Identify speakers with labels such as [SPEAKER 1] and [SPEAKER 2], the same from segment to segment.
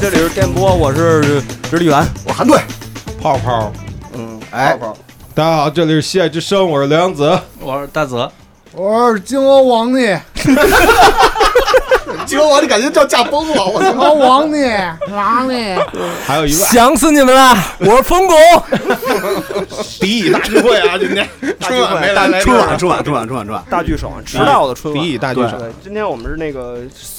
[SPEAKER 1] 这里是电波，我是直立员。
[SPEAKER 2] 我韩队，
[SPEAKER 3] 泡泡，
[SPEAKER 2] 嗯，哎，
[SPEAKER 3] 大家好，这里是西爱之声，我是刘洋子。
[SPEAKER 1] 我是大泽，
[SPEAKER 4] 我哦是金鹅王帝，
[SPEAKER 2] 金龙王，你感觉就要驾崩了，我
[SPEAKER 4] 金
[SPEAKER 2] 操！
[SPEAKER 4] 鹅王帝，王帝，
[SPEAKER 3] 还有一位
[SPEAKER 5] 想死你们了！我 是冯巩，
[SPEAKER 3] 敌意大聚会啊，今天春晚没来来
[SPEAKER 2] 春晚，春晚，春晚，春晚，春晚，
[SPEAKER 1] 大剧爽，迟到的春晚。
[SPEAKER 3] 敌意哎大聚首，
[SPEAKER 1] 对，今天我们是那个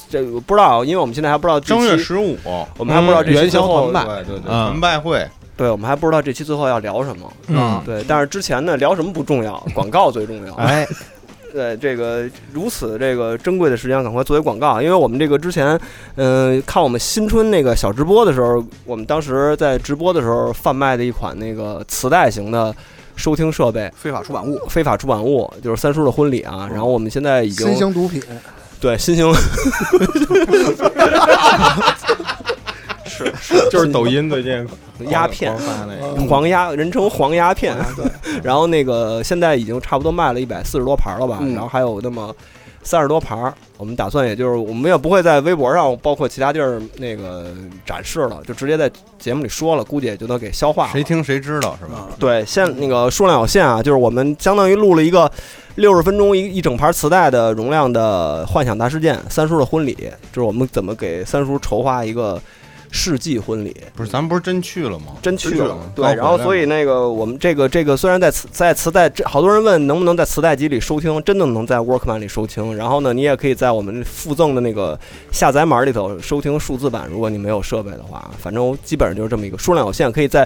[SPEAKER 1] 这个不知道，因为我们现在还不知道这
[SPEAKER 6] 正
[SPEAKER 1] 期
[SPEAKER 6] 月十五，
[SPEAKER 1] 我们还不知道这期
[SPEAKER 3] 嗯
[SPEAKER 1] 最
[SPEAKER 3] 元宵嗯
[SPEAKER 1] 后
[SPEAKER 3] 团，拜，对对对，
[SPEAKER 6] 团拜会，
[SPEAKER 1] 对我们还不知道这期最后要聊什么。
[SPEAKER 3] 嗯，
[SPEAKER 1] 对，但是之前呢，聊什么不重要，广告最重要。
[SPEAKER 3] 哎，
[SPEAKER 1] 对，这个如此这个珍贵的时间，赶快作为广告啊，因为我们这个之前，嗯、看我们新春那个小直播的时候，我们当时在直播的时候贩卖的一款那个磁带型的收听设备，
[SPEAKER 2] 非法出版物，
[SPEAKER 1] 非法出版物，就是三叔的婚礼啊。然后我们现在已经
[SPEAKER 4] 新型毒品，
[SPEAKER 1] 对新
[SPEAKER 2] 哦
[SPEAKER 1] 型，
[SPEAKER 3] 就是抖音最近
[SPEAKER 1] 鸦片
[SPEAKER 3] 狂发那个，
[SPEAKER 1] 黄鸦，人称黄鸦片。 然后那个现在已经差不多卖了一百四十多盘了吧，
[SPEAKER 2] 嗯
[SPEAKER 1] 然后还有那么三十多盘儿。我们打算，也就是我们也不会在微博上，包括其他地儿那个展示了，就直接在节目里说了，估计也就能给消化了。
[SPEAKER 6] 谁听谁知道是吧？
[SPEAKER 1] 对，现那个数量有限啊，就是我们相当于录了一个六十分钟一一整盘磁带的容量的《幻想大事件》三叔的婚礼，就是我们怎么给三叔筹划一个世纪婚礼。
[SPEAKER 6] 不是，咱们不是真去了吗？
[SPEAKER 1] 真去
[SPEAKER 2] 真去
[SPEAKER 1] 了
[SPEAKER 2] 了，
[SPEAKER 1] 对
[SPEAKER 6] 哦，
[SPEAKER 1] 然后
[SPEAKER 6] 回来
[SPEAKER 1] 所以那个我们这个这个虽然在磁在磁带，这好多人问能不能在磁带机里收听，真的能在 Workman 里收听。然后呢，你也可以在我们附赠的那个下载码里头收听数字版，如果你没有设备的话，反正基本上就是这么一个数量有限，可以在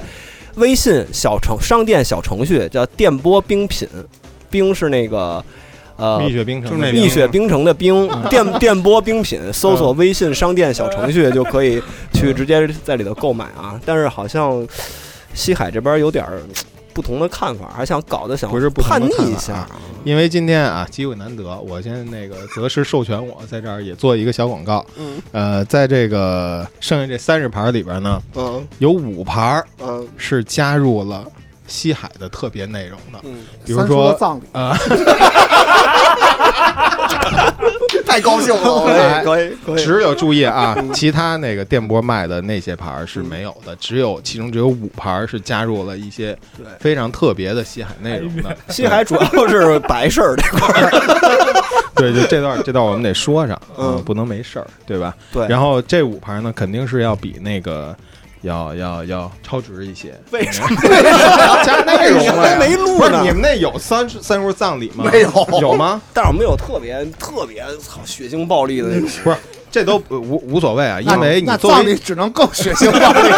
[SPEAKER 1] 微信小程商店小程序叫电波冰品，冰是那个呃
[SPEAKER 3] 蜜雪冰城的
[SPEAKER 6] 就那
[SPEAKER 1] 蜜雪冰城的冰
[SPEAKER 3] 嗯
[SPEAKER 1] 电电波冰品，搜索微信商店 小程序就可以去直接在里头购买啊。但是好像西海这边有点儿不同的看法，还想搞得想
[SPEAKER 3] 不是不同的
[SPEAKER 1] 叛逆
[SPEAKER 3] 看法
[SPEAKER 1] 一下
[SPEAKER 3] 啊，因为今天啊，机会难得，我先那个择时授权我在这儿也做一个小广告。
[SPEAKER 1] 嗯，
[SPEAKER 3] 呃，在这个剩下这三十盘里边呢，
[SPEAKER 1] 嗯
[SPEAKER 3] 有五盘
[SPEAKER 1] 嗯
[SPEAKER 3] 是加入了西海的特别内容的，
[SPEAKER 1] 嗯，
[SPEAKER 3] 比如
[SPEAKER 4] 三叔的
[SPEAKER 3] 说
[SPEAKER 4] 葬礼，
[SPEAKER 3] 啊，
[SPEAKER 2] 太高兴了，我
[SPEAKER 1] 可以可以可以，
[SPEAKER 3] 只有注意啊，
[SPEAKER 1] 嗯
[SPEAKER 3] 其他那个电波卖的那些盘是没有的，只有其中只有五盘是加入了一些非常特别的西海内容的。
[SPEAKER 1] 哎西海主要是白事儿这块儿，
[SPEAKER 3] 对，就这段这段我们得说上，嗯，不能没事儿， 对吧？
[SPEAKER 1] 对
[SPEAKER 3] 然后这五盘呢，肯定是要比那个要要要超值一 些。哎为什么？啊加内容了呀
[SPEAKER 1] 还没录
[SPEAKER 3] 不是
[SPEAKER 1] 呢
[SPEAKER 3] 你们那有三三叔葬礼吗？
[SPEAKER 2] 没有
[SPEAKER 3] 有吗？
[SPEAKER 1] 但是我们有特别特别操血腥暴力的那种，
[SPEAKER 3] 不是，这都呃无无所谓啊，
[SPEAKER 4] 那
[SPEAKER 3] 因为你
[SPEAKER 4] 那
[SPEAKER 3] 作
[SPEAKER 4] 葬礼
[SPEAKER 3] 为
[SPEAKER 4] 只能更血 腥暴力。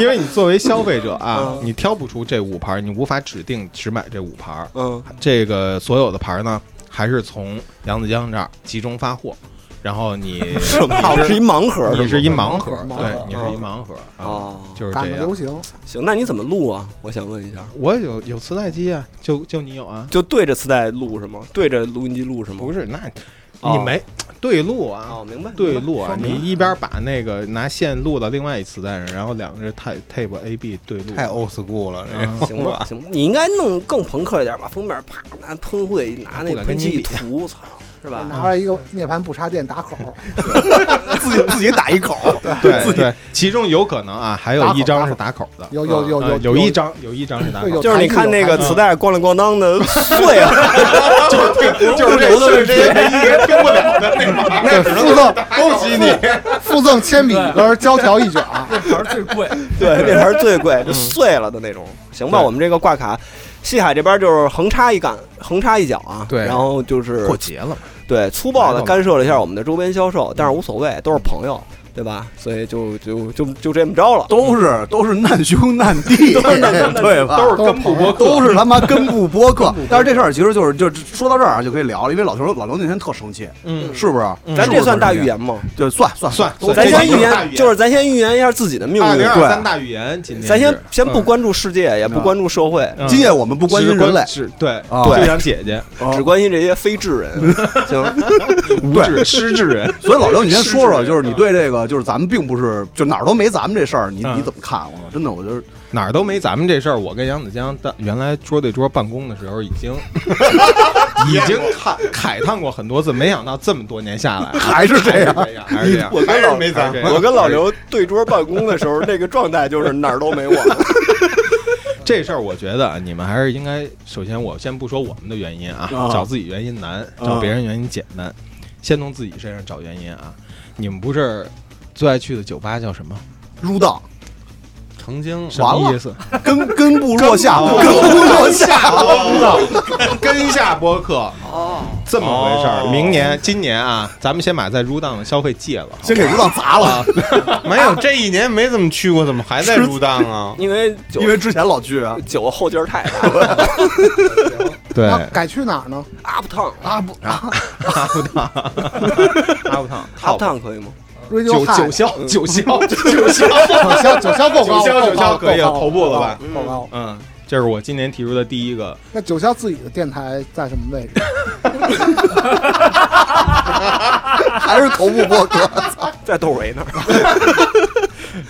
[SPEAKER 3] 因为你作为消费者啊，你挑不出这五盘，你无法指定只买这五盘。
[SPEAKER 1] 嗯，
[SPEAKER 3] 这个所有的盘呢，还是从扬子江这儿集中发货，然后你
[SPEAKER 1] 好是一盲盒，
[SPEAKER 3] 你是一盲盒，
[SPEAKER 4] 盲盒
[SPEAKER 3] 对，你是一盲盒啊，
[SPEAKER 1] 哦，
[SPEAKER 3] 就是
[SPEAKER 4] 赶
[SPEAKER 3] 这
[SPEAKER 4] 着
[SPEAKER 3] 样
[SPEAKER 4] 流。行，
[SPEAKER 1] 行，那你怎么录啊？我想问一下，
[SPEAKER 3] 我有有磁带机啊，就就你有啊？
[SPEAKER 1] 就对着磁带录是吗？对着录音机录是吗？
[SPEAKER 3] 不是，那
[SPEAKER 1] 哦
[SPEAKER 3] 你没对路啊
[SPEAKER 1] 哦，？明白，
[SPEAKER 3] 对
[SPEAKER 1] 明白
[SPEAKER 3] 路啊！你一边把那个拿线录到另外一磁带上，然后两个人 type tape A B 对路，
[SPEAKER 6] 太 old school 了，这
[SPEAKER 3] 嗯
[SPEAKER 6] 个
[SPEAKER 1] 行吧，行吧，你应该弄更朋克一点吧，封面啪拿喷绘，拿那
[SPEAKER 3] 不敢
[SPEAKER 1] 喷
[SPEAKER 3] 跟
[SPEAKER 1] 漆
[SPEAKER 3] 你
[SPEAKER 1] 一
[SPEAKER 3] 比
[SPEAKER 1] 涂，操，是吧？
[SPEAKER 4] 拿着一个涅槃不插电打 口，
[SPEAKER 2] 自己自己打一口，
[SPEAKER 3] 嗯对对，其中有可能啊，还有一张是打口的，
[SPEAKER 4] 有有有
[SPEAKER 3] 啊
[SPEAKER 4] 有
[SPEAKER 3] 有一张有一张是打口
[SPEAKER 4] 对
[SPEAKER 3] 的，
[SPEAKER 4] 有
[SPEAKER 1] 就是你看那个磁带咣啷咣当 的碎了，
[SPEAKER 3] 就是这就是这些一人听不了的那玩意
[SPEAKER 4] 对，附赠
[SPEAKER 3] 恭喜你，
[SPEAKER 4] 附赠铅笔跟胶条一卷，
[SPEAKER 5] 牌最贵。
[SPEAKER 1] 对，那盘最贵，
[SPEAKER 2] 嗯
[SPEAKER 1] 就碎了的那种。行吧，
[SPEAKER 3] 对
[SPEAKER 1] 我们这个挂卡，西海这边就是横插一杆，横插一脚啊，
[SPEAKER 3] 对
[SPEAKER 1] 然后就是
[SPEAKER 6] 过节了嘛，
[SPEAKER 1] 对粗暴的干涉了一下我们的周边销
[SPEAKER 2] 嗯
[SPEAKER 1] 售，但是无所谓，都是朋友，对吧？所以就就就就这么着了。
[SPEAKER 2] 都是都是难兄难 弟，对吧？
[SPEAKER 4] 都是朋友。
[SPEAKER 2] 都是他妈根部播客。但是这事儿其实就是就是说到这儿啊就可以聊了，因为老刘老刘那天特生气，
[SPEAKER 3] 嗯
[SPEAKER 2] 是不啊是？
[SPEAKER 1] 咱这算大预
[SPEAKER 2] 语言，
[SPEAKER 1] 言吗？
[SPEAKER 2] 就算算
[SPEAKER 3] 算
[SPEAKER 2] 都
[SPEAKER 1] 咱
[SPEAKER 3] 这
[SPEAKER 1] 先预
[SPEAKER 3] 期就是大
[SPEAKER 1] 言，
[SPEAKER 3] 预
[SPEAKER 1] 就是咱先预言一下自己的命
[SPEAKER 3] 二
[SPEAKER 1] 运。
[SPEAKER 3] 零二三
[SPEAKER 1] 对，
[SPEAKER 3] 大预言，今天
[SPEAKER 1] 咱先
[SPEAKER 3] 是
[SPEAKER 1] 先不
[SPEAKER 3] 嗯
[SPEAKER 1] 关注世界，也不
[SPEAKER 2] 嗯
[SPEAKER 1] 关注社会，
[SPEAKER 3] 嗯
[SPEAKER 2] 今夜我们不关心
[SPEAKER 3] 只
[SPEAKER 2] 人类，
[SPEAKER 3] 只对
[SPEAKER 2] 啊
[SPEAKER 3] 就像姐姐，
[SPEAKER 1] 只关心这 些非智人。行，
[SPEAKER 3] 无知失智人，
[SPEAKER 2] 所以老刘，你先说说，就是你对这个就是咱们并不是就哪儿都没咱们这事儿，你
[SPEAKER 3] 嗯
[SPEAKER 2] 你怎么看？啊我说真的，我就是
[SPEAKER 3] 哪儿都没咱们这事儿。我跟杨子江但原来桌对桌办公的时候，已经已经看 慨叹过很多次，没想到这么多年下来
[SPEAKER 2] 还是这样。
[SPEAKER 3] 样，还是这样，
[SPEAKER 1] 我
[SPEAKER 3] 还
[SPEAKER 1] 跟
[SPEAKER 3] 是
[SPEAKER 1] 老
[SPEAKER 3] 没咱们。
[SPEAKER 1] 我跟老刘对桌办公的时候，那个状态就是哪儿都 没我。
[SPEAKER 3] 这事儿，我觉得啊，你们还是应该，首先我先不说我们的原因啊，
[SPEAKER 2] 啊
[SPEAKER 3] 找自己原因难，
[SPEAKER 2] 啊
[SPEAKER 3] 找别人原因简单，先从自己身上找原因啊。你们不是最爱去的酒吧叫什么？
[SPEAKER 2] 入道
[SPEAKER 6] 曾经
[SPEAKER 3] 什么意思？
[SPEAKER 2] 根根部落下，根部落下，
[SPEAKER 3] 跟一下播客哦，这么回事儿。明年、今年啊，咱们先把在 r 当的消费戒了。
[SPEAKER 2] 先给入道砸了，
[SPEAKER 6] 没有，这一年没怎么去过，怎么还在入档啊？
[SPEAKER 1] 因为酒
[SPEAKER 2] 因为之前老去啊。
[SPEAKER 1] 酒后劲儿太大 了
[SPEAKER 3] 对
[SPEAKER 4] 那改去哪儿呢？
[SPEAKER 1] ，up town
[SPEAKER 4] 啊不
[SPEAKER 3] 阿布烫，阿布烫，
[SPEAKER 1] up town 可以 吗？
[SPEAKER 3] 九
[SPEAKER 4] ，Radio
[SPEAKER 3] 九
[SPEAKER 4] High
[SPEAKER 3] 霄，九霄，九霄，
[SPEAKER 4] 九霄九霄够高，
[SPEAKER 3] 九霄九霄
[SPEAKER 4] 够高
[SPEAKER 3] 可以了
[SPEAKER 4] 够高
[SPEAKER 3] 头部了吧
[SPEAKER 4] 够高。
[SPEAKER 3] 嗯，这是我今年提出的第一个
[SPEAKER 4] 那九霄自己的电台在什么位置？
[SPEAKER 3] 嗯
[SPEAKER 2] 还是头部播客，
[SPEAKER 1] 在窦唯那儿。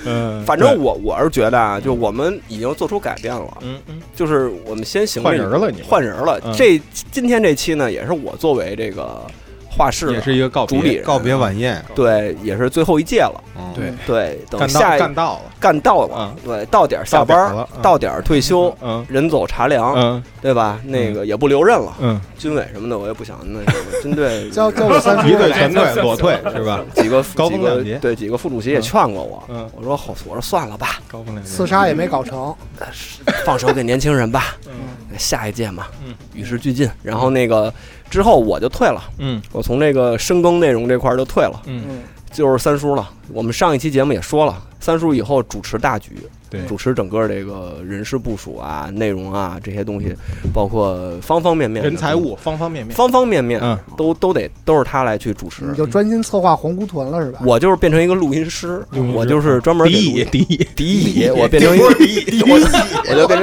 [SPEAKER 3] 嗯，
[SPEAKER 1] 反正我我是觉得啊，就我们已经做出改变了，
[SPEAKER 3] 嗯嗯，
[SPEAKER 1] 就是我们先行为
[SPEAKER 3] 换人了你
[SPEAKER 1] 换人了
[SPEAKER 3] 嗯。
[SPEAKER 1] 这今天这期呢，也是我作为这个画室
[SPEAKER 3] 也
[SPEAKER 1] 的
[SPEAKER 3] 是一个告别
[SPEAKER 1] 主理人
[SPEAKER 6] 告别晚宴，
[SPEAKER 1] 对，也是最后一届了。
[SPEAKER 6] 嗯
[SPEAKER 3] 对
[SPEAKER 1] 对，等
[SPEAKER 3] 干到
[SPEAKER 1] 下一
[SPEAKER 3] 干到了，
[SPEAKER 1] 干到了
[SPEAKER 3] 啊，
[SPEAKER 1] 对，到点儿下班
[SPEAKER 3] 到点儿
[SPEAKER 1] 儿
[SPEAKER 3] 了嗯，
[SPEAKER 1] 到点儿退休，
[SPEAKER 3] 嗯
[SPEAKER 1] 人走茶凉，
[SPEAKER 3] 嗯
[SPEAKER 1] 对吧？那个也不留任了，
[SPEAKER 3] 嗯，
[SPEAKER 1] 军委什么的我也不想那什 么，针对
[SPEAKER 4] 教教我三
[SPEAKER 3] 一
[SPEAKER 4] 叔，
[SPEAKER 3] 对全对裸退是吧？
[SPEAKER 1] 几个
[SPEAKER 3] 高
[SPEAKER 1] 几
[SPEAKER 3] 风
[SPEAKER 1] 个
[SPEAKER 3] 亮节
[SPEAKER 1] 对几个副主席也劝过我
[SPEAKER 3] 嗯，
[SPEAKER 1] 我说好，我说算了吧，
[SPEAKER 3] 高风亮节
[SPEAKER 4] 刺杀也没搞成，
[SPEAKER 1] 放手给年轻人吧，
[SPEAKER 3] 嗯
[SPEAKER 1] 下一届嘛
[SPEAKER 3] 嗯，
[SPEAKER 1] 与时俱进。然后那个之后我就退了，
[SPEAKER 3] 嗯
[SPEAKER 1] 我从这个深耕内容这块儿就退 了，
[SPEAKER 3] 嗯，
[SPEAKER 1] 就是三叔了。我们上一期节目也说了，三叔以后主持大局，
[SPEAKER 3] 对
[SPEAKER 1] 主持整个这个人事部署啊、内容啊这些东西，包括方方面面的
[SPEAKER 3] 人财物方方面面，
[SPEAKER 1] 方方面面
[SPEAKER 3] 嗯
[SPEAKER 1] 都都得都是他来去主持
[SPEAKER 4] 你。就专心策划红姑屯了是吧？
[SPEAKER 1] 我就是变成一个录音师，
[SPEAKER 3] 录音师
[SPEAKER 1] 我就是专门给录
[SPEAKER 3] 敌意
[SPEAKER 1] 音
[SPEAKER 3] 敌意，
[SPEAKER 1] 敌 乙，我变成一个
[SPEAKER 2] 敌我就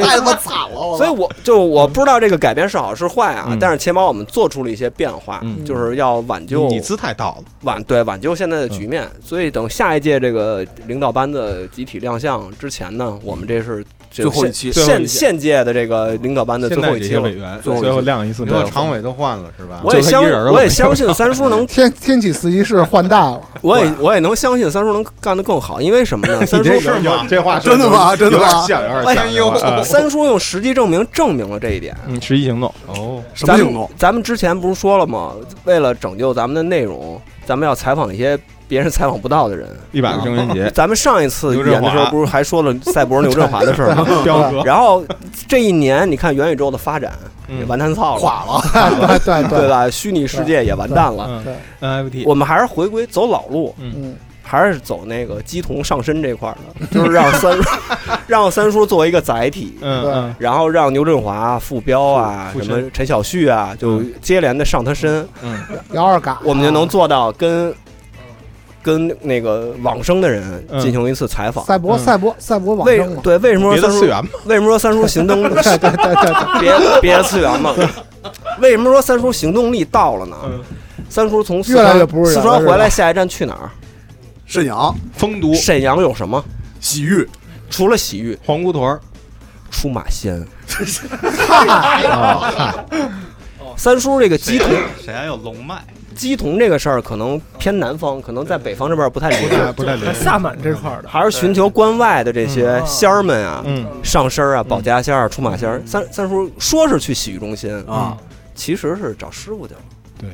[SPEAKER 2] 太他妈惨了，我操
[SPEAKER 1] 所以我就我不知道这个改变是好是坏啊，
[SPEAKER 3] 嗯
[SPEAKER 1] 但是起码我们做出了一些变化，
[SPEAKER 3] 嗯
[SPEAKER 1] 就是要挽救
[SPEAKER 3] 你姿态到了，
[SPEAKER 1] 挽对挽救现在的
[SPEAKER 3] 嗯
[SPEAKER 1] 局面。所以等下一届这个领导班子集体亮相之前呢，我们这是这
[SPEAKER 2] 最后一期
[SPEAKER 1] 现
[SPEAKER 3] 最后一
[SPEAKER 1] 现
[SPEAKER 3] 期
[SPEAKER 1] 现届的这个领导班的最
[SPEAKER 3] 现
[SPEAKER 1] 后
[SPEAKER 3] 在
[SPEAKER 1] 一
[SPEAKER 3] 这
[SPEAKER 1] 期
[SPEAKER 3] 些委
[SPEAKER 1] 了。
[SPEAKER 3] 员
[SPEAKER 1] 最后一期
[SPEAKER 3] 最后亮一次
[SPEAKER 6] 因
[SPEAKER 3] 灯
[SPEAKER 6] 为，常委都换了是吧？
[SPEAKER 1] 我也
[SPEAKER 3] 就他
[SPEAKER 1] 相
[SPEAKER 3] 一人了
[SPEAKER 1] 我 也相信三叔能，
[SPEAKER 4] 天天启四一室换代了，
[SPEAKER 1] 我也我也能相信三叔能干得更好，因为什么 呢？三叔
[SPEAKER 3] 这
[SPEAKER 1] 是
[SPEAKER 3] 有有这话说
[SPEAKER 2] 真的吗
[SPEAKER 3] 有点
[SPEAKER 2] 真的吗
[SPEAKER 3] 像有
[SPEAKER 1] 哎
[SPEAKER 3] 点像有点像，
[SPEAKER 1] 三叔用实际证明证明了这一点。
[SPEAKER 3] 嗯，十一行动哦，
[SPEAKER 2] 什么
[SPEAKER 1] 咱
[SPEAKER 2] 行
[SPEAKER 1] 们
[SPEAKER 2] 动？
[SPEAKER 1] 咱们之前不是说了吗？为了拯救咱们的内容，咱们要采访一些别人采访不到的人。
[SPEAKER 3] 一百个情人节，
[SPEAKER 1] 咱们上一次演的时
[SPEAKER 6] 刘振
[SPEAKER 1] 候，
[SPEAKER 6] 华
[SPEAKER 1] 不是还说了赛博人刘振华的事儿吗？
[SPEAKER 3] 彪 哥，
[SPEAKER 1] 然后这一年，你看元宇宙的发展也
[SPEAKER 3] 嗯
[SPEAKER 1] 完蛋操了，
[SPEAKER 2] 垮了，
[SPEAKER 4] 对对
[SPEAKER 1] 对
[SPEAKER 4] 对
[SPEAKER 1] 吧？虚拟世界也完蛋了。
[SPEAKER 3] 嗯，NFT，
[SPEAKER 4] 对，
[SPEAKER 1] 我们还是回归走老路，
[SPEAKER 4] 嗯，
[SPEAKER 1] 还是走那个鸡同上身这块儿的， 就是让三 让三叔作为一个载体，
[SPEAKER 3] 嗯嗯，
[SPEAKER 1] 然后让牛振华、傅彪啊、
[SPEAKER 3] 傅
[SPEAKER 1] 什
[SPEAKER 3] 傅
[SPEAKER 1] 么陈小旭啊，
[SPEAKER 3] 嗯
[SPEAKER 1] 就接连的上他身。
[SPEAKER 4] 姚二嘎，
[SPEAKER 1] 我们就能做
[SPEAKER 3] 啊
[SPEAKER 1] 到跟跟那个往生的人进行一次采访。
[SPEAKER 4] 赛博
[SPEAKER 3] 嗯
[SPEAKER 4] 赛博赛博网
[SPEAKER 1] 为
[SPEAKER 4] 生嘛，
[SPEAKER 1] 对为什么
[SPEAKER 3] 别
[SPEAKER 1] 说
[SPEAKER 3] 的
[SPEAKER 1] 三
[SPEAKER 3] 次啊
[SPEAKER 1] 叔
[SPEAKER 3] 元嘛，
[SPEAKER 1] 为什么说三叔行 动
[SPEAKER 4] 对对对对 对，
[SPEAKER 1] 别别的次元嘛？ 为什么说三叔行动力到了呢？
[SPEAKER 3] 嗯
[SPEAKER 1] 三叔从四
[SPEAKER 4] 越来
[SPEAKER 1] 川
[SPEAKER 4] 越不是人
[SPEAKER 1] 四
[SPEAKER 4] 了
[SPEAKER 1] 川
[SPEAKER 4] 是吧
[SPEAKER 1] 回来，下一站去哪儿？
[SPEAKER 2] 沈阳
[SPEAKER 3] 丰都、
[SPEAKER 1] 沈阳有什么？
[SPEAKER 2] 洗浴，
[SPEAKER 1] 除了洗浴，
[SPEAKER 3] 皇姑屯儿，
[SPEAKER 1] 出马仙。三叔这个鸡同
[SPEAKER 6] 谁还有龙脉？
[SPEAKER 1] 鸡同这个事儿，可能偏南方，可能在北方这边儿不太理解，
[SPEAKER 3] 不太
[SPEAKER 5] 在萨满这块儿的，
[SPEAKER 1] 还是寻求关外的这些仙儿们啊，
[SPEAKER 3] 嗯，
[SPEAKER 1] 上身啊，保家仙儿啊，出马仙儿。三三叔说是去洗浴中心嗯
[SPEAKER 2] 啊，
[SPEAKER 1] 其实是找师傅去了。
[SPEAKER 3] 对，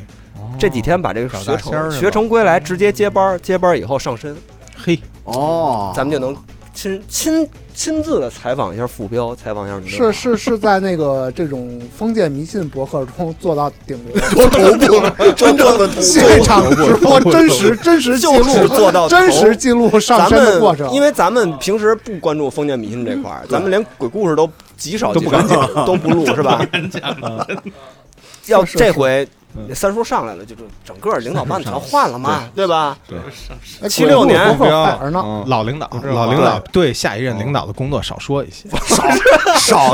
[SPEAKER 1] 这几天把这个
[SPEAKER 6] 找
[SPEAKER 1] 学
[SPEAKER 6] 大仙儿
[SPEAKER 1] 成
[SPEAKER 6] 去了
[SPEAKER 1] 学成归来，直接接班儿，接班儿以后上身，
[SPEAKER 3] 嘿，
[SPEAKER 2] 哦，
[SPEAKER 1] 咱们就能亲亲亲自的采访一下傅彪，采访一下你。
[SPEAKER 4] 是是是在那个这种封建迷信博客中做到顶流，
[SPEAKER 2] 多头部，真正的头
[SPEAKER 4] 现
[SPEAKER 2] 部。
[SPEAKER 4] 场直播真实真实记
[SPEAKER 1] 就是
[SPEAKER 4] 录，
[SPEAKER 1] 做到头
[SPEAKER 4] 真实记录上
[SPEAKER 1] 咱
[SPEAKER 4] 身的
[SPEAKER 1] 们
[SPEAKER 4] 过程，
[SPEAKER 1] 因为咱们平时不关注封建迷信这块儿，咱们连鬼故事都极少
[SPEAKER 3] 都不敢
[SPEAKER 1] 讲， 都不录是吧？要
[SPEAKER 4] 是是
[SPEAKER 1] 这回
[SPEAKER 3] 嗯
[SPEAKER 1] 三叔上来了，就就整个领导班子全换了嘛，对吧？
[SPEAKER 4] 哎
[SPEAKER 1] 76年
[SPEAKER 4] 鬼路反而呢，
[SPEAKER 6] 嗯，
[SPEAKER 3] 老领导，老领导对下一任领导的工作少说一些，
[SPEAKER 2] 少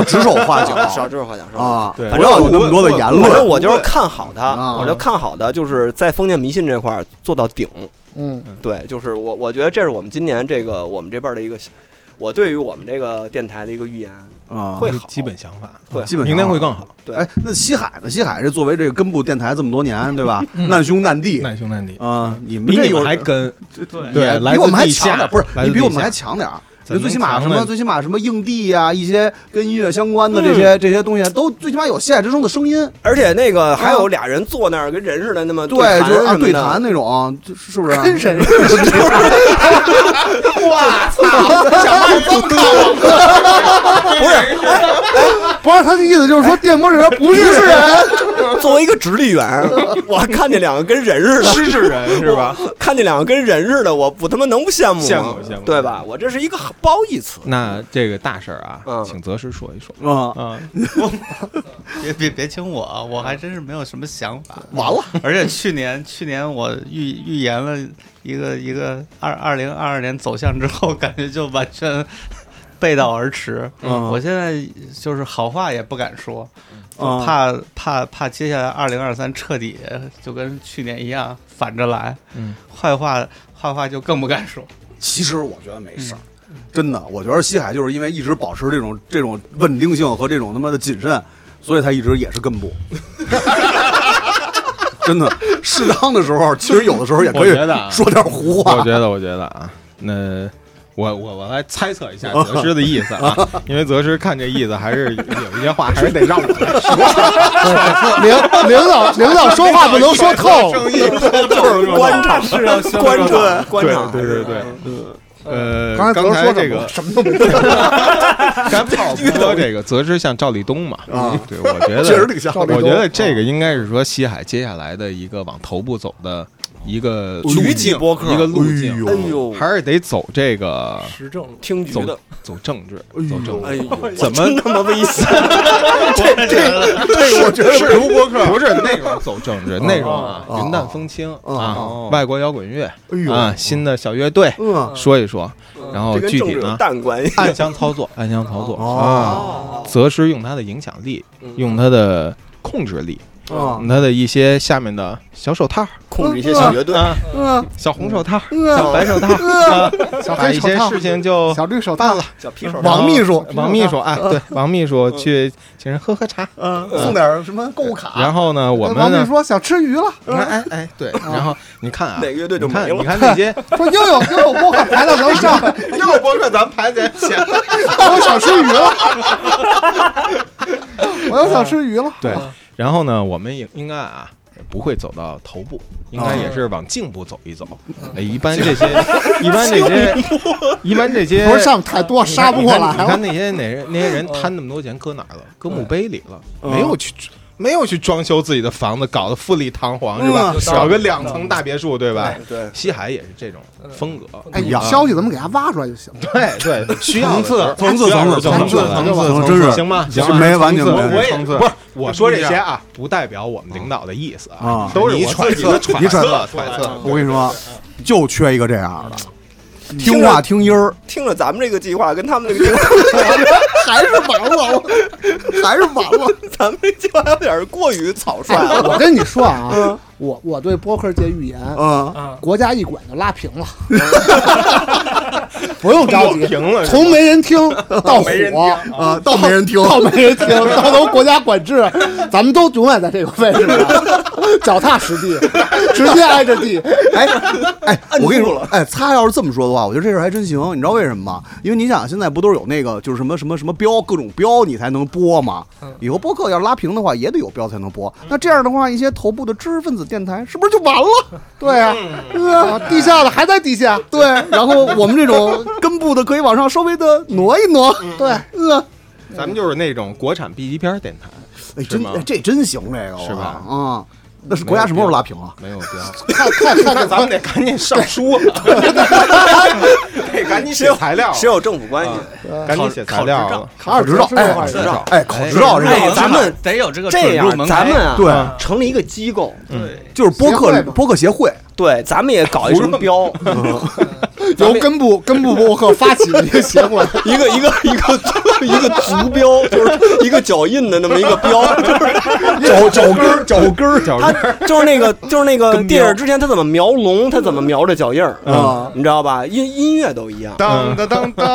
[SPEAKER 2] 少指手画脚
[SPEAKER 1] 少这种话讲是吧？
[SPEAKER 2] 啊，
[SPEAKER 3] 对
[SPEAKER 2] 不要有那么多的言
[SPEAKER 1] 反正
[SPEAKER 2] 论。
[SPEAKER 1] 我就是看好他，
[SPEAKER 2] 啊
[SPEAKER 1] 我就看好他，就是在封建迷信这块儿做到顶，
[SPEAKER 4] 嗯，
[SPEAKER 1] 对，就是我我觉得这是我们今年这个我们这边的一个，我对于我们这个电台的一个预言。
[SPEAKER 2] 啊，
[SPEAKER 1] 会
[SPEAKER 3] 一个
[SPEAKER 1] 好
[SPEAKER 3] 基本想法，
[SPEAKER 1] 对
[SPEAKER 2] 基本
[SPEAKER 3] 明
[SPEAKER 2] 上
[SPEAKER 3] 天会更好，
[SPEAKER 1] 对
[SPEAKER 2] 哎，那西海呢？西海这作为这个根部电台这么多年，对吧？难兄难弟
[SPEAKER 3] 嗯难兄难弟，
[SPEAKER 2] 啊，你们
[SPEAKER 3] 比
[SPEAKER 2] 这
[SPEAKER 3] 你
[SPEAKER 2] 有
[SPEAKER 3] 们还 跟
[SPEAKER 2] 你
[SPEAKER 3] 对，来
[SPEAKER 2] 比我
[SPEAKER 3] 自
[SPEAKER 2] 们还
[SPEAKER 3] 地
[SPEAKER 2] 强点
[SPEAKER 3] 下
[SPEAKER 2] 儿，不是
[SPEAKER 3] 来
[SPEAKER 2] 你
[SPEAKER 3] 自
[SPEAKER 2] 比我
[SPEAKER 3] 地
[SPEAKER 2] 们还
[SPEAKER 3] 下
[SPEAKER 2] 强点儿。
[SPEAKER 3] 怎
[SPEAKER 2] 你
[SPEAKER 3] 么
[SPEAKER 2] 最起码
[SPEAKER 3] 强
[SPEAKER 2] 什
[SPEAKER 3] 呢
[SPEAKER 2] 么，最起码什么硬地呀、一些跟音乐相关的这
[SPEAKER 3] 嗯
[SPEAKER 2] 些、这些东西，都最起码有西海之声的声音，
[SPEAKER 1] 而且那个还有俩人坐那儿跟人似的，那么
[SPEAKER 2] 啊对，就是啊
[SPEAKER 1] 谈
[SPEAKER 2] 对
[SPEAKER 1] 什么
[SPEAKER 2] 谈
[SPEAKER 1] 的。
[SPEAKER 2] 那种，就是是不是？啊
[SPEAKER 4] 跟 谁？不是他的意思，就是说电波这边不是人，
[SPEAKER 1] 作为一个直立员，我看见两个跟人似的，
[SPEAKER 6] 知识人 是吧？
[SPEAKER 1] 看见两个跟人似的，我不他妈能不羡慕吗？
[SPEAKER 3] 羡慕羡慕
[SPEAKER 1] 对吧？我这是一个褒义词。
[SPEAKER 3] 那这个大事儿啊
[SPEAKER 1] 嗯，
[SPEAKER 3] 请择时说一说
[SPEAKER 2] 啊，
[SPEAKER 3] 啊，
[SPEAKER 6] 别别别请我啊，我还真是没有什么想法。
[SPEAKER 2] 完了，
[SPEAKER 6] 而且去年去年我预预言了一个一个二二零二二年走向之后，感觉就完全背道而驰。
[SPEAKER 2] 嗯
[SPEAKER 6] 我现在就是好话也不敢说，
[SPEAKER 2] 嗯
[SPEAKER 6] 怕怕怕接下来二零二三彻底就跟去年一样反着来。
[SPEAKER 3] 嗯，
[SPEAKER 6] 坏话坏话就更不敢说。
[SPEAKER 2] 其实我觉得没事儿。真的，我觉得西海就是因为一直保持这种这种稳定性和这种他妈的谨慎，所以他一直也是根部。 真的，适当的时候，其实有的时候也可以
[SPEAKER 3] 我觉得啊
[SPEAKER 2] 说点胡
[SPEAKER 3] 我
[SPEAKER 2] 话
[SPEAKER 3] 觉。得，我觉得啊，那我我我来猜测一 下泽师的意思啊，因为泽师看这意思还是有一些话还是得让我来说。
[SPEAKER 4] 领领导领导说话不能说透，
[SPEAKER 1] 就是官场，是要官场，官场，
[SPEAKER 3] 对对对对，呃，
[SPEAKER 4] 刚才
[SPEAKER 3] 刚
[SPEAKER 4] 不是
[SPEAKER 3] 才
[SPEAKER 4] 说
[SPEAKER 3] 这个
[SPEAKER 4] 什么，什么都没说，
[SPEAKER 3] 咱跑不说这个，泽师像赵立东嘛，
[SPEAKER 2] 啊
[SPEAKER 3] 对，我觉 得
[SPEAKER 2] 确实挺像
[SPEAKER 4] 赵立
[SPEAKER 3] 我
[SPEAKER 4] 东
[SPEAKER 3] 觉得这个应该是说西海接下来的一个往头部走的一个
[SPEAKER 2] 哦
[SPEAKER 3] 路
[SPEAKER 1] 局
[SPEAKER 3] 径
[SPEAKER 1] 级播客
[SPEAKER 3] 一个路径，
[SPEAKER 1] 哎呦，
[SPEAKER 3] 还是得走这个
[SPEAKER 5] 时政
[SPEAKER 1] 听局的，
[SPEAKER 3] 走政治，走政
[SPEAKER 1] 哎
[SPEAKER 3] 治。
[SPEAKER 1] 呦，
[SPEAKER 3] 怎么
[SPEAKER 1] 我真他妈危险？
[SPEAKER 2] 对，我 觉得是胡播客。
[SPEAKER 3] 不是内容走政治，内容啊，
[SPEAKER 2] 哦
[SPEAKER 3] 云淡风轻
[SPEAKER 2] 哦
[SPEAKER 3] 啊
[SPEAKER 2] 哦，
[SPEAKER 3] 外国摇滚乐
[SPEAKER 2] 哎呦
[SPEAKER 3] 啊，新的小乐队
[SPEAKER 2] 嗯，
[SPEAKER 3] 说一说，然后
[SPEAKER 1] 这跟
[SPEAKER 3] 哦具
[SPEAKER 1] 政
[SPEAKER 3] 体
[SPEAKER 1] 治有
[SPEAKER 3] 呢，
[SPEAKER 1] 淡关系。
[SPEAKER 3] 暗箱操作，暗箱操作
[SPEAKER 2] 哦
[SPEAKER 3] 啊，则是用他的影响力，用他的控制力，
[SPEAKER 4] 嗯
[SPEAKER 2] 啊
[SPEAKER 3] 用他的一些下面的小手套，
[SPEAKER 1] 控制一些小乐队，
[SPEAKER 3] 啊，
[SPEAKER 4] 嗯，
[SPEAKER 3] 小红手套，
[SPEAKER 4] 嗯
[SPEAKER 3] 小白手套，啊，
[SPEAKER 4] 小
[SPEAKER 3] 把
[SPEAKER 4] 黑
[SPEAKER 3] 一
[SPEAKER 4] 手
[SPEAKER 3] 些
[SPEAKER 4] 套
[SPEAKER 3] 事，情就
[SPEAKER 4] 小绿手
[SPEAKER 3] 办
[SPEAKER 4] 套，
[SPEAKER 3] 了。
[SPEAKER 1] 小皮手套，
[SPEAKER 4] 王秘书，
[SPEAKER 3] 嗯
[SPEAKER 4] 嗯
[SPEAKER 3] 王秘书啊，对，王秘书去请人喝喝茶，
[SPEAKER 2] 嗯，送点什么购物卡？嗯
[SPEAKER 3] 然后呢，我
[SPEAKER 4] 呃
[SPEAKER 3] 们
[SPEAKER 4] 王秘
[SPEAKER 3] 呢
[SPEAKER 4] 书。说想吃鱼了，
[SPEAKER 3] 哎哎哎，对，然后你看啊，
[SPEAKER 1] 哪个乐队就
[SPEAKER 3] 你看
[SPEAKER 1] 没了
[SPEAKER 3] 你看 那些
[SPEAKER 4] 说又有又有播客材料能上，
[SPEAKER 3] 又博客咱排在前，
[SPEAKER 4] 我又想吃鱼了，我又想吃鱼了，
[SPEAKER 3] 对，然后呢，我们也应该啊。不会走到头部，应该也是往颈部走一走。哎，一般这些，一般这些，一般这些，
[SPEAKER 4] 不是上太多，杀不过
[SPEAKER 3] 你看你
[SPEAKER 4] 来啊
[SPEAKER 3] 看
[SPEAKER 4] 了，
[SPEAKER 3] 那些哪人那些人贪那么多钱搁哪儿了？搁墓碑里了，没有去没有去装修自己的房子，搞得富丽堂皇是吧？搞个两层大别墅对吧？
[SPEAKER 1] 对，
[SPEAKER 3] 西海也是这种风格。
[SPEAKER 4] 哎，有
[SPEAKER 3] 啊
[SPEAKER 4] 消息咱们给它挖出来就 行了。
[SPEAKER 3] 对对，需要的时候
[SPEAKER 2] 层次
[SPEAKER 3] 需要的时候
[SPEAKER 2] 层次
[SPEAKER 3] 就能
[SPEAKER 2] 层次
[SPEAKER 3] 出来
[SPEAKER 2] 层次真是
[SPEAKER 3] 行吧行吧，
[SPEAKER 2] 没完全没
[SPEAKER 3] 我
[SPEAKER 2] 完
[SPEAKER 3] 我也
[SPEAKER 6] 层次
[SPEAKER 3] 不是我说这些啊，不代表我们领导的意思
[SPEAKER 2] 啊
[SPEAKER 3] 都是我自己的
[SPEAKER 2] 你揣
[SPEAKER 3] 测
[SPEAKER 2] 测
[SPEAKER 3] 揣测。
[SPEAKER 2] 我跟你说，就缺一个这样的，听
[SPEAKER 1] 着
[SPEAKER 2] 话听音儿，
[SPEAKER 1] 听了咱们这个计划跟他们那个 计划，
[SPEAKER 4] 还是完了，还是完了。
[SPEAKER 1] 咱们这计划有点过于草率
[SPEAKER 3] 嗯
[SPEAKER 4] 哎，
[SPEAKER 1] 了。
[SPEAKER 4] 我跟你说啊，我我对播客界预言，
[SPEAKER 2] 嗯，
[SPEAKER 5] 啊，
[SPEAKER 4] 国家一管就 拉平了，不用着急，
[SPEAKER 3] 平了是吧
[SPEAKER 4] 从没人听 到火，
[SPEAKER 2] 啊，倒没人听，
[SPEAKER 4] 到没人听，到都国家管制，咱们都永远在这个位置上，脚踏实地，直接挨着地。
[SPEAKER 2] 哎哎，我跟你说，哎，擦，要是这么说的话，我觉得这事儿还真行。你知道为什么吗？因为你想，现在不都是有那个就是什么什么什么标，各种标你才能播吗？以后播客要拉平的话，也得有标才能播。那这样的话，一些头部的知识分子电台是不是就完了？呃
[SPEAKER 4] 对啊，啊地下的还在地下，
[SPEAKER 2] 对，然后我们这种根部的可以往上稍微的挪一挪。
[SPEAKER 4] 对，
[SPEAKER 2] 呃，
[SPEAKER 3] 咱们就是那种国产 B 级片电台，
[SPEAKER 2] 哎，
[SPEAKER 3] 是
[SPEAKER 2] 真
[SPEAKER 3] 吗
[SPEAKER 2] 哎这真行，这个
[SPEAKER 3] 是吧
[SPEAKER 2] 啊，那是国家什么时候拉平啊？
[SPEAKER 3] 没有标。
[SPEAKER 4] 看看看看，
[SPEAKER 3] 咱们得赶紧上书了， 得赶紧写材料了，
[SPEAKER 1] 谁有政府关系？
[SPEAKER 3] 赶紧写材料啊了。
[SPEAKER 4] 卡尔
[SPEAKER 2] 执照，哎，考
[SPEAKER 4] 执
[SPEAKER 2] 执
[SPEAKER 4] 照，
[SPEAKER 2] 照，哎，考执照这
[SPEAKER 1] 哎
[SPEAKER 2] 个，
[SPEAKER 1] 咱们
[SPEAKER 6] 得有这个
[SPEAKER 1] 这
[SPEAKER 6] 呃准入
[SPEAKER 1] 样，
[SPEAKER 6] 门
[SPEAKER 1] 咱
[SPEAKER 6] 槛嗯
[SPEAKER 1] 们啊，
[SPEAKER 2] 对，
[SPEAKER 1] 成立一个机构，
[SPEAKER 2] 就是播
[SPEAKER 4] 协
[SPEAKER 2] 客
[SPEAKER 4] 会吧
[SPEAKER 2] 播客协会，
[SPEAKER 1] 对，咱们也搞一什么标，
[SPEAKER 3] 嗯
[SPEAKER 4] 由根部根部播客发起的一个协会，
[SPEAKER 1] 一个一个一个一个足标，就是一个脚印的那么一个标，就是
[SPEAKER 2] 脚脚跟儿，脚跟儿，脚
[SPEAKER 1] 他就是那个，就是那个电影之前他怎么描龙，他怎么描着脚印儿，嗯
[SPEAKER 2] 啊，
[SPEAKER 1] 你知道吧？音音乐都一样，
[SPEAKER 3] 当当当当，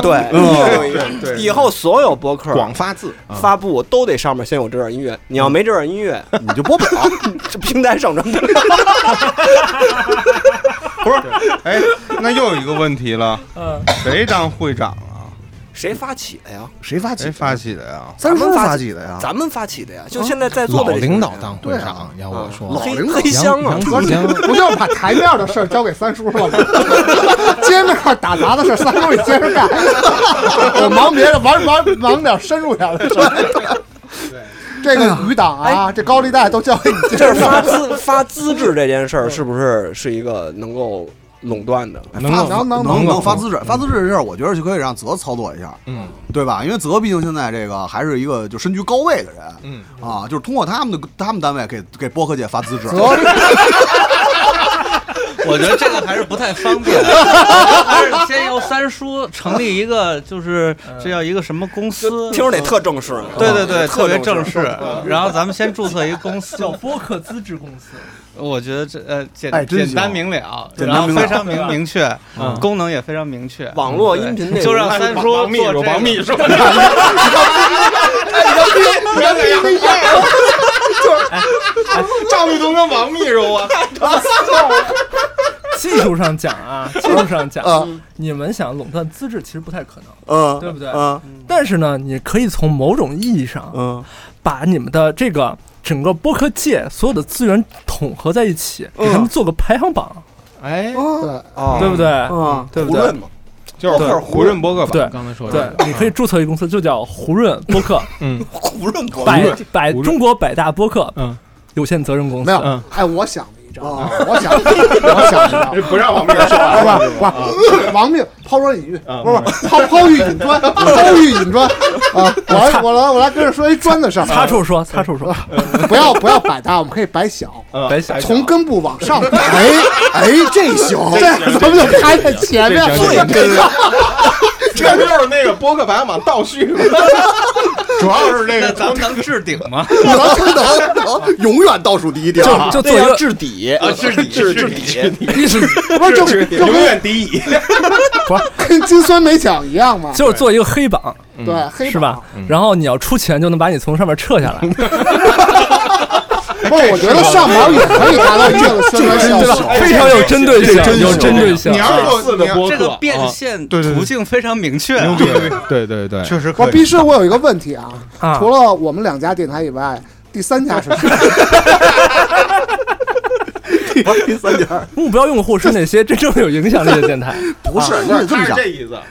[SPEAKER 1] 对，音乐都一样。
[SPEAKER 3] 对对，
[SPEAKER 1] 以后所有博客
[SPEAKER 3] 广发字啊
[SPEAKER 1] 发布都得上面先有这段音乐，你要没这段音乐，
[SPEAKER 2] 你就播不了。
[SPEAKER 1] 这平台上传不了。
[SPEAKER 3] 不是，哎，那又有一个问题了，
[SPEAKER 5] 嗯，
[SPEAKER 3] 谁当会长啊？
[SPEAKER 1] 谁发起的呀？
[SPEAKER 2] 谁发起的？
[SPEAKER 3] 谁哎发起的呀？
[SPEAKER 2] 三
[SPEAKER 1] 咱
[SPEAKER 2] 叔
[SPEAKER 1] 们发
[SPEAKER 2] 发
[SPEAKER 1] 起
[SPEAKER 2] 起的呀？
[SPEAKER 1] 咱们发起的呀，就现在在座的这些人呀
[SPEAKER 3] 会长，要我说
[SPEAKER 1] 黑
[SPEAKER 2] 领导
[SPEAKER 1] 黑箱啊，
[SPEAKER 3] 杨杨 哥
[SPEAKER 4] 不就是把台面的事儿交给三叔了吗？ 街面打杂的事儿，三叔你接着干。我忙别的，忙忙忙点深入点的事儿。 这个余党啊，这高利贷都交给你接
[SPEAKER 1] 这
[SPEAKER 4] 着
[SPEAKER 1] 是
[SPEAKER 4] 干。
[SPEAKER 1] 发资发资质这件事儿，是不是是一个能够垄断的？
[SPEAKER 2] 哎
[SPEAKER 3] 能
[SPEAKER 2] 发
[SPEAKER 3] 能
[SPEAKER 2] 能
[SPEAKER 3] 能
[SPEAKER 2] 能发资质，发资质这事儿，我觉得就可以让泽操作一下，
[SPEAKER 3] 嗯
[SPEAKER 2] 对吧？因为泽毕竟现在这个还是一个就身居高位的人
[SPEAKER 3] 嗯，
[SPEAKER 2] 啊，就是通过他们的他们单位给给播客界发资质。
[SPEAKER 4] 泽
[SPEAKER 6] 我觉得这个还是不太方 便，还是先由三叔成立一个，就是
[SPEAKER 5] 嗯
[SPEAKER 6] 这叫一个什么公司？
[SPEAKER 1] 听着得特正式，
[SPEAKER 6] 嗯
[SPEAKER 1] 啊
[SPEAKER 6] 对对对，特
[SPEAKER 1] 特
[SPEAKER 6] 别
[SPEAKER 1] 正
[SPEAKER 6] 正。式。
[SPEAKER 1] 嗯
[SPEAKER 6] 然后咱们先注册一个公司，
[SPEAKER 5] 叫播客资质公司，
[SPEAKER 6] 我觉得这呃简
[SPEAKER 2] 哎真行
[SPEAKER 6] 简单明了，
[SPEAKER 2] 简
[SPEAKER 6] 然
[SPEAKER 2] 单
[SPEAKER 6] 后
[SPEAKER 2] 明了
[SPEAKER 6] 非常明明确
[SPEAKER 3] 嗯，
[SPEAKER 6] 功能也非常明确。
[SPEAKER 1] 网络音频内容
[SPEAKER 6] 就让三叔做
[SPEAKER 3] 王秘
[SPEAKER 6] 这
[SPEAKER 3] 书，
[SPEAKER 6] 个
[SPEAKER 3] 王秘书，
[SPEAKER 4] 原来那样儿，
[SPEAKER 3] 赵立东跟王秘书啊，
[SPEAKER 5] 技术上讲啊，技术上讲，你们想垄断资质其实不太可能，
[SPEAKER 2] 嗯，
[SPEAKER 5] 对不对
[SPEAKER 2] 嗯
[SPEAKER 5] 但是呢，你可以从某种意义上
[SPEAKER 2] 嗯，
[SPEAKER 5] 把你们的这个整个播客界所有的资源统合在一起，给他们做个排行榜，
[SPEAKER 3] 哎，
[SPEAKER 1] 哦
[SPEAKER 5] 对不对？
[SPEAKER 2] 嗯，
[SPEAKER 5] 对不
[SPEAKER 2] 胡
[SPEAKER 5] 对
[SPEAKER 2] 润？嘛，
[SPEAKER 3] 就是胡胡润博客吧，
[SPEAKER 5] 对
[SPEAKER 3] 刚才说
[SPEAKER 5] 对
[SPEAKER 3] 的，，
[SPEAKER 5] 你可以注册一个公司，就叫胡润播客，
[SPEAKER 3] 嗯
[SPEAKER 2] 胡润多
[SPEAKER 5] 百
[SPEAKER 3] 润
[SPEAKER 5] 百
[SPEAKER 3] 胡润
[SPEAKER 5] 中国百大播客
[SPEAKER 3] 嗯，
[SPEAKER 5] 有限责任公司。
[SPEAKER 4] 没有
[SPEAKER 3] 嗯？
[SPEAKER 4] 哎，我想了一招，我想，我想了一招。
[SPEAKER 3] 不让王秘书说
[SPEAKER 4] 不是不是，王命抛砖引玉，
[SPEAKER 3] 啊
[SPEAKER 4] 不是不是抛抛玉引砖，抛玉引砖啊！我来我来我来跟着说一砖的事儿，
[SPEAKER 5] 擦处说，擦处说，
[SPEAKER 4] 啊不要不要摆大，我们可以摆小，
[SPEAKER 3] 白想
[SPEAKER 4] 从根部往上摆，
[SPEAKER 2] 哎哎，这行，
[SPEAKER 4] 这咱们就排在前面，
[SPEAKER 3] 这
[SPEAKER 4] 最
[SPEAKER 3] 行
[SPEAKER 4] 根上。
[SPEAKER 3] 这不就是那个博客排行榜倒叙吗？主要是这
[SPEAKER 6] 那
[SPEAKER 3] 个
[SPEAKER 6] 咱们能置顶吗？
[SPEAKER 2] 能能能，永远倒数第一条啊。
[SPEAKER 5] 就就
[SPEAKER 1] 那
[SPEAKER 5] 做一
[SPEAKER 1] 要
[SPEAKER 5] 个
[SPEAKER 1] 置 底，
[SPEAKER 6] 啊，置顶置顶，
[SPEAKER 5] 历史
[SPEAKER 4] 不是就就
[SPEAKER 3] 永
[SPEAKER 4] 跟
[SPEAKER 3] 远第一，
[SPEAKER 4] 跟金酸梅奖一样嘛，
[SPEAKER 5] 就是做一个黑榜，
[SPEAKER 4] 对，黑
[SPEAKER 5] 是吧
[SPEAKER 4] 榜？？
[SPEAKER 5] 然后你要出钱，就能把你从上面撤下来。
[SPEAKER 4] 不是，我觉得上榜也可以达到这个宣传效果。
[SPEAKER 5] 非常有针对
[SPEAKER 2] 这真
[SPEAKER 5] 性，
[SPEAKER 2] 有
[SPEAKER 5] 有针对性
[SPEAKER 3] 你。要是做
[SPEAKER 1] 四个播
[SPEAKER 6] 这个变现
[SPEAKER 3] 对对对
[SPEAKER 6] 途径非常明确啊。
[SPEAKER 3] 牛逼，对对对，确实
[SPEAKER 4] 我必须我有一个问题啊，
[SPEAKER 5] 啊
[SPEAKER 4] 除了我们两家电台以外，第三家是谁？
[SPEAKER 2] 第三 条
[SPEAKER 5] 目标用户是那些真正有影响力的电台，
[SPEAKER 2] 不是，你
[SPEAKER 3] 不
[SPEAKER 2] 得
[SPEAKER 3] 是
[SPEAKER 2] 这么
[SPEAKER 3] 他是
[SPEAKER 2] 想
[SPEAKER 3] 这意思。
[SPEAKER 2] 啊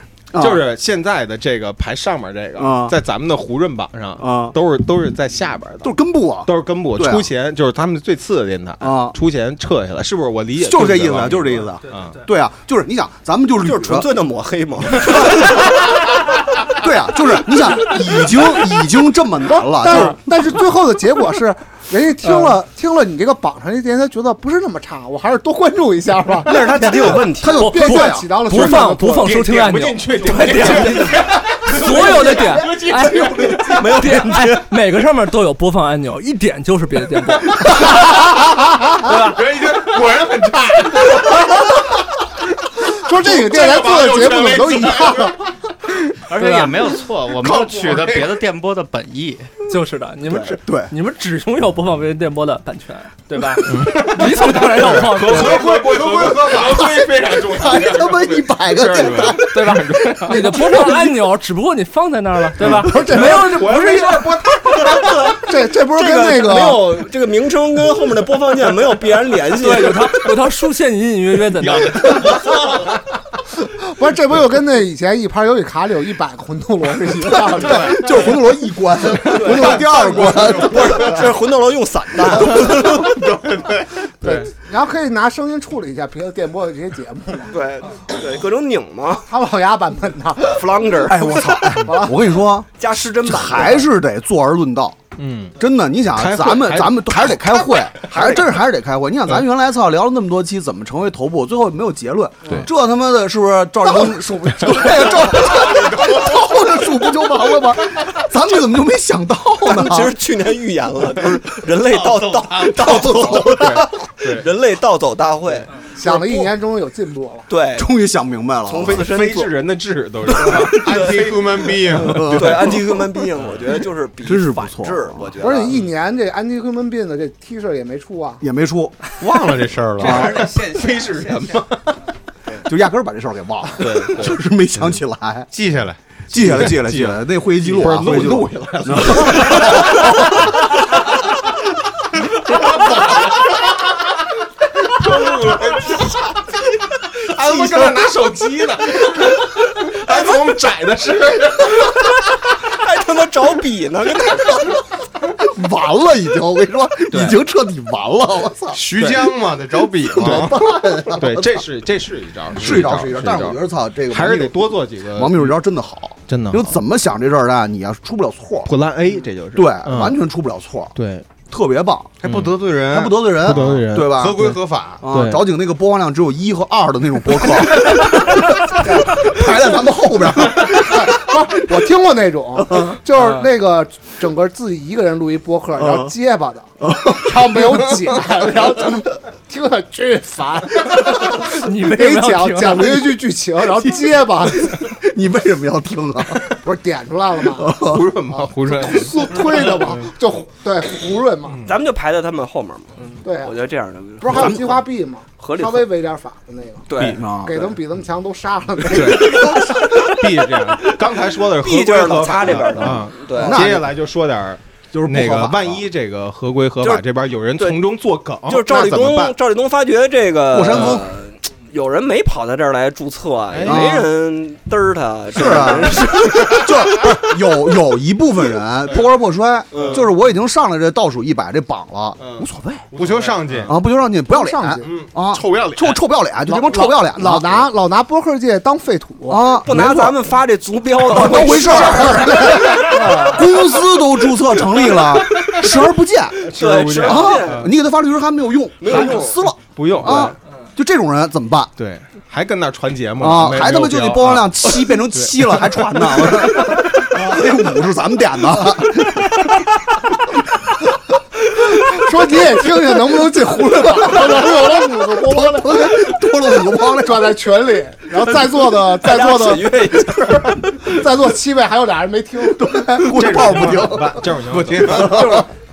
[SPEAKER 3] 就是现在的这个排上面这
[SPEAKER 2] 啊
[SPEAKER 3] 个，在咱们的胡润榜
[SPEAKER 2] 啊
[SPEAKER 3] 上，都是都是在下边
[SPEAKER 2] 都
[SPEAKER 3] 的
[SPEAKER 2] 是，根部啊，
[SPEAKER 3] 都是根部
[SPEAKER 2] 对啊
[SPEAKER 3] 出钱，就是他们最次的电台
[SPEAKER 2] 啊
[SPEAKER 3] 出钱撤下来，是不是？我理解
[SPEAKER 2] 就是这意思
[SPEAKER 3] 吧
[SPEAKER 2] 啊，就是这意思啊。
[SPEAKER 3] 啊。
[SPEAKER 2] 对啊，就是你想，咱们就捋
[SPEAKER 1] 就是
[SPEAKER 2] 着
[SPEAKER 1] 纯粹的抹黑嘛。
[SPEAKER 2] 对啊，就是你想，已经已经这么难了，
[SPEAKER 4] 但
[SPEAKER 2] 就是嗯
[SPEAKER 4] 但是最后的 结果是，人家听了听了你这个榜上这电台，觉得不是那么差，我还是多关注一下吧。
[SPEAKER 1] 那是他自己有问题
[SPEAKER 2] 他，就
[SPEAKER 5] 不
[SPEAKER 2] 变
[SPEAKER 5] 不
[SPEAKER 2] 相
[SPEAKER 4] 起到了
[SPEAKER 5] 不放不放
[SPEAKER 3] 点
[SPEAKER 5] 收听
[SPEAKER 3] 点
[SPEAKER 5] 按
[SPEAKER 3] 不
[SPEAKER 5] 钮
[SPEAKER 3] 进，去，点 不进去，
[SPEAKER 5] 所有的点哎没有点，哎每个上面都有播放按钮，一点就是别的电波。
[SPEAKER 3] 人一听果然很差，
[SPEAKER 4] 说这个电台做的节目怎么都一样，
[SPEAKER 6] 而且也没有错，我没有取得别的电波的本意。
[SPEAKER 5] 就是的，你们只
[SPEAKER 2] 对
[SPEAKER 5] 你们只拥有播放别人电波的版权，对吧？理所当然要 放，
[SPEAKER 3] 合规合规合法合规非常重要，
[SPEAKER 2] 还他妈一百个电台，
[SPEAKER 5] 对吧？你的播放按钮，只不过你放在那儿了，对吧？没有，这不是一个
[SPEAKER 4] 这这不 是
[SPEAKER 1] 这
[SPEAKER 4] 跟那
[SPEAKER 1] 没有这个名称跟后面的播放键没有必然联系。
[SPEAKER 5] 对，有条有条竖线隐隐约约的呢。
[SPEAKER 4] 不是这不又跟那以前一盘鱿鱼卡里有一百个魂斗罗是一样的？
[SPEAKER 2] 就是魂斗罗一关，魂斗罗第二关，
[SPEAKER 1] 不是，这是魂斗罗用散弹，
[SPEAKER 4] 对，然后可以拿声音处理一下别的电波的这些节目嘛，
[SPEAKER 1] 对对，各种拧嘛
[SPEAKER 4] 唐老鸭版本的。
[SPEAKER 1] ，flounder
[SPEAKER 2] 哎，我操！哎我跟你说，
[SPEAKER 1] 加失真版，
[SPEAKER 2] 还 是得坐而论道。
[SPEAKER 3] 嗯，
[SPEAKER 2] 真的，你想
[SPEAKER 3] 开会
[SPEAKER 2] 咱们
[SPEAKER 3] 还
[SPEAKER 2] 咱们还是得开会，还是真是还是得开会。你想咱原来操聊了那么多期，怎么成为头部，最后也没有结论。这他妈的是不是赵立东数不对，赵赵着数树不就完了吗？咱们怎么就没想到呢？
[SPEAKER 1] 其实去年预言了，就是人类盗盗盗走，
[SPEAKER 3] 对
[SPEAKER 1] 人类盗走大会，
[SPEAKER 4] 想了一年，终于有进步了。
[SPEAKER 1] 对，
[SPEAKER 2] 终于想明白了，
[SPEAKER 1] 从
[SPEAKER 3] 非
[SPEAKER 1] 自身
[SPEAKER 3] 非
[SPEAKER 1] 做
[SPEAKER 3] 智人的 智都是 anti-human being，
[SPEAKER 1] 对 anti human being，我觉得就是比
[SPEAKER 2] 真是不
[SPEAKER 1] 反
[SPEAKER 2] 错
[SPEAKER 1] 制，我觉得
[SPEAKER 4] 而且一年这安迪奎门病的这 T 恤也没出啊，
[SPEAKER 2] 也没出，
[SPEAKER 3] 忘了这 事儿了，
[SPEAKER 6] 还是现
[SPEAKER 3] 啊非是人吗？
[SPEAKER 2] 就压根儿把这事儿给忘了，
[SPEAKER 1] 对对
[SPEAKER 2] 就是没想起来。
[SPEAKER 3] 记下来，
[SPEAKER 2] 记下来，记下来，记下来，那会议记录
[SPEAKER 3] 不是
[SPEAKER 2] 啊，会议记录
[SPEAKER 3] 录下来了，俺们正在拿手机呢，还给我们窄的是，
[SPEAKER 1] 还他妈找笔 呢，跟他
[SPEAKER 2] 完了，已经，我跟你 说，已经彻底完了，我操！
[SPEAKER 3] 徐江嘛，得找笔嘛， 对，这是这是一招，
[SPEAKER 2] 是一招，
[SPEAKER 3] 是
[SPEAKER 2] 是一
[SPEAKER 3] 一
[SPEAKER 2] 招，但是我觉得操，这个
[SPEAKER 3] 还是得多做几个
[SPEAKER 2] 王秘书这招真的好，
[SPEAKER 3] 真的
[SPEAKER 2] 就怎么想这事儿呢？你要出不了错，
[SPEAKER 3] 破烂 A，这就是
[SPEAKER 2] 对，
[SPEAKER 3] 嗯
[SPEAKER 2] 完全出不了错，
[SPEAKER 3] 对，嗯
[SPEAKER 2] 特别棒，
[SPEAKER 6] 还不得罪人，
[SPEAKER 2] 还不得罪人，
[SPEAKER 3] 不得罪人
[SPEAKER 2] 对吧？
[SPEAKER 6] 合规合法。
[SPEAKER 2] 啊，
[SPEAKER 3] 对
[SPEAKER 2] 找井那个播放量只有一和二的那种播 客，排在咱们后边儿。
[SPEAKER 4] 我听过那 种，就是
[SPEAKER 5] 啊
[SPEAKER 4] 那个整个自己一个人录一播客，然后结巴 的，然后没有剪，然后听着巨烦，
[SPEAKER 5] 你为
[SPEAKER 4] 给
[SPEAKER 5] 什么
[SPEAKER 4] 讲
[SPEAKER 5] 要听啊
[SPEAKER 4] 讲了一句剧情， 然后结巴，
[SPEAKER 2] 你为什么要听啊？
[SPEAKER 4] 不是点出来了吗？
[SPEAKER 3] 胡润嘛，啊胡润，
[SPEAKER 4] 就推的 嘛，
[SPEAKER 5] 嗯
[SPEAKER 4] 就对胡润嘛，
[SPEAKER 1] 咱们就排在他们后面嘛，
[SPEAKER 4] 对啊
[SPEAKER 1] 我觉，得这样的
[SPEAKER 4] 不是还有金花臂吗？
[SPEAKER 1] 合理
[SPEAKER 4] 稍微违点法的那个，
[SPEAKER 1] 对。
[SPEAKER 2] 啊
[SPEAKER 4] 给他们比他们强都杀了那个。
[SPEAKER 3] 对，B 这样，刚才说的是
[SPEAKER 1] B
[SPEAKER 3] 合
[SPEAKER 1] 就
[SPEAKER 3] 规
[SPEAKER 1] 是
[SPEAKER 3] 合
[SPEAKER 1] 老
[SPEAKER 3] 法
[SPEAKER 1] 擦这边的，
[SPEAKER 3] 啊，
[SPEAKER 1] 对，
[SPEAKER 2] 那
[SPEAKER 3] 接下来就说点儿
[SPEAKER 2] 就是不合
[SPEAKER 3] 那
[SPEAKER 2] 法
[SPEAKER 3] 个
[SPEAKER 2] 啊，
[SPEAKER 3] 万一这个合规合
[SPEAKER 1] 就
[SPEAKER 3] 法
[SPEAKER 1] 是
[SPEAKER 3] 这边有人
[SPEAKER 1] 对
[SPEAKER 3] 从中作梗，
[SPEAKER 1] 就是赵立
[SPEAKER 3] 那怎么
[SPEAKER 1] 东
[SPEAKER 3] 办，
[SPEAKER 1] 赵立东发觉这个
[SPEAKER 2] 过山峰啊
[SPEAKER 1] 呃有人没跑到这儿来注册，啊也
[SPEAKER 3] 哎
[SPEAKER 1] 没人嘚儿他，
[SPEAKER 2] 是啊， 就不是有有一部分
[SPEAKER 3] 嗯
[SPEAKER 2] 人破罐破摔，就是我已经上了这倒数一百这榜了，
[SPEAKER 3] 嗯
[SPEAKER 2] 无所谓
[SPEAKER 3] 不求上进，
[SPEAKER 2] 啊，不就让你不要脸
[SPEAKER 4] 上去
[SPEAKER 2] 啊，
[SPEAKER 3] 嗯臭不要脸
[SPEAKER 2] 臭臭不要脸，就这帮臭不要脸的
[SPEAKER 4] 老拿 老拿播客界当废土，
[SPEAKER 2] 啊，
[SPEAKER 1] 不拿
[SPEAKER 2] 没错
[SPEAKER 1] 咱们发这足标
[SPEAKER 2] 不
[SPEAKER 1] 当
[SPEAKER 2] 当 回事儿，公司都注册成立了，视而不见
[SPEAKER 1] 对，是
[SPEAKER 2] 啊！你给他发律师函没有用，
[SPEAKER 1] 没有用
[SPEAKER 2] 撕了
[SPEAKER 3] 不用
[SPEAKER 2] 啊！就这种人怎么办
[SPEAKER 3] 对，对还跟那儿传节目
[SPEAKER 2] 啊？
[SPEAKER 3] 没
[SPEAKER 2] 还他妈就
[SPEAKER 3] 没有
[SPEAKER 2] 得
[SPEAKER 3] 标
[SPEAKER 2] 播放量七变成七了，还传呢？ 那五是咱们点的，
[SPEAKER 4] 说你也听听能不能进胡润网，然后有了五个波波的
[SPEAKER 2] 多了五个包了。
[SPEAKER 4] 抓在群里，然后在座的在座
[SPEAKER 1] 审
[SPEAKER 4] 的
[SPEAKER 1] 阅一下，
[SPEAKER 4] 在座七位还有俩人没听，
[SPEAKER 2] 估计泡不停，
[SPEAKER 3] 这种情况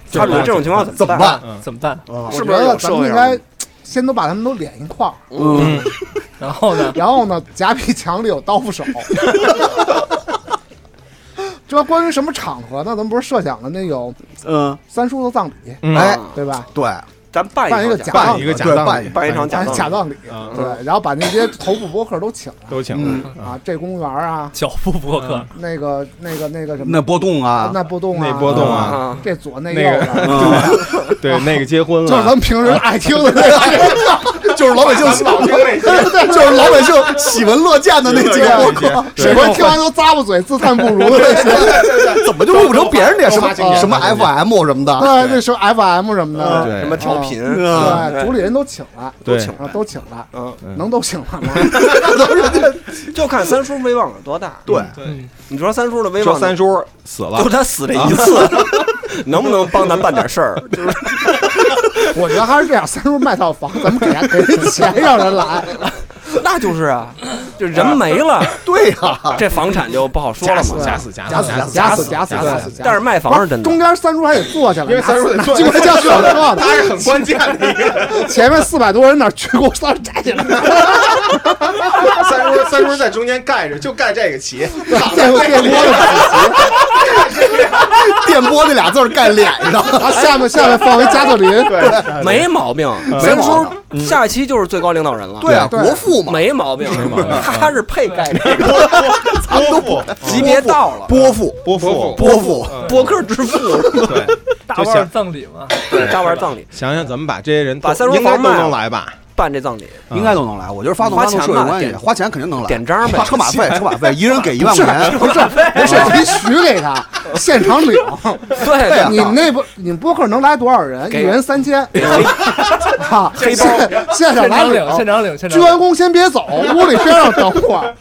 [SPEAKER 3] 怎么办，这种情况怎
[SPEAKER 1] 就是他主
[SPEAKER 3] 么办
[SPEAKER 1] 这种情况怎
[SPEAKER 2] 怎么办？？
[SPEAKER 5] 嗯
[SPEAKER 2] 啊
[SPEAKER 5] 怎么办？
[SPEAKER 1] 是
[SPEAKER 4] 我
[SPEAKER 1] 不
[SPEAKER 4] 觉
[SPEAKER 1] 是
[SPEAKER 4] 得
[SPEAKER 1] 有
[SPEAKER 4] 咱
[SPEAKER 1] 社
[SPEAKER 4] 们
[SPEAKER 1] 会
[SPEAKER 4] 应
[SPEAKER 1] 上
[SPEAKER 4] 该先都把他们都连一块儿，
[SPEAKER 2] 嗯，
[SPEAKER 5] 然后呢？
[SPEAKER 4] 然后呢，夹壁墙里有刀斧手。 这关于什么场合呢？咱们不是设想了那有
[SPEAKER 2] 嗯，
[SPEAKER 4] 三叔的葬礼，
[SPEAKER 3] 嗯
[SPEAKER 2] 哎，
[SPEAKER 4] 对吧？
[SPEAKER 2] 对，
[SPEAKER 1] 咱办
[SPEAKER 4] 办一
[SPEAKER 1] 一
[SPEAKER 4] 个
[SPEAKER 1] 场假
[SPEAKER 4] 假
[SPEAKER 3] 办一个假
[SPEAKER 2] 对
[SPEAKER 3] 葬
[SPEAKER 2] 办一
[SPEAKER 3] 礼
[SPEAKER 2] 个
[SPEAKER 1] 办一场假
[SPEAKER 4] 哎
[SPEAKER 1] 葬
[SPEAKER 4] 假
[SPEAKER 1] 礼，
[SPEAKER 4] 葬礼，
[SPEAKER 3] 嗯
[SPEAKER 4] 对，然后把那些头部博客都请来
[SPEAKER 3] 都请
[SPEAKER 2] 嗯
[SPEAKER 3] 来
[SPEAKER 4] 啊，这公园啊，
[SPEAKER 5] 脚步播客，
[SPEAKER 4] 那个那个那个什么，
[SPEAKER 2] 那波动啊，
[SPEAKER 4] 那波动啊，
[SPEAKER 3] 那波
[SPEAKER 1] 啊
[SPEAKER 3] 动啊，
[SPEAKER 1] 啊，
[SPEAKER 4] 这左那右
[SPEAKER 3] 那
[SPEAKER 4] 的，
[SPEAKER 2] 嗯
[SPEAKER 3] 对，那个结婚
[SPEAKER 4] 就是咱
[SPEAKER 3] 了，
[SPEAKER 4] 们平时爱听的那个，
[SPEAKER 2] 就是老百姓喜，就是老百姓喜闻乐见的那几个播客。
[SPEAKER 4] 水回听完都咂巴嘴，自叹不如的那些，
[SPEAKER 2] 怎么就录不成别人的什么
[SPEAKER 3] 都发
[SPEAKER 2] 什么
[SPEAKER 3] 都发
[SPEAKER 2] FM 什么的？
[SPEAKER 4] 对，那时候 FM 什么的，
[SPEAKER 1] 什
[SPEAKER 3] 对
[SPEAKER 1] 么调频，
[SPEAKER 2] 啊
[SPEAKER 4] 对，主理人都请了，
[SPEAKER 3] 对
[SPEAKER 4] 都请了，都请了，
[SPEAKER 1] 嗯，
[SPEAKER 4] 能都请了吗？
[SPEAKER 1] 就看三叔威望有多大。嗯
[SPEAKER 2] 对，
[SPEAKER 1] 你说三叔的威
[SPEAKER 3] 说
[SPEAKER 1] 望，
[SPEAKER 3] 三叔死了
[SPEAKER 1] 就，他死这一
[SPEAKER 4] 啊
[SPEAKER 1] 次， 能不能帮咱办点事儿？就是
[SPEAKER 4] 我觉得还是这样，三叔卖套房，咱们给他给人钱让人来，
[SPEAKER 1] 那就是啊，就人没了，
[SPEAKER 2] 对呀，
[SPEAKER 1] 这房产就不好说了嘛。
[SPEAKER 3] 假死假
[SPEAKER 4] 假
[SPEAKER 3] 死假死，
[SPEAKER 4] 死假死
[SPEAKER 1] 假
[SPEAKER 4] 假
[SPEAKER 1] 死
[SPEAKER 4] 死
[SPEAKER 1] 假
[SPEAKER 4] 假死，
[SPEAKER 1] 但是卖房是真的
[SPEAKER 4] 中。间三叔还得坐下来，
[SPEAKER 3] 因为三叔得
[SPEAKER 4] 拿
[SPEAKER 3] 坐
[SPEAKER 4] 机关枪手铐
[SPEAKER 3] 他是很关键的一 个。
[SPEAKER 4] 前面四百多人那儿鞠躬三叔站起来，
[SPEAKER 3] 三叔三叔在中间盖着，就盖这个旗，
[SPEAKER 4] 这个电锅的主席。
[SPEAKER 2] 电波那俩字儿盖脸上，
[SPEAKER 4] 然后下面下面放一加特林，
[SPEAKER 1] 没毛病，三叔下一期就是最高领导人了。
[SPEAKER 2] 对啊，
[SPEAKER 4] 对
[SPEAKER 2] 国父嘛，
[SPEAKER 1] 没毛病，他是配盖这个
[SPEAKER 2] 咱们都不
[SPEAKER 1] 级别到了，
[SPEAKER 2] 波父，
[SPEAKER 3] 伯父
[SPEAKER 2] 波父，
[SPEAKER 1] 博客之父，
[SPEAKER 3] 对，
[SPEAKER 5] 大
[SPEAKER 3] 就
[SPEAKER 5] 腕儿
[SPEAKER 3] 想
[SPEAKER 5] 葬礼嘛，
[SPEAKER 1] 对，大腕葬礼，
[SPEAKER 3] 想想怎么把这些人都
[SPEAKER 1] 把三叔
[SPEAKER 3] 应该
[SPEAKER 1] 房
[SPEAKER 3] 都
[SPEAKER 1] 卖了
[SPEAKER 3] 能来吧？
[SPEAKER 1] 办这葬礼，
[SPEAKER 2] 应该都能来。我觉得发动
[SPEAKER 1] 花
[SPEAKER 2] 发动
[SPEAKER 1] 钱
[SPEAKER 2] 社会
[SPEAKER 1] 吧
[SPEAKER 2] 关系，
[SPEAKER 1] 点
[SPEAKER 2] 花钱肯定能来。
[SPEAKER 1] 点章呗。
[SPEAKER 2] 车马费，车马费，一人给一万
[SPEAKER 4] 是
[SPEAKER 2] 块钱。
[SPEAKER 4] 不是不是，你许给他，现场领。
[SPEAKER 1] 对
[SPEAKER 2] 对啊
[SPEAKER 4] 你们那不，你们播客能来多少人？一
[SPEAKER 1] 给
[SPEAKER 4] 人三千，啊，
[SPEAKER 1] 黑包
[SPEAKER 4] 现现场
[SPEAKER 5] 现
[SPEAKER 4] 来
[SPEAKER 5] 场领，现场领，哦现
[SPEAKER 4] 鞠
[SPEAKER 5] 场
[SPEAKER 4] 完
[SPEAKER 5] 领。
[SPEAKER 4] 躬先别 走，屋里边上等会儿。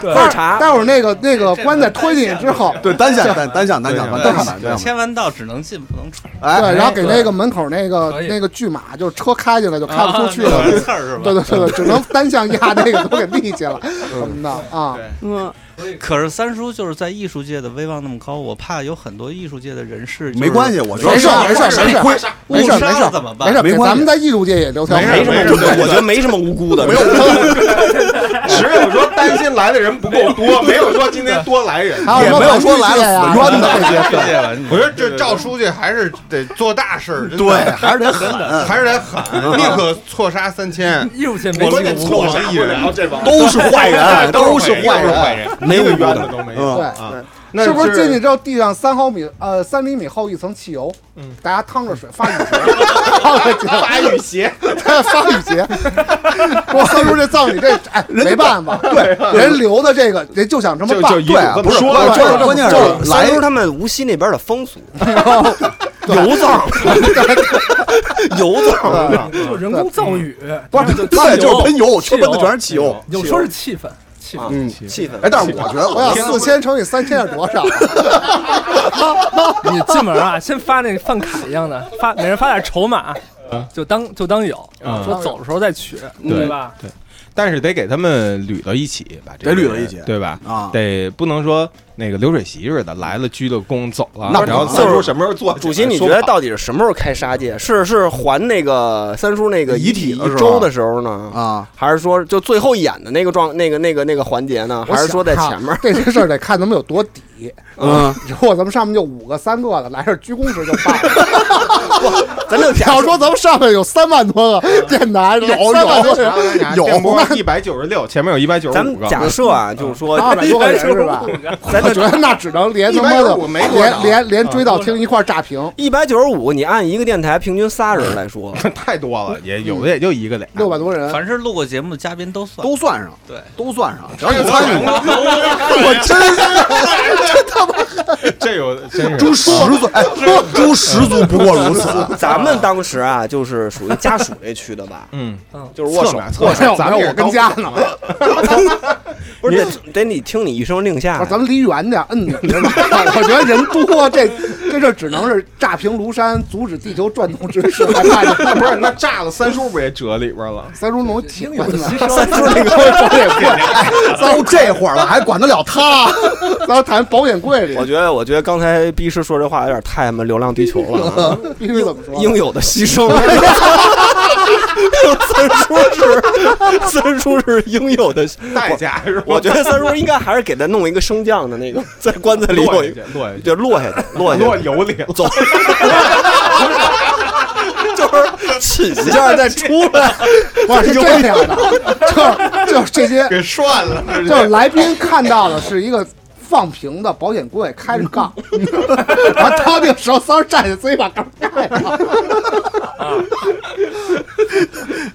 [SPEAKER 5] 对
[SPEAKER 1] 喝茶
[SPEAKER 4] 待会儿那个那个棺材推进去之后，
[SPEAKER 2] 对，单向单单向单向单向版，对
[SPEAKER 6] 签完到只能进不能出，
[SPEAKER 4] 对，
[SPEAKER 2] 哎，
[SPEAKER 4] 然后给那个门口那个
[SPEAKER 5] 可以
[SPEAKER 4] 那个巨马，就是车开进来就开不出去
[SPEAKER 6] 啊有人
[SPEAKER 4] 了。
[SPEAKER 6] 刺儿是吧？
[SPEAKER 4] 对对对对，只能单向压那个都给立起来什么的啊。
[SPEAKER 6] 可是三叔就是在艺术界的威望那么高，我怕有很多艺术界的人士
[SPEAKER 2] 没关系，我觉得
[SPEAKER 4] 没事儿没事儿
[SPEAKER 2] 谁
[SPEAKER 4] 没事儿
[SPEAKER 2] 亏
[SPEAKER 6] 误
[SPEAKER 4] 没事儿没事
[SPEAKER 6] 杀
[SPEAKER 4] 儿
[SPEAKER 6] 了怎么办？
[SPEAKER 4] 没事儿，
[SPEAKER 2] 没
[SPEAKER 4] 给
[SPEAKER 2] 关系
[SPEAKER 4] 咱们在艺术界也留条活
[SPEAKER 3] 没
[SPEAKER 4] 路
[SPEAKER 3] 事
[SPEAKER 1] 没什
[SPEAKER 3] 儿
[SPEAKER 1] 么无辜，我觉得没什么无辜的。没有，
[SPEAKER 3] 只有说担心来的人不够多，没有说今天多来人。
[SPEAKER 4] 还有什么
[SPEAKER 2] 也没有说来了死
[SPEAKER 4] 文
[SPEAKER 2] 冤
[SPEAKER 4] 具
[SPEAKER 2] 的
[SPEAKER 4] 界呀
[SPEAKER 6] 世界了，
[SPEAKER 7] 我觉得这赵书记还是得做大事儿，真的
[SPEAKER 2] 对，，啊还是得狠，
[SPEAKER 7] 还是得 狠，
[SPEAKER 3] 嗯
[SPEAKER 7] 宁可错杀三千，
[SPEAKER 5] 艺术界没
[SPEAKER 7] 我们
[SPEAKER 5] 有
[SPEAKER 7] 得
[SPEAKER 5] 无
[SPEAKER 7] 错
[SPEAKER 5] 辜，
[SPEAKER 7] 杀一人，
[SPEAKER 2] 都是坏
[SPEAKER 3] 哎
[SPEAKER 2] 人，哎都是坏
[SPEAKER 7] 人，
[SPEAKER 2] 人。
[SPEAKER 3] 没有冤的都没有。
[SPEAKER 4] 对
[SPEAKER 2] 嗯，
[SPEAKER 4] 对。
[SPEAKER 3] 那
[SPEAKER 4] 是不
[SPEAKER 3] 是
[SPEAKER 4] 是进去之后地上三毫米呃三厘米厚一层汽油？嗯，大家趟着水发雨鞋，
[SPEAKER 7] 发 雨鞋，
[SPEAKER 4] 发雨鞋。我三叔这葬礼这哎没办法，对，人留的这个人就想这么
[SPEAKER 3] 就
[SPEAKER 4] 办
[SPEAKER 3] 就，一
[SPEAKER 2] 对啊，
[SPEAKER 3] 路这
[SPEAKER 2] 不
[SPEAKER 3] 么
[SPEAKER 2] 是，
[SPEAKER 3] 说
[SPEAKER 2] 关
[SPEAKER 3] 了，
[SPEAKER 2] 键关键
[SPEAKER 1] 就
[SPEAKER 2] 是
[SPEAKER 1] 是三
[SPEAKER 2] 来
[SPEAKER 1] 叔他们无锡那边的风俗，油葬，油葬，
[SPEAKER 5] 就人工造雨，
[SPEAKER 4] 不是
[SPEAKER 2] 对，就是
[SPEAKER 5] 汽
[SPEAKER 2] 喷油，全
[SPEAKER 5] 汽
[SPEAKER 2] 喷的
[SPEAKER 5] 油
[SPEAKER 2] 全是汽油。
[SPEAKER 5] 有说是气氛，气氛。
[SPEAKER 2] 嗯，
[SPEAKER 1] 气氛。
[SPEAKER 2] 哎，但是我觉得，
[SPEAKER 4] 我想四千乘以三千是多少？
[SPEAKER 5] 你进门 啊，先发那个饭卡一样的，发每人发点筹码，就当就当有，
[SPEAKER 3] 嗯
[SPEAKER 5] 说走的时候再取，对吧？
[SPEAKER 3] 但是得给他们捋到一起，把这
[SPEAKER 2] 得捋
[SPEAKER 3] 个
[SPEAKER 2] 到一起
[SPEAKER 3] 对吧？
[SPEAKER 2] 啊，
[SPEAKER 3] 得不能说那个流水席似的，来了鞠了躬走了，
[SPEAKER 2] 那不
[SPEAKER 3] 然后呃
[SPEAKER 2] 能
[SPEAKER 3] 三叔什么时候做？
[SPEAKER 1] 主席，你觉得到底是什么时候开杀戒？是是还那个三叔那个
[SPEAKER 2] 遗体
[SPEAKER 1] 体
[SPEAKER 2] 的时候
[SPEAKER 1] 一周的时候呢，
[SPEAKER 2] 啊，
[SPEAKER 1] 还是说就最后演的那个状那个那个那个环节呢？ 还是说在前面？
[SPEAKER 4] 这些事儿得看咱们有多底。 嗯，如果咱们上面就五个三个的，来这儿鞠躬时就办了。
[SPEAKER 1] 嗯咱就
[SPEAKER 4] 假如说咱们上面有三万多个电台，有三万多人，
[SPEAKER 2] 有
[SPEAKER 3] 电波一百九十六，前面有一百九十
[SPEAKER 1] 咱
[SPEAKER 3] 五
[SPEAKER 1] 们
[SPEAKER 3] 个，
[SPEAKER 1] 假 设啊，就是说
[SPEAKER 4] 八百多个人是吧？
[SPEAKER 1] 咱
[SPEAKER 4] 我
[SPEAKER 1] 就
[SPEAKER 4] 觉得那只能连他妈的
[SPEAKER 7] 125没多
[SPEAKER 4] 连
[SPEAKER 7] 少
[SPEAKER 4] 连连追悼厅一块儿炸平，
[SPEAKER 1] 一百九十五，你按一个电台平均仨人来说，
[SPEAKER 3] 太多了，也有的也就一个俩。
[SPEAKER 4] 六百多人。
[SPEAKER 6] 凡是录过节目的嘉宾都算。
[SPEAKER 2] 都算上，
[SPEAKER 6] 对，
[SPEAKER 2] 都算上，只要你参与， 我真
[SPEAKER 3] 这有真是，
[SPEAKER 2] 诛十足，哎，诛十足不过如此。
[SPEAKER 1] 咱们当时啊，就是属于家属那区的吧
[SPEAKER 3] 嗯，
[SPEAKER 1] 就是握手，
[SPEAKER 4] 我
[SPEAKER 3] 侧
[SPEAKER 4] 这
[SPEAKER 3] 面，
[SPEAKER 4] 有
[SPEAKER 3] 咱
[SPEAKER 4] 没
[SPEAKER 3] 们
[SPEAKER 4] 有
[SPEAKER 3] 也
[SPEAKER 4] 我
[SPEAKER 3] 是高
[SPEAKER 4] 跟家呢？
[SPEAKER 1] 不是得得你听你一声令
[SPEAKER 4] 我
[SPEAKER 1] 下
[SPEAKER 4] 说，啊咱们离远点，摁你知道吗？ 我觉得人多，这这事儿只能是炸平庐山，阻止地球转动之势。还怕
[SPEAKER 3] 那
[SPEAKER 4] 你
[SPEAKER 3] 不是那炸了三叔不也折里边了？
[SPEAKER 4] 三叔能体 会呢？
[SPEAKER 1] 三叔那 个，
[SPEAKER 2] 都哎这会儿了，还管得了他？
[SPEAKER 4] 咱们谈保险柜里
[SPEAKER 1] 我，觉得我觉得刚才逼师说这话有点太他妈流浪地球了啊。
[SPEAKER 4] 必须怎么说？
[SPEAKER 1] 应有的牺牲。 三叔是三叔是应有的，
[SPEAKER 3] 代价是吧？
[SPEAKER 1] 我觉得三叔应该还是给他弄一个升降的 那个，在棺材里有
[SPEAKER 3] 落
[SPEAKER 1] 一
[SPEAKER 3] 下去，落下去，
[SPEAKER 1] 就落下 去，落下
[SPEAKER 3] 落
[SPEAKER 1] 去，
[SPEAKER 3] 油里了。
[SPEAKER 1] 走， 就是起一下再出来。
[SPEAKER 4] 不是是这样的，就是就是这些
[SPEAKER 7] 给涮了， 这
[SPEAKER 4] 就是来宾看到的是一个放平的保险柜，开着杠，然后他那个时候三儿站起来，自己把杠盖上。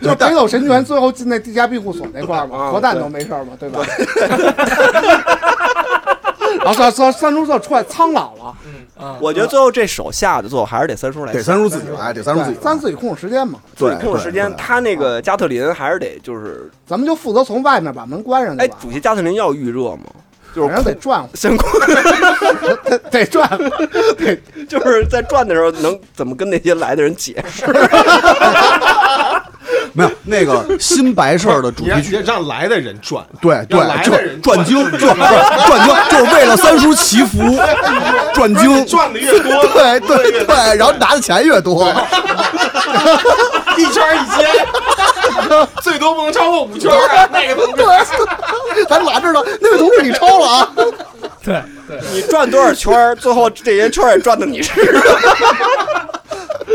[SPEAKER 4] 就是北斗神拳最后进那地下庇护所那块儿嘛，
[SPEAKER 1] 啊
[SPEAKER 4] 核弹都没事儿嘛，对吧？ 啊然后三三三叔就出来苍老了，
[SPEAKER 1] 我觉得最后这手下的最后还是得三叔来
[SPEAKER 2] 得。三叔自己来，得三叔自己
[SPEAKER 4] 对
[SPEAKER 2] 来，
[SPEAKER 4] 三自己控制时间嘛，
[SPEAKER 1] 所以
[SPEAKER 2] 对
[SPEAKER 1] 控制时间，
[SPEAKER 2] 对对
[SPEAKER 1] 他那个加特林还是得就是，
[SPEAKER 4] 咱们就负责从外面把门关上
[SPEAKER 1] 哎
[SPEAKER 4] 就完，了，
[SPEAKER 1] 主席加特林要预热吗？就是
[SPEAKER 4] 反正得转，
[SPEAKER 1] 先控，
[SPEAKER 4] 得转，得
[SPEAKER 1] 就是在转的时候能怎么跟那些来的人解释？
[SPEAKER 2] 没有那个新白事儿的主
[SPEAKER 3] 你
[SPEAKER 2] 题
[SPEAKER 3] 让
[SPEAKER 2] 曲，
[SPEAKER 3] 让来的人转，
[SPEAKER 2] 对对
[SPEAKER 3] 来，的
[SPEAKER 2] 这
[SPEAKER 3] 人
[SPEAKER 2] 转经，转转经，就是为了三叔祈福，转经，
[SPEAKER 3] 转的越多，
[SPEAKER 2] 对对对，然后拿的钱越多，
[SPEAKER 3] 一圈儿一千，最多不能超过五圈儿啊。那个不能
[SPEAKER 2] 对，咱俩知道那位同志你超了啊，
[SPEAKER 5] 对对，
[SPEAKER 1] 你转多少圈儿，最后这些圈儿也转到你身上。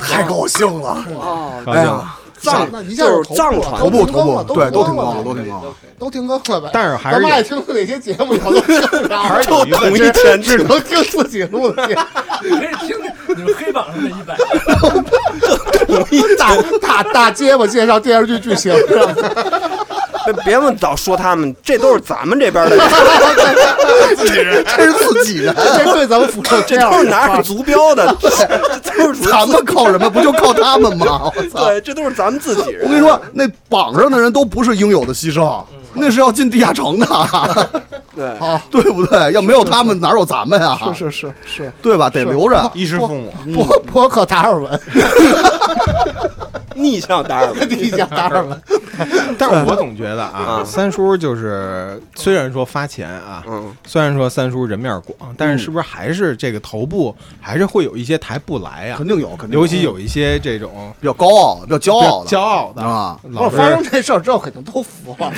[SPEAKER 2] 太高兴了，
[SPEAKER 4] 哦，
[SPEAKER 2] 哎呀，
[SPEAKER 4] 藏，那一 下
[SPEAKER 1] 就是
[SPEAKER 4] 头
[SPEAKER 1] 藏
[SPEAKER 4] 部了
[SPEAKER 1] 传
[SPEAKER 2] 头部头
[SPEAKER 4] 停更
[SPEAKER 2] 部
[SPEAKER 4] 了，
[SPEAKER 2] 对，都挺
[SPEAKER 4] 停
[SPEAKER 2] 高了，
[SPEAKER 4] 更了，
[SPEAKER 2] 都挺高了。
[SPEAKER 4] 都停更了呗。
[SPEAKER 3] 但是还是
[SPEAKER 4] 咱们
[SPEAKER 3] 有
[SPEAKER 4] 爱听的那些节目以后都听不着，
[SPEAKER 3] 还是 有一个
[SPEAKER 1] 同一天
[SPEAKER 4] 只
[SPEAKER 1] 只
[SPEAKER 4] 能 听自己录的节目。
[SPEAKER 5] 你可以听你们黑榜上的一百，
[SPEAKER 4] 大大大结巴介绍电视剧剧情，
[SPEAKER 1] 别问早说他们，这都是咱们这边 的人，
[SPEAKER 2] 这是自己 人，
[SPEAKER 4] 这对咱们辐射
[SPEAKER 1] 这
[SPEAKER 4] 这样
[SPEAKER 1] 都是
[SPEAKER 4] 的
[SPEAKER 1] 拿
[SPEAKER 4] 话
[SPEAKER 1] 着族标的，这都是
[SPEAKER 2] 咱们靠什么？不就靠他们吗？我操！
[SPEAKER 1] 对，这都是咱们自己
[SPEAKER 2] 我
[SPEAKER 1] 人。
[SPEAKER 2] 跟你说，那榜上的人都不是应有的牺牲，那是要进地下城的，啊
[SPEAKER 1] 对，
[SPEAKER 2] 嗯 对不对？要没有他们，哪有咱们啊？
[SPEAKER 4] 是是是 是，嗯
[SPEAKER 2] 对吧？得留着。
[SPEAKER 7] 衣食父母，
[SPEAKER 4] 波波克达尔文，
[SPEAKER 1] 逆向达 尔文，
[SPEAKER 4] 你讲达尔文，
[SPEAKER 3] 但是我总觉得啊，
[SPEAKER 1] 嗯
[SPEAKER 3] 三叔就是虽然说发钱啊，
[SPEAKER 1] 嗯，
[SPEAKER 3] 虽然说三叔人面广，但是是不是还是这个头部还是会有一些抬不来啊
[SPEAKER 2] 肯？定有，肯定
[SPEAKER 3] 尤其有一些这种
[SPEAKER 2] 比较高傲、比较骄傲的，
[SPEAKER 3] 骄傲的
[SPEAKER 2] 啊，
[SPEAKER 4] 我
[SPEAKER 3] 老
[SPEAKER 4] 发
[SPEAKER 3] 是
[SPEAKER 4] 生这事儿之后肯定都服 了，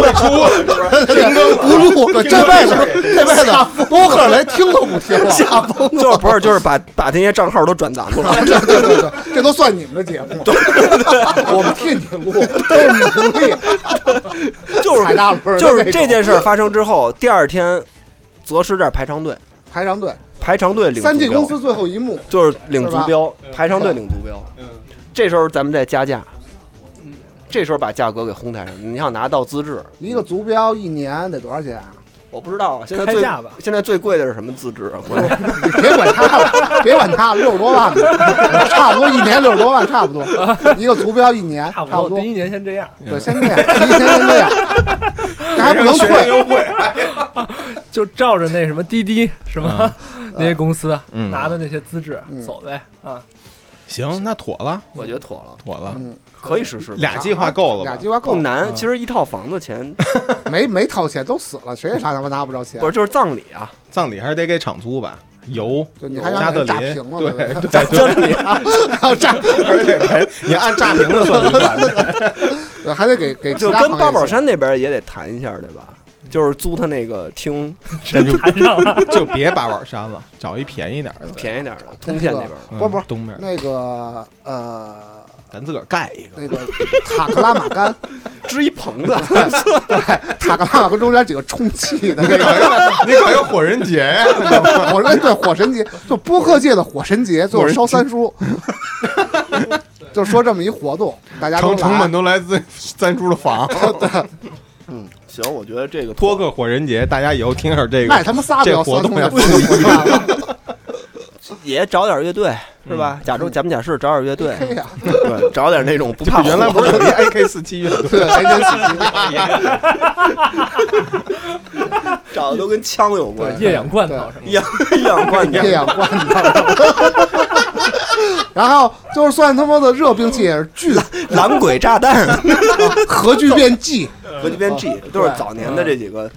[SPEAKER 2] 停更不录，
[SPEAKER 4] 对， 这辈子啊这辈子波克连听都不听了，
[SPEAKER 2] 下风了
[SPEAKER 1] 就是不是就是把把那些账号都转咱 们了。
[SPEAKER 4] 对对对对，这都算你们的节 目，我们替你录，都是你的努力，
[SPEAKER 1] 就是
[SPEAKER 4] 踩大轮儿的
[SPEAKER 1] 就是
[SPEAKER 4] 那种
[SPEAKER 1] 这件事儿发生之后，第二天，择时这儿排长队，
[SPEAKER 4] 排长队，
[SPEAKER 1] 排长队领
[SPEAKER 4] 三 G
[SPEAKER 1] 足标
[SPEAKER 4] 公司最嗯后一幕，
[SPEAKER 1] 就是领足标，排长队领足标。
[SPEAKER 4] 嗯
[SPEAKER 1] 这时候咱们再加价，这时候把价格给哄抬上。你想拿到资质，
[SPEAKER 4] 一个足标一年得多少钱 啊？
[SPEAKER 1] 我不知道啊，现在
[SPEAKER 5] 开
[SPEAKER 1] 最
[SPEAKER 5] 价吧
[SPEAKER 1] 现在最贵的是什么资质啊？ 关键
[SPEAKER 4] 你别管他了，别管他，六十多万吧， 差不多一年六十多万，差不多一个足标一年，差
[SPEAKER 5] 差
[SPEAKER 4] 不多
[SPEAKER 5] 不多，第，一年先这样，
[SPEAKER 4] 对，先这样， 一年先这样， 这还不能退，
[SPEAKER 7] 优惠，
[SPEAKER 5] 就照着那什么滴滴什么 那些公司
[SPEAKER 3] 嗯
[SPEAKER 5] 拿的那些资质
[SPEAKER 4] 嗯
[SPEAKER 5] 走呗啊，
[SPEAKER 3] 行，那妥了，
[SPEAKER 1] 我觉得妥了，
[SPEAKER 3] 妥了，
[SPEAKER 1] 可 以实施。
[SPEAKER 3] 俩计划够了
[SPEAKER 4] 俩
[SPEAKER 3] 吧？
[SPEAKER 4] 鸡巴够
[SPEAKER 1] 不，难，其实一套房子 钱
[SPEAKER 4] 没没掏钱都死了，谁也啥他妈拿不着钱
[SPEAKER 1] 不，是就是葬礼啊，
[SPEAKER 3] 葬礼还是得给厂租吧，油
[SPEAKER 4] 就你还
[SPEAKER 3] 加
[SPEAKER 4] 让
[SPEAKER 3] 特
[SPEAKER 4] 人炸
[SPEAKER 3] 林
[SPEAKER 4] 平，了，
[SPEAKER 3] 对
[SPEAKER 4] 对
[SPEAKER 3] 对
[SPEAKER 4] 不对
[SPEAKER 3] 对，
[SPEAKER 4] 还要炸，
[SPEAKER 3] 你按炸平的算就完了。
[SPEAKER 4] 对 还得给给其
[SPEAKER 1] 就
[SPEAKER 4] 他
[SPEAKER 1] 跟
[SPEAKER 4] 朋友
[SPEAKER 1] 八宝山那边也得谈一下，对吧？就是租他那个厅，
[SPEAKER 3] 这就
[SPEAKER 5] 谈上了。
[SPEAKER 3] 就别八宝山了，找一便宜点儿的，
[SPEAKER 1] 便宜点儿的，通县那边的。
[SPEAKER 3] 嗯
[SPEAKER 4] 不是不是
[SPEAKER 3] 东边儿，
[SPEAKER 4] 那个呃
[SPEAKER 3] 咱自个儿盖一 个。
[SPEAKER 4] 那个塔克拉玛干，
[SPEAKER 1] 支一棚子，
[SPEAKER 4] 塔克拉玛干中间几个充气的那个。
[SPEAKER 7] 你搞一个火人节呀？
[SPEAKER 4] 火神对火神节，就播客界的火神节，最后烧三叔，就说这么一活动，大家都
[SPEAKER 7] 成成本
[SPEAKER 4] 来。
[SPEAKER 7] 都来自三叔的房，
[SPEAKER 1] 行，我觉得这个
[SPEAKER 3] 托个火人节，大家以后听下这
[SPEAKER 4] 那
[SPEAKER 3] 个
[SPEAKER 4] 哎他妈仨
[SPEAKER 3] 这
[SPEAKER 4] 标
[SPEAKER 3] 活动
[SPEAKER 4] 也
[SPEAKER 3] 要
[SPEAKER 4] 不了，
[SPEAKER 1] 也找点乐队是吧？假装假模假式找点乐 队，
[SPEAKER 4] 对呀，
[SPEAKER 1] 对，找点那种哎不怕
[SPEAKER 3] 原来不是有一 AK 四七乐队，
[SPEAKER 4] 对，来年喜剧，
[SPEAKER 1] 找的都跟枪有关，
[SPEAKER 5] 液氧罐头什么的
[SPEAKER 1] 一样 一样关
[SPEAKER 4] 这
[SPEAKER 1] 键。
[SPEAKER 4] 样罐头。啊 然后就是算他妈的热兵器也是巨
[SPEAKER 1] 懒鬼炸弹
[SPEAKER 4] 核聚变剂，
[SPEAKER 1] 和这边 G 都是早年的这几个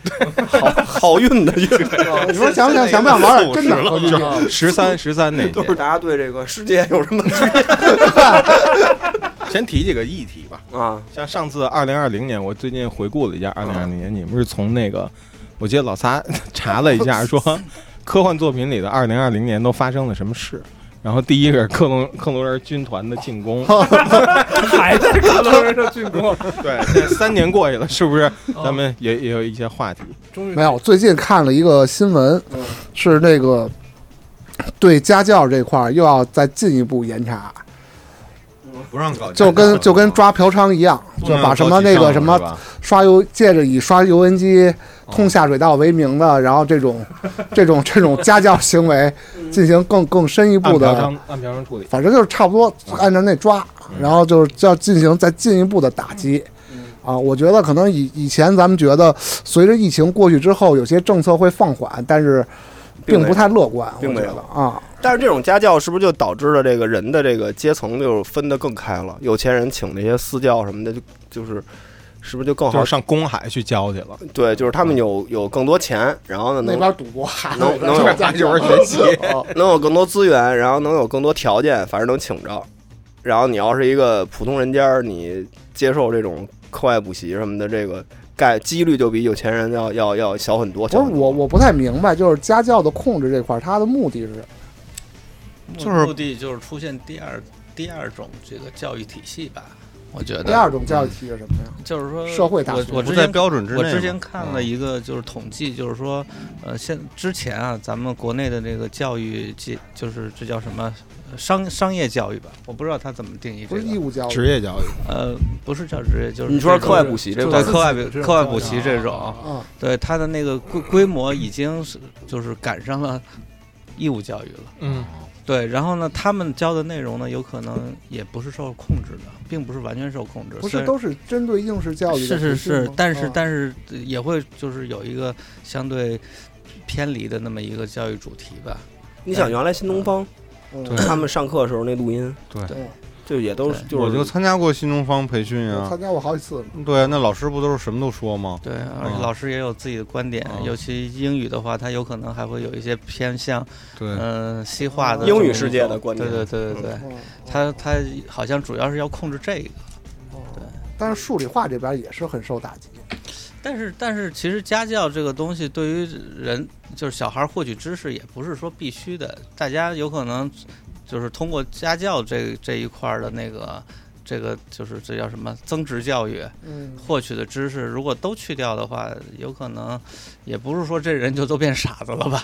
[SPEAKER 1] 好好运的乐队，
[SPEAKER 4] 你说想不想想不想玩点真 的核聚变？
[SPEAKER 3] 十三十三那
[SPEAKER 1] 都是
[SPEAKER 3] 届，
[SPEAKER 1] 大家 对这个世界有什么 区
[SPEAKER 3] 先提几个议题吧。
[SPEAKER 1] 别啊？
[SPEAKER 3] 像上次二零二零年，我最近回顾了一下二零二零年，你们是从那个，我记得老撒 查了一下，说科幻作品里的二零二零年都发生了什么事。然后第一个是克隆克隆人军团的进攻，
[SPEAKER 5] 还在克隆人的竣工，
[SPEAKER 3] 对，这三年过去了，是不是咱们也也有一些话题？
[SPEAKER 5] 终于
[SPEAKER 4] 没有，最近看了一个新闻，是那个对家教这块儿又要再进一步严查，
[SPEAKER 7] 不让搞，
[SPEAKER 4] 就 跟就跟抓嫖娼一样，就把什么那个什么刷油，借着以刷油烟
[SPEAKER 1] 哦
[SPEAKER 4] 机通下水道为名的，然后 这种这种这种家教行为
[SPEAKER 1] 嗯
[SPEAKER 4] 进行更更深一
[SPEAKER 3] 按
[SPEAKER 4] 步
[SPEAKER 3] 嫖
[SPEAKER 4] 的，
[SPEAKER 3] 娼按嫖娼处理，
[SPEAKER 4] 反正就是差不多
[SPEAKER 1] 嗯
[SPEAKER 4] 按照那抓，然后就是要进行再进一步的打击。
[SPEAKER 1] 嗯
[SPEAKER 4] 啊，我觉得可能以以前咱们觉得随着疫情过去之后，有些政策会放缓，但是
[SPEAKER 1] 并
[SPEAKER 4] 并
[SPEAKER 1] 没有
[SPEAKER 4] 不太乐观，
[SPEAKER 1] 并
[SPEAKER 4] 我
[SPEAKER 1] 没
[SPEAKER 4] 觉
[SPEAKER 1] 有
[SPEAKER 4] 得啊，
[SPEAKER 1] 但是这种家教是不是就导致了这个人的这个阶层就分得更开了？有钱人请那些私教什么的，就就是是不是就更
[SPEAKER 3] 就
[SPEAKER 1] 好
[SPEAKER 3] 是？上公海去教去了，
[SPEAKER 1] 对，就是他们有有更多钱，然后呢
[SPEAKER 4] 那
[SPEAKER 1] 能
[SPEAKER 4] 边赌博，
[SPEAKER 1] 能能有
[SPEAKER 3] 还就是学 习。
[SPEAKER 4] 哦
[SPEAKER 1] 能有更多资源，然后能有更多条件，反正能请着。然后你要是一个普通人家儿，你接受这种课外补习什么的，这个概几率就比有钱人要要要小很多。
[SPEAKER 4] 不是
[SPEAKER 1] 小很多
[SPEAKER 4] 我，我不太明白，就是家教的控制这块儿，它的目的是什么？
[SPEAKER 6] 就是目的就是出现第二第二种这个教育体系吧，我觉得
[SPEAKER 4] 第二种教育体育是什么呀？
[SPEAKER 6] 就是说
[SPEAKER 4] 社会大
[SPEAKER 6] 我
[SPEAKER 4] 学
[SPEAKER 6] 我
[SPEAKER 7] 不
[SPEAKER 6] 之
[SPEAKER 7] 在
[SPEAKER 6] 前
[SPEAKER 7] 标准之内
[SPEAKER 6] 我
[SPEAKER 7] 嘛。
[SPEAKER 6] 之前看
[SPEAKER 1] 啊
[SPEAKER 3] 嗯
[SPEAKER 6] 了一个就是统计，就是说，呃，现之前啊，咱们国内的这个教育界，就是这叫什么呃商商业教育吧？我不知道它怎么定义
[SPEAKER 4] 不
[SPEAKER 6] 这
[SPEAKER 4] 是义
[SPEAKER 6] 个。
[SPEAKER 4] 务教育，
[SPEAKER 3] 职业教育，
[SPEAKER 6] 呃，不是叫职业，就是
[SPEAKER 1] 你说
[SPEAKER 6] 这
[SPEAKER 1] 课
[SPEAKER 6] 种
[SPEAKER 1] 外补习这块
[SPEAKER 6] 对
[SPEAKER 1] 儿，
[SPEAKER 6] 课外补课外补习这种，
[SPEAKER 4] 啊，
[SPEAKER 6] 对它的那个规规模已经是就是赶上了义务教育了。
[SPEAKER 3] 嗯，
[SPEAKER 6] 对，然后呢，他们教的内容呢，有可能也不是受控制的，并不是完全受控制。
[SPEAKER 4] 不
[SPEAKER 6] 虽
[SPEAKER 4] 是
[SPEAKER 6] 然
[SPEAKER 4] 都是针对应试教育的
[SPEAKER 6] 是是
[SPEAKER 4] 培训
[SPEAKER 6] 是
[SPEAKER 4] 吗，
[SPEAKER 6] 但是
[SPEAKER 4] 啊
[SPEAKER 6] 但是也会就是有一个相对偏离的那么一个教育主题吧。
[SPEAKER 1] 你想原来新东方
[SPEAKER 4] 嗯
[SPEAKER 3] 对
[SPEAKER 1] 他们上课的时候那录音，
[SPEAKER 4] 对
[SPEAKER 1] 就也都是
[SPEAKER 6] 对
[SPEAKER 1] 就是
[SPEAKER 7] 我就参加过新东方培训
[SPEAKER 4] 我
[SPEAKER 7] 啊。
[SPEAKER 4] 参加过好几次，
[SPEAKER 7] 对，那老师不都是什么都说吗？
[SPEAKER 6] 对，而且
[SPEAKER 7] 嗯
[SPEAKER 6] 老师也有自己的观点，
[SPEAKER 7] 嗯
[SPEAKER 6] 尤其英语的话，他有可能还会有一些偏向
[SPEAKER 7] 对，
[SPEAKER 6] 嗯、呃西化的
[SPEAKER 1] 英语
[SPEAKER 6] 这种
[SPEAKER 1] 世界的观点
[SPEAKER 6] 对对对对对，
[SPEAKER 4] 嗯，
[SPEAKER 6] 他他好像主要是要控制这个。
[SPEAKER 4] 对，但是数理化这边也是很受打击，
[SPEAKER 6] 但是，但是，其实家教这个东西对于人，就是小孩儿获取知识，也不是说必须的。大家有可能就是通过家教这这一块儿的那个，这个就是这叫什么增值教育
[SPEAKER 4] 嗯，
[SPEAKER 6] 获取的知识，如果都去掉的话，有可能也不是说这人就都变傻子了吧？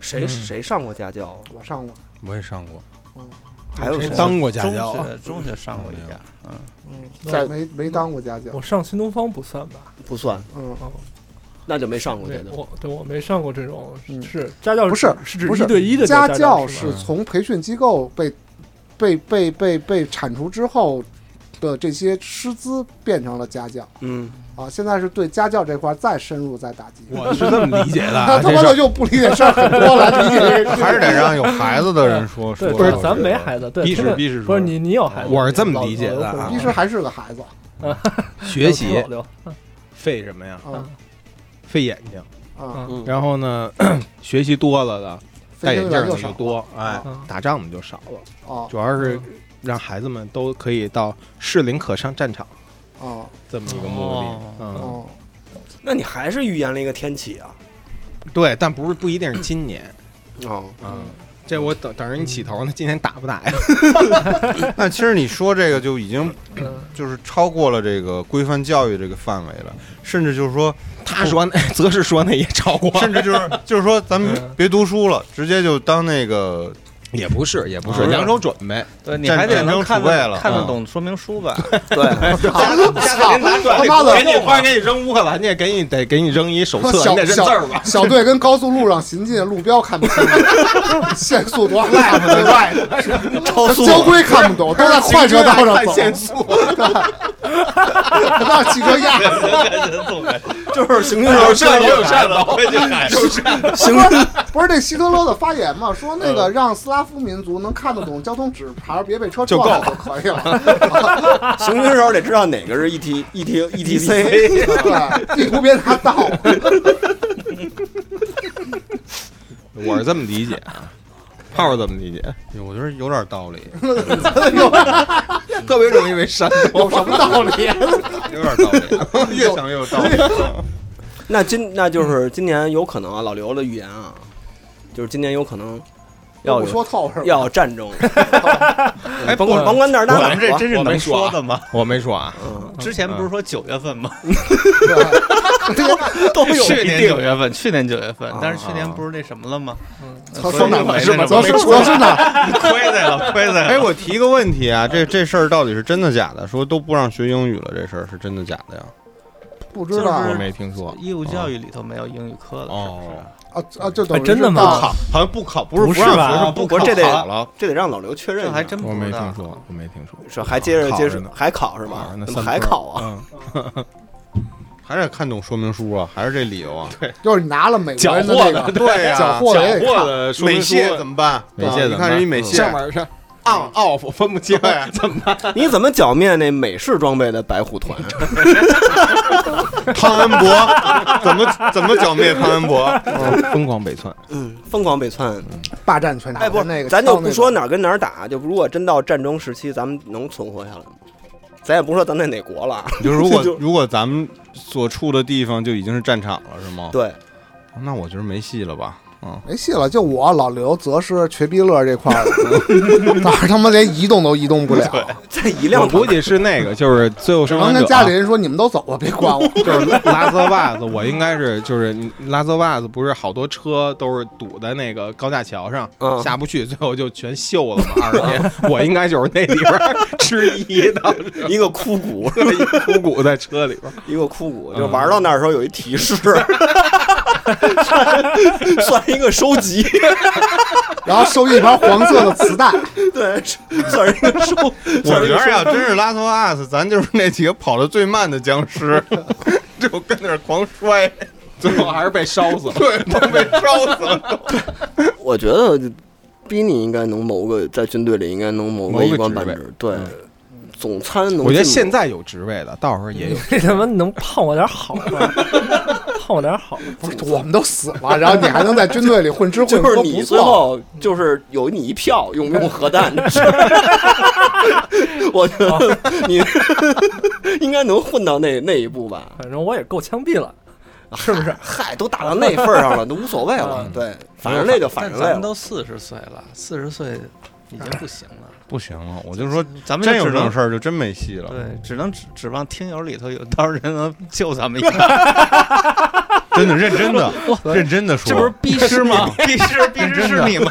[SPEAKER 1] 谁谁上过家教，
[SPEAKER 4] 我上过，
[SPEAKER 7] 我也上过，
[SPEAKER 1] 还有
[SPEAKER 4] 谁
[SPEAKER 1] 谁
[SPEAKER 3] 当过家
[SPEAKER 6] 中
[SPEAKER 3] 教，啊
[SPEAKER 6] 学中学上过一点儿，嗯，
[SPEAKER 4] 嗯，在
[SPEAKER 5] 在
[SPEAKER 4] 没没当过家教，
[SPEAKER 5] 我上新东方不算吧？
[SPEAKER 1] 不算，
[SPEAKER 4] 嗯，
[SPEAKER 1] 那就没上过家
[SPEAKER 5] 对，
[SPEAKER 1] 教。
[SPEAKER 5] 我对我没上过这种
[SPEAKER 4] 嗯
[SPEAKER 5] 是家教
[SPEAKER 4] 不是
[SPEAKER 5] 是指
[SPEAKER 4] 不
[SPEAKER 5] 一
[SPEAKER 4] 是
[SPEAKER 5] 对一的
[SPEAKER 4] 家
[SPEAKER 5] 教
[SPEAKER 4] 教
[SPEAKER 5] 是
[SPEAKER 4] 是
[SPEAKER 5] 吗
[SPEAKER 4] 从培训机构被被被被被铲除之后的这些师资变成了家教
[SPEAKER 1] 嗯，
[SPEAKER 4] 啊，现在是对家教这块再深入再打击。
[SPEAKER 3] 我是这么理解的
[SPEAKER 4] 他
[SPEAKER 3] 啊，
[SPEAKER 4] 他
[SPEAKER 3] 这
[SPEAKER 4] 妈
[SPEAKER 3] 事
[SPEAKER 4] 的
[SPEAKER 3] 儿
[SPEAKER 4] 又不理解事儿很多了，理解这个
[SPEAKER 7] 还是得让有孩子的人说说。
[SPEAKER 5] 对，不是
[SPEAKER 7] 说
[SPEAKER 5] 咱们没孩子，对，
[SPEAKER 3] 逼
[SPEAKER 5] 真
[SPEAKER 3] 是
[SPEAKER 5] 的
[SPEAKER 3] 逼是
[SPEAKER 5] 不
[SPEAKER 3] 说，
[SPEAKER 5] 是你你有孩子，
[SPEAKER 3] 我是这么理解的啊
[SPEAKER 4] 必，须还是个孩子
[SPEAKER 3] 学习
[SPEAKER 5] 有有
[SPEAKER 3] 费什么呀？
[SPEAKER 4] 啊
[SPEAKER 3] 费眼睛，
[SPEAKER 4] 啊，
[SPEAKER 1] 嗯
[SPEAKER 3] 然后呢，学习多了的戴
[SPEAKER 4] 飞
[SPEAKER 3] 眼
[SPEAKER 4] 行
[SPEAKER 3] 镜
[SPEAKER 4] 员
[SPEAKER 3] 儿
[SPEAKER 4] 又
[SPEAKER 3] 的
[SPEAKER 4] 少
[SPEAKER 3] 就多，哎
[SPEAKER 5] 嗯，
[SPEAKER 3] 打仗的就少了。
[SPEAKER 4] 啊
[SPEAKER 3] 主要是让孩子们都可以到适龄可上战场
[SPEAKER 4] 啊
[SPEAKER 3] 这么一个目的
[SPEAKER 6] 哦。
[SPEAKER 3] 嗯，
[SPEAKER 4] 啊，
[SPEAKER 1] 那你还是预言了一个天启啊？
[SPEAKER 3] 对，但不是不一定是今年
[SPEAKER 1] 哦，
[SPEAKER 3] 啊。这我等等着你起头呢，今年打不打呀？
[SPEAKER 7] 那其实你说这个就已经
[SPEAKER 5] 嗯
[SPEAKER 7] 就是超过了这个规范教育这个范围了，甚至就是说，
[SPEAKER 3] 他说那， 则是说那也超过，嗯
[SPEAKER 7] 甚至就是就是说，咱们别读书了，直接就当那个
[SPEAKER 3] 也不是，也不是
[SPEAKER 7] 啊
[SPEAKER 3] 两手准备。
[SPEAKER 6] 对，你
[SPEAKER 7] 战
[SPEAKER 6] 还得
[SPEAKER 7] 战
[SPEAKER 6] 能
[SPEAKER 7] 争
[SPEAKER 6] 看
[SPEAKER 7] 储备
[SPEAKER 6] 得
[SPEAKER 7] 了
[SPEAKER 6] 看得
[SPEAKER 7] 嗯
[SPEAKER 6] 懂说明书吧？
[SPEAKER 1] 对，
[SPEAKER 3] 家给您拿出来，
[SPEAKER 4] 他妈的
[SPEAKER 3] 给你花儿给你扔乌克兰去，给你得给你扔一手册，
[SPEAKER 4] 小
[SPEAKER 3] 你得认字儿吧？
[SPEAKER 4] 小队跟高速路上行进，路标看不清，啊限速多少迈对吧？
[SPEAKER 7] 超
[SPEAKER 4] 交规看不 懂，都在快车道上走，
[SPEAKER 3] 限速，
[SPEAKER 4] 让汽车压死。
[SPEAKER 1] 就是行军
[SPEAKER 3] 有
[SPEAKER 1] 时
[SPEAKER 3] 扇
[SPEAKER 1] 候
[SPEAKER 3] 楼有扇楼，有扇楼。
[SPEAKER 1] 行
[SPEAKER 4] 不是这希特勒的发言嘛？说那个让斯拉夫民族能看得懂交通指牌，别被车撞了就可以了。
[SPEAKER 1] 行军时候得知道哪个是 E T E T E T C。
[SPEAKER 4] 对，地图别拿倒。
[SPEAKER 3] 我是这么理解啊，炮儿怎么理解？
[SPEAKER 7] 哎我觉得有点道理，
[SPEAKER 3] 特别容易被扇
[SPEAKER 4] 有什么道理？
[SPEAKER 7] 有点道理，啊越想越有道理。
[SPEAKER 1] 那今那就是今年有可能啊，老刘的预言啊，就是今年有可能要
[SPEAKER 4] 不
[SPEAKER 1] 有
[SPEAKER 4] 说透是吧？
[SPEAKER 1] 要有战 争，嗯
[SPEAKER 3] 哎
[SPEAKER 1] 甭管
[SPEAKER 3] 我
[SPEAKER 1] 甭管哪儿打
[SPEAKER 6] 我
[SPEAKER 1] 哪
[SPEAKER 6] 们这
[SPEAKER 1] 儿
[SPEAKER 6] 真是
[SPEAKER 3] 我没
[SPEAKER 6] 能
[SPEAKER 3] 说啊
[SPEAKER 6] 说的吗？
[SPEAKER 3] 我没说啊，
[SPEAKER 1] 嗯，
[SPEAKER 6] 之前不是说九月份吗？
[SPEAKER 7] 嗯
[SPEAKER 1] 都有
[SPEAKER 6] 去
[SPEAKER 1] 一
[SPEAKER 6] 年
[SPEAKER 1] 定
[SPEAKER 6] 九月份，去年九月份，但是去年
[SPEAKER 1] 啊
[SPEAKER 6] 不是那什么了吗？
[SPEAKER 4] 他
[SPEAKER 6] 所
[SPEAKER 4] 说
[SPEAKER 6] 以
[SPEAKER 4] 哪
[SPEAKER 6] 就
[SPEAKER 4] 儿
[SPEAKER 6] 没
[SPEAKER 4] 是
[SPEAKER 6] 那
[SPEAKER 4] 吧？
[SPEAKER 6] 什 么
[SPEAKER 4] 主要是主要是哪儿？
[SPEAKER 6] 亏在了，亏在
[SPEAKER 7] 哎，
[SPEAKER 6] 了。
[SPEAKER 7] 我提个问题啊，这这事儿到底是真的假的？说都不让学英语了，这事儿是真的假的呀？
[SPEAKER 4] 不知道
[SPEAKER 6] 就是
[SPEAKER 7] 我没听说。
[SPEAKER 6] 义务教育里头没有英语课了，是不是
[SPEAKER 7] 哦，
[SPEAKER 4] 啊啊！这等于
[SPEAKER 5] 哎真的吗
[SPEAKER 4] 是到
[SPEAKER 7] 考好像不考，不是
[SPEAKER 5] 不是
[SPEAKER 7] 让
[SPEAKER 5] 吧
[SPEAKER 7] 学，是
[SPEAKER 1] 不
[SPEAKER 7] 不
[SPEAKER 1] 过
[SPEAKER 7] 考
[SPEAKER 1] 这得
[SPEAKER 7] 好了。
[SPEAKER 1] 这得让老刘确认一
[SPEAKER 6] 这
[SPEAKER 1] 下，
[SPEAKER 6] 还真不
[SPEAKER 7] 我没
[SPEAKER 6] 知
[SPEAKER 7] 听
[SPEAKER 6] 道。
[SPEAKER 7] 说，我没听说，
[SPEAKER 1] 是还接着
[SPEAKER 7] 考
[SPEAKER 1] 接
[SPEAKER 7] 着
[SPEAKER 1] 着
[SPEAKER 7] 呢
[SPEAKER 1] 还考是吧
[SPEAKER 7] 啊？那
[SPEAKER 1] 怎
[SPEAKER 7] 三
[SPEAKER 1] 么
[SPEAKER 7] 分
[SPEAKER 1] 还考啊？
[SPEAKER 7] 啊？嗯 还是得看懂说明书啊，还是这理由啊？
[SPEAKER 4] 就是你拿了美国人的那个
[SPEAKER 7] 对 呀
[SPEAKER 4] 缴获了也得看。
[SPEAKER 3] 啊的
[SPEAKER 7] 美谢怎么办？
[SPEAKER 3] 美谢怎
[SPEAKER 7] 你
[SPEAKER 3] 么
[SPEAKER 7] 看
[SPEAKER 3] 办
[SPEAKER 7] 人家美谢
[SPEAKER 3] 上面是 on off 分不清，怎么办？
[SPEAKER 1] 你怎么剿灭那美式装备的白虎团？
[SPEAKER 7] 汤恩伯怎么怎么剿灭汤恩 伯？
[SPEAKER 3] 哦疯狂北窜，
[SPEAKER 1] 嗯，疯狂北窜。
[SPEAKER 4] 霸占全场。
[SPEAKER 1] 哎，不，
[SPEAKER 4] 那个，
[SPEAKER 1] 咱就不说
[SPEAKER 4] 那
[SPEAKER 1] 哪儿跟哪儿打，就如果真到战争时期，咱们能存活下来吗？咱也不说咱在哪国了，
[SPEAKER 7] 就如
[SPEAKER 1] 就
[SPEAKER 7] 果如果
[SPEAKER 1] 哦
[SPEAKER 7] 咱们所处的地方就已经是战场了，是吗？
[SPEAKER 1] 对，
[SPEAKER 7] 那我觉得没戏了吧？
[SPEAKER 3] 嗯
[SPEAKER 4] 没戏了，就我老刘、泽师、瘸逼乐这块儿 了，哪儿他妈连移动都移动不了。
[SPEAKER 8] 在一
[SPEAKER 2] 我
[SPEAKER 8] 辆
[SPEAKER 2] 估计是那个，就是最后生
[SPEAKER 4] 然后
[SPEAKER 2] 还
[SPEAKER 4] 跟
[SPEAKER 2] 者啊
[SPEAKER 4] 家里人说：“你们都走吧，别管我。
[SPEAKER 2] 就是拉色袜子，我应该是就是拉色袜子，不是好多车都是堵在那个高架桥上，
[SPEAKER 8] 嗯
[SPEAKER 2] 下不去，最后就全锈了嘛。二十年，我应该就是那里边儿之一的，
[SPEAKER 8] 一个枯 骨，
[SPEAKER 2] 一枯骨在车里边儿。
[SPEAKER 8] 一个枯骨，
[SPEAKER 2] 嗯
[SPEAKER 8] 就玩到那儿的时候有一提 示，算算一个收集，”
[SPEAKER 4] 然后收一盘黄色的磁带，
[SPEAKER 8] 对，算是一个收。
[SPEAKER 3] 我
[SPEAKER 8] 算是一
[SPEAKER 3] 觉
[SPEAKER 8] 个
[SPEAKER 3] 得呀，真是拉索瓦斯，咱就是那几个跑得最慢的僵 尸，就跟那儿狂摔，
[SPEAKER 2] 最后还是被烧死了。
[SPEAKER 3] 对，都被烧死了。
[SPEAKER 1] 我觉得逼你应该能谋个在军队里应该能谋
[SPEAKER 2] 谋
[SPEAKER 1] 个一
[SPEAKER 2] 个
[SPEAKER 1] 官
[SPEAKER 2] 职
[SPEAKER 1] 半
[SPEAKER 2] 位嗯
[SPEAKER 1] 职，对，总参能进。
[SPEAKER 2] 我觉得现在有职位的，到时候也
[SPEAKER 3] 嗯
[SPEAKER 2] 有。
[SPEAKER 5] 这他妈能碰我点好吗？碰我点好吗？
[SPEAKER 4] 不是我们都死了，然后你还能在军队里混吃混
[SPEAKER 1] 就
[SPEAKER 4] 喝，
[SPEAKER 1] 是
[SPEAKER 4] 不
[SPEAKER 1] 你最
[SPEAKER 4] 错。
[SPEAKER 1] 后就是有你一票，用不用核弹？我觉得你应该能混到那那一步吧？
[SPEAKER 5] 反正我也够枪毙了，是不是？
[SPEAKER 1] 嗨，都打到那份儿上了，都无所谓了。对，反人类就反
[SPEAKER 6] 但
[SPEAKER 1] 人
[SPEAKER 6] 咱
[SPEAKER 1] 类
[SPEAKER 6] 们
[SPEAKER 1] 了。
[SPEAKER 6] 都四十岁了，四十岁已经不行 了。
[SPEAKER 3] 不行了，我就说，
[SPEAKER 6] 咱们
[SPEAKER 3] 真
[SPEAKER 6] 就
[SPEAKER 3] 有
[SPEAKER 6] 只
[SPEAKER 3] 这种
[SPEAKER 6] 能
[SPEAKER 3] 事儿就真没戏了。
[SPEAKER 6] 对，只能指指望听友里头有到时候人能救咱们一 下。
[SPEAKER 3] 真的，认真 的，认真的说，
[SPEAKER 6] 这不是逼师 吗？逼师，逼师是你 吗？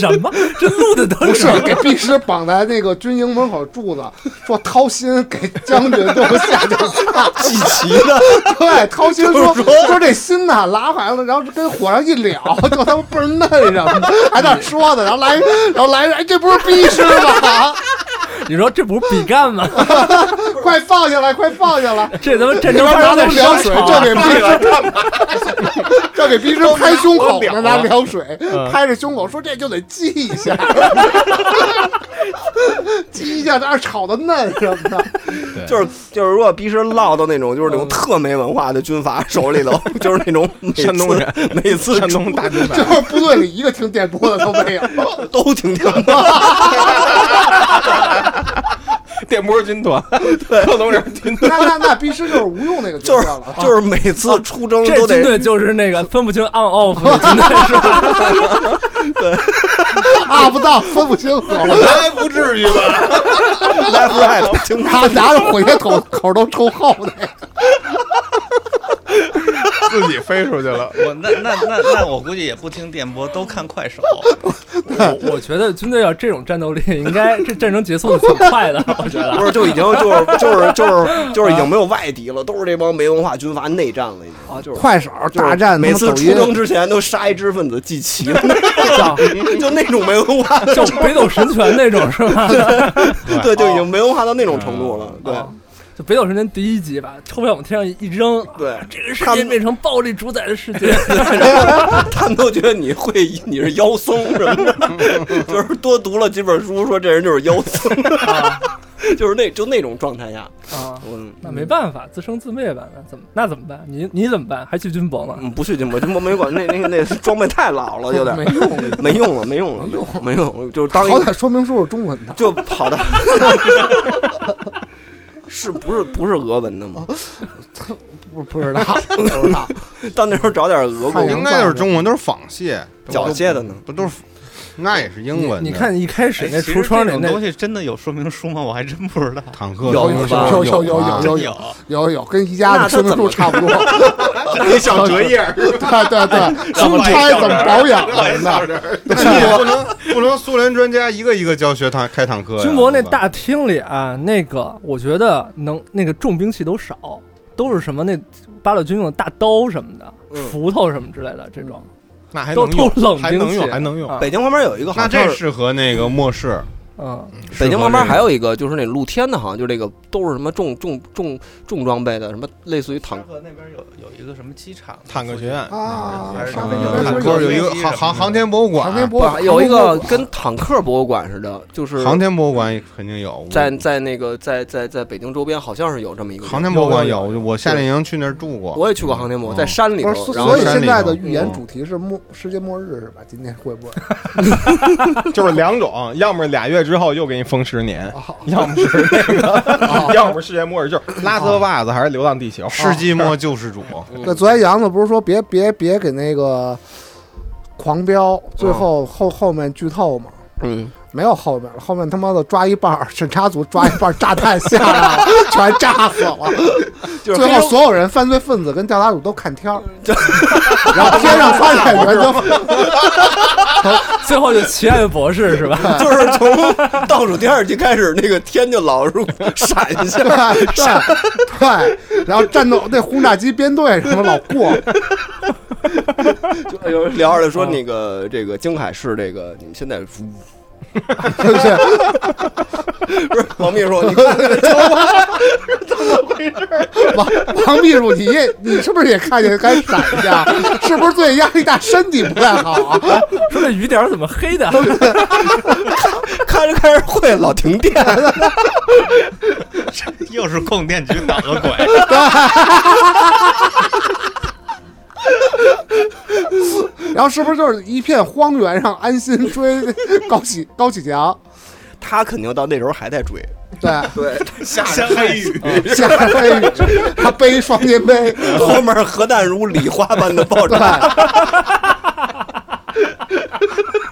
[SPEAKER 5] 什么？这录的都
[SPEAKER 4] 不
[SPEAKER 5] 是
[SPEAKER 4] 是给毕师绑在那个军营门口柱子，说掏心给将军都下酒 菜。
[SPEAKER 8] 季琦的，
[SPEAKER 4] 对，掏心说说这心呐拉坏了，然后跟火上一燎，就他妈倍儿嫩什么的，还在那说呢，然后来，然后来，哎，这不是逼师吗？
[SPEAKER 5] 你说这不是比干吗？
[SPEAKER 4] 快放下来，快放 下来！
[SPEAKER 5] 这他妈
[SPEAKER 4] 这
[SPEAKER 5] 战
[SPEAKER 4] 边
[SPEAKER 5] 争发
[SPEAKER 4] 拿
[SPEAKER 5] 生在
[SPEAKER 4] 点凉
[SPEAKER 5] 商
[SPEAKER 4] 水，
[SPEAKER 5] 场
[SPEAKER 4] 这
[SPEAKER 5] 啊，
[SPEAKER 4] 给逼师， 这给逼师拍胸口呢，拿凉水
[SPEAKER 1] 嗯
[SPEAKER 4] 拍着胸口说这就得激一下， 激一下，这炒的嫩什么的。
[SPEAKER 1] 就是 就是，如果逼师落到那种就是那种特没文化的军阀手里头， 就是那种每次
[SPEAKER 2] 山东人，
[SPEAKER 1] 每次
[SPEAKER 2] 山东大军阀
[SPEAKER 4] 就是部队里一个听电波的都没有，
[SPEAKER 1] 都挺挺
[SPEAKER 2] 电波军 团，克隆人军团。
[SPEAKER 4] 那那那必须就是无用那个角
[SPEAKER 1] 就是
[SPEAKER 4] 色了。
[SPEAKER 1] 就是每
[SPEAKER 4] 啊
[SPEAKER 1] 次出征
[SPEAKER 5] 这
[SPEAKER 1] 都
[SPEAKER 5] 军
[SPEAKER 1] 得
[SPEAKER 5] 队就是那个分不清 on off 的军队是吧？
[SPEAKER 4] 啊，不到分不清楚，
[SPEAKER 3] 还不至于 吧？
[SPEAKER 1] left right 清
[SPEAKER 4] 拿拿着火箭筒口都抽后的。
[SPEAKER 3] 自己飞出去 了。
[SPEAKER 6] 我那那那那我估计也不听电波，都看快手。啊
[SPEAKER 5] 我我觉得军队要这种战斗力，应该这战争结束的挺 快的，我觉得啊
[SPEAKER 1] 不。是就已经就是就是就是就是已经没有外敌了，都是这帮没文化军阀内战了，已经啊，就是
[SPEAKER 4] 快手
[SPEAKER 1] 就是
[SPEAKER 4] 大战
[SPEAKER 1] 每次
[SPEAKER 4] 抖
[SPEAKER 1] 出
[SPEAKER 4] 音，
[SPEAKER 1] 征之前都杀一知识分子集齐了， 就那种没文化，
[SPEAKER 5] 像北斗神拳那种是 吧？
[SPEAKER 1] 对，就已经没文化到那种程度了，对
[SPEAKER 5] 就北斗神拳第一集吧，钞票往天上一扔，
[SPEAKER 1] 对，
[SPEAKER 5] 这个世
[SPEAKER 1] 他
[SPEAKER 5] 界
[SPEAKER 1] 们
[SPEAKER 5] 变成暴力主宰的世 界。
[SPEAKER 1] 他们都觉得你会你是妖僧什么的，就是多读了几本书说这人就是妖僧，就是那就那种状态下，
[SPEAKER 5] 啊，
[SPEAKER 1] 嗯。
[SPEAKER 5] 那没办法，自生自灭吧？那怎么那怎么办？你你怎么办？还去军博吗？
[SPEAKER 1] 嗯，不去金博，金博没管那那那装备太老了，有点没用，没用了，没用了，没用，没用，就是当一
[SPEAKER 4] 好
[SPEAKER 1] 个
[SPEAKER 4] 歹说明书是中文的。
[SPEAKER 1] 就跑到，是不是不是俄文的吗？
[SPEAKER 4] 不不知道，不知道，
[SPEAKER 1] 到那时候找点俄
[SPEAKER 4] 看
[SPEAKER 1] 国
[SPEAKER 4] 人
[SPEAKER 3] 应该就是中文，都是仿写，
[SPEAKER 1] 缴械的呢？
[SPEAKER 3] 不都是？那也是英文的。
[SPEAKER 5] 你看一开始那
[SPEAKER 6] 哎其实
[SPEAKER 5] 橱窗
[SPEAKER 6] 这
[SPEAKER 5] 里
[SPEAKER 6] 种
[SPEAKER 5] 那
[SPEAKER 6] 东西真的有说明书吗？我还真不知道。
[SPEAKER 3] 坦克
[SPEAKER 1] 有
[SPEAKER 3] 有
[SPEAKER 1] 吧
[SPEAKER 4] 有有有
[SPEAKER 3] 啊
[SPEAKER 4] 有
[SPEAKER 6] 真
[SPEAKER 4] 有有有，跟宜家
[SPEAKER 1] 那
[SPEAKER 4] 的
[SPEAKER 1] 他
[SPEAKER 4] 说明书差不多。
[SPEAKER 3] 你想折页儿，
[SPEAKER 4] 对对对，出差怎么保养什么的，
[SPEAKER 3] 那 你也不能不能苏联专家一个一个教学 坦开坦
[SPEAKER 6] 啊
[SPEAKER 3] 克呀。
[SPEAKER 5] 军博那
[SPEAKER 3] 对吧
[SPEAKER 5] 大厅里啊，那个我觉得能那个重兵器都少，都是什么那八路军用的大刀什么的、
[SPEAKER 6] 嗯
[SPEAKER 5] 斧头什么之类的这种，
[SPEAKER 2] 那还
[SPEAKER 5] 都
[SPEAKER 2] 能
[SPEAKER 5] 都
[SPEAKER 2] 用，
[SPEAKER 5] 是冷
[SPEAKER 2] 还
[SPEAKER 5] 兵
[SPEAKER 2] 能
[SPEAKER 5] 器，
[SPEAKER 2] 用，还能
[SPEAKER 6] 嗯
[SPEAKER 2] 用。
[SPEAKER 5] 啊
[SPEAKER 1] 北京旁边有一个，
[SPEAKER 3] 那这适合那个末世。
[SPEAKER 5] 嗯，
[SPEAKER 1] 北京旁边还
[SPEAKER 3] 有
[SPEAKER 1] 有一个，就是那露天的，好像就这个都是什么重重重重装备的，什么类似于坦
[SPEAKER 6] 沙河那边有有一个什么机场
[SPEAKER 2] 坦克学 院，
[SPEAKER 4] 啊
[SPEAKER 6] 还是
[SPEAKER 4] 上面
[SPEAKER 6] 嗯
[SPEAKER 4] 那
[SPEAKER 3] 坦
[SPEAKER 4] 边
[SPEAKER 6] 说
[SPEAKER 3] 克
[SPEAKER 4] 有
[SPEAKER 3] 有一
[SPEAKER 4] 一
[SPEAKER 3] 个航航航天博物
[SPEAKER 4] 航天
[SPEAKER 3] 馆，
[SPEAKER 4] 博物
[SPEAKER 1] 克，有一个跟坦克博物馆似的，就是
[SPEAKER 3] 航天博物馆肯定有。
[SPEAKER 1] 在在那个在在在北京周边好像是有这么一个地方
[SPEAKER 3] 航。天博物馆有，我夏令营去那儿住过。
[SPEAKER 1] 我也去过航天博，
[SPEAKER 3] 嗯
[SPEAKER 1] 在山里
[SPEAKER 4] 不是，
[SPEAKER 1] 头，
[SPEAKER 4] 所
[SPEAKER 1] 然
[SPEAKER 3] 后
[SPEAKER 1] 后
[SPEAKER 4] 所以
[SPEAKER 3] 山里
[SPEAKER 4] 现在的
[SPEAKER 3] 头
[SPEAKER 4] 预言
[SPEAKER 3] 嗯
[SPEAKER 4] 主题是末世界末日是吧？今天会不会？
[SPEAKER 2] 就是两种，要么俩月
[SPEAKER 3] 之后又给你封十年，
[SPEAKER 4] 好
[SPEAKER 3] 要么是那个，要么是世界末日，就是拉丝袜子还是流浪地球。
[SPEAKER 6] 世纪末救世主，
[SPEAKER 4] 那昨天杨子不是说别别别给那个狂飙最后、后后面剧透吗？
[SPEAKER 1] 嗯，
[SPEAKER 4] 没有后面了，后面他妈的抓一半儿，审查组抓一半儿，炸弹下来了， 全炸死了。
[SPEAKER 1] 就是
[SPEAKER 4] 最
[SPEAKER 1] 黑
[SPEAKER 4] 后
[SPEAKER 1] 手
[SPEAKER 4] 所有人、犯罪分子跟调查组都看天儿，然后天上发演员都
[SPEAKER 5] 最后就奇爱博士是吧？
[SPEAKER 1] 就是从倒数第二集开始，那个天就老是闪一下
[SPEAKER 4] 对。对对，然后战斗那轰炸机编队什么老过，
[SPEAKER 1] 就有人聊着说那个这个京海市这个你们现在服
[SPEAKER 4] 对不对？
[SPEAKER 1] 不是王秘书，你看
[SPEAKER 4] 王王秘书，你也你是不是也看见该闪一下？是不是最近压力大，身体不太好啊？
[SPEAKER 5] 说这雨点儿怎么黑的？
[SPEAKER 1] 看着开始会老停电，
[SPEAKER 6] 又是供电局搞 的鬼。
[SPEAKER 4] 然后是不是就是一片荒原上安心追高启高启强？
[SPEAKER 1] 他肯定到那时候还在追。
[SPEAKER 4] 对，
[SPEAKER 1] 对，
[SPEAKER 6] 下黑雨，
[SPEAKER 4] 下黑雨，他背一双肩背，
[SPEAKER 1] 后面核弹如礼花般的爆
[SPEAKER 4] 对
[SPEAKER 1] 炸。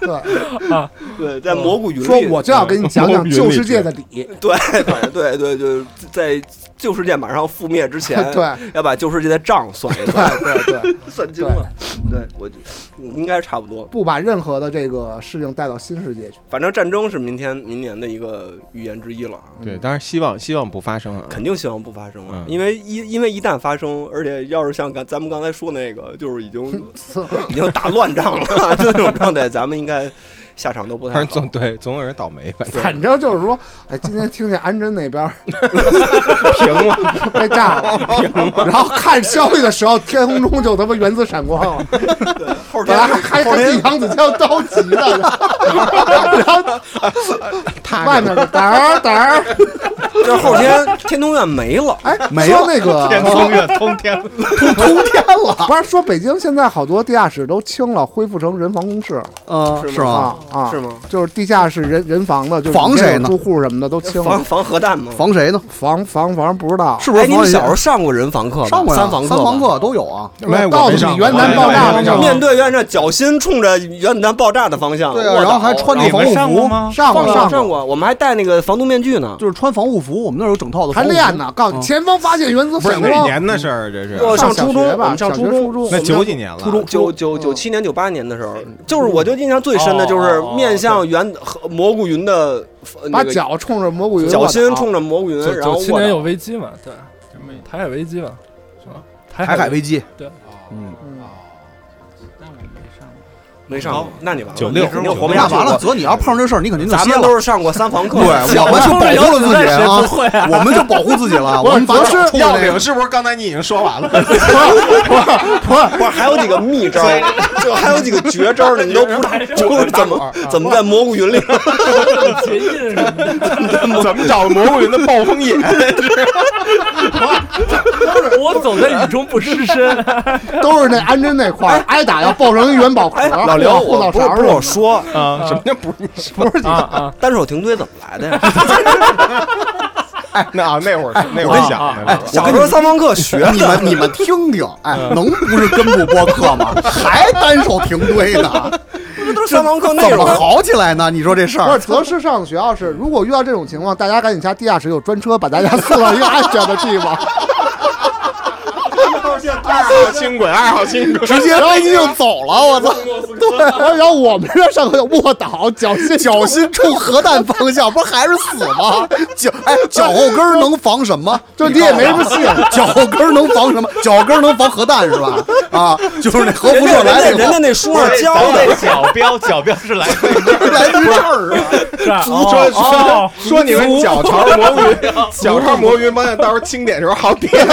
[SPEAKER 4] 对，
[SPEAKER 1] 对，在蘑菇云里
[SPEAKER 4] 说我就要给你讲讲旧世界的理，
[SPEAKER 1] 对对对对对，在旧世界马上覆灭之前，
[SPEAKER 4] 对，
[SPEAKER 1] 要把旧世界的账算一算，
[SPEAKER 4] 对对对，
[SPEAKER 1] 算清了。对，我就应该差不多。
[SPEAKER 4] 不把任何的这个事情带到新世界去。
[SPEAKER 1] 反正战争是明天明年的一个预言之一了啊，
[SPEAKER 2] 嗯
[SPEAKER 3] 对，当然希望希望不发生啊。
[SPEAKER 1] 肯定希望不发生啊，
[SPEAKER 3] 嗯
[SPEAKER 1] 因为一因为一旦发生，而且要是像刚咱们刚才说那个，就是已经 已经大乱仗了， 这种状态，咱们应该下场
[SPEAKER 5] 啊
[SPEAKER 1] 都 不
[SPEAKER 3] 反
[SPEAKER 1] 太
[SPEAKER 3] 正总
[SPEAKER 1] 好。
[SPEAKER 3] 对总有人倒霉，反正
[SPEAKER 4] 反正就是说，哎，今天听见安贞那边儿
[SPEAKER 3] 平了。
[SPEAKER 4] 被炸了，然后看消息的时候，天空中就他妈原子闪光了，
[SPEAKER 1] 哦后
[SPEAKER 4] 本
[SPEAKER 1] 天
[SPEAKER 4] 来还还
[SPEAKER 1] 后
[SPEAKER 4] 替
[SPEAKER 1] 天
[SPEAKER 4] 杨子江着急呢， 然后
[SPEAKER 3] 踏
[SPEAKER 4] 外
[SPEAKER 3] 着
[SPEAKER 4] 面的胆儿胆儿，
[SPEAKER 1] 就是后天天通苑 没了，
[SPEAKER 4] 哎，
[SPEAKER 2] 没
[SPEAKER 4] 说那个
[SPEAKER 6] 天通苑通天，
[SPEAKER 2] 通天了，
[SPEAKER 4] 不是说北京现在好多地下室都清了，恢复成人防公室
[SPEAKER 2] 嗯，
[SPEAKER 1] 是
[SPEAKER 2] 是吗？
[SPEAKER 4] 啊啊，
[SPEAKER 1] 是吗？
[SPEAKER 4] 就是地下室人人防的，就是
[SPEAKER 2] 防
[SPEAKER 4] 以前有
[SPEAKER 2] 谁呢
[SPEAKER 4] 住户什么的都清
[SPEAKER 1] 防
[SPEAKER 4] 了，
[SPEAKER 1] 防核弹吗？
[SPEAKER 2] 防谁呢？
[SPEAKER 4] 防防防不知道，
[SPEAKER 2] 是不是
[SPEAKER 1] 哎，你
[SPEAKER 2] 防
[SPEAKER 1] 们
[SPEAKER 2] 一
[SPEAKER 1] 小时
[SPEAKER 2] 下
[SPEAKER 1] 候上过人防课吧？
[SPEAKER 2] 上过呀
[SPEAKER 1] 三防
[SPEAKER 2] 三
[SPEAKER 1] 吧
[SPEAKER 2] 房课都有啊。
[SPEAKER 3] 没我
[SPEAKER 4] 告
[SPEAKER 3] 没
[SPEAKER 4] 诉
[SPEAKER 3] 上
[SPEAKER 4] 你
[SPEAKER 3] 过
[SPEAKER 4] 原南爆炸
[SPEAKER 3] 我
[SPEAKER 4] 了
[SPEAKER 3] 没上过
[SPEAKER 4] 吗？
[SPEAKER 1] 面对原子弹，脚心冲着原子弹爆炸的方向，
[SPEAKER 2] 对啊，
[SPEAKER 1] 卧
[SPEAKER 2] 然后
[SPEAKER 1] 倒
[SPEAKER 2] 还穿那
[SPEAKER 6] 你
[SPEAKER 2] 防
[SPEAKER 6] 们上
[SPEAKER 2] 护
[SPEAKER 6] 过
[SPEAKER 2] 服，
[SPEAKER 6] 吗？
[SPEAKER 4] 上
[SPEAKER 1] 上过
[SPEAKER 4] 过过。
[SPEAKER 1] 过，我们还戴那个防毒面具呢。
[SPEAKER 2] 就是穿防护服。我们那儿有整套的防
[SPEAKER 4] 还
[SPEAKER 2] 护服，嗯
[SPEAKER 4] 练呢，
[SPEAKER 1] 嗯
[SPEAKER 4] 告诉你，前方发现原子
[SPEAKER 3] 不是
[SPEAKER 4] 闪
[SPEAKER 3] 哪
[SPEAKER 4] 光。
[SPEAKER 3] 年的事儿，这是
[SPEAKER 1] 我上
[SPEAKER 4] 小
[SPEAKER 1] 初
[SPEAKER 4] 学
[SPEAKER 1] 中，我
[SPEAKER 4] 吧
[SPEAKER 1] 们上
[SPEAKER 4] 小学
[SPEAKER 1] 初中
[SPEAKER 4] 初中，
[SPEAKER 3] 那九几年了，
[SPEAKER 4] 初中
[SPEAKER 1] 啊九九九七年、九八年的时候，就是我就印象最深的就
[SPEAKER 5] 哦
[SPEAKER 1] 是
[SPEAKER 5] 哦哦
[SPEAKER 1] 面向原和蘑菇云的，呃
[SPEAKER 4] 把
[SPEAKER 1] 那个
[SPEAKER 4] 脚冲着蘑菇云，啊
[SPEAKER 1] 脚心冲着蘑菇云，
[SPEAKER 5] 九
[SPEAKER 1] 然后
[SPEAKER 5] 九七
[SPEAKER 1] 卧
[SPEAKER 5] 年
[SPEAKER 1] 倒
[SPEAKER 5] 有危机嘛？对，
[SPEAKER 6] 嗯
[SPEAKER 5] 台海危机嘛？是吧？台
[SPEAKER 2] 台海危机，
[SPEAKER 3] 嗯，
[SPEAKER 4] 嗯。
[SPEAKER 1] 没上过，那你完了，
[SPEAKER 3] 96
[SPEAKER 1] 你肯定活不下
[SPEAKER 2] 那
[SPEAKER 1] 去
[SPEAKER 2] 完了，。泽，你要碰上这事儿，你肯定就
[SPEAKER 1] 咱
[SPEAKER 2] 歇
[SPEAKER 1] 们
[SPEAKER 2] 了
[SPEAKER 1] 都。是上过三堂课，
[SPEAKER 2] 对，我们就保护了自己人啊，我们就保护自己了。我们把
[SPEAKER 4] 不是
[SPEAKER 2] 手冲着
[SPEAKER 3] 要
[SPEAKER 2] 那
[SPEAKER 3] 领
[SPEAKER 2] 个，
[SPEAKER 3] 是不是？刚才你已经说完了，
[SPEAKER 1] 不是还有几个秘招，就还有几个绝招，你都不知道， 就是啊怎么怎么在蘑菇云里
[SPEAKER 5] 结印什么的， 啊
[SPEAKER 3] 怎么找蘑菇云的暴风眼？
[SPEAKER 5] 我走在雨中不失身。
[SPEAKER 4] 都是那安贞那
[SPEAKER 1] 哎
[SPEAKER 4] 块儿挨打要抱成一元宝盒，
[SPEAKER 1] 老刘，
[SPEAKER 4] 后
[SPEAKER 1] 我
[SPEAKER 4] 脑
[SPEAKER 1] 不是
[SPEAKER 4] 勺
[SPEAKER 1] 不是我说，
[SPEAKER 3] 啊，什么叫不是你说？
[SPEAKER 5] 啊啊！
[SPEAKER 1] 单手停推怎么来的呀？
[SPEAKER 3] 哎，那那会儿那会儿想的，那会 儿
[SPEAKER 1] 小时候三堂课学 的
[SPEAKER 2] 你们你们听听，哎，
[SPEAKER 6] 嗯
[SPEAKER 2] 能不是根部播客 吗？还单手停堆呢，
[SPEAKER 1] 都是三堂课内
[SPEAKER 2] 怎
[SPEAKER 1] 容
[SPEAKER 2] 么。好起来呢？你说这事
[SPEAKER 4] 不是
[SPEAKER 2] 儿，
[SPEAKER 4] 泽师上的学校是，如果遇到这种情况，大家赶紧下地下室有专车把大家送到一个安全的地方，
[SPEAKER 3] 二号轻轨，二号轻轨，
[SPEAKER 2] 直接飞机就走了，我操！
[SPEAKER 4] 对，然后我们这上课卧倒，脚心
[SPEAKER 2] 脚心冲核弹方向，不是还是死 吗？脚哎，脚后跟儿能防什么？
[SPEAKER 4] 就你也没什么信，
[SPEAKER 2] 脚后跟儿能防什么？脚跟儿能防核弹是吧？啊，就是那核
[SPEAKER 1] 人
[SPEAKER 2] 辐
[SPEAKER 1] 家
[SPEAKER 2] 射
[SPEAKER 1] 人
[SPEAKER 2] 来
[SPEAKER 1] 家
[SPEAKER 2] 的
[SPEAKER 1] 人家那书上 教的，
[SPEAKER 6] 那角标，角标是来自
[SPEAKER 2] 来自这儿啊。
[SPEAKER 5] 是啊
[SPEAKER 3] 说
[SPEAKER 5] 哦
[SPEAKER 3] 说说你们脚朝蘑菇云，脚朝蘑菇云，帮咱到时候清点时候好点。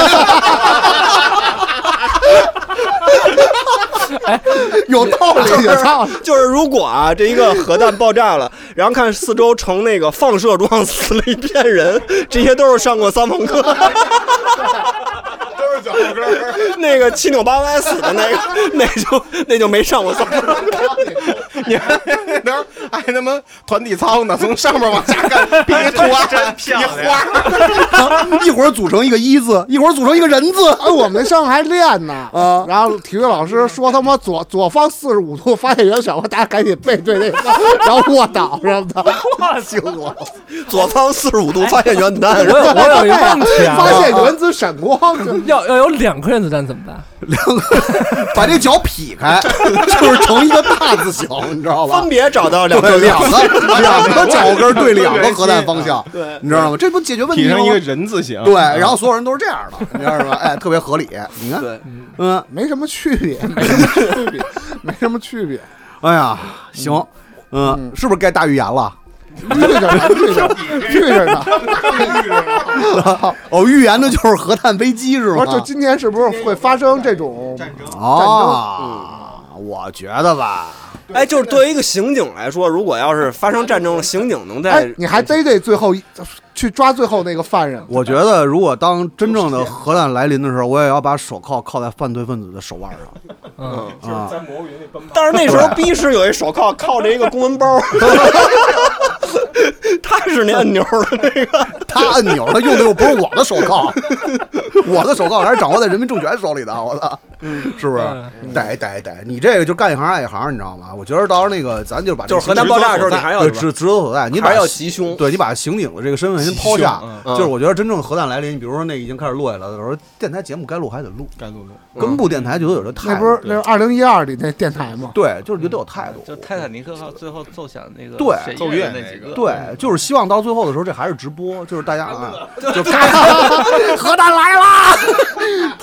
[SPEAKER 4] 有道理，有道理。
[SPEAKER 1] 就是如果啊，这一个核弹爆炸了，然后看四周成那个放射状，死了一片人，这些都是上过三门课，
[SPEAKER 3] 都是脚后跟儿。
[SPEAKER 1] 那个七扭八歪 死的那个，那就那就没上过三门课。
[SPEAKER 3] 你看，等会儿哎，
[SPEAKER 9] 他妈团体操呢，从上面往下 干，比一图案，
[SPEAKER 3] 哎真漂亮
[SPEAKER 9] 一花，
[SPEAKER 2] 啊一会儿组成一个一字，一会儿组成一个人字
[SPEAKER 4] 哎，我们上午还练 呢，
[SPEAKER 2] 啊。
[SPEAKER 4] 然后体育老师说他妈左左方四十五度发现圆小，大家赶紧背对那个，然后卧倒什么的，
[SPEAKER 1] 左方四十五度发现原子弹，
[SPEAKER 5] 我有我有一个问题啊，
[SPEAKER 4] 发现原子闪光，就
[SPEAKER 5] 要要有两颗原子弹怎么办？
[SPEAKER 2] 把这脚劈开，就是成一个大字形，你知道吧
[SPEAKER 1] 分？别找到两
[SPEAKER 2] 对，
[SPEAKER 1] 个
[SPEAKER 2] 两 个两个脚跟对两个核弹方向，
[SPEAKER 1] 对
[SPEAKER 2] 你知道吗？这不解决问题
[SPEAKER 9] 体
[SPEAKER 2] 了
[SPEAKER 9] 上
[SPEAKER 2] 吗
[SPEAKER 9] 一？个啊人字形。
[SPEAKER 2] 对，然后所有人都是这样的，你知道吗？哎，特别合理。你看，
[SPEAKER 1] 对，
[SPEAKER 2] 嗯，
[SPEAKER 4] 没什么区别，没什么区别，没什么区别，
[SPEAKER 2] 哎呀，行，嗯，是不是该大预言了？
[SPEAKER 4] 遇着呢，遇着呢，遇着呢。
[SPEAKER 2] 哦，预言的就是核弹危机是吗？
[SPEAKER 4] 不是，就今天是不是会发生这种？
[SPEAKER 2] 啊，我觉得吧，
[SPEAKER 1] 哎，就是对于一个刑警来说，如果要是发生战争了，刑警能
[SPEAKER 4] 哎
[SPEAKER 1] 在，
[SPEAKER 4] 你还逮这最后一去抓最后那个犯人，
[SPEAKER 2] 我觉得如果当真正的核弹来临的时候，我也要把手铐铐在犯罪分子的手腕上
[SPEAKER 5] 嗯，
[SPEAKER 2] 啊。
[SPEAKER 1] 但是那时候逼是有一手铐铐着一个公文包，他是那按钮的那个。
[SPEAKER 2] 他按钮，他用的又不是我的手铐，我的手铐还是掌握在人民政权手里的，我操，是不是？逮逮逮！你这个就干一行爱一行，你知道吗？我觉得到时候那个咱就把这
[SPEAKER 1] 就是核弹爆炸的时候，你还要
[SPEAKER 2] 对职职责所在，你
[SPEAKER 1] 还
[SPEAKER 2] 把
[SPEAKER 1] 要吉凶。
[SPEAKER 2] 对你把刑警的这个身份先抛下
[SPEAKER 9] 凶，
[SPEAKER 1] 嗯
[SPEAKER 2] 就是我觉得真正核弹来临，比如说那已经开始落下来的时候，电台节目该录还得录，
[SPEAKER 9] 该录录，
[SPEAKER 2] 根部电台就得有这态
[SPEAKER 4] 嗯那
[SPEAKER 2] 度
[SPEAKER 4] 不，是那是二零一二里那电台吗？
[SPEAKER 2] 对，就是就得有态度
[SPEAKER 6] 就，泰坦尼克号最后奏响那个
[SPEAKER 2] 对
[SPEAKER 6] 水
[SPEAKER 9] 奏乐
[SPEAKER 6] 乐的那
[SPEAKER 9] 那
[SPEAKER 6] 几
[SPEAKER 9] 个
[SPEAKER 6] 个，
[SPEAKER 2] 对，就是希望到最后的时候这还是直播，就是大家啊，就
[SPEAKER 4] 核弹来啦！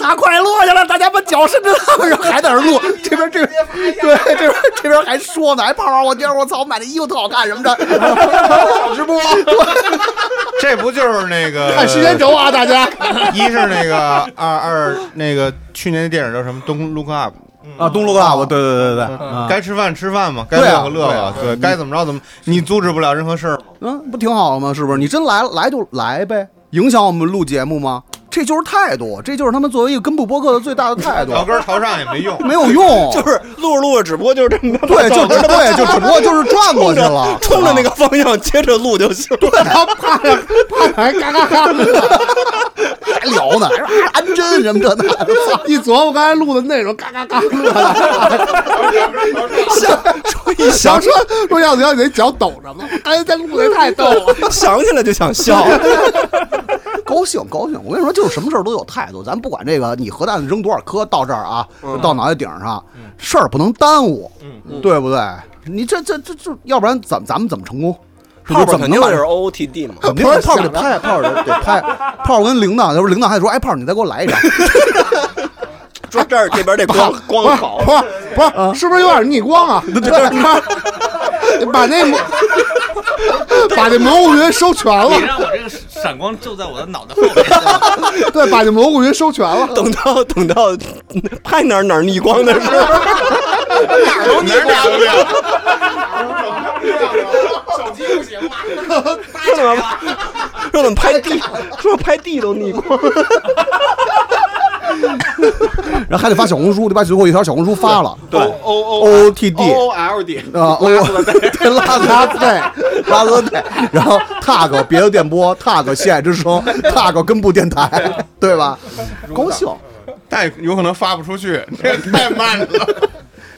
[SPEAKER 2] 他快落下了，大家把脚伸着他们，然后还在那儿录，这边这边对这边这边还说呢，还泡泡我今儿我操，我买的衣服特好看什么的，直播
[SPEAKER 3] 这不就是那个
[SPEAKER 4] 看时间轴啊，大家。
[SPEAKER 3] 一是那个二二那个去年的电影叫什么《Don't Look Up
[SPEAKER 2] 啊，东路哥，我对对对对》，
[SPEAKER 3] 嗯该吃饭吃饭嘛，该
[SPEAKER 2] 对啊
[SPEAKER 3] 乐呵乐
[SPEAKER 2] 对啊
[SPEAKER 3] 呵，对，该怎么着怎么，你阻止不了任何事儿嘛。
[SPEAKER 2] 嗯，不挺好吗？是不是？你真来来就来呗，影响我们录节目吗？这就是态度，这就是他们作为一个根部播客的最大的态 度，
[SPEAKER 3] 脚跟朝上也没用，
[SPEAKER 2] 没有用，
[SPEAKER 1] 就是录着录着，只不过就是这么着
[SPEAKER 2] 对，就对，就只不过就是转过去 了，
[SPEAKER 1] 冲着那个方向接着录就行。对，
[SPEAKER 4] 哎，嘎嘎嘎！
[SPEAKER 2] 还聊呢，安贞什么的，
[SPEAKER 4] 一琢磨刚才录的内容，嘎嘎嘎！想说 说要子要你那脚抖着吗？刚才咱录的太逗了。
[SPEAKER 1] 想起来就想笑。
[SPEAKER 2] 高兴高兴，我跟你说，就是什么事儿都有态度，咱不管这个你核弹扔多少颗到这儿啊，就到脑袋顶上，事儿不能耽误，对不对？你这这这这，要不然咱咱们怎么成功？是不
[SPEAKER 1] 后
[SPEAKER 2] 是
[SPEAKER 1] 边
[SPEAKER 2] 怎么
[SPEAKER 1] 肯定
[SPEAKER 2] 能把
[SPEAKER 1] 就是 OOTD 嘛，
[SPEAKER 2] 肯定
[SPEAKER 4] 不是
[SPEAKER 2] 炮儿得
[SPEAKER 4] 想着
[SPEAKER 2] 拍，炮儿得得拍，炮儿跟铃铛，要不铃铛还说，哎，炮儿你再给我来一张，
[SPEAKER 1] 说这儿这边这光光好，
[SPEAKER 4] 不是不
[SPEAKER 2] 啊
[SPEAKER 4] 是，是不是有点逆光啊？ 把那蘑把那蘑菇云收全
[SPEAKER 6] 你
[SPEAKER 4] 了，
[SPEAKER 6] 让我这个闪光就在我的脑袋 后 面，
[SPEAKER 4] 对，把那蘑菇云收 全了。
[SPEAKER 1] 等到等到拍哪儿哪儿逆光的时候，
[SPEAKER 3] 哪儿哪儿都亮。
[SPEAKER 1] 说怎么说怎么拍地，说拍地都逆光。
[SPEAKER 2] 然后还得发小红书，得把最后一条小红书发了，
[SPEAKER 9] 对，O O
[SPEAKER 2] O O T D
[SPEAKER 9] O O L D，
[SPEAKER 2] 啊，我对拉子拉队，拉子队，然后 tag 别的电波，tag 西海之声，tag 根部电台，对吧？高兴，
[SPEAKER 3] 但有可能发不出去，这个太慢了。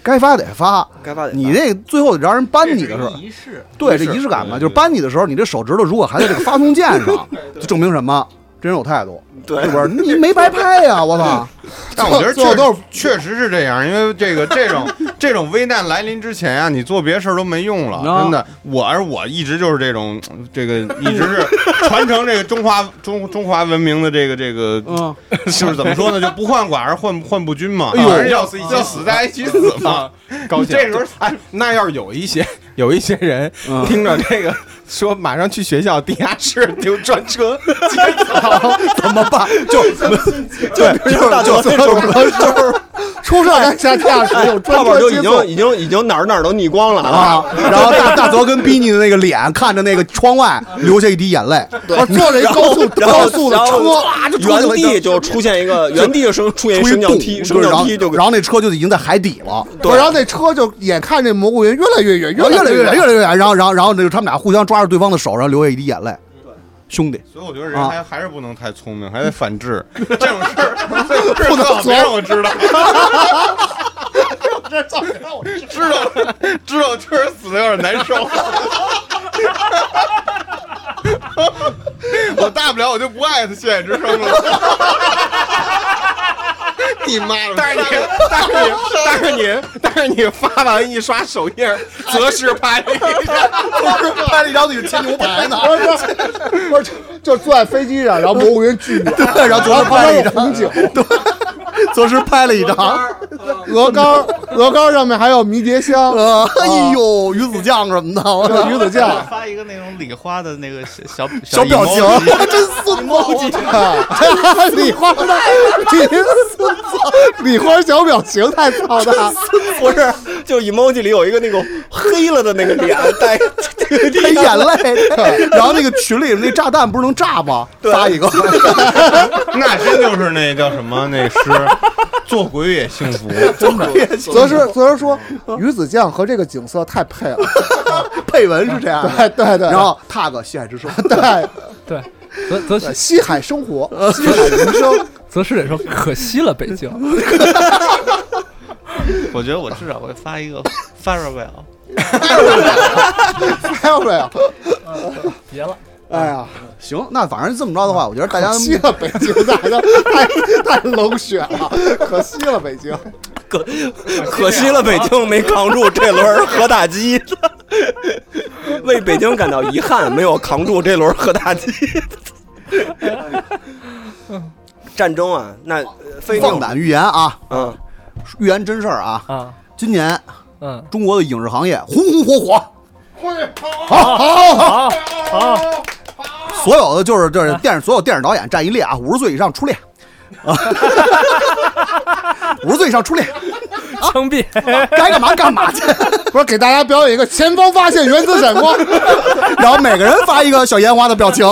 [SPEAKER 2] 该发得发，
[SPEAKER 1] 该发得发
[SPEAKER 2] 你那最后让人扳你的时候，
[SPEAKER 6] 仪式，
[SPEAKER 2] 对这仪式感嘛，就是扳你的时候，你这手指头如果还在这个发送键上，就证明什么？真人有态度，
[SPEAKER 1] 对
[SPEAKER 2] 是不是？你没白拍呀，我操！
[SPEAKER 3] 但我觉得
[SPEAKER 2] 最后
[SPEAKER 3] 确
[SPEAKER 2] 都
[SPEAKER 3] 实确实是这样，因为这个这 种这种危难来临之前啊，你做别的事儿都没用了，
[SPEAKER 2] 啊
[SPEAKER 3] 真的。我而我一直就是这种，这个一直是传承这个中华中中华文明的这个这个，
[SPEAKER 2] 嗯，
[SPEAKER 3] 就是怎么说呢，就不患寡而患患不均嘛。啊
[SPEAKER 2] 哎呦啊
[SPEAKER 3] 而要死要死在一起死嘛。
[SPEAKER 9] 高兴。
[SPEAKER 3] 这时候
[SPEAKER 9] 哎，那要是有一些有一些人
[SPEAKER 2] 嗯
[SPEAKER 9] 听着这个说马上去学校地下室丢专车，
[SPEAKER 2] 怎么办？就
[SPEAKER 1] 就
[SPEAKER 2] 对，
[SPEAKER 1] 就
[SPEAKER 2] 就是
[SPEAKER 1] 大
[SPEAKER 2] 就
[SPEAKER 1] 头那种
[SPEAKER 2] 就是
[SPEAKER 4] 出上山下下属有专
[SPEAKER 10] 泡泡
[SPEAKER 4] 车
[SPEAKER 10] 就
[SPEAKER 4] 接
[SPEAKER 10] 已
[SPEAKER 4] 送
[SPEAKER 10] 经。已经已经哪儿哪儿都逆光了啊！
[SPEAKER 2] 啊，然后大大泽跟逼你的那个脸看着那个窗外，流下一滴眼泪。啊
[SPEAKER 4] 我坐着一高速
[SPEAKER 10] 然后
[SPEAKER 4] 高速的
[SPEAKER 10] 然后
[SPEAKER 4] 车，
[SPEAKER 2] 唰就出去了
[SPEAKER 10] 原地就出现一个 原地就升出现
[SPEAKER 2] 出
[SPEAKER 10] 升
[SPEAKER 2] 一
[SPEAKER 10] 降
[SPEAKER 2] 洞，
[SPEAKER 10] 梯，
[SPEAKER 2] 就
[SPEAKER 10] 升
[SPEAKER 2] 是然
[SPEAKER 10] 降
[SPEAKER 2] 后
[SPEAKER 10] 梯就给
[SPEAKER 2] 然后那车就已经在海底了，
[SPEAKER 10] 对
[SPEAKER 4] 然后那车就眼看这蘑菇云越来越远，
[SPEAKER 2] 然后越
[SPEAKER 4] 来
[SPEAKER 2] 来哦越远，
[SPEAKER 4] 远
[SPEAKER 2] 越。来越远，然后然后然后那个他们俩互相抓着对方的手，然后流下一滴眼泪。兄弟，
[SPEAKER 7] 所以我觉得
[SPEAKER 3] 啊
[SPEAKER 7] 人还、还是不能太聪明，还得反 制这种事儿，这种事儿最好别让我知道。知道知道确实死的有点 难受。我大不了我就不爱他现在之 声了。你妈了！但是你
[SPEAKER 3] 但是你，但是你，但是你发完一刷首
[SPEAKER 7] 哎
[SPEAKER 3] 页，择时拍 了一下，
[SPEAKER 2] 拍了一张那个牵牛排呢，
[SPEAKER 4] 不 是不是，就就坐在飞机上，然后蘑菇云巨远，
[SPEAKER 2] 对，然后
[SPEAKER 4] 然
[SPEAKER 2] 昨
[SPEAKER 4] 后
[SPEAKER 2] 时
[SPEAKER 4] 旁
[SPEAKER 2] 拍了
[SPEAKER 4] 边
[SPEAKER 2] 一
[SPEAKER 4] 有
[SPEAKER 2] 张，
[SPEAKER 4] 红酒，
[SPEAKER 2] 昨时拍了一 张，
[SPEAKER 4] 鹅肝鹅肝上面还有迷 迭香，
[SPEAKER 2] 呃，哎呦，鱼子酱什么的，我
[SPEAKER 4] 有鱼子酱。
[SPEAKER 6] 发一个那种礼花的那个小
[SPEAKER 2] 小表情，
[SPEAKER 6] emoji
[SPEAKER 2] 哇，真孙子！
[SPEAKER 4] 啊！ 李花大，李孙子，李花小表情太操蛋，
[SPEAKER 10] 不是，就 emoji 里有一个那种黑了的那个 脸，带
[SPEAKER 2] 他 眼泪，然后那个群里那炸弹不是能炸吗？发一个，
[SPEAKER 7] 那真就是那叫什么那诗，做鬼也幸 福。
[SPEAKER 2] 真的
[SPEAKER 4] 则是则是说鱼子酱和这个景色太配了，
[SPEAKER 2] 嗯 配文是这样的。
[SPEAKER 4] 对对对，
[SPEAKER 2] 然后 tag 西海之手，
[SPEAKER 4] 对
[SPEAKER 5] 对，则
[SPEAKER 4] 对
[SPEAKER 5] 则是
[SPEAKER 4] 西海生活，
[SPEAKER 2] 嗯
[SPEAKER 4] 西海人生，
[SPEAKER 5] 则是得说，可惜了北京，
[SPEAKER 6] 我觉得我至少会发一个 Farewell。
[SPEAKER 4] 还有没有？
[SPEAKER 5] 别了，
[SPEAKER 4] 哎呀，嗯
[SPEAKER 2] 行，那反正这么着的话，我觉得大 家
[SPEAKER 4] 可惜了北京，大家太太冷血了，可惜了北京。
[SPEAKER 10] 可可惜了，北京没扛住这轮核打击， 为北京感到遗憾，没有扛住这轮核打击。战争啊，那呃非
[SPEAKER 2] 放胆预言啊，
[SPEAKER 10] 嗯，
[SPEAKER 2] 预言真事儿啊，
[SPEAKER 5] 啊，
[SPEAKER 2] 今年
[SPEAKER 5] 嗯，
[SPEAKER 2] 中国的影视行业红红火火，
[SPEAKER 5] 好，好，
[SPEAKER 2] 所有的就是
[SPEAKER 4] 哎
[SPEAKER 2] 就是电视所有电视导演站一列啊，五十岁以上 出列啊，五十岁以上出列，
[SPEAKER 5] 枪毙，
[SPEAKER 2] 该干嘛干嘛去。
[SPEAKER 4] 不是给大家表演一个前方发现原子闪光，
[SPEAKER 2] 然后每个人发一个小烟花的表情，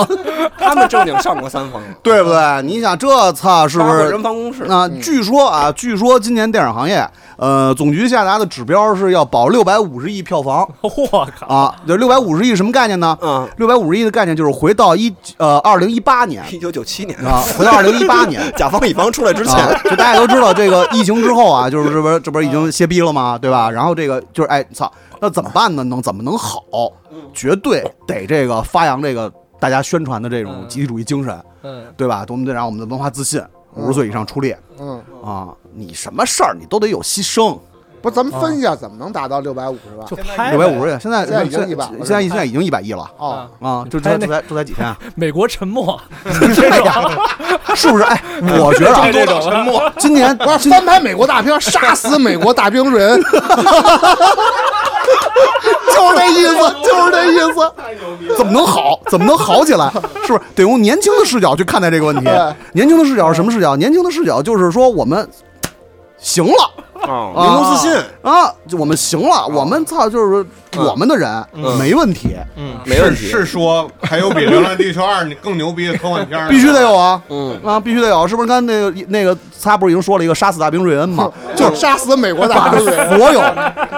[SPEAKER 10] 他们正经上过三方，
[SPEAKER 2] 对不对？你想这操 是
[SPEAKER 10] 上
[SPEAKER 2] 不
[SPEAKER 10] 过
[SPEAKER 2] 是
[SPEAKER 10] 人？防公事？
[SPEAKER 2] 那
[SPEAKER 5] 嗯
[SPEAKER 2] 据说啊，据说今年电影行业，呃，总局下达的指标是要保六百五十亿票房
[SPEAKER 5] 我靠，
[SPEAKER 2] 啊。就六百五十亿什么概念呢？
[SPEAKER 10] 嗯，
[SPEAKER 2] 六百五十亿的概念就是回到一呃二零一八年
[SPEAKER 10] 一九九七年，
[SPEAKER 2] 啊，回到二零一八 年。
[SPEAKER 10] 甲方乙方出来之前，
[SPEAKER 2] 啊，就大家都知道，这个疫情之后啊，就是这不是这不是已经歇逼了吗？对吧？然后这个就是哎，操，那怎么办呢？能怎么能好？绝对得这个发扬这个大家宣传的这种
[SPEAKER 5] 嗯
[SPEAKER 2] 集体主义精神，
[SPEAKER 5] 嗯，
[SPEAKER 2] 对吧？我们得让我们的文化自信，五十岁以上出列
[SPEAKER 4] 嗯，
[SPEAKER 2] 啊！你什么事儿你都得有牺牲。
[SPEAKER 4] 不是，咱们分析一下怎么能达到六百五十万
[SPEAKER 5] 就？拍
[SPEAKER 2] 六
[SPEAKER 5] 呗
[SPEAKER 2] 百五十亿，现在
[SPEAKER 4] 现在已经
[SPEAKER 2] 现
[SPEAKER 4] 100
[SPEAKER 2] 现在现在已经一百亿了
[SPEAKER 4] 哦，
[SPEAKER 2] 啊！就
[SPEAKER 5] 拍
[SPEAKER 2] 这
[SPEAKER 5] 那
[SPEAKER 2] 这才这才几天啊？
[SPEAKER 5] 美国沉默，
[SPEAKER 2] 这样是不是？哎，我觉得啊，
[SPEAKER 5] 这种沉默，
[SPEAKER 2] 今年
[SPEAKER 4] 不是翻拍美国大片，杀死美国大兵人，
[SPEAKER 2] 就是这意思，就是这意思。怎么能好？怎么能好起来？是不是得用年轻的视角去看待这个问题？ 年轻的视角是什么视角？年轻的视角就是说我们行了
[SPEAKER 10] 啊，民
[SPEAKER 2] 啊
[SPEAKER 10] 族自信，
[SPEAKER 2] 啊，就我们行了，我们操，就是说我们的人没问题，
[SPEAKER 10] 没问题
[SPEAKER 7] 是是说还有比《流浪地球二》更牛逼的科幻片儿呢，
[SPEAKER 2] 必须得有啊。
[SPEAKER 10] 嗯，
[SPEAKER 2] 啊，必须得有，是不是？刚才那个那个，他不是已经说了一个杀死大兵瑞恩吗？
[SPEAKER 4] 就杀死美国
[SPEAKER 2] 把
[SPEAKER 4] 大兵人。
[SPEAKER 2] 所有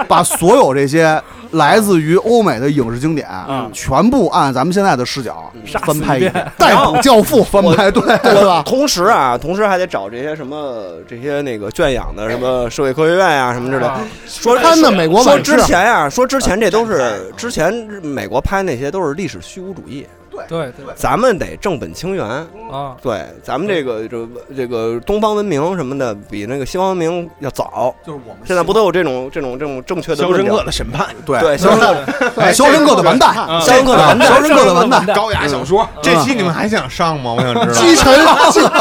[SPEAKER 2] 把所有这些来自于欧美的影视经典，
[SPEAKER 4] 嗯
[SPEAKER 2] 全部按咱们现在的视角翻拍一遍，
[SPEAKER 4] 逮捕教父翻
[SPEAKER 2] 翻拍对对吧？
[SPEAKER 1] 同时啊，同时还得找这些什么这些那个圈养的什么社会科学院啊什么之类的，说
[SPEAKER 4] 他们美国
[SPEAKER 1] 说
[SPEAKER 4] 版是
[SPEAKER 1] 之前啊，说之前这都是之前美国拍那些都是历史虚无主义，
[SPEAKER 5] 对对
[SPEAKER 1] 咱们得正本清源。
[SPEAKER 5] 啊，
[SPEAKER 1] 对，咱们这个这这个东方文明什么的，比那个西方文明要早。
[SPEAKER 2] 就是我们
[SPEAKER 1] 现在不都有这种这种这种正确的
[SPEAKER 3] 肖
[SPEAKER 1] 论
[SPEAKER 3] 申
[SPEAKER 1] 调
[SPEAKER 3] 克的审判，
[SPEAKER 2] 对
[SPEAKER 1] 对，肖申克
[SPEAKER 2] 哎肖申克的完蛋，
[SPEAKER 3] 啊
[SPEAKER 1] 肖申克的完
[SPEAKER 2] 肖
[SPEAKER 1] 蛋，
[SPEAKER 2] 申克的完蛋，
[SPEAKER 7] 高雅小说。
[SPEAKER 2] 嗯
[SPEAKER 7] 这期你们还想上吗？我想知道。
[SPEAKER 4] 击沉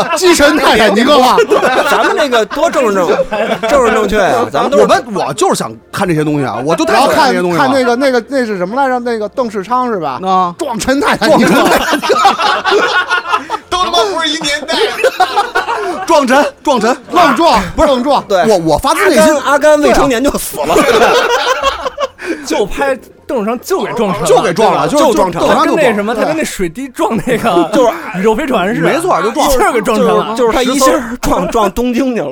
[SPEAKER 4] 击击沉泰坦尼克号，
[SPEAKER 1] 咱们那个多正正正正正确啊，咱们都
[SPEAKER 2] 我
[SPEAKER 1] 是
[SPEAKER 2] 们我就是想看这些东西啊，我就太
[SPEAKER 4] 然后
[SPEAKER 2] 想
[SPEAKER 4] 看
[SPEAKER 2] 这些东西
[SPEAKER 4] 看那
[SPEAKER 2] 了
[SPEAKER 4] 个那个那是什么来着？那个邓世昌是吧？
[SPEAKER 2] 啊。
[SPEAKER 4] 撞沉泰坦尼克号，
[SPEAKER 7] 都他妈不是一年代，
[SPEAKER 2] 撞沉，撞沉，
[SPEAKER 4] 愣撞，不是愣撞，
[SPEAKER 10] 对
[SPEAKER 2] 我我发自
[SPEAKER 10] 阿
[SPEAKER 2] 内心
[SPEAKER 10] 甘阿甘未成年就死了，
[SPEAKER 5] 就拍凳子上就给撞成了，
[SPEAKER 2] 就给撞了，
[SPEAKER 10] 就是撞成了
[SPEAKER 5] 他
[SPEAKER 2] 他
[SPEAKER 5] 跟那什么，他跟那水滴撞那个
[SPEAKER 10] 就是
[SPEAKER 5] 宇宙飞船似的，
[SPEAKER 2] 没错就撞
[SPEAKER 5] 一下给撞
[SPEAKER 10] 就
[SPEAKER 5] 成
[SPEAKER 10] 是
[SPEAKER 2] 哦
[SPEAKER 5] 了。
[SPEAKER 10] 就是他一气儿 撞撞东京去了，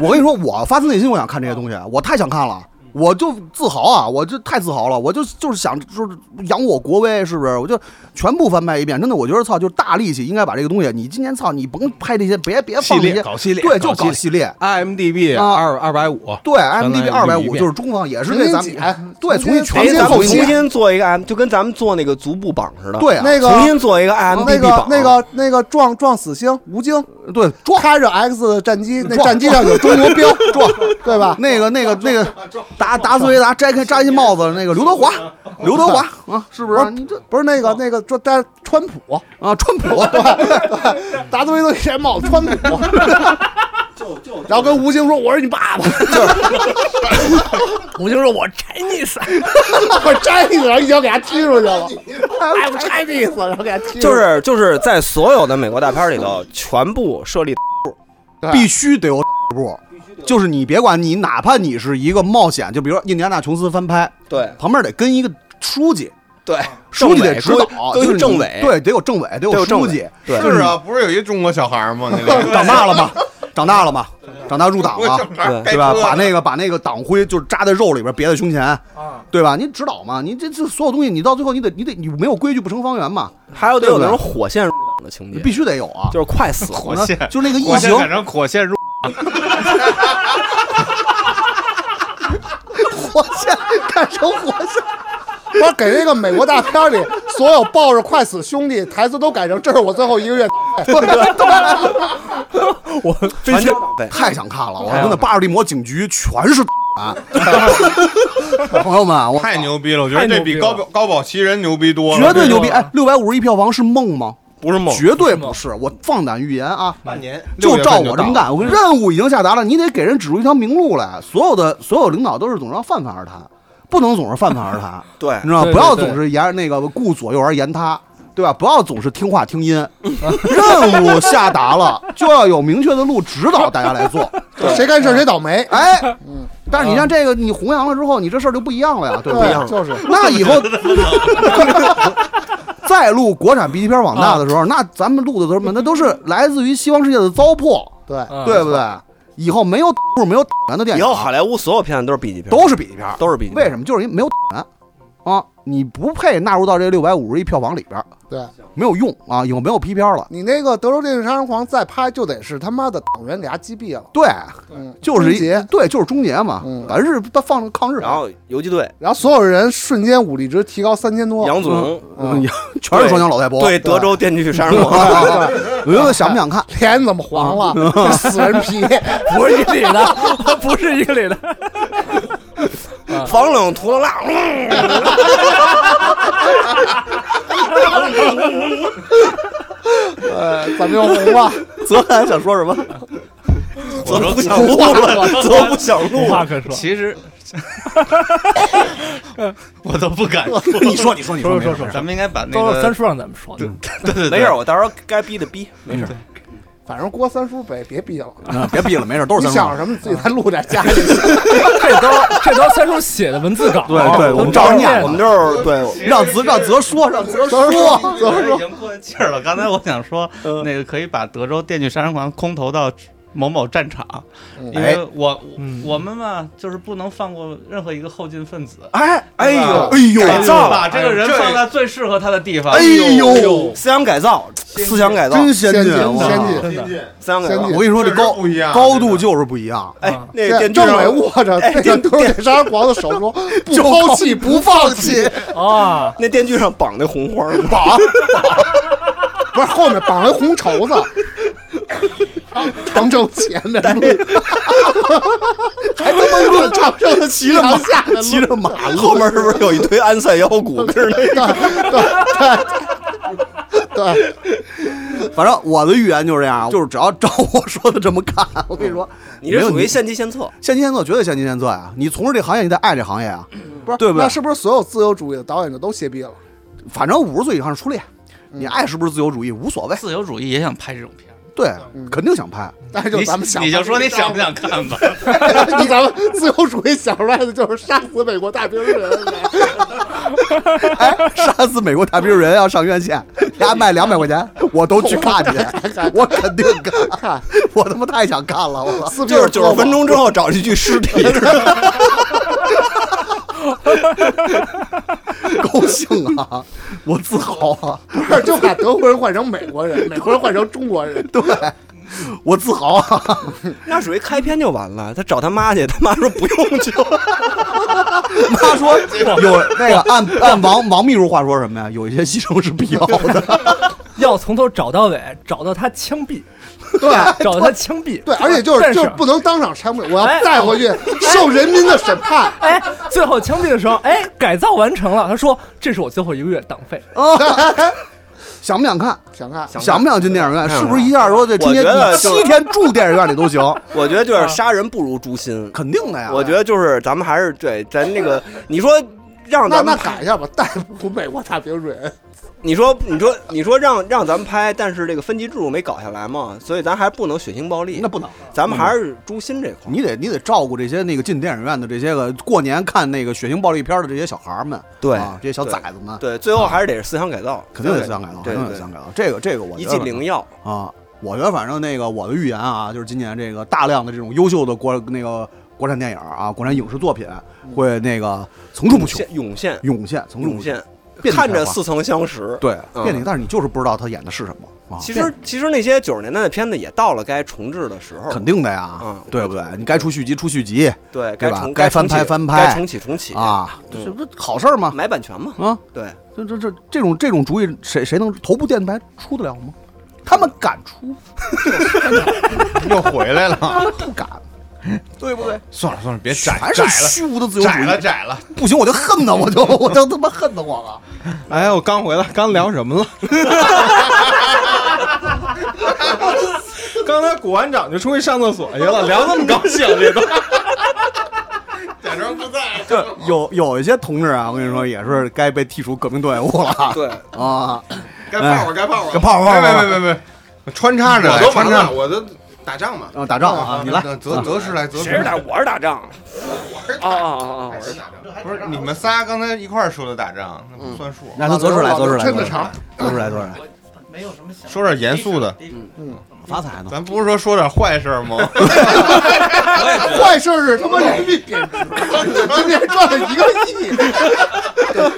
[SPEAKER 2] 我跟你说，我发自内心我想看这些东西，我太想看了。我就自豪啊！我就太自豪了，我就就是想就是扬我国威，是不是？我就全部翻拍一遍，真的，我觉得操，就是大力气应该把这个东西，你今年操，你甭拍这些，别别
[SPEAKER 3] 系
[SPEAKER 2] 放这
[SPEAKER 3] 列
[SPEAKER 2] 些，
[SPEAKER 3] 搞系列，
[SPEAKER 2] 对，就搞
[SPEAKER 3] 搞系
[SPEAKER 2] 系列，
[SPEAKER 3] IMDB
[SPEAKER 2] 啊
[SPEAKER 3] 二二百五，
[SPEAKER 2] 对
[SPEAKER 3] 相当于
[SPEAKER 2] ，MDB 二百
[SPEAKER 3] 一
[SPEAKER 2] 五
[SPEAKER 3] 遍
[SPEAKER 2] 就是中方也是
[SPEAKER 4] 重
[SPEAKER 2] 那
[SPEAKER 4] 新
[SPEAKER 2] 咱
[SPEAKER 4] 剪
[SPEAKER 2] 们对重新
[SPEAKER 4] 重新
[SPEAKER 2] 全
[SPEAKER 1] 哎
[SPEAKER 2] 新
[SPEAKER 1] 咱
[SPEAKER 2] 重
[SPEAKER 1] 们重
[SPEAKER 2] 新
[SPEAKER 1] 新做一个 M，就跟咱们做那个足部榜似的，
[SPEAKER 2] 对啊
[SPEAKER 4] 那个
[SPEAKER 1] 重新做一个 IMDB
[SPEAKER 4] 那个
[SPEAKER 1] 榜，
[SPEAKER 4] 那个那个撞撞死星吴京，
[SPEAKER 2] 对撞
[SPEAKER 4] 开着 X 战机，那
[SPEAKER 2] 撞
[SPEAKER 4] 战机上有中国 标，撞对吧？
[SPEAKER 2] 那个那个那个达达斯维达摘开摘下帽子那个刘德华，刘德华啊，是不
[SPEAKER 4] 不是
[SPEAKER 2] 是？你这哦
[SPEAKER 4] 不是那个那个穿戴川普，
[SPEAKER 2] 啊，川普
[SPEAKER 4] 达斯维德戴帽子 川普，然后跟吴京说我是你爸爸，
[SPEAKER 5] 吴京说：“我 Chinese，
[SPEAKER 4] 我摘你，然后一脚给他踢出去了，哎，我摘你死，然后给他踢出去，
[SPEAKER 1] 就是就是在所有的美国大片里头，全部 设立
[SPEAKER 2] 必须得有部，就是你别管你，哪怕你是一个冒险，就比如说《印第安纳琼斯》翻拍，
[SPEAKER 1] 对
[SPEAKER 2] 旁边得跟一个书记，
[SPEAKER 1] 对
[SPEAKER 2] 书记
[SPEAKER 1] 政委
[SPEAKER 2] 得指导，
[SPEAKER 1] 都
[SPEAKER 2] 就
[SPEAKER 1] 有
[SPEAKER 2] 是你
[SPEAKER 1] 政委
[SPEAKER 2] 对，得有政委，得
[SPEAKER 1] 得有
[SPEAKER 2] 有
[SPEAKER 1] 政
[SPEAKER 2] 书
[SPEAKER 1] 委
[SPEAKER 2] 记，
[SPEAKER 1] 对
[SPEAKER 2] 就是
[SPEAKER 7] 是啊，不是有一中国小孩吗？那
[SPEAKER 2] 你
[SPEAKER 7] 里
[SPEAKER 2] 长 大了嘛，长大了嘛，长大入党 了。对吧？把那个把那个党徽就是扎在肉里边，别在胸前，对吧？你指导嘛，你这这所有东西，你到最后你得你得你没有规矩不成方圆嘛，
[SPEAKER 1] 还有得有那种火线入党的情节，
[SPEAKER 2] 必须得有啊。
[SPEAKER 1] 就是快死了。
[SPEAKER 7] 火线，
[SPEAKER 2] 就那个
[SPEAKER 7] 火
[SPEAKER 2] 异
[SPEAKER 7] 线
[SPEAKER 2] 形，
[SPEAKER 7] 改成火线入，
[SPEAKER 2] 火线干成火线，
[SPEAKER 4] 不是给那个美国大片里所有抱着快死兄弟台词都改成这是我最后一 个月，
[SPEAKER 5] 我飞
[SPEAKER 1] 全
[SPEAKER 5] 机
[SPEAKER 1] 党对，
[SPEAKER 2] 太想看了！我真的巴尔的摩警局全是 啊，朋友们啊，我
[SPEAKER 7] 太牛逼了！我觉得
[SPEAKER 5] 太牛
[SPEAKER 7] 这
[SPEAKER 5] 逼
[SPEAKER 7] 比
[SPEAKER 5] 了
[SPEAKER 7] 高保高保奇人牛逼多了，
[SPEAKER 2] 绝对牛逼！哎，六百五十一票房是梦吗？
[SPEAKER 7] 不是梦。
[SPEAKER 2] 绝对不是，我放胆预言啊！
[SPEAKER 3] 半年
[SPEAKER 2] 就照
[SPEAKER 3] 六月
[SPEAKER 2] 我这
[SPEAKER 3] 份
[SPEAKER 2] 么
[SPEAKER 3] 到了
[SPEAKER 2] 干，我跟你任务已经下达了，你得给人指出一条明路来。所有的所有领导都是总是要泛泛而谈，不能总是泛泛而谈，
[SPEAKER 1] 对
[SPEAKER 2] 你知道吗？
[SPEAKER 5] 对对
[SPEAKER 2] 不要总是沿那个顾左右而言他，对吧？不要总是听话听音。任务下达了，就要有明确的路指导大家来做。
[SPEAKER 4] 谁干事谁倒霉，
[SPEAKER 2] 哎，但是你像这个，你弘扬了之后，你这事儿就不一样了呀， 对不对？
[SPEAKER 4] 对，就是
[SPEAKER 2] 那以后 再录国产 B 级片往大的时候，那咱们录的时候，那都是来自于西方世界的糟粕。
[SPEAKER 4] 对。
[SPEAKER 5] 嗯
[SPEAKER 2] 对不对？以后没有 部没有咱的电
[SPEAKER 1] 以
[SPEAKER 2] 影啊，
[SPEAKER 1] 后好莱坞所有片子都是 B 级片，
[SPEAKER 2] 都是 B 级片儿。
[SPEAKER 1] 都是 B 级片。
[SPEAKER 2] 为什么？就是因为没有 咱啊，你不配纳入到这六百五十亿票房里边儿，
[SPEAKER 4] 对
[SPEAKER 2] 没有用啊，以后没有 P 片儿了。
[SPEAKER 4] 你那个德州电锯杀人狂再拍就得是他妈的党员给他击毙了，
[SPEAKER 2] 对，
[SPEAKER 4] 嗯，
[SPEAKER 2] 就是
[SPEAKER 4] 终结
[SPEAKER 2] 一对，就是终结嘛
[SPEAKER 4] 嗯，
[SPEAKER 2] 把日他放着抗日，
[SPEAKER 1] 然后游击队
[SPEAKER 4] 然后所有人瞬间武力值提高三
[SPEAKER 2] 哦
[SPEAKER 4] 千多，
[SPEAKER 1] 杨祖荣
[SPEAKER 4] 嗯
[SPEAKER 2] 全是双枪老太婆。
[SPEAKER 1] 对德州电 锯杀人
[SPEAKER 2] 啊，
[SPEAKER 1] 狂，
[SPEAKER 2] 啊啊 我觉得想不想看？
[SPEAKER 4] 脸怎么黄
[SPEAKER 6] 啊
[SPEAKER 4] 了？ 死人皮，
[SPEAKER 5] 不是一个里的，不是一个里的。
[SPEAKER 1] 防冷涂了蜡，嗯
[SPEAKER 4] 呃，咱们又红了，
[SPEAKER 2] 泽涵想说什么？
[SPEAKER 1] 泽不想录了，泽不想录
[SPEAKER 5] 无
[SPEAKER 1] 了。
[SPEAKER 5] 话可说，
[SPEAKER 6] 其实
[SPEAKER 7] 我都不敢。
[SPEAKER 2] 你说，你说，你
[SPEAKER 5] 说
[SPEAKER 2] 说，
[SPEAKER 5] 说说
[SPEAKER 6] 咱们应该把那
[SPEAKER 5] 到了
[SPEAKER 6] 个
[SPEAKER 5] 三 叔让咱们说，
[SPEAKER 1] 没事儿，我到时候该逼的逼，没事儿。
[SPEAKER 4] 反正郭三叔呗，别逼了。
[SPEAKER 2] 啊别逼了，没事，都
[SPEAKER 4] 你
[SPEAKER 2] 是三
[SPEAKER 4] 想
[SPEAKER 2] 叔。
[SPEAKER 4] 什么？自己再录点加 进去。
[SPEAKER 5] 这都这都是三叔写的文字稿，哦
[SPEAKER 2] 对对，我们照着念，
[SPEAKER 1] 我们就是对，
[SPEAKER 2] 让泽让泽说，让泽说。
[SPEAKER 4] 泽说，泽
[SPEAKER 6] 已
[SPEAKER 4] 说，
[SPEAKER 6] 经过气儿了。刚才我想说，那个可以把德州电锯杀人狂空投到某某战场，因为我
[SPEAKER 5] 嗯
[SPEAKER 6] 我们嘛，就是不能放过任何一个后进分子。
[SPEAKER 1] 哎哎呦，
[SPEAKER 2] 哎呦，
[SPEAKER 6] 改造把这
[SPEAKER 7] 哎
[SPEAKER 6] 个
[SPEAKER 7] 呦
[SPEAKER 6] 人
[SPEAKER 7] 这
[SPEAKER 6] 放在最适合他的地方。
[SPEAKER 2] 哎呦
[SPEAKER 1] 呦，思想改造，思想改造，
[SPEAKER 2] 真先
[SPEAKER 4] 先
[SPEAKER 2] 进
[SPEAKER 4] 进，啊
[SPEAKER 2] 我
[SPEAKER 4] 先进。
[SPEAKER 5] 真的。
[SPEAKER 1] 思想改造
[SPEAKER 4] 先。进
[SPEAKER 2] 我跟你说，这高
[SPEAKER 7] 确实不一样
[SPEAKER 2] 高度就是不一样。啊
[SPEAKER 1] 哎，那个
[SPEAKER 4] 这
[SPEAKER 1] 电锯
[SPEAKER 4] 政
[SPEAKER 1] 杀
[SPEAKER 4] 委
[SPEAKER 1] 人狂，
[SPEAKER 4] 握着
[SPEAKER 1] 哎
[SPEAKER 4] 那个
[SPEAKER 1] 电
[SPEAKER 4] 德州电杀人狂的手 中，不
[SPEAKER 2] 就
[SPEAKER 4] 抛弃不放弃，
[SPEAKER 5] 啊，
[SPEAKER 1] 那电锯上绑那红花儿，
[SPEAKER 2] 绑
[SPEAKER 4] 不是后面绑了红绸子，长挣钱的路，还他妈论长挣的骑着马下的路，
[SPEAKER 2] 骑着马
[SPEAKER 1] 后面是不是有一堆安塞腰鼓跟着那
[SPEAKER 4] 对对对对，
[SPEAKER 2] 反正我的预言就是这样，就是只要照我说的这么看，我嗯跟你说，
[SPEAKER 1] 你这
[SPEAKER 2] 没有
[SPEAKER 1] 属于献计献策，
[SPEAKER 2] 先进先做，绝对先进先做呀！你从事这行业，你得爱这行业啊。
[SPEAKER 4] 不是
[SPEAKER 2] 对不对
[SPEAKER 4] 那是不是所有自由主义的导演就都歇逼了？
[SPEAKER 2] 反正五十岁以上是初恋，你爱是不是自由主义无所谓。
[SPEAKER 6] 自由主义也想拍这种片儿，
[SPEAKER 2] 对，肯定想拍。
[SPEAKER 4] 但是就咱们想，
[SPEAKER 6] 你就说你想不想看吧。
[SPEAKER 4] 就咱们自由主义想出来的就是杀死美国大兵人，
[SPEAKER 2] 哎，杀死美国大兵人要上院线，丫卖两百块钱，我都去看去，我肯定看，我他妈太想看了，我操！
[SPEAKER 4] 撕逼
[SPEAKER 10] 就是九十分钟之后找一具尸体，
[SPEAKER 2] 高兴啊，我自豪啊，
[SPEAKER 4] 不是就把德国人换成美国人，美国人换成中国人，
[SPEAKER 2] 对，我自豪啊，
[SPEAKER 1] 那属于开篇就完了。他找他妈去，他妈说不用去。
[SPEAKER 2] 他说有那个按按王王秘书话说什么呀？有一些牺牲是必要的。
[SPEAKER 5] 要从头找到尾，找到他枪毙，
[SPEAKER 4] 对。
[SPEAKER 5] 找到他枪毙。
[SPEAKER 4] 对，而且就是
[SPEAKER 5] 但是
[SPEAKER 4] 就是不能当场枪毙，我
[SPEAKER 5] 哎
[SPEAKER 4] 要带回去受人民的审判。
[SPEAKER 5] 哎，最后枪毙的时候，哎，改造完成了。他说：“这是我最后一个月党费。
[SPEAKER 2] 想不想看？
[SPEAKER 4] 想看，
[SPEAKER 2] 想不想进电影院？
[SPEAKER 1] 看
[SPEAKER 2] 是不是一下说这今天
[SPEAKER 1] 我觉得
[SPEAKER 2] 你
[SPEAKER 1] 就是
[SPEAKER 2] 七天住电影院里都 行？
[SPEAKER 1] 我觉得就是杀人不如诛心。
[SPEAKER 2] 肯定的呀。
[SPEAKER 1] 我觉得就是咱们还是对咱那个，你说让
[SPEAKER 4] 那
[SPEAKER 1] 咱
[SPEAKER 4] 那
[SPEAKER 1] 们
[SPEAKER 4] 改一下吧，带不美国大兵人。
[SPEAKER 1] 你说你说你说让让咱们拍，但是这个分级制度没搞下来嘛，所以咱还不能血腥暴力。
[SPEAKER 2] 那不能，
[SPEAKER 1] 咱们还是诛心这块儿。
[SPEAKER 2] 你得你得照顾这些那个进电影院的这些个过年看那个血腥暴力片儿的这些小孩儿们，
[SPEAKER 1] 对
[SPEAKER 2] 啊，这些小崽子们，
[SPEAKER 1] 对，最后还是得是思想改造，
[SPEAKER 2] 肯定得思想改造，肯
[SPEAKER 1] 对
[SPEAKER 2] 定得思
[SPEAKER 1] 对
[SPEAKER 2] 想，改造。这个这个我
[SPEAKER 1] 一
[SPEAKER 2] 觉
[SPEAKER 1] 剂
[SPEAKER 2] 得
[SPEAKER 1] 灵药。
[SPEAKER 2] 啊，我觉得反正那个我的预言啊，就是今年这个大量的这种优秀的国那个国产电影啊，国产影视作品会那个层出不穷，
[SPEAKER 1] 现涌现
[SPEAKER 2] 涌现，层出不
[SPEAKER 1] 涌
[SPEAKER 2] 穷，
[SPEAKER 1] 现，
[SPEAKER 2] 遍地
[SPEAKER 1] 看
[SPEAKER 2] 开
[SPEAKER 1] 着
[SPEAKER 2] 花
[SPEAKER 1] 似曾相识。
[SPEAKER 2] 对
[SPEAKER 1] 嗯
[SPEAKER 2] 遍地，但是你就是不知道他演的是什么啊。
[SPEAKER 1] 其实其实那些九十年代的片子也到了该重置的时候，
[SPEAKER 2] 肯定的呀，
[SPEAKER 1] 嗯
[SPEAKER 2] 对不对？你该出续集出续集
[SPEAKER 1] 对
[SPEAKER 2] 对
[SPEAKER 1] 该
[SPEAKER 2] 吧
[SPEAKER 1] 重
[SPEAKER 2] 该翻
[SPEAKER 1] 重启
[SPEAKER 2] 拍翻拍
[SPEAKER 1] 该重启重启，
[SPEAKER 2] 啊，
[SPEAKER 1] 嗯
[SPEAKER 2] 这不好事儿吗？
[SPEAKER 1] 买版权嘛。
[SPEAKER 2] 啊，
[SPEAKER 1] 对，
[SPEAKER 2] 这这这这种这种主意，谁谁能头部电台出得了吗？他们敢出，
[SPEAKER 7] 又回来了。
[SPEAKER 2] 他们不敢，对不对？
[SPEAKER 7] 算了算了，别
[SPEAKER 2] 全
[SPEAKER 7] 窄
[SPEAKER 2] 是
[SPEAKER 7] 窄
[SPEAKER 2] 虚无的自
[SPEAKER 7] 了，
[SPEAKER 2] 由主
[SPEAKER 7] 窄了
[SPEAKER 2] 义，
[SPEAKER 7] 窄了。
[SPEAKER 2] 不行我就恨呐，我就我就他妈恨得慌啊！
[SPEAKER 3] 哎呀，我刚回来，刚聊什么了？刚才古玩长就出去上厕所去了，聊那么高兴，这都
[SPEAKER 7] 假装不在。
[SPEAKER 2] 有有一些同志啊，我跟你说也是该被剔除革命队伍了。
[SPEAKER 1] 对
[SPEAKER 2] 啊，
[SPEAKER 7] 该泡
[SPEAKER 3] 哎
[SPEAKER 7] 我，该泡我，
[SPEAKER 2] 该泡会儿
[SPEAKER 7] 别
[SPEAKER 2] 泡会儿
[SPEAKER 7] 别别别别，穿插着来，
[SPEAKER 2] 我都忙
[SPEAKER 7] 穿
[SPEAKER 2] 了
[SPEAKER 7] 插，我都打仗嘛。
[SPEAKER 2] 啊，打仗啊，你来，
[SPEAKER 7] 择择时来，择时
[SPEAKER 10] 谁是打
[SPEAKER 7] 来。
[SPEAKER 10] 我是打仗，哦哦哦哦，
[SPEAKER 7] 不是你们仨刚才一块儿说的打仗，那
[SPEAKER 3] 嗯
[SPEAKER 7] 不算数。
[SPEAKER 2] 那就择时来，择时来，
[SPEAKER 4] 抻得长，
[SPEAKER 2] 择时来，择时来，
[SPEAKER 6] 没有什么想
[SPEAKER 7] 说点严肃的，
[SPEAKER 2] 发财呢。
[SPEAKER 7] 咱不是说说点坏事儿 吗？
[SPEAKER 2] 哎
[SPEAKER 4] 坏事是他妈人民币贬值，今年赚了一个亿，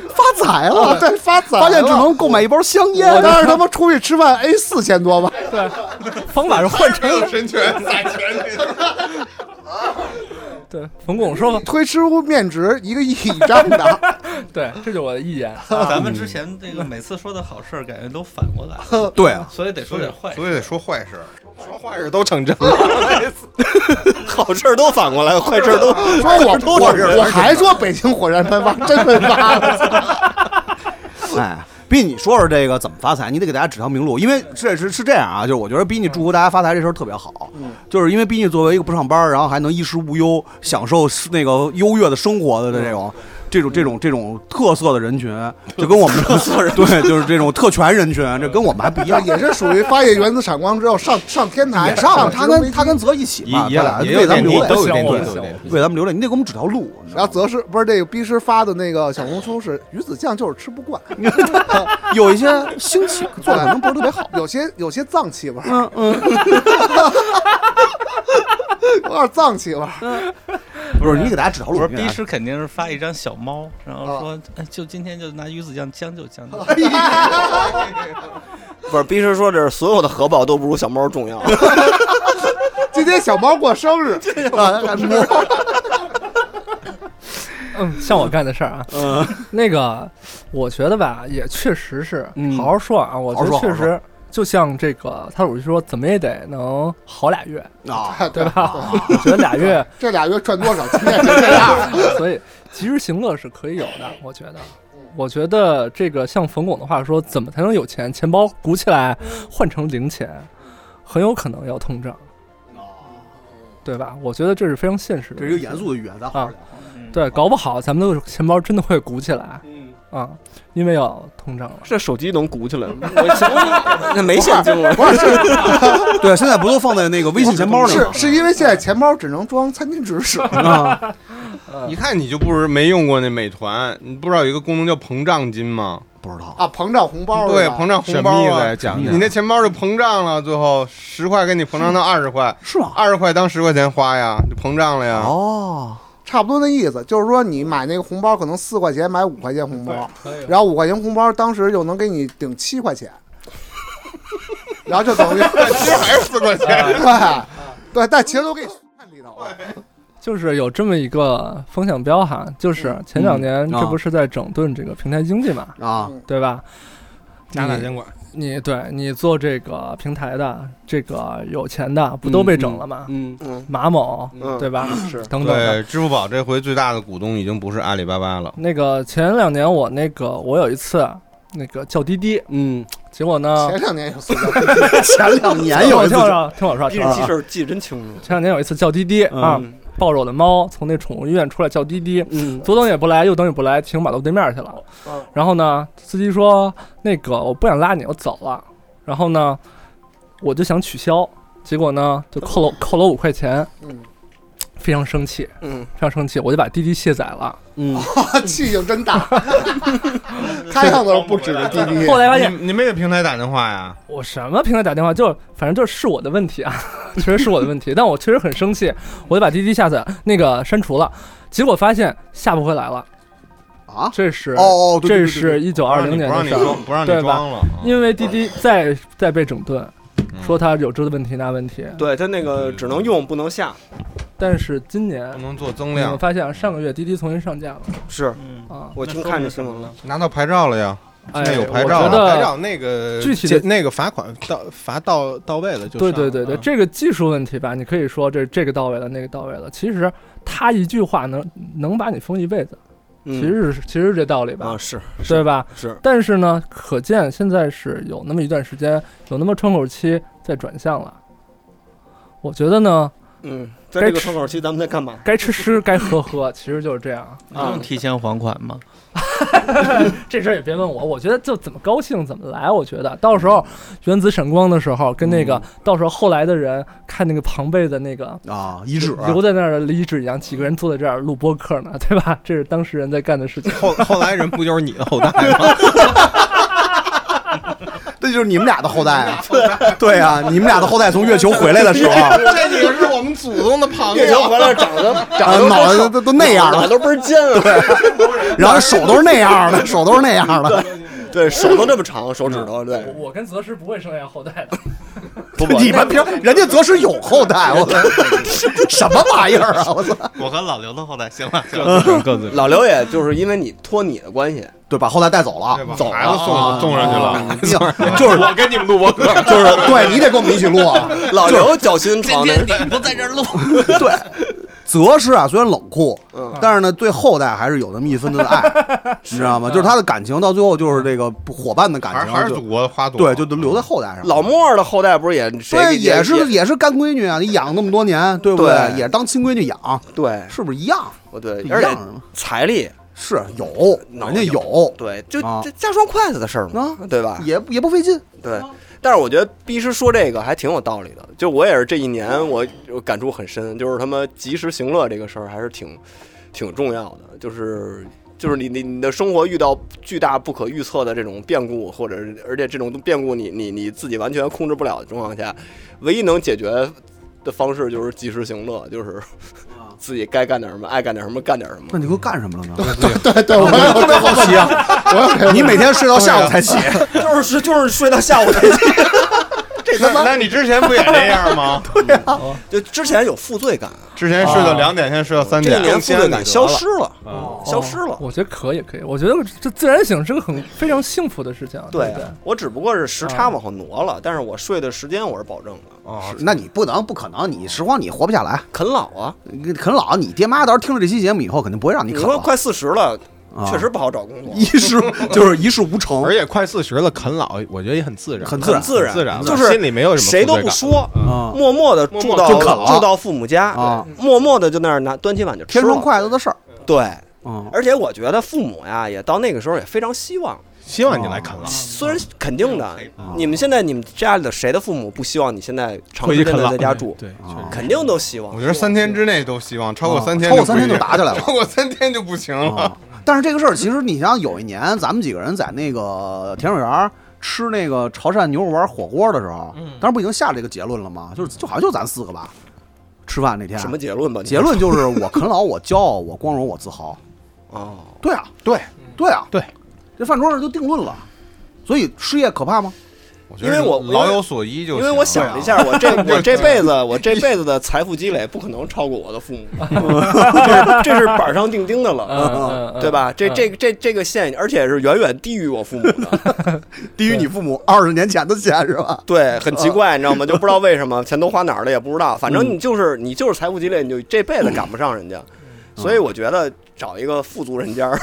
[SPEAKER 2] 发财
[SPEAKER 4] 哦
[SPEAKER 2] 了，
[SPEAKER 4] 对，发财了
[SPEAKER 2] 发现只能购买一包香
[SPEAKER 4] 我
[SPEAKER 2] 烟。
[SPEAKER 4] 当时他妈出去吃饭 A 四千多吧，
[SPEAKER 5] 方法是 换
[SPEAKER 7] 没
[SPEAKER 5] 成
[SPEAKER 7] 有神权在权里头。
[SPEAKER 5] 对冯巩说吧，
[SPEAKER 4] 推吃屋面值一个亿一 张的，
[SPEAKER 5] 对，这就是我的意见。
[SPEAKER 6] 咱们之前那个每次说的好事儿，感觉都反过来 了，
[SPEAKER 2] 对啊，
[SPEAKER 6] 所以得说点坏事。
[SPEAKER 7] 所以得说坏事儿。说坏事儿
[SPEAKER 3] 都成真。
[SPEAKER 1] 好事儿都反过来，坏事儿都
[SPEAKER 4] 说我我我还说北京火山喷发，真喷发 了，
[SPEAKER 2] 哎，逼你说说这个怎么发财，你得给大家指条明路，因为这是是这样啊，就是我觉得逼你祝福大家发财这事儿特别好，就是因为逼你作为一个不上班，然后还能衣食无忧，享受那个优越的生活的这种。这种这种这种特色的人群，就跟我们对，就是这种特权人群，这跟我们还不一 样。
[SPEAKER 4] 也是属于发现原子闪光之后上上天台
[SPEAKER 2] 也上
[SPEAKER 4] 了，
[SPEAKER 2] 他跟他跟泽一起嘛，
[SPEAKER 3] 一一
[SPEAKER 2] 咱俩
[SPEAKER 3] 样，也
[SPEAKER 2] 为
[SPEAKER 3] 有
[SPEAKER 2] 咱们
[SPEAKER 3] 点低，
[SPEAKER 2] 留
[SPEAKER 3] 都
[SPEAKER 2] 点，
[SPEAKER 3] 有点低，都有
[SPEAKER 5] 我想
[SPEAKER 3] 点低。
[SPEAKER 2] 为咱们留点，你得给我们指条路。你知道
[SPEAKER 4] 然
[SPEAKER 2] 吗
[SPEAKER 4] 后则是不是这个逼师发的那个小红书是鱼子酱就是吃不惯，
[SPEAKER 2] 有一些兴起做的可能不是特别好。
[SPEAKER 4] 有些有些脏气味儿，
[SPEAKER 2] 嗯嗯，
[SPEAKER 4] 有点脏气味儿。
[SPEAKER 2] 不是你给大家指条
[SPEAKER 6] 不
[SPEAKER 2] 路。
[SPEAKER 6] 是，
[SPEAKER 2] 你给
[SPEAKER 1] 啊
[SPEAKER 2] 大
[SPEAKER 6] 逼
[SPEAKER 2] 家
[SPEAKER 6] 师肯定是发一张小猫，然后说，哎就今天就拿鱼子酱将就将
[SPEAKER 1] 哎
[SPEAKER 6] 就。
[SPEAKER 1] 不是。逼师说这是所有的核爆都不如小猫重要。
[SPEAKER 4] 今天小猫过生日，
[SPEAKER 2] 啊，还摸
[SPEAKER 5] 嗯，像我干的事儿啊， 那个我觉得吧，也确实是
[SPEAKER 2] 嗯，
[SPEAKER 5] 好好说啊，我觉
[SPEAKER 2] 好
[SPEAKER 5] 得
[SPEAKER 2] 好说
[SPEAKER 5] 确
[SPEAKER 2] 好好
[SPEAKER 5] 实就像这个他主席说，怎么也得能好俩月，
[SPEAKER 2] 啊，
[SPEAKER 5] 对 吧？我觉得俩月，
[SPEAKER 4] 这俩月赚多少钱也就这样。
[SPEAKER 5] 所以及时行乐是可以有的，我觉得。我觉得这个像冯巩的话说，怎么才能有钱？钱包鼓起来换成零钱，很有可能要通胀，对吧？我觉得哦这是非常现实的。
[SPEAKER 2] 啊嗯这
[SPEAKER 5] 啊
[SPEAKER 2] 是一个严肃的语言，咱好好聊。嗯
[SPEAKER 5] 对，搞不好咱们的钱包真的会鼓起来。啊，因为要通胀了。
[SPEAKER 1] 这手机能鼓起来 吗？我想问你，那没啊现金了。
[SPEAKER 4] 不是是
[SPEAKER 2] 对，现在不都放在那个微信钱包里吗
[SPEAKER 4] 是？是因为现在钱包只能装餐巾纸使，
[SPEAKER 2] 啊，
[SPEAKER 7] 一看你就不是没用过那美团，你不知道有一个功能叫膨胀金吗？
[SPEAKER 2] 不知道，
[SPEAKER 4] 啊，膨胀红
[SPEAKER 3] 嗯
[SPEAKER 4] 包
[SPEAKER 7] 对，
[SPEAKER 4] 是吧
[SPEAKER 7] 膨胀红
[SPEAKER 3] 什么
[SPEAKER 7] 包
[SPEAKER 3] 意思
[SPEAKER 7] 啊
[SPEAKER 3] 呀？，讲
[SPEAKER 7] 你那钱包就膨胀了，最后十块给你膨胀到二十块，
[SPEAKER 2] 是吗？
[SPEAKER 7] 二十块当十块钱花呀，就膨胀了呀。
[SPEAKER 2] 哦，
[SPEAKER 4] 差不多那意思，就是说你买那个红包可能四块钱买五块钱红包，
[SPEAKER 5] 可以
[SPEAKER 4] 然后五块钱红包当时就能给你顶七块钱，然后就等于
[SPEAKER 7] 但其实还是四块钱。
[SPEAKER 4] 对对，但其实都给你算里头了。
[SPEAKER 5] 就是有这么一个风向标哈，就是前两年
[SPEAKER 2] 嗯
[SPEAKER 5] 这
[SPEAKER 1] 啊
[SPEAKER 5] 不是在整顿这个平台经济嘛，
[SPEAKER 2] 啊，
[SPEAKER 5] 对吧？
[SPEAKER 3] 打打监管，
[SPEAKER 5] 你对你做这个平台的，这个有钱的不都被整了吗？
[SPEAKER 1] 嗯，
[SPEAKER 5] 马某
[SPEAKER 1] 嗯
[SPEAKER 5] 对吧？
[SPEAKER 1] 是
[SPEAKER 5] 等等的。
[SPEAKER 7] 对，支付宝这回最大的股东已经不是阿里巴巴了。
[SPEAKER 5] 那个前两年我那个我有一次啊那个叫滴滴，
[SPEAKER 1] 嗯，
[SPEAKER 5] 结果呢，
[SPEAKER 4] 前两年有塑料，
[SPEAKER 2] 前两年
[SPEAKER 5] 听
[SPEAKER 2] 有
[SPEAKER 5] 我
[SPEAKER 2] 一次
[SPEAKER 5] 听我说，听我说，
[SPEAKER 1] 逼
[SPEAKER 5] 听
[SPEAKER 1] 着
[SPEAKER 5] 我
[SPEAKER 1] 记
[SPEAKER 5] 说。
[SPEAKER 1] 事儿记得真清楚。
[SPEAKER 5] 前两年有一次叫滴滴啊，
[SPEAKER 1] 嗯
[SPEAKER 5] 抱着我的猫从那宠物医院出来叫滴滴，
[SPEAKER 1] 嗯
[SPEAKER 5] 左等也不来，右等也不来，停马路对面去了
[SPEAKER 4] 嗯。
[SPEAKER 5] 然后呢，司机说那个我不想拉你，我走了。然后呢，我就想取消，结果呢就扣了扣了我五块钱，
[SPEAKER 4] 嗯，
[SPEAKER 5] 非常生气，
[SPEAKER 1] 嗯
[SPEAKER 5] 非常生气，我就把滴滴卸载了。
[SPEAKER 1] 嗯，
[SPEAKER 4] 啊气性真大。开上的时候不指着滴滴，
[SPEAKER 5] 后来哎发现
[SPEAKER 7] 你你没给平台打电话呀？
[SPEAKER 5] 我什么平台打电话，就是反正就是我的问题啊， 确实是我的问题，但我确实很生气，我就把滴滴下载那个删除了，结果发现下不回来了。
[SPEAKER 2] 啊，
[SPEAKER 5] 这是
[SPEAKER 2] 哦哦，对
[SPEAKER 5] 这
[SPEAKER 2] 对对
[SPEAKER 5] 是一九
[SPEAKER 7] 不
[SPEAKER 5] 二
[SPEAKER 7] 让
[SPEAKER 5] 零
[SPEAKER 7] 你
[SPEAKER 5] 年
[SPEAKER 7] 不
[SPEAKER 5] 的
[SPEAKER 7] 让你
[SPEAKER 5] 事儿，
[SPEAKER 7] 装，不让
[SPEAKER 5] 对
[SPEAKER 7] 你
[SPEAKER 5] 吧
[SPEAKER 7] 装了。嗯
[SPEAKER 5] 因为滴滴在在被整顿，说它有这个问题那问题，
[SPEAKER 1] 对他那个只能用不能下，
[SPEAKER 5] 但是今年
[SPEAKER 7] 不
[SPEAKER 3] 嗯
[SPEAKER 7] 能做增
[SPEAKER 5] 你
[SPEAKER 7] 量
[SPEAKER 5] 们，发现啊上个月滴滴重新上架了
[SPEAKER 1] 是
[SPEAKER 6] 嗯，
[SPEAKER 5] 啊，
[SPEAKER 1] 我听看这新闻了。
[SPEAKER 7] 拿到牌照了呀。
[SPEAKER 5] 哎
[SPEAKER 7] 现在有牌照
[SPEAKER 5] 我
[SPEAKER 7] 了，
[SPEAKER 5] 觉得
[SPEAKER 3] 牌照那个
[SPEAKER 5] 具体的
[SPEAKER 3] 这那个罚款到罚到到位了就
[SPEAKER 5] 对
[SPEAKER 3] 上
[SPEAKER 5] 对对对，
[SPEAKER 3] 啊
[SPEAKER 5] 这个技术问题吧，你可以说这这个到位了，那个到位了，其实他一句话能能把你封一辈子，
[SPEAKER 1] 嗯
[SPEAKER 5] 其实是其实是这道理吧
[SPEAKER 1] 啊，是
[SPEAKER 5] 对吧？
[SPEAKER 1] 是，
[SPEAKER 5] 但是呢，可见现在是有那么一段时间，有那么窗口期在转向了。我觉得呢，
[SPEAKER 1] 嗯，在这个窗口期咱们在干嘛？
[SPEAKER 5] 该吃吃，该喝喝，其实就是这样。
[SPEAKER 6] 不
[SPEAKER 1] 啊
[SPEAKER 6] 用提前还款吗？
[SPEAKER 5] 这事儿也别问我，我觉得就怎么高兴怎么来。我觉得到时候原子闪光的时候，跟那个、到时候后来的人看那个庞贝的那个
[SPEAKER 2] 啊，遗址
[SPEAKER 5] 留在那儿的遗址一样，几个人坐在这儿录播客呢，对吧？这是当事人在干的事情。
[SPEAKER 3] 后后来人不就是你的后代 吗？
[SPEAKER 2] 那就是你们俩的后代啊，对啊，你们俩的后代从月球回来的时候，
[SPEAKER 7] 这也是我们祖宗的 朋
[SPEAKER 1] 月球回 来长得
[SPEAKER 2] 啊，脑袋都都那样
[SPEAKER 1] 脑袋
[SPEAKER 2] 了，
[SPEAKER 1] 都倍儿尖了，
[SPEAKER 2] 然后手都是那样的，手都是那样的，
[SPEAKER 1] 对手都这么长，手指头对。嗯
[SPEAKER 5] 我跟泽师不会生下后代的，
[SPEAKER 1] 不不，
[SPEAKER 2] 你们凭人家择时有后代，我操，什么玩意儿啊！我操，
[SPEAKER 6] 我和老刘的后代行了，行
[SPEAKER 3] 各自各自
[SPEAKER 1] 老刘也就是因为你托你的关系，
[SPEAKER 2] 对，把后代带走了
[SPEAKER 7] 对，吧？
[SPEAKER 1] 走了
[SPEAKER 7] 孩子送送上去了。
[SPEAKER 2] 就是就是
[SPEAKER 7] 我跟你们录播客，
[SPEAKER 2] 就是，对你得跟我们一起录啊。
[SPEAKER 1] 老刘脚心
[SPEAKER 6] 今
[SPEAKER 1] 朝南
[SPEAKER 6] 天，你不在这儿录，
[SPEAKER 2] 对，泽师啊，虽然冷酷，但是呢，对后代还是有那么一分的爱，你知道吗？就是他的感情到最后就是这个伙伴的
[SPEAKER 7] 还
[SPEAKER 2] 感
[SPEAKER 7] 是还
[SPEAKER 2] 情，
[SPEAKER 7] 是
[SPEAKER 2] 就
[SPEAKER 7] 祖国的花朵。
[SPEAKER 2] 对，就都留在后代上。
[SPEAKER 1] 老莫的后代不是也谁
[SPEAKER 2] 对，
[SPEAKER 1] 也
[SPEAKER 2] 也是也是干闺女啊，你养那么多年，对不
[SPEAKER 1] 对
[SPEAKER 2] 也当亲闺女养，
[SPEAKER 1] 对，
[SPEAKER 2] 是不是一样？
[SPEAKER 1] 我对
[SPEAKER 2] 一，样
[SPEAKER 1] 而且
[SPEAKER 2] 是吗
[SPEAKER 1] 财力
[SPEAKER 2] 是有，
[SPEAKER 1] 脑
[SPEAKER 2] 人家
[SPEAKER 1] 有
[SPEAKER 2] 有，
[SPEAKER 1] 对，就
[SPEAKER 2] 啊
[SPEAKER 1] 这加双筷子的事儿嘛，
[SPEAKER 2] 啊
[SPEAKER 1] 对吧？
[SPEAKER 2] 也也不费劲。
[SPEAKER 1] 对。但是我觉得逼师说这个还挺有道理的，就我也是这一年我我感触很深，就是他妈及时行乐这个事儿还是挺挺重要的，就是就是你你你的生活遇到巨大不可预测的这种变故，或者是而且这种变故你你你自己完全控制不了的情况下，唯一能解决的方式就是及时行乐，就是自己该干点什么爱干点什么干点什么
[SPEAKER 2] 那。你都干什么了呢？
[SPEAKER 4] 对对，我也
[SPEAKER 2] 特别好奇啊！你每天睡
[SPEAKER 4] 啊
[SPEAKER 2] 到下午才起，
[SPEAKER 1] 就是就是睡到下 午才起，
[SPEAKER 7] 这那那你之前不也这样 吗？
[SPEAKER 1] 就之前有负罪感，
[SPEAKER 7] 之前睡
[SPEAKER 3] 啊
[SPEAKER 7] 到两点，现在睡到三
[SPEAKER 1] 这
[SPEAKER 7] 点
[SPEAKER 1] 一，年负罪感消失了，
[SPEAKER 5] 哦
[SPEAKER 1] 哦
[SPEAKER 7] 嗯
[SPEAKER 1] 消失了。
[SPEAKER 5] 我觉得可以，可以。我觉得这自然醒是个很非常幸福的事情，啊对
[SPEAKER 1] 对
[SPEAKER 5] 不对？
[SPEAKER 1] 我只不过是时差往后挪了，但是我睡的时间我是保证的。
[SPEAKER 7] 哦，
[SPEAKER 2] 那你不能不可能，你拾荒你活不下来，
[SPEAKER 1] 啃老啊，
[SPEAKER 2] 你啃老，你爹妈到时候听了这期节目以后，肯定不会让你
[SPEAKER 1] 你
[SPEAKER 2] 啃
[SPEAKER 1] 说
[SPEAKER 2] 了。
[SPEAKER 1] 快四十了，
[SPEAKER 2] 啊
[SPEAKER 1] 确实不好找工作
[SPEAKER 2] 一。事就是一事无成
[SPEAKER 3] 而且快四十了，啃老，我觉得也很自然，
[SPEAKER 2] 很自
[SPEAKER 1] 很
[SPEAKER 2] 然
[SPEAKER 1] 自
[SPEAKER 3] 自然了，
[SPEAKER 1] 就是
[SPEAKER 3] 心里没有什么
[SPEAKER 1] 谁都
[SPEAKER 3] 负罪
[SPEAKER 1] 不
[SPEAKER 3] 感
[SPEAKER 1] 说，
[SPEAKER 2] 啊，
[SPEAKER 1] 默默的住到
[SPEAKER 2] 就啃了
[SPEAKER 1] 住到父母家
[SPEAKER 2] 啊，
[SPEAKER 1] 默默的就那儿拿端起碗就吃
[SPEAKER 2] 天
[SPEAKER 1] 了
[SPEAKER 2] 生筷子的事儿，
[SPEAKER 1] 对，
[SPEAKER 2] 嗯，
[SPEAKER 1] 而且我觉得父母呀，也到那个时候也非常希望，
[SPEAKER 3] 希望你来啃了，
[SPEAKER 1] 虽然肯定的，
[SPEAKER 2] 啊
[SPEAKER 1] 你们现在你们家里的谁的父母不希望你现在长
[SPEAKER 3] 回
[SPEAKER 1] 时
[SPEAKER 3] 去
[SPEAKER 1] 间
[SPEAKER 3] 啃
[SPEAKER 1] 的
[SPEAKER 3] 了，
[SPEAKER 1] 在家住？
[SPEAKER 3] 对，啊确
[SPEAKER 2] 啊
[SPEAKER 3] 实
[SPEAKER 1] 肯定都希望
[SPEAKER 7] 我。觉得三天之内都希望，超过三天
[SPEAKER 2] 超
[SPEAKER 7] 不
[SPEAKER 2] 过
[SPEAKER 7] 行，
[SPEAKER 2] 三天就打起来了
[SPEAKER 7] 超过三天就不行了
[SPEAKER 2] 啊。但是这个事儿，其实你想，有一年咱们几个人在那个田水园儿吃那个潮汕牛肉丸火锅的时候，
[SPEAKER 1] 嗯
[SPEAKER 2] 当时不已经下这个结论了吗？就是就好像就咱四个吧，吃饭那天
[SPEAKER 1] 什么结论吧？
[SPEAKER 2] 啊
[SPEAKER 1] 你
[SPEAKER 2] 结论就是我啃老，我骄傲，我光荣，我自豪。
[SPEAKER 1] 哦，
[SPEAKER 2] 对啊，对，对啊，
[SPEAKER 3] 对，
[SPEAKER 2] 这饭桌上就定论了。所以失业可怕吗？
[SPEAKER 7] 我觉得
[SPEAKER 1] 因为我
[SPEAKER 7] 老有所依就
[SPEAKER 1] 因
[SPEAKER 7] 行，
[SPEAKER 1] 为我想
[SPEAKER 3] 啊
[SPEAKER 1] 了一下，我这我这辈子我这辈子的财富积累不可能超过我的父母，这是这是板上钉钉的了。
[SPEAKER 5] 嗯嗯，
[SPEAKER 1] 对吧？这这这这个线，而且是远远低于我父母的，
[SPEAKER 2] 低于你父母二十年前的钱是吧？
[SPEAKER 1] 对，很奇怪，你知道吗？就不知道为什么钱都花哪儿了，也不知道。反正你就是你就是财富积累，你就这辈子赶不上人家。所以我觉得找一个富足人家儿，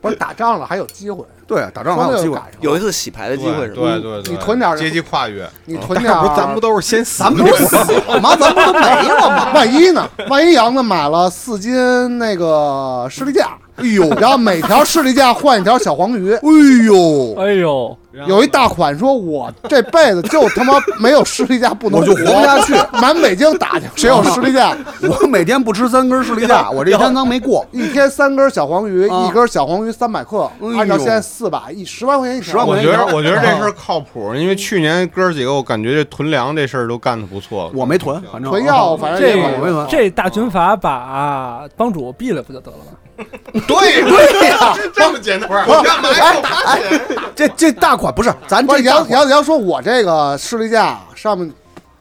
[SPEAKER 4] 不是打仗了还有机会，
[SPEAKER 2] 对，啊打仗
[SPEAKER 4] 说
[SPEAKER 2] 还
[SPEAKER 4] 不
[SPEAKER 2] 有
[SPEAKER 4] 定
[SPEAKER 2] 机
[SPEAKER 4] 就
[SPEAKER 2] 会。
[SPEAKER 4] 赶上了。
[SPEAKER 1] 有一次洗牌的机会是吧？
[SPEAKER 3] 嗯
[SPEAKER 7] 对对对，
[SPEAKER 4] 你囤点儿
[SPEAKER 7] 阶级跨越，
[SPEAKER 4] 你囤点
[SPEAKER 3] 哦但
[SPEAKER 4] 儿，
[SPEAKER 3] 不是咱们都是先死
[SPEAKER 2] 咱们不是死了吗？咱不都没了吗？
[SPEAKER 4] 万一呢？万一杨子买了四斤那个士力架，哎呦，然后每条士力架换一条小黄鱼，哎呦，
[SPEAKER 5] 哎呦，
[SPEAKER 4] 有一大款说，我这辈子就他妈没有士力架不能
[SPEAKER 2] 我就活不下去，
[SPEAKER 4] 满北京打听谁有士力架，
[SPEAKER 2] 我每天不吃三根士力 架，我这一天当没过。
[SPEAKER 4] 一天三根小黄鱼，
[SPEAKER 2] 啊
[SPEAKER 4] 一根小黄鱼三百克
[SPEAKER 2] 哎，呦
[SPEAKER 4] 按照现在四百，一十万块钱一条，
[SPEAKER 2] 十万
[SPEAKER 7] 我
[SPEAKER 2] 块
[SPEAKER 7] 觉
[SPEAKER 2] 钱
[SPEAKER 7] 得我觉得这事儿靠谱，因为去年哥儿几个，我感觉这囤粮这事儿都干得不错。
[SPEAKER 2] 我没囤，反正
[SPEAKER 4] 囤药，反正
[SPEAKER 5] 这
[SPEAKER 4] 也
[SPEAKER 2] 我没囤。
[SPEAKER 5] 这大军阀把帮主毙了不就得了吗？
[SPEAKER 7] 对对呀，是这么简单。我干嘛
[SPEAKER 3] 哎
[SPEAKER 7] 要打起来？
[SPEAKER 2] 这这大款不是咱
[SPEAKER 4] 不
[SPEAKER 2] 这
[SPEAKER 4] 是
[SPEAKER 2] 大
[SPEAKER 4] 杨
[SPEAKER 2] 款
[SPEAKER 4] 杨杨说，我这个士力架上面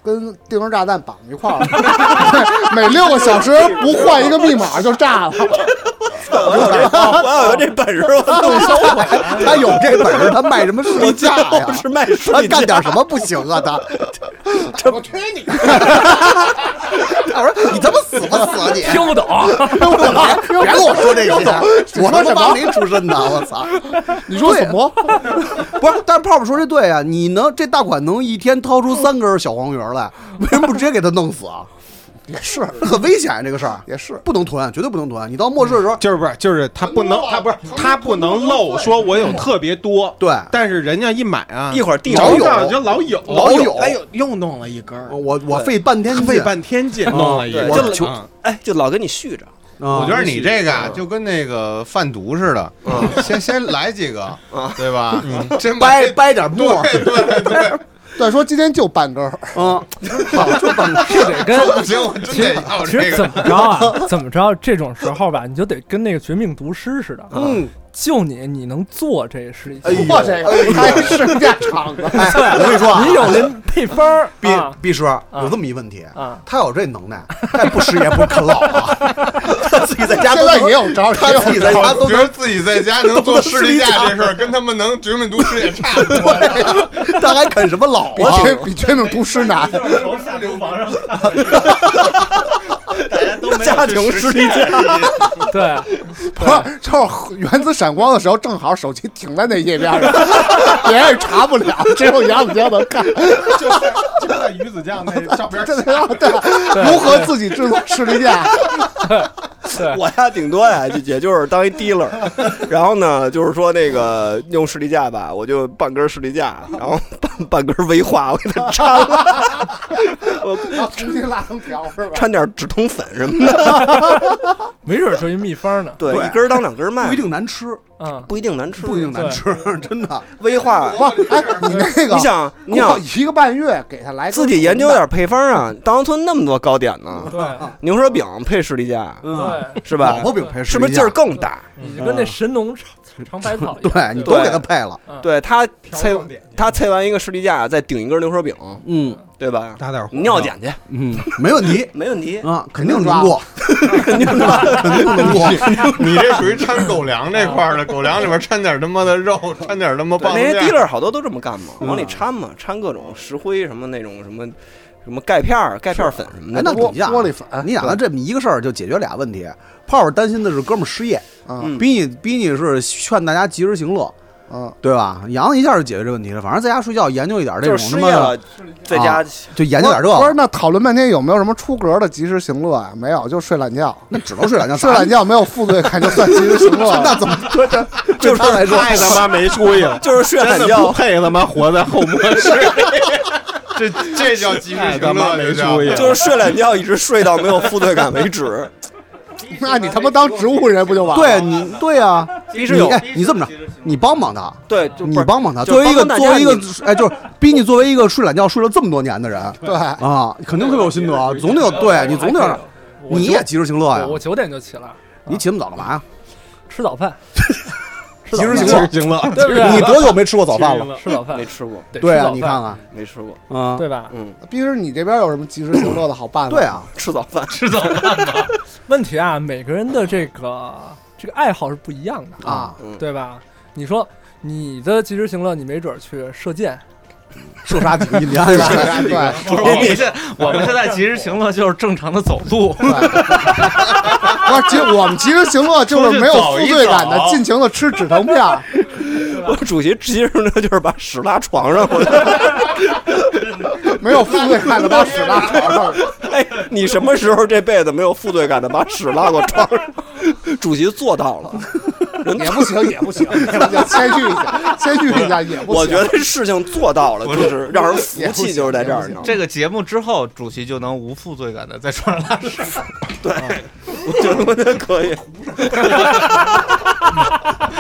[SPEAKER 4] 跟定时炸弹绑一块 儿了，每六个小时不换一个密码就炸了。
[SPEAKER 1] 我有这我要有这本事，我
[SPEAKER 2] 动手买，他有这本事，他卖什么士力架哎呀
[SPEAKER 1] 不？是卖水
[SPEAKER 2] 他干点什么不行啊？他，
[SPEAKER 4] 我推你！
[SPEAKER 2] 他说你他妈死吧死啊你！
[SPEAKER 5] 听不 懂，
[SPEAKER 2] 别跟我说这些， 我他妈王林出身的，我操！
[SPEAKER 4] 你说怎么？
[SPEAKER 2] 不是，但是泡泡说这对啊，你能这大款能一天掏出三根小黄鱼儿来， 为什么不直接给他弄死啊？
[SPEAKER 4] 也是
[SPEAKER 2] 很危险啊这个事儿，
[SPEAKER 4] 也是，嗯
[SPEAKER 2] 不能囤，啊绝对不能囤。你到末世的时候，
[SPEAKER 3] 就是不是就是他不能他不是他不能漏，说我有特别多，
[SPEAKER 2] 对
[SPEAKER 3] 但是人家一买啊，
[SPEAKER 1] 一会儿地
[SPEAKER 2] 老
[SPEAKER 3] 老
[SPEAKER 2] 有
[SPEAKER 3] 就老有
[SPEAKER 2] 老有
[SPEAKER 3] 哎呦又弄了一根儿，
[SPEAKER 2] 我我费半天劲，
[SPEAKER 3] 费半天劲弄了一根
[SPEAKER 1] 对
[SPEAKER 3] 儿，
[SPEAKER 1] 就
[SPEAKER 3] 就
[SPEAKER 1] 哎，就老跟你续着，
[SPEAKER 2] 啊，
[SPEAKER 7] 我觉得你这个啊就跟那个贩毒似的，先先来几个，对吧？
[SPEAKER 3] 嗯
[SPEAKER 7] 真把
[SPEAKER 2] 掰
[SPEAKER 7] 这
[SPEAKER 2] 掰点沫儿，
[SPEAKER 7] 对对对，
[SPEAKER 4] 再说今天就半根儿，
[SPEAKER 2] 嗯，就半
[SPEAKER 5] 就得 跟
[SPEAKER 7] 不行，我真得要
[SPEAKER 5] 其
[SPEAKER 7] 这
[SPEAKER 5] 实
[SPEAKER 7] 个
[SPEAKER 5] 怎。么着啊？怎么着？这种时候吧，你就得跟那个绝命毒师似的，嗯，就你你能做这事情，
[SPEAKER 4] 我这个开士力架厂子，
[SPEAKER 2] 哎，我跟你说啊，
[SPEAKER 5] 你有那配方儿
[SPEAKER 2] 毕
[SPEAKER 5] 啊
[SPEAKER 2] 毕师有这么一问题
[SPEAKER 5] 啊，
[SPEAKER 2] 他有这能耐，他也不失业不啃老啊， 他自己在家
[SPEAKER 4] 现
[SPEAKER 2] 都
[SPEAKER 4] 在
[SPEAKER 2] 能
[SPEAKER 4] 也有招，
[SPEAKER 2] 他
[SPEAKER 4] 也有
[SPEAKER 2] 自己在
[SPEAKER 4] 招
[SPEAKER 2] 家
[SPEAKER 7] 我
[SPEAKER 2] 都
[SPEAKER 7] 觉
[SPEAKER 2] 能
[SPEAKER 7] 得自己在家能做士力架这事儿，跟他们能绝命毒师也差不多。
[SPEAKER 2] 他还啃什么老
[SPEAKER 4] 比
[SPEAKER 2] 啊？
[SPEAKER 4] 绝比绝命毒师难。
[SPEAKER 1] 家庭实力
[SPEAKER 5] 对，
[SPEAKER 4] 不 是，就是原子闪光的时候，正好手机停在那页面上， 别人查不了，只有杨子江能看。
[SPEAKER 3] 就在鱼子酱那上边
[SPEAKER 4] 这得让对如何自己制作士力架？
[SPEAKER 1] 我呀，顶多呀，就也就是当一 dealer，然 后呢，就是说那个用士力架吧，我就半根士力架，然后半半根威化，我给它掺了，
[SPEAKER 4] 然后重新拉成条是吧？
[SPEAKER 1] 掺点止痛粉什么的，
[SPEAKER 5] 没准儿就一秘方呢，
[SPEAKER 1] 对，
[SPEAKER 2] 对
[SPEAKER 1] 一根儿当两根儿卖，
[SPEAKER 2] 不一定难吃，
[SPEAKER 5] 嗯，
[SPEAKER 1] 不一定难吃，
[SPEAKER 2] 不一定难吃， 真的。
[SPEAKER 1] 威化。
[SPEAKER 4] 不是，哎，你那个，
[SPEAKER 1] 你想，你
[SPEAKER 4] 过
[SPEAKER 1] 想
[SPEAKER 4] 一个半月给他来
[SPEAKER 1] 自己研究点配方啊，大王村那么多糕点呢，
[SPEAKER 5] 对
[SPEAKER 1] 牛舌饼配士力架
[SPEAKER 2] 嗯，
[SPEAKER 5] 对，
[SPEAKER 1] 是吧
[SPEAKER 2] 老？婆饼配士
[SPEAKER 1] 是不是
[SPEAKER 2] 力
[SPEAKER 1] 劲
[SPEAKER 2] 架
[SPEAKER 1] 儿更大？
[SPEAKER 5] 你就跟那神农尝尝百草一样，
[SPEAKER 2] 对你都
[SPEAKER 5] 吧
[SPEAKER 1] 对
[SPEAKER 2] 给他配了，
[SPEAKER 1] 对他
[SPEAKER 3] 调
[SPEAKER 1] 切
[SPEAKER 3] 整点
[SPEAKER 1] 他切完一个士力架，再顶一根牛舌饼，
[SPEAKER 2] 嗯
[SPEAKER 1] 对吧？
[SPEAKER 3] 打点儿
[SPEAKER 1] 你尿检去，
[SPEAKER 2] 嗯，没问题
[SPEAKER 1] 没问题。
[SPEAKER 2] 啊，肯定能过， 肯定能过，
[SPEAKER 7] 你这属于掺狗粮这块儿的，狗粮里边掺点他妈 的肉，掺点他妈
[SPEAKER 1] 对
[SPEAKER 7] 棒
[SPEAKER 1] 那些
[SPEAKER 7] 子面。
[SPEAKER 1] dealer 好多都这么干嘛，往里掺嘛，掺各种石灰什么那种什么什么钙片儿、钙片粉什么
[SPEAKER 2] 哎
[SPEAKER 1] 的。
[SPEAKER 2] 那
[SPEAKER 4] 锅
[SPEAKER 2] 你想
[SPEAKER 4] 锅里粉啊
[SPEAKER 2] 你想，这么一个事儿就解决俩问题。泡泡担心的是哥们儿失业，
[SPEAKER 4] 啊
[SPEAKER 1] 嗯啊
[SPEAKER 2] 逼你逼你是劝大家及时行乐。
[SPEAKER 4] 嗯，
[SPEAKER 2] 对吧？杨子一下就解决这问题了。反正在家睡觉，研究一点这种
[SPEAKER 1] 就是
[SPEAKER 2] 什
[SPEAKER 1] 失
[SPEAKER 2] 么啊
[SPEAKER 1] 业
[SPEAKER 2] 的，
[SPEAKER 1] 了，在家
[SPEAKER 2] 就研究点这
[SPEAKER 4] 不
[SPEAKER 2] 个
[SPEAKER 4] 是，，那讨论半天有没有什么出格的及时行乐啊？没有，就睡懒觉。
[SPEAKER 2] 那只能睡懒 觉。
[SPEAKER 4] 睡懒觉没有负罪感就算及时行乐
[SPEAKER 2] 那
[SPEAKER 4] 了。
[SPEAKER 2] 怎么
[SPEAKER 1] 就是
[SPEAKER 11] 太他妈没出息了，
[SPEAKER 1] 就是睡懒
[SPEAKER 11] 真的不
[SPEAKER 1] 觉，
[SPEAKER 11] 配他妈活在后末世，
[SPEAKER 3] 这这叫及时
[SPEAKER 11] 太
[SPEAKER 3] 行
[SPEAKER 11] 他妈没
[SPEAKER 3] 乐，这叫
[SPEAKER 2] 啊
[SPEAKER 11] 出息了。
[SPEAKER 1] 就是睡懒觉，一直睡到没有负罪感为止。
[SPEAKER 4] 那你他妈当植物人不就完了？
[SPEAKER 2] 对你对啊？
[SPEAKER 1] 其实
[SPEAKER 2] 你
[SPEAKER 1] 有
[SPEAKER 2] 哎，你这么着，你帮帮他，
[SPEAKER 1] 对，就不
[SPEAKER 2] 你
[SPEAKER 1] 是
[SPEAKER 2] 帮帮他。
[SPEAKER 1] 就是
[SPEAKER 2] 作为一个
[SPEAKER 1] 帮帮大
[SPEAKER 2] 作
[SPEAKER 1] 家
[SPEAKER 2] 为一个哎，就是逼你作为一个睡懒觉睡了这么多年的 人
[SPEAKER 4] 对对，
[SPEAKER 2] 啊，肯定特别有心得，总得有对你总得有，
[SPEAKER 5] 我
[SPEAKER 2] 你
[SPEAKER 5] 九
[SPEAKER 2] 也及时行乐呀
[SPEAKER 5] 我。我九点就起了，
[SPEAKER 2] 你起那么早干嘛呀？
[SPEAKER 5] 吃早饭，
[SPEAKER 2] 及时
[SPEAKER 11] 其实
[SPEAKER 2] 行乐，
[SPEAKER 11] 行了，
[SPEAKER 5] 对不对？
[SPEAKER 2] 你多久没吃过早饭了？
[SPEAKER 5] 吃早饭
[SPEAKER 1] 没，吃过，
[SPEAKER 5] 得
[SPEAKER 2] 对
[SPEAKER 5] 吃
[SPEAKER 2] 啊，
[SPEAKER 5] 早
[SPEAKER 2] 你
[SPEAKER 5] 饭
[SPEAKER 2] 看看，
[SPEAKER 1] 没吃过，
[SPEAKER 2] 嗯，
[SPEAKER 5] 对吧？
[SPEAKER 1] 嗯，
[SPEAKER 4] 逼着你这边有什么及时行乐的好办法？
[SPEAKER 2] 对， 啊，
[SPEAKER 1] 吃早饭
[SPEAKER 5] 问题啊，每个人的这个这个爱好是不一样的
[SPEAKER 2] 啊，
[SPEAKER 1] 嗯
[SPEAKER 5] 对吧？你说你的及时行乐，你没准儿去射箭，
[SPEAKER 2] 射杀几个印第安人。
[SPEAKER 4] 对，
[SPEAKER 6] 不是我们现我们现在及时行乐就是正常的走 路，
[SPEAKER 4] 不是，其实我们及时行乐就是没有负罪感的，尽情的吃止疼片儿。
[SPEAKER 1] 我主席其实呢就是把屎拉床上，我
[SPEAKER 4] 没有负罪感的把屎拉床上。
[SPEAKER 1] 哎，你什么时候这辈子没有负罪感的把屎拉过床上？ 主席做到了，人
[SPEAKER 4] 也不行，也不行，也不行谦虚一下，谦虚一下也不行。
[SPEAKER 1] 我觉得事情做到了，就是让人服气，就是在这儿呢。
[SPEAKER 6] 这个节目之后，主席就能无负罪感的在床上拉屎。
[SPEAKER 1] 我 觉得可以，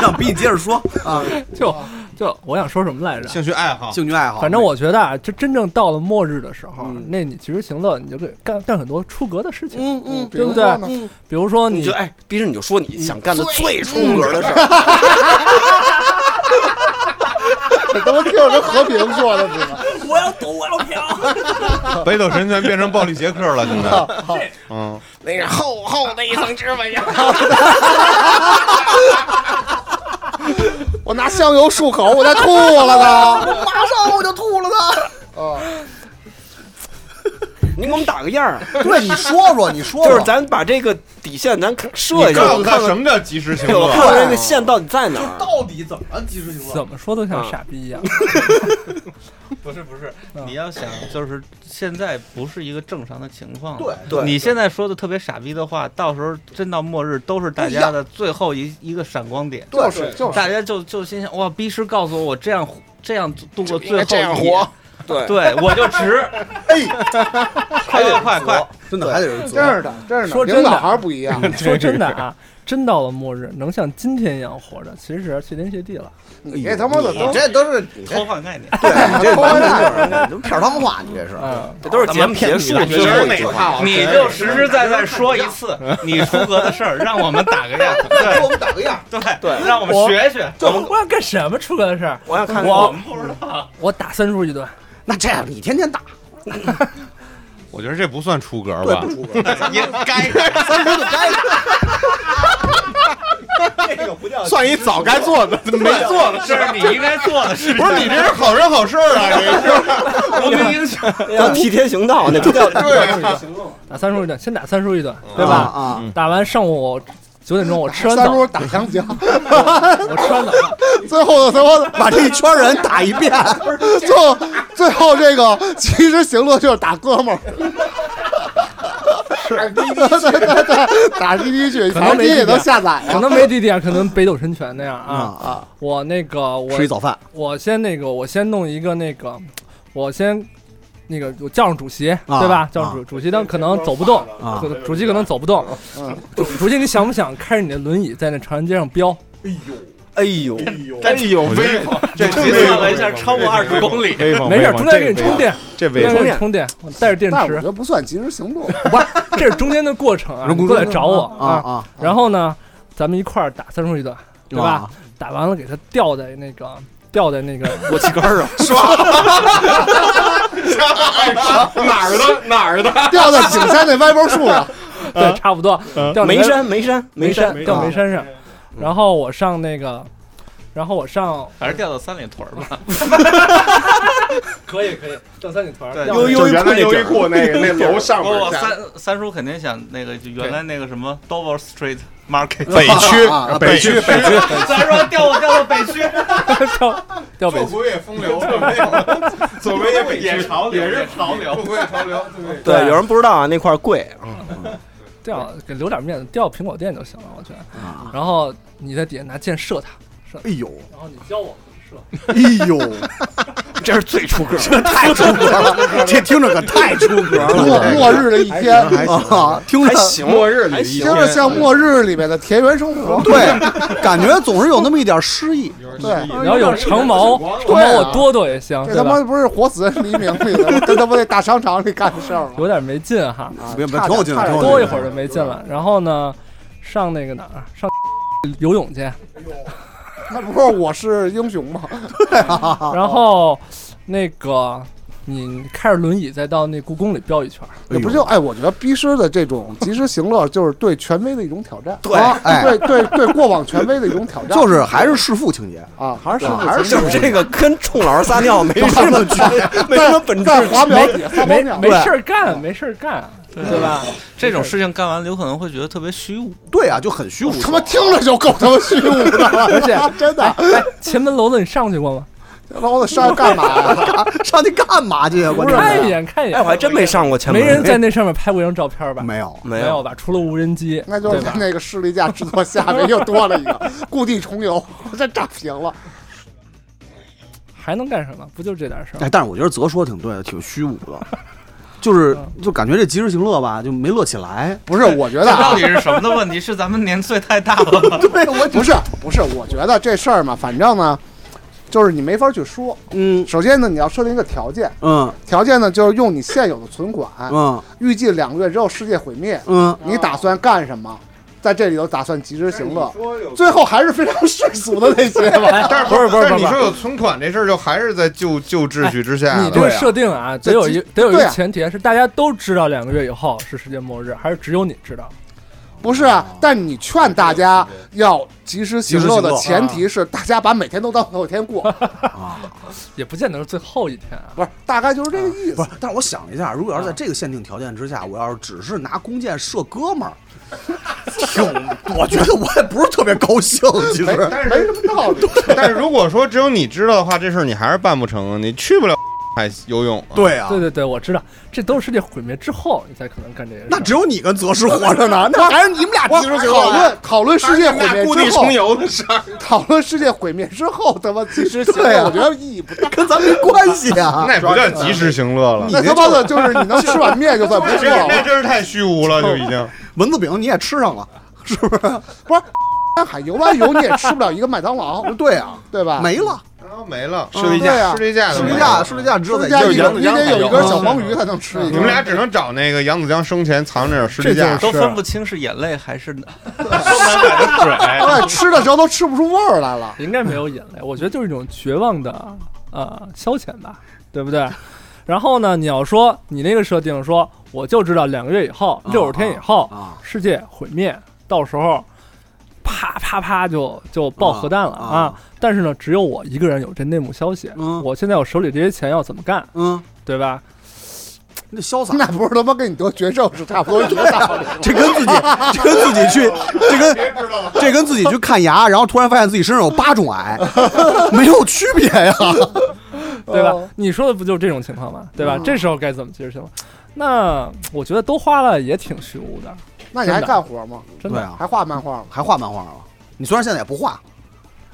[SPEAKER 2] 让比你接着说啊，
[SPEAKER 5] 就就我想说什么来着？
[SPEAKER 3] 兴趣爱好，
[SPEAKER 2] 兴趣爱好。
[SPEAKER 5] 反正我觉得啊，这真正到了末日的时候，那你及时行乐，你就可以干干很多出格的事情，
[SPEAKER 1] 嗯嗯，
[SPEAKER 5] 对不
[SPEAKER 4] 比如
[SPEAKER 5] 对
[SPEAKER 4] 说呢？
[SPEAKER 5] 比如说
[SPEAKER 1] 你
[SPEAKER 5] 你
[SPEAKER 1] 就哎，逼着你就说你想干的嗯最出格的事儿，
[SPEAKER 4] 这他妈听着跟和平说的似的。
[SPEAKER 1] 我要赌，我要嫖。
[SPEAKER 3] 北斗神拳变成暴力杰克了，现在，嗯，
[SPEAKER 1] 那个厚厚的一层芝麻油，
[SPEAKER 4] 我拿香油漱口，我再吐了呢。
[SPEAKER 2] 马上我就吐了他。
[SPEAKER 1] 你给我们打个样儿，
[SPEAKER 2] 对，你说说，你说
[SPEAKER 1] 就是
[SPEAKER 2] 说，
[SPEAKER 1] 咱把这个底线咱设
[SPEAKER 3] 你
[SPEAKER 1] 一下，
[SPEAKER 3] 告诉
[SPEAKER 1] 我
[SPEAKER 3] 他
[SPEAKER 1] 看
[SPEAKER 3] 什
[SPEAKER 1] 看
[SPEAKER 3] 么叫及时行
[SPEAKER 1] 对，我
[SPEAKER 3] 乐
[SPEAKER 1] 看。看这个线到底在哪儿。
[SPEAKER 2] 到底怎么及时行乐？
[SPEAKER 5] 怎么说都像傻逼一样。
[SPEAKER 6] 不是不是
[SPEAKER 5] 嗯，
[SPEAKER 6] 你要想就是现在不是一个正常的情况。
[SPEAKER 2] 对，
[SPEAKER 1] 对
[SPEAKER 6] 你现在说的特别傻逼的话，到时候真到末日都是大家
[SPEAKER 1] 哎
[SPEAKER 6] 的最后一一个闪光点。
[SPEAKER 4] 就是
[SPEAKER 2] 哦
[SPEAKER 4] 就是，
[SPEAKER 6] 大家就就心想哇，逼师告诉我我这样这样度过最后一
[SPEAKER 3] 这样
[SPEAKER 6] 年
[SPEAKER 3] 活，
[SPEAKER 1] 对，
[SPEAKER 6] 对我就值。快快快快，
[SPEAKER 2] 真的还得有人做
[SPEAKER 4] 真是的，真是的，
[SPEAKER 5] 说真的
[SPEAKER 4] 领导还是不一样。
[SPEAKER 5] 说真的啊，真到了末日，能像今天一样活着，其实谢天谢地了。
[SPEAKER 4] 你哎这他妈的 都
[SPEAKER 2] 哎你这都是你
[SPEAKER 6] 偷换概念。
[SPEAKER 2] 你这完全就是你这片儿汤话，你这是。
[SPEAKER 5] 嗯，
[SPEAKER 1] 这都是节目结束之后一句话。
[SPEAKER 6] 你就实实在在说一次你出格的事儿，让我们打个样。
[SPEAKER 2] 给
[SPEAKER 6] 对
[SPEAKER 2] 我们打个样，
[SPEAKER 6] 对
[SPEAKER 1] 对
[SPEAKER 6] 让我们
[SPEAKER 5] 我
[SPEAKER 6] 学学。
[SPEAKER 5] 就我要干什么出格的事儿？
[SPEAKER 1] 我想看看
[SPEAKER 5] 我
[SPEAKER 6] 不知道，
[SPEAKER 5] 我打三叔一顿，
[SPEAKER 2] 那这样你天天打，
[SPEAKER 3] 我觉得这不算出格
[SPEAKER 2] 对
[SPEAKER 3] 吧
[SPEAKER 2] 不？出格，
[SPEAKER 6] 也该
[SPEAKER 2] 三叔就该
[SPEAKER 3] 算你早该做的，没
[SPEAKER 2] 啊
[SPEAKER 3] 做的
[SPEAKER 6] 这是你应该做的事。
[SPEAKER 3] 不是你这是好人好事儿啊！这是
[SPEAKER 6] 国民英雄，
[SPEAKER 1] 要替天行道，那不叫
[SPEAKER 7] 啊
[SPEAKER 5] 打三叔一顿，先打三叔一顿，
[SPEAKER 2] 对
[SPEAKER 5] 对
[SPEAKER 2] 吧？
[SPEAKER 5] 吧？嗯
[SPEAKER 2] 啊，
[SPEAKER 5] 打完上午九点钟我吃完
[SPEAKER 4] 三
[SPEAKER 5] 早，
[SPEAKER 4] 叔打香蕉，
[SPEAKER 5] 我吃完早饭，
[SPEAKER 4] 最后的最后
[SPEAKER 2] 把这一圈人打一遍，
[SPEAKER 4] 最后最后这个及时行乐就是打哥们 儿。对 对对对，打滴滴去，
[SPEAKER 5] 可
[SPEAKER 4] 反
[SPEAKER 5] 能
[SPEAKER 4] 正
[SPEAKER 5] 没
[SPEAKER 4] 你也
[SPEAKER 5] 地点
[SPEAKER 4] 能下载
[SPEAKER 5] 可
[SPEAKER 4] 啊。
[SPEAKER 5] 能没地点，可能北斗神拳那样
[SPEAKER 2] 啊
[SPEAKER 5] 啊。
[SPEAKER 2] 啊，
[SPEAKER 5] 我那个我
[SPEAKER 2] 吃一早饭，
[SPEAKER 5] 我先那个，我先弄一个那个，我先那个，我叫上主席，对吧？叫上主主席，他可能走不动，
[SPEAKER 2] 啊
[SPEAKER 5] 可能主席可能走不动。
[SPEAKER 4] 嗯
[SPEAKER 5] 主主席，你想不想开着你的轮椅在那长安街上飙？
[SPEAKER 1] 哎呦，
[SPEAKER 3] 哎呦，威风！这
[SPEAKER 6] 计算了一下，超过二十公里。
[SPEAKER 3] 威风
[SPEAKER 5] 哦没事儿，中间给你充，电，
[SPEAKER 3] 这
[SPEAKER 5] 中
[SPEAKER 3] 威
[SPEAKER 5] 间
[SPEAKER 3] 风
[SPEAKER 5] 给你充电，我带着电
[SPEAKER 4] 但我觉
[SPEAKER 5] 池。
[SPEAKER 4] 得不算及时行乐，
[SPEAKER 5] 这是中间的过程啊，
[SPEAKER 2] 人
[SPEAKER 5] 你
[SPEAKER 2] 工
[SPEAKER 5] 过
[SPEAKER 2] 智
[SPEAKER 5] 来
[SPEAKER 2] 能
[SPEAKER 5] 找我
[SPEAKER 2] 啊。啊，
[SPEAKER 5] 然后呢，咱们一块儿打三叔一顿，对吧
[SPEAKER 2] 啊？？
[SPEAKER 5] 打完了给他吊在那个吊在那 个
[SPEAKER 1] 我气根儿啊！
[SPEAKER 3] 哪儿的哪儿的？
[SPEAKER 4] 掉在景山那歪脖树上。
[SPEAKER 5] 对，差不多吊
[SPEAKER 1] 眉
[SPEAKER 5] 山。
[SPEAKER 1] 山，眉山，眉
[SPEAKER 5] 眉
[SPEAKER 1] 山，
[SPEAKER 5] 山掉眉山上，然后我上那个，然后我上
[SPEAKER 6] 还是掉到三里屯儿吧。
[SPEAKER 5] 可以可以上三里屯
[SPEAKER 6] 对
[SPEAKER 5] 掉
[SPEAKER 1] 优
[SPEAKER 5] 眉
[SPEAKER 1] 优衣库那地
[SPEAKER 3] 优衣
[SPEAKER 1] 儿，
[SPEAKER 3] 库那个那楼上
[SPEAKER 6] 不，
[SPEAKER 3] 面
[SPEAKER 6] 我
[SPEAKER 3] 下
[SPEAKER 6] 三三叔肯定想那个，就原来那个什么 Dover Street
[SPEAKER 12] market
[SPEAKER 7] 北区
[SPEAKER 2] 啊啊，
[SPEAKER 7] 北区，北区，
[SPEAKER 12] 咱说调我调到北区，
[SPEAKER 5] 调调北
[SPEAKER 7] 不
[SPEAKER 5] 京，
[SPEAKER 7] 归也风流，没有左边也北区，
[SPEAKER 12] 潮流，也是潮流。
[SPEAKER 7] 不归也潮流，对。
[SPEAKER 1] 对，有人不知道啊，那块儿贵，
[SPEAKER 5] 调给留点面子，调苹果店就行了，我觉得。
[SPEAKER 1] 啊
[SPEAKER 5] 然后你在底下拿箭射他，
[SPEAKER 2] 哎呦，
[SPEAKER 5] 然后你教我怎么射，
[SPEAKER 2] 哎呦，
[SPEAKER 1] 这是最出格的。
[SPEAKER 2] 这太出格了， 这听着可太出格
[SPEAKER 4] 末
[SPEAKER 2] 了
[SPEAKER 4] 末日的一天，
[SPEAKER 2] 啊！听着
[SPEAKER 7] 还行，末
[SPEAKER 1] 哎
[SPEAKER 7] 日里一
[SPEAKER 4] 听着像末日里面的田园生活。
[SPEAKER 2] 对，感觉总是有那么一点诗意。
[SPEAKER 4] 对，
[SPEAKER 5] 然后有长毛，长
[SPEAKER 1] 啊
[SPEAKER 5] 毛我哆哆也行，
[SPEAKER 4] 这他
[SPEAKER 5] 对
[SPEAKER 4] 妈
[SPEAKER 5] 吧？
[SPEAKER 4] 不是活死人黎明里的，跟他妈那大商场里干的事儿吗？
[SPEAKER 5] 有点没劲哈，
[SPEAKER 1] 哦
[SPEAKER 2] 啊别别，
[SPEAKER 4] 差
[SPEAKER 2] 挺有
[SPEAKER 4] 点
[SPEAKER 2] 劲
[SPEAKER 4] 差
[SPEAKER 2] 的，挺
[SPEAKER 4] 点
[SPEAKER 2] 有
[SPEAKER 5] 多一
[SPEAKER 2] 劲
[SPEAKER 5] 会儿就没劲了。然后呢，上那个哪儿上 游泳
[SPEAKER 1] 啊
[SPEAKER 5] 去，
[SPEAKER 4] 那不是我是英雄吗？
[SPEAKER 1] 啊
[SPEAKER 5] 然后那个你开着轮椅再到那故宫里飙一圈儿，
[SPEAKER 2] 哎呦
[SPEAKER 4] 也不就哎，我觉得逼师的这种及时行乐，就是对权威的一种挑战，
[SPEAKER 2] 的啊哎，
[SPEAKER 4] 对对对，过往权威的一种挑战，
[SPEAKER 2] 就是还是弑父情节，
[SPEAKER 4] 啊，还是
[SPEAKER 2] 对
[SPEAKER 4] 还是
[SPEAKER 1] 就是这个跟冲老师撒尿 没什么区别，没什么本质。
[SPEAKER 4] 在华苗底下撒泡
[SPEAKER 5] 没
[SPEAKER 4] 尿，
[SPEAKER 5] 没事儿干，没事儿干，对吧？
[SPEAKER 6] 这种事情干完，有可能会觉得特别虚无。
[SPEAKER 2] 对啊，就很虚无。
[SPEAKER 4] 他妈听着就够他妈虚无的了，
[SPEAKER 5] 而且
[SPEAKER 4] 真的，
[SPEAKER 5] 前门楼子你上去过吗？
[SPEAKER 4] 老子上干嘛啊呀？
[SPEAKER 2] 上去干嘛去啊？关键
[SPEAKER 5] 看一
[SPEAKER 2] 是
[SPEAKER 5] 眼，看一
[SPEAKER 1] 哎，我还
[SPEAKER 5] 眼，
[SPEAKER 1] 真没上过前
[SPEAKER 5] 没
[SPEAKER 1] 门，
[SPEAKER 5] 人在那上面拍过一张照片吧？
[SPEAKER 2] 没有，
[SPEAKER 1] 没
[SPEAKER 5] 有
[SPEAKER 1] 有，
[SPEAKER 5] 吧？除了无人机，
[SPEAKER 4] 那就是在那个士力架制作下面又多了一个故地重游， 这炸平了。
[SPEAKER 5] 还能干什么？不就这点事儿
[SPEAKER 2] 哎，？但是我觉得泽说挺对的，挺虚无的，就是就感觉这及时行乐吧，就没乐起来。
[SPEAKER 4] 不是，我觉
[SPEAKER 6] 这
[SPEAKER 4] 得啊
[SPEAKER 6] 到，底是什么的问题？是咱们年岁太大了吧？
[SPEAKER 4] 对，我不是不是，我觉得这事儿嘛，反正呢，就是你没法去说。
[SPEAKER 2] 嗯
[SPEAKER 4] 首先呢，你要设定一个条件，
[SPEAKER 2] 嗯
[SPEAKER 4] 条件呢就是用你现有的存款，
[SPEAKER 2] 嗯
[SPEAKER 4] 预计两个月之后世界毁灭，
[SPEAKER 2] 嗯，
[SPEAKER 4] 你打算干什么？在这里头打算及时行乐，最后还是非常 世俗的那些 吧。
[SPEAKER 7] 但是
[SPEAKER 5] 不是不是
[SPEAKER 7] 但是你
[SPEAKER 5] 不是
[SPEAKER 7] 说有存款这事儿，就还是在旧旧秩序之下
[SPEAKER 5] 你
[SPEAKER 7] 的
[SPEAKER 5] 这。个设定啊，得有一得有一
[SPEAKER 4] 对
[SPEAKER 5] 个
[SPEAKER 4] 啊
[SPEAKER 5] 前提是大家都知道两个月以后是世界末日，还是只有你知道？
[SPEAKER 4] 不是啊，但你劝大家要及时行乐的
[SPEAKER 2] 及时
[SPEAKER 5] 行乐
[SPEAKER 4] 前提是，大家把每天都当最后一天过，
[SPEAKER 5] 也不见得是最后一天啊。
[SPEAKER 4] 不是，大概就是这个意
[SPEAKER 2] 不
[SPEAKER 4] 思
[SPEAKER 2] 是。，但是我想了一下，如果要是在这个限定条件之下，我要是只是拿弓箭射哥们儿，挺，我觉得我也不是特别高兴。其
[SPEAKER 4] 没
[SPEAKER 2] 实，
[SPEAKER 4] 没什么道 理。
[SPEAKER 7] 但是如果说只有你知道的话，这事儿你还是办不成，啊你去不了海游泳。，
[SPEAKER 2] 对啊
[SPEAKER 5] 对，对对，我知道，这都是世界毁灭之后你才可能干这些事儿。
[SPEAKER 2] 那只有你跟泽师活着呢，那还是你们俩
[SPEAKER 4] 我
[SPEAKER 2] 及时行
[SPEAKER 4] 讨
[SPEAKER 2] 乐。
[SPEAKER 4] 论讨论世界毁灭
[SPEAKER 7] 故地
[SPEAKER 4] 之后
[SPEAKER 7] 重，游的事儿，
[SPEAKER 4] 讨论世界毁灭之后，他妈及时行
[SPEAKER 2] 对
[SPEAKER 4] 乐，
[SPEAKER 2] 啊
[SPEAKER 4] 我觉得意义不大。
[SPEAKER 2] 跟咱没关系 啊！
[SPEAKER 7] 那也不叫及时行乐了。
[SPEAKER 4] 那他妈的就是你 能吃碗面就算不错
[SPEAKER 7] 这那
[SPEAKER 4] 了，
[SPEAKER 7] 真是太虚无了，就已经。
[SPEAKER 2] 蚊子饼你也吃上了，是不是？
[SPEAKER 4] 不是？海游完游你也吃不了一个麦当 劳，
[SPEAKER 2] 对啊，
[SPEAKER 4] 对吧？
[SPEAKER 2] 没了。
[SPEAKER 7] 然后没了，
[SPEAKER 2] 士力
[SPEAKER 4] 架对啊
[SPEAKER 7] 士力架都
[SPEAKER 2] 士
[SPEAKER 7] 没了，
[SPEAKER 2] 力架，士力嗯架只有
[SPEAKER 4] 吃
[SPEAKER 2] 在
[SPEAKER 4] 家
[SPEAKER 7] 就是
[SPEAKER 4] 你
[SPEAKER 7] 杨子
[SPEAKER 4] 你
[SPEAKER 7] 江
[SPEAKER 4] 得有一根
[SPEAKER 7] 海游
[SPEAKER 4] 小黄鱼才能吃一
[SPEAKER 7] 你
[SPEAKER 4] 个。
[SPEAKER 7] 们俩只能找那个杨子江生前藏着点士力架。
[SPEAKER 6] 都分不清是眼泪还是
[SPEAKER 4] 对吃的时候都吃不出味儿来了。
[SPEAKER 5] 应该没有眼泪，我觉得就是一种绝望的呃消遣吧，对不对？然后呢，你要说你那个设定说，我就知道两个月以后，
[SPEAKER 2] 哦
[SPEAKER 5] 六十天以后
[SPEAKER 2] 啊
[SPEAKER 5] 世界毁灭，到时候啪啪啪就就爆核弹了
[SPEAKER 2] 啊
[SPEAKER 5] 啊！但是呢，只有我一个人有这内幕消息，
[SPEAKER 2] 嗯
[SPEAKER 5] 我现在我手里这些钱要怎么干，
[SPEAKER 2] 嗯，
[SPEAKER 5] 对吧？
[SPEAKER 2] 那潇洒，
[SPEAKER 4] 那不是他妈跟你得绝症是差不多一 个道理。
[SPEAKER 2] 这跟 自己，这跟自己去，这
[SPEAKER 7] 啊
[SPEAKER 2] 跟这跟自己去看牙，然后突然发现自己身上有八种癌， 没有区别呀。
[SPEAKER 5] 对吧？
[SPEAKER 4] 哦
[SPEAKER 5] 你说的不就是这种情况吗？对吧？
[SPEAKER 2] 嗯
[SPEAKER 5] 这时候该怎么解释情况？那我觉得都花了也挺虚无的，
[SPEAKER 4] 那你还干活吗？
[SPEAKER 5] 真
[SPEAKER 2] 对
[SPEAKER 5] 的。
[SPEAKER 2] 啊，
[SPEAKER 4] 还画漫画吗？
[SPEAKER 2] 还画漫画了。你虽然现在也不画，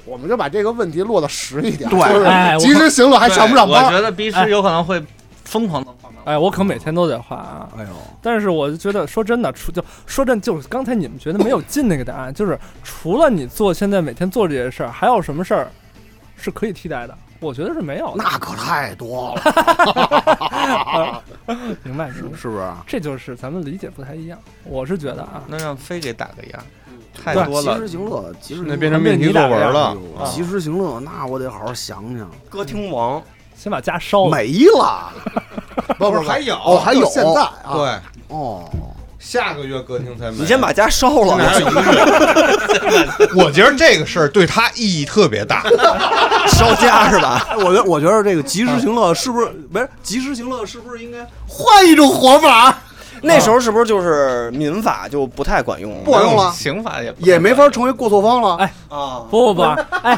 [SPEAKER 4] 我们就把这个问题落到实一点，
[SPEAKER 2] 对
[SPEAKER 5] 哎
[SPEAKER 4] 就是及时行乐还上不上
[SPEAKER 6] 我
[SPEAKER 4] 班？
[SPEAKER 6] 觉得逼师有可能会疯狂的画漫画。
[SPEAKER 5] 哎，我可每天都在画啊。
[SPEAKER 2] 哎呦，
[SPEAKER 5] 但是我就觉得，说真的，除就说真的，就是刚才你们觉得没有劲那个答案，就是除了你做现在每天做这些事儿，还有什么事儿是可以替代的？我觉得是没有的。
[SPEAKER 2] 那可太多 了，
[SPEAKER 5] 明白是不？
[SPEAKER 2] 是不是？
[SPEAKER 5] 这就是咱们理解不太一样。我是觉得啊，
[SPEAKER 6] 那让飞给打个样，太
[SPEAKER 5] 对
[SPEAKER 6] 多
[SPEAKER 2] 及
[SPEAKER 6] 了
[SPEAKER 2] 时。行乐，及时行乐
[SPEAKER 7] 那变成命题作文了，
[SPEAKER 2] 哎呦及时行乐，那我得好好想想。
[SPEAKER 1] 歌厅王，
[SPEAKER 5] 先把家烧了。
[SPEAKER 2] 没了，
[SPEAKER 7] 哦 不是还有
[SPEAKER 2] 哦，还有
[SPEAKER 4] 就现在啊，
[SPEAKER 7] 对，
[SPEAKER 2] 哦，
[SPEAKER 7] 下个月歌厅才没。
[SPEAKER 1] 你先把家烧
[SPEAKER 7] 现在
[SPEAKER 1] 了，
[SPEAKER 7] 还有一个月。我觉得这个事儿对他意义特 别大。
[SPEAKER 1] 烧家是 吧？
[SPEAKER 2] 哎，我觉得我觉得这个及时行乐是不是不是及时行乐是不是应该换一种活法？
[SPEAKER 3] 嗯
[SPEAKER 1] 那时候是不是就是民法就不太管用了？
[SPEAKER 2] 不管用了，
[SPEAKER 6] 刑法也不
[SPEAKER 2] 也没法成为过错方了。
[SPEAKER 5] 哎
[SPEAKER 1] 啊，
[SPEAKER 5] 不不不，哎，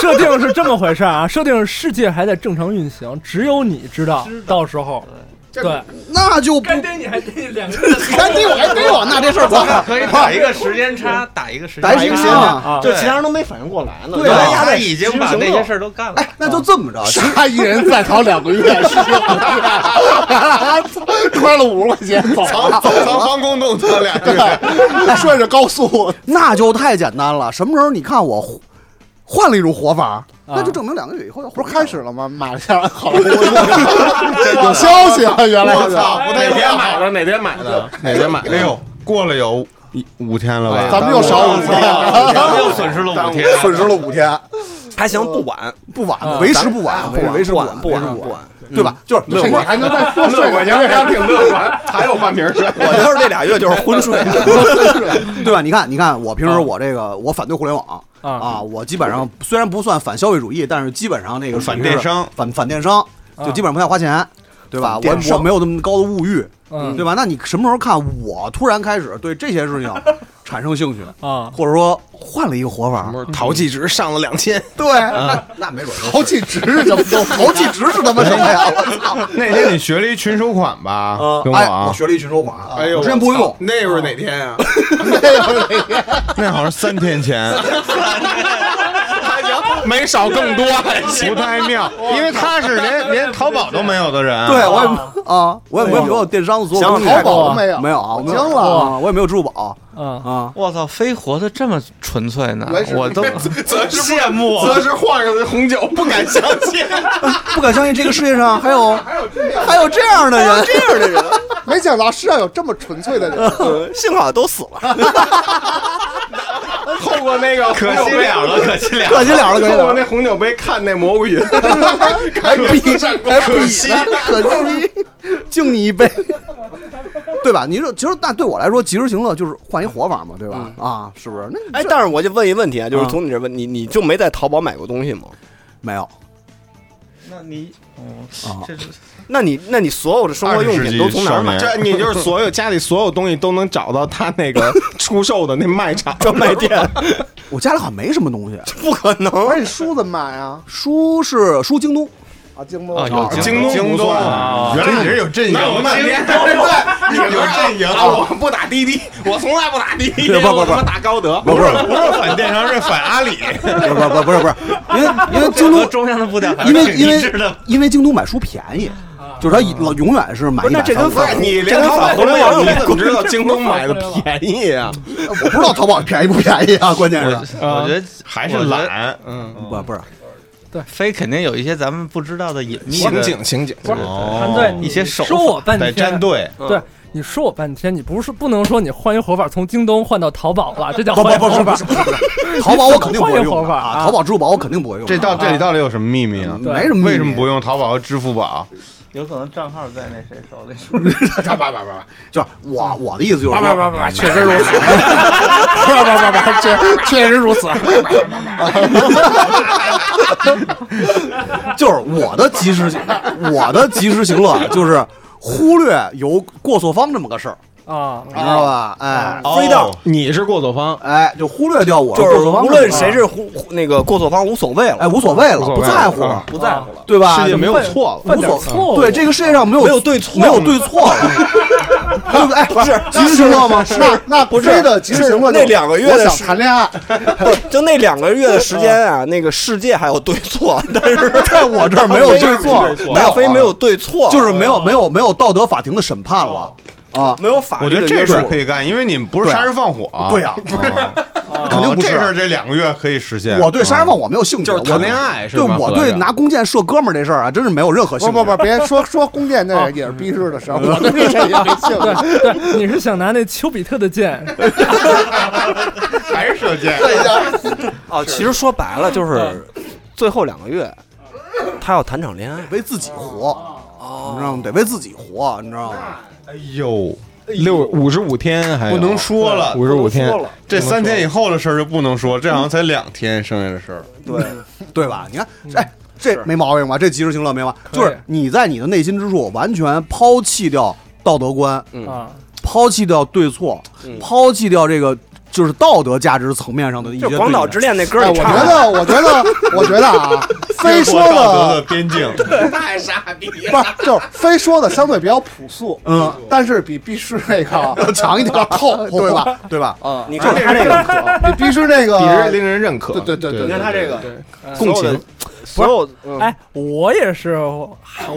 [SPEAKER 5] 设定是这么回事儿啊，设定是世界还在正常运行，只有你知道，到时候对，
[SPEAKER 2] 那就不
[SPEAKER 5] 逮你还逮你两个人
[SPEAKER 2] 还逮我，还逮哎哦我，那这事儿 管
[SPEAKER 6] 可以打一个时间差，打一个时
[SPEAKER 2] 打
[SPEAKER 6] 间
[SPEAKER 2] 一
[SPEAKER 6] 差
[SPEAKER 2] 星。星啊！
[SPEAKER 5] 啊，
[SPEAKER 1] 就其他人都没反应过来呢。
[SPEAKER 2] 对啊
[SPEAKER 1] 呀，
[SPEAKER 6] 他已经把那些事儿都干了，
[SPEAKER 2] 那就这么 着，
[SPEAKER 4] 哎杀一人再逃两个月， 是吧？ 揣了五十块钱走
[SPEAKER 7] 防
[SPEAKER 4] 了，
[SPEAKER 7] 防防空洞测俩月，
[SPEAKER 4] 顺着高速，
[SPEAKER 2] 那就太简单了。什么时候你看我换了一种活法，那就证明两个月以后要活
[SPEAKER 4] 啊不
[SPEAKER 2] 好
[SPEAKER 4] 是
[SPEAKER 2] 看
[SPEAKER 4] 开始了吗？马上好了，有消息啊！原来
[SPEAKER 7] 我
[SPEAKER 4] 是
[SPEAKER 7] 操，不
[SPEAKER 12] 哪
[SPEAKER 7] 对
[SPEAKER 12] 天
[SPEAKER 7] 呀！
[SPEAKER 12] 买的？哪天买的？
[SPEAKER 7] 哪天买？哎呦，过了有一五天了吧？
[SPEAKER 4] 哎咱们又少五天，
[SPEAKER 6] 咱们又损失了五天。
[SPEAKER 4] 损失了五天，啊
[SPEAKER 1] 还行，不晚，
[SPEAKER 2] 不晚，为时不晚，为时
[SPEAKER 1] 不晚，
[SPEAKER 2] 晚，
[SPEAKER 1] 不
[SPEAKER 2] 为时
[SPEAKER 1] 晚，
[SPEAKER 2] 不
[SPEAKER 1] 不晚。
[SPEAKER 2] 对吧？就是
[SPEAKER 4] 这你还能再多睡两天？
[SPEAKER 12] 挺乐观，还有半瓶水。
[SPEAKER 1] 我就是这俩月就是昏睡，
[SPEAKER 2] 对吧？你看，你看，我平时我这个我反对互联网
[SPEAKER 5] 啊
[SPEAKER 2] 啊，我基本上虽然不算反消费主义，但是基本上那个
[SPEAKER 7] 反
[SPEAKER 2] 属于是
[SPEAKER 7] 电商
[SPEAKER 2] 反反电商，就基本上不太花钱，对吧？
[SPEAKER 1] 电
[SPEAKER 2] 我我
[SPEAKER 1] 商
[SPEAKER 2] 没有那么高的物欲，
[SPEAKER 5] 嗯
[SPEAKER 2] 对吧？那你什么时候看我突然开始对这些事情产生兴趣，
[SPEAKER 5] 啊，
[SPEAKER 2] 或者说换了一个活法？
[SPEAKER 3] 淘气值上了两千，
[SPEAKER 2] 对，那那没准
[SPEAKER 4] 豪气值是什么东西？
[SPEAKER 2] 淘气值是他妈什么呀？我操！
[SPEAKER 7] 那天你学了一群收款吧？
[SPEAKER 4] 呃
[SPEAKER 7] 跟我
[SPEAKER 2] 哎，
[SPEAKER 7] 啊
[SPEAKER 2] 我，学了一群收款，
[SPEAKER 7] 哎呦
[SPEAKER 2] 我之前不会用，
[SPEAKER 3] 那会儿哪天啊？
[SPEAKER 7] 那好像是三天 前，
[SPEAKER 3] 没少更多，还
[SPEAKER 7] 不
[SPEAKER 3] 行。
[SPEAKER 7] 太妙，因为他是连 连淘宝都没有的
[SPEAKER 3] 啊
[SPEAKER 7] 人。
[SPEAKER 2] 对，我也 啊，我也没有没有电商的所有
[SPEAKER 1] 想
[SPEAKER 2] 功能
[SPEAKER 4] 淘宝都没有，
[SPEAKER 2] 没有啊，我没有
[SPEAKER 4] 惊了
[SPEAKER 2] 啊我也没有支付宝
[SPEAKER 5] 嗯，
[SPEAKER 2] 啊。
[SPEAKER 6] 我操，飞活的这么纯粹呢
[SPEAKER 4] 原始，
[SPEAKER 6] 我都
[SPEAKER 3] 则是
[SPEAKER 6] 羡慕。
[SPEAKER 7] 啊
[SPEAKER 3] 则是换上的红酒，不敢相信。
[SPEAKER 2] 不敢相信这个世界上还有还有这样的人，
[SPEAKER 1] 这样的 人，
[SPEAKER 4] 没想到世上有这么纯粹的人。
[SPEAKER 1] 嗯幸好都死了。
[SPEAKER 3] 透过那个
[SPEAKER 7] 可惜了了，可惜了。
[SPEAKER 2] 可惜了了，可惜
[SPEAKER 3] 透过
[SPEAKER 2] 了，
[SPEAKER 3] 那红酒杯看那蘑菇云，
[SPEAKER 2] 还比还比可惜，敬你一杯，对吧？你说，其实那对我来说，及时行乐就是换一活法嘛，对吧？啊，是不是？那
[SPEAKER 1] 哎，但是我就问一问题啊，
[SPEAKER 3] 嗯
[SPEAKER 1] 就是从你这问你，你就没在淘宝买过东西吗？
[SPEAKER 2] 没有
[SPEAKER 6] 那你，哦
[SPEAKER 2] 啊，
[SPEAKER 6] 这是
[SPEAKER 1] 那你那你所有的生活用品都从哪儿买？啊
[SPEAKER 7] 这
[SPEAKER 3] 这你就是所有家里所有东西都能找到他那 个出售的那卖场。啊
[SPEAKER 1] 专卖店
[SPEAKER 2] 我家里好像没什么东西，
[SPEAKER 1] 不可能。
[SPEAKER 4] 而且书怎么买啊？
[SPEAKER 2] 书是书，京东
[SPEAKER 4] 啊，京东
[SPEAKER 6] 啊有
[SPEAKER 7] 京
[SPEAKER 3] 东
[SPEAKER 7] 京
[SPEAKER 3] 不
[SPEAKER 7] 东
[SPEAKER 3] 错
[SPEAKER 7] 啊，原来你是有阵营的， 你有阵营
[SPEAKER 3] 啊，我不打滴滴，我从来不打滴滴，
[SPEAKER 2] 不不不
[SPEAKER 3] 我他妈打高德。
[SPEAKER 2] 不是
[SPEAKER 7] 不是反电商，是反阿 里。
[SPEAKER 2] 不是不是不是不是，因为因为京
[SPEAKER 6] 和
[SPEAKER 2] 东
[SPEAKER 6] 中央的步调还
[SPEAKER 2] 因
[SPEAKER 6] 是
[SPEAKER 2] 为因
[SPEAKER 6] 挺一致的
[SPEAKER 2] 为。因为京东买书便宜，就是它老永远是买一
[SPEAKER 1] 那
[SPEAKER 2] 百
[SPEAKER 1] 这
[SPEAKER 2] 三
[SPEAKER 1] 跟
[SPEAKER 2] 十块
[SPEAKER 1] 反
[SPEAKER 2] 钱。
[SPEAKER 3] 你连淘宝都没有，你怎么知道京东买的便宜啊？
[SPEAKER 2] 我不知道淘宝便宜不便宜啊，关键是
[SPEAKER 6] 我觉得
[SPEAKER 7] 还是，
[SPEAKER 6] 我觉得
[SPEAKER 7] 懒，
[SPEAKER 3] 嗯
[SPEAKER 7] 嗯
[SPEAKER 2] 不不是
[SPEAKER 6] 飞肯定有一些咱们不知道的隐秘
[SPEAKER 3] 刑
[SPEAKER 6] 的
[SPEAKER 3] 警，刑警，
[SPEAKER 5] 不是，
[SPEAKER 7] 哦
[SPEAKER 5] 韩队，
[SPEAKER 6] 一些手
[SPEAKER 5] 说我半
[SPEAKER 7] 得
[SPEAKER 5] 天，
[SPEAKER 7] 站队。
[SPEAKER 5] 对，你说我半天，你不是不能说你换一活法从京东换到淘宝吧？这叫
[SPEAKER 2] 不不
[SPEAKER 5] 换一
[SPEAKER 2] 不
[SPEAKER 5] 活
[SPEAKER 2] 是
[SPEAKER 5] 法
[SPEAKER 2] 不是不是不是，淘宝我肯定不会
[SPEAKER 5] 换一
[SPEAKER 2] 用
[SPEAKER 5] 活
[SPEAKER 2] 的
[SPEAKER 5] 法
[SPEAKER 2] 啊，
[SPEAKER 5] 啊
[SPEAKER 2] 淘宝、支付宝我肯定不会用的。
[SPEAKER 7] 这
[SPEAKER 3] 啊
[SPEAKER 7] 到这里到底有什么秘密啊？
[SPEAKER 5] 对
[SPEAKER 2] 没什么秘密，
[SPEAKER 7] 为什么不用淘宝和支付宝？
[SPEAKER 6] 有可能账号在那谁手里。
[SPEAKER 2] 叭叭叭叭？就是我我的意思就是说，
[SPEAKER 4] 叭叭，确实如此。叭叭叭叭，确确实如此。
[SPEAKER 2] 就是我的及时，我的及时行乐就是忽略有过错方这么个事儿，
[SPEAKER 5] 啊
[SPEAKER 2] 你知道吧？哎
[SPEAKER 3] 啊
[SPEAKER 7] 飞道
[SPEAKER 3] 你是过错方，
[SPEAKER 2] 哎，就忽略掉我
[SPEAKER 1] 就
[SPEAKER 2] 过
[SPEAKER 1] 是
[SPEAKER 2] 错方
[SPEAKER 1] 无
[SPEAKER 2] 这么个
[SPEAKER 1] 论
[SPEAKER 2] 事儿
[SPEAKER 1] 谁是忽忽那个过错方无所谓
[SPEAKER 2] 哎
[SPEAKER 1] 了，
[SPEAKER 2] 无所谓了，
[SPEAKER 3] 无所
[SPEAKER 2] 不
[SPEAKER 3] 谓啊
[SPEAKER 2] 在乎了，
[SPEAKER 1] 不在乎了。
[SPEAKER 2] 对吧？
[SPEAKER 3] 世界没有
[SPEAKER 2] 无
[SPEAKER 3] 错了。
[SPEAKER 5] 犯
[SPEAKER 2] 所
[SPEAKER 5] 点错误，
[SPEAKER 2] 对这个世界上没有
[SPEAKER 1] 没有对错
[SPEAKER 2] 没有对错了。对不哎，不是及时行乐吗？是
[SPEAKER 4] 那那不
[SPEAKER 1] 不是
[SPEAKER 4] 是的，及时行乐
[SPEAKER 1] 是
[SPEAKER 4] 就
[SPEAKER 1] 那两个月的
[SPEAKER 4] 我想
[SPEAKER 1] 时
[SPEAKER 4] 谈恋爱，
[SPEAKER 1] 不，就那两个月的时间啊，那个世界还有对错，但是在我
[SPEAKER 2] 这儿 没有对错没有
[SPEAKER 1] 大飞没有对错，
[SPEAKER 2] 就是没有没有没有道德法庭的审判了啊！
[SPEAKER 1] 没有法
[SPEAKER 7] 我
[SPEAKER 1] 律
[SPEAKER 7] 觉
[SPEAKER 1] 的
[SPEAKER 7] 得这
[SPEAKER 1] 约束
[SPEAKER 7] 事儿可以干，因为你们不是杀人放火。
[SPEAKER 2] 对呀，
[SPEAKER 7] 哦，
[SPEAKER 2] 肯定不是
[SPEAKER 7] 啊这事儿这两个月可以实现。啊
[SPEAKER 2] 我对杀人放火没有兴趣，
[SPEAKER 3] 啊就是谈
[SPEAKER 2] 我
[SPEAKER 3] 恋爱是
[SPEAKER 2] 对
[SPEAKER 3] 吗
[SPEAKER 2] 我
[SPEAKER 3] 合
[SPEAKER 2] 对
[SPEAKER 3] 着
[SPEAKER 2] 拿弓箭射哥们儿这事儿啊，真是没有任何兴
[SPEAKER 4] 不
[SPEAKER 2] 趣。
[SPEAKER 4] 不不，别说说宫殿那也是逼式的事儿，我跟这谁也没兴趣。
[SPEAKER 5] 对对，你是想拿那丘比特的剑？
[SPEAKER 7] 还是射箭。
[SPEAKER 1] 啊。其实说白了
[SPEAKER 7] 嗯
[SPEAKER 1] 就是最后两个月，他要谈场恋爱，
[SPEAKER 2] 为自己活，你知道吗？得为自己活，你知道吗？
[SPEAKER 7] 哎呦，
[SPEAKER 3] 六五十五天还
[SPEAKER 7] 不能说了，
[SPEAKER 3] 五十五天，
[SPEAKER 7] 这三天以后的事儿就不能说，这好像才两天剩下的事儿。
[SPEAKER 1] 对，
[SPEAKER 2] 对吧？你看，哎，这没毛病吧？这及时行乐没毛病，
[SPEAKER 5] 可以
[SPEAKER 2] 就是你在你的内心之处完全抛弃掉道德观，
[SPEAKER 10] 嗯
[SPEAKER 5] 啊，
[SPEAKER 2] 抛弃掉对错，
[SPEAKER 10] 嗯
[SPEAKER 2] 抛弃掉这个就是道德价值层面上的一些
[SPEAKER 1] 就
[SPEAKER 2] 对立。
[SPEAKER 1] 《广岛之恋》那歌
[SPEAKER 4] 哎，
[SPEAKER 1] 儿
[SPEAKER 4] 我
[SPEAKER 1] 你
[SPEAKER 4] 觉
[SPEAKER 1] 唱的，
[SPEAKER 4] 得，我觉得，我觉得 啊，非说
[SPEAKER 7] 越过道德
[SPEAKER 4] 的
[SPEAKER 7] 的边境，
[SPEAKER 4] 不是，就是非说的相对比较朴素，
[SPEAKER 2] 嗯，
[SPEAKER 4] 但是比必须那个
[SPEAKER 2] 要 强一点，
[SPEAKER 4] 透，
[SPEAKER 2] 对？吧？对吧？
[SPEAKER 4] 啊，
[SPEAKER 1] 你看他这个，
[SPEAKER 4] 比必须 那
[SPEAKER 3] 比人令
[SPEAKER 4] 个，
[SPEAKER 3] 人认可。
[SPEAKER 4] 对对对对
[SPEAKER 1] 你看他这个
[SPEAKER 3] 共情，
[SPEAKER 1] 所有的
[SPEAKER 5] 哎，我也是，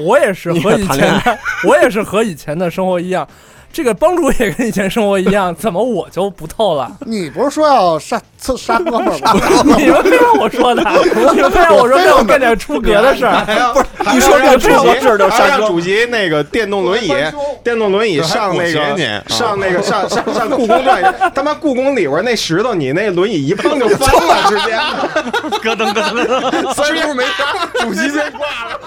[SPEAKER 5] 我也是
[SPEAKER 1] 你
[SPEAKER 5] 和
[SPEAKER 1] 也
[SPEAKER 5] 以
[SPEAKER 1] 谈
[SPEAKER 5] 前的，我也是和以前的生活一样，这个帮主也跟以前生活一样，怎么我就不透了？
[SPEAKER 4] 你不是说要杀刺杀哥们儿吗？
[SPEAKER 5] 你们非让我说的，你们非让我说让我干点出格的事儿，
[SPEAKER 7] 不是
[SPEAKER 1] 一说这这我知道
[SPEAKER 7] 还
[SPEAKER 1] 山
[SPEAKER 7] 让
[SPEAKER 1] 哥
[SPEAKER 7] 主席那个电动轮椅，电动轮椅上那
[SPEAKER 3] 我学
[SPEAKER 7] 个
[SPEAKER 3] 你上那个上上上故宫转一圈，他妈故宫里边那石头，你那轮椅一碰就翻了，直接
[SPEAKER 6] 咯噔咯噔咯噔。
[SPEAKER 3] 三叔没杀，主席被挂了。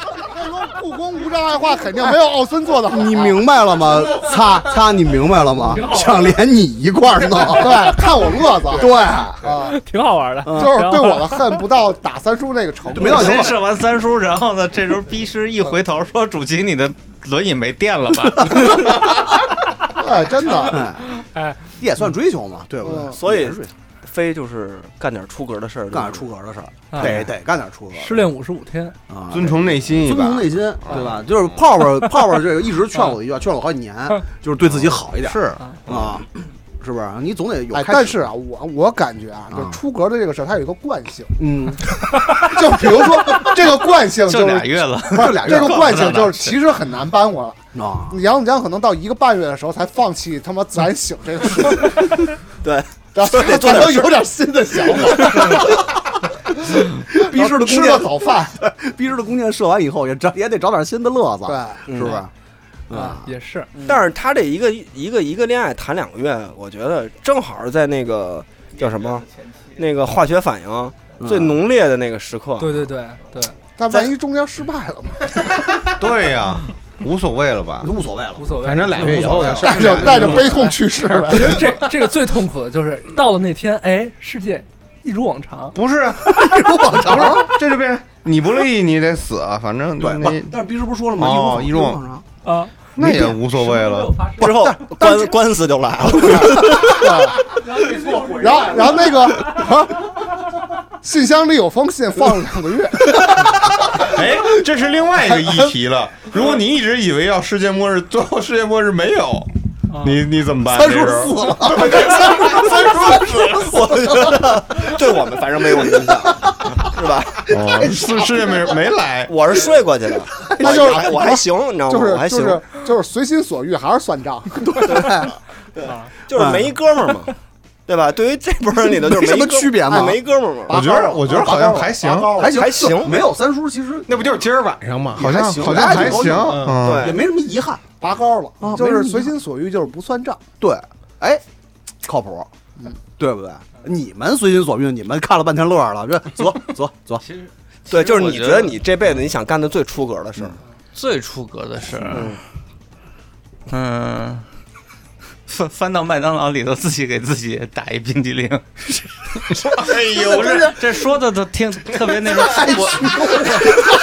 [SPEAKER 4] 故宫无障碍化肯定没有奥森做的好。
[SPEAKER 2] 你明白了吗？擦擦，你明白了吗？想连你一块儿 弄，
[SPEAKER 4] 对，看我乐子。
[SPEAKER 2] 对，嗯
[SPEAKER 4] 啊，
[SPEAKER 5] 挺好玩的。
[SPEAKER 4] 就是对我的恨不到打三叔那个程度。
[SPEAKER 2] 没到
[SPEAKER 6] 先射完三叔，然后呢，这时候逼师一回头说：“主席，你的轮椅没电了吧
[SPEAKER 4] 哎，真的，
[SPEAKER 2] 也算追求嘛，对不对？
[SPEAKER 4] 嗯
[SPEAKER 1] 所以
[SPEAKER 2] 也是追求
[SPEAKER 1] 非就是干点出格的事儿，
[SPEAKER 2] 干点出格的事儿，
[SPEAKER 5] 哎
[SPEAKER 2] 得得干点出格的事儿。
[SPEAKER 5] 失恋五十五天，
[SPEAKER 2] 啊，
[SPEAKER 7] 遵从内心一
[SPEAKER 2] 遵
[SPEAKER 7] 把
[SPEAKER 2] 从。内心，对吧？啊就是泡泡泡泡这个一直劝我的一句话，劝了我好几年，就是对自己好一点
[SPEAKER 7] 是，
[SPEAKER 2] 啊，是不是？你总得有
[SPEAKER 4] 哎，
[SPEAKER 2] 开始。
[SPEAKER 4] 但是啊，我我感觉啊，就
[SPEAKER 2] 啊
[SPEAKER 4] 出格的这个事儿，它有一个惯性。
[SPEAKER 2] 嗯，
[SPEAKER 4] 就比如 说这个惯性？”
[SPEAKER 6] 就
[SPEAKER 4] 就
[SPEAKER 6] 俩
[SPEAKER 4] 是。
[SPEAKER 6] 月了，
[SPEAKER 4] 不是
[SPEAKER 2] 俩月
[SPEAKER 4] 这个惯性就是其实很难扳回来。
[SPEAKER 2] 啊，
[SPEAKER 4] 杨子江可能到一个半月的时候才放弃他妈自然醒这个事，
[SPEAKER 1] 对，
[SPEAKER 4] 然后他才啊能有点新的想法。
[SPEAKER 2] 逼式的
[SPEAKER 4] 吃
[SPEAKER 2] 弓
[SPEAKER 4] 个
[SPEAKER 2] 箭，
[SPEAKER 4] 早饭，
[SPEAKER 2] 逼式的弓箭射完以后，也找也得找点新的乐子，
[SPEAKER 4] 对，
[SPEAKER 1] 嗯
[SPEAKER 2] 是不是？嗯
[SPEAKER 5] 啊，也是
[SPEAKER 1] 但是他这一个一个一个恋爱谈两个月，我觉得正好是在那个叫什么，那个化学反应最浓烈的那个时刻。
[SPEAKER 5] 对对对对，
[SPEAKER 4] 但万一中间失败了呢？
[SPEAKER 7] 对呀，无所谓了吧？
[SPEAKER 2] 无所谓了。
[SPEAKER 5] 无所谓。
[SPEAKER 3] 反正俩月以后的事儿
[SPEAKER 4] 带着带着悲痛去世了。
[SPEAKER 5] 这这个最痛苦的就是到了那天，哎，世界一如往常，
[SPEAKER 7] 不是啊，
[SPEAKER 2] 我
[SPEAKER 7] 不是，这就变成你不乐意你得死啊，反正
[SPEAKER 2] 对，
[SPEAKER 7] 那
[SPEAKER 2] 不但是逼式不是说了吗？
[SPEAKER 7] 哦
[SPEAKER 2] 一
[SPEAKER 7] 一如往
[SPEAKER 2] 往常，
[SPEAKER 5] 啊，
[SPEAKER 7] 那也无所谓了。
[SPEAKER 1] 之后官官司就来了，
[SPEAKER 4] 然后然后那 个啊，信箱里有封信，放了两个月。
[SPEAKER 7] 哎， 这是另外一个议题 了。如果你一直以为要世界末日，最后世界末日没有，你你怎么办？
[SPEAKER 3] 啊
[SPEAKER 2] 三叔
[SPEAKER 7] 这时候
[SPEAKER 2] 死了，
[SPEAKER 1] 我觉得对我们反正没有影响，是吧？
[SPEAKER 7] 哦世世界没没来，
[SPEAKER 1] 我是睡过 去的，
[SPEAKER 4] 那就是
[SPEAKER 1] 我还我还行，你知道
[SPEAKER 4] 就
[SPEAKER 1] 吗？
[SPEAKER 4] 是
[SPEAKER 1] 我还
[SPEAKER 4] 就
[SPEAKER 1] 行，
[SPEAKER 4] 是就是随心所欲，还是算账。
[SPEAKER 1] 就是没一哥们儿嘛，对吧？对于这波人里头，就是
[SPEAKER 2] 嗯没什么
[SPEAKER 1] 一哥
[SPEAKER 2] 区别嘛
[SPEAKER 1] 哎没哥们儿嘛。
[SPEAKER 7] 我觉得我觉得好像还行，
[SPEAKER 2] 还行
[SPEAKER 1] 还行
[SPEAKER 2] 没有三叔其实
[SPEAKER 3] 那不就是今儿晚上吗？好
[SPEAKER 2] 还
[SPEAKER 3] 像
[SPEAKER 2] 行
[SPEAKER 3] 好像还行，嗯
[SPEAKER 2] 也
[SPEAKER 1] 对，
[SPEAKER 2] 没什么遗憾。
[SPEAKER 4] 拔高了，
[SPEAKER 2] 啊
[SPEAKER 4] 就
[SPEAKER 2] 没什么
[SPEAKER 4] 是
[SPEAKER 2] 意思
[SPEAKER 4] 随心所欲，就是不算账。
[SPEAKER 2] 对，哎，靠谱，对不对？你们随心所欲，你们看了半天乐儿了，这走走走，
[SPEAKER 1] 对，就是
[SPEAKER 6] 我
[SPEAKER 1] 你
[SPEAKER 6] 觉
[SPEAKER 1] 觉
[SPEAKER 6] 得
[SPEAKER 1] 得你这辈子你想干的最出格的事儿，
[SPEAKER 2] 嗯
[SPEAKER 6] 最出格的事儿，嗯，翻翻到麦当劳里头，自己给自己打一冰激凌。
[SPEAKER 7] 哎呦，这
[SPEAKER 6] 这说的都听特别那种，我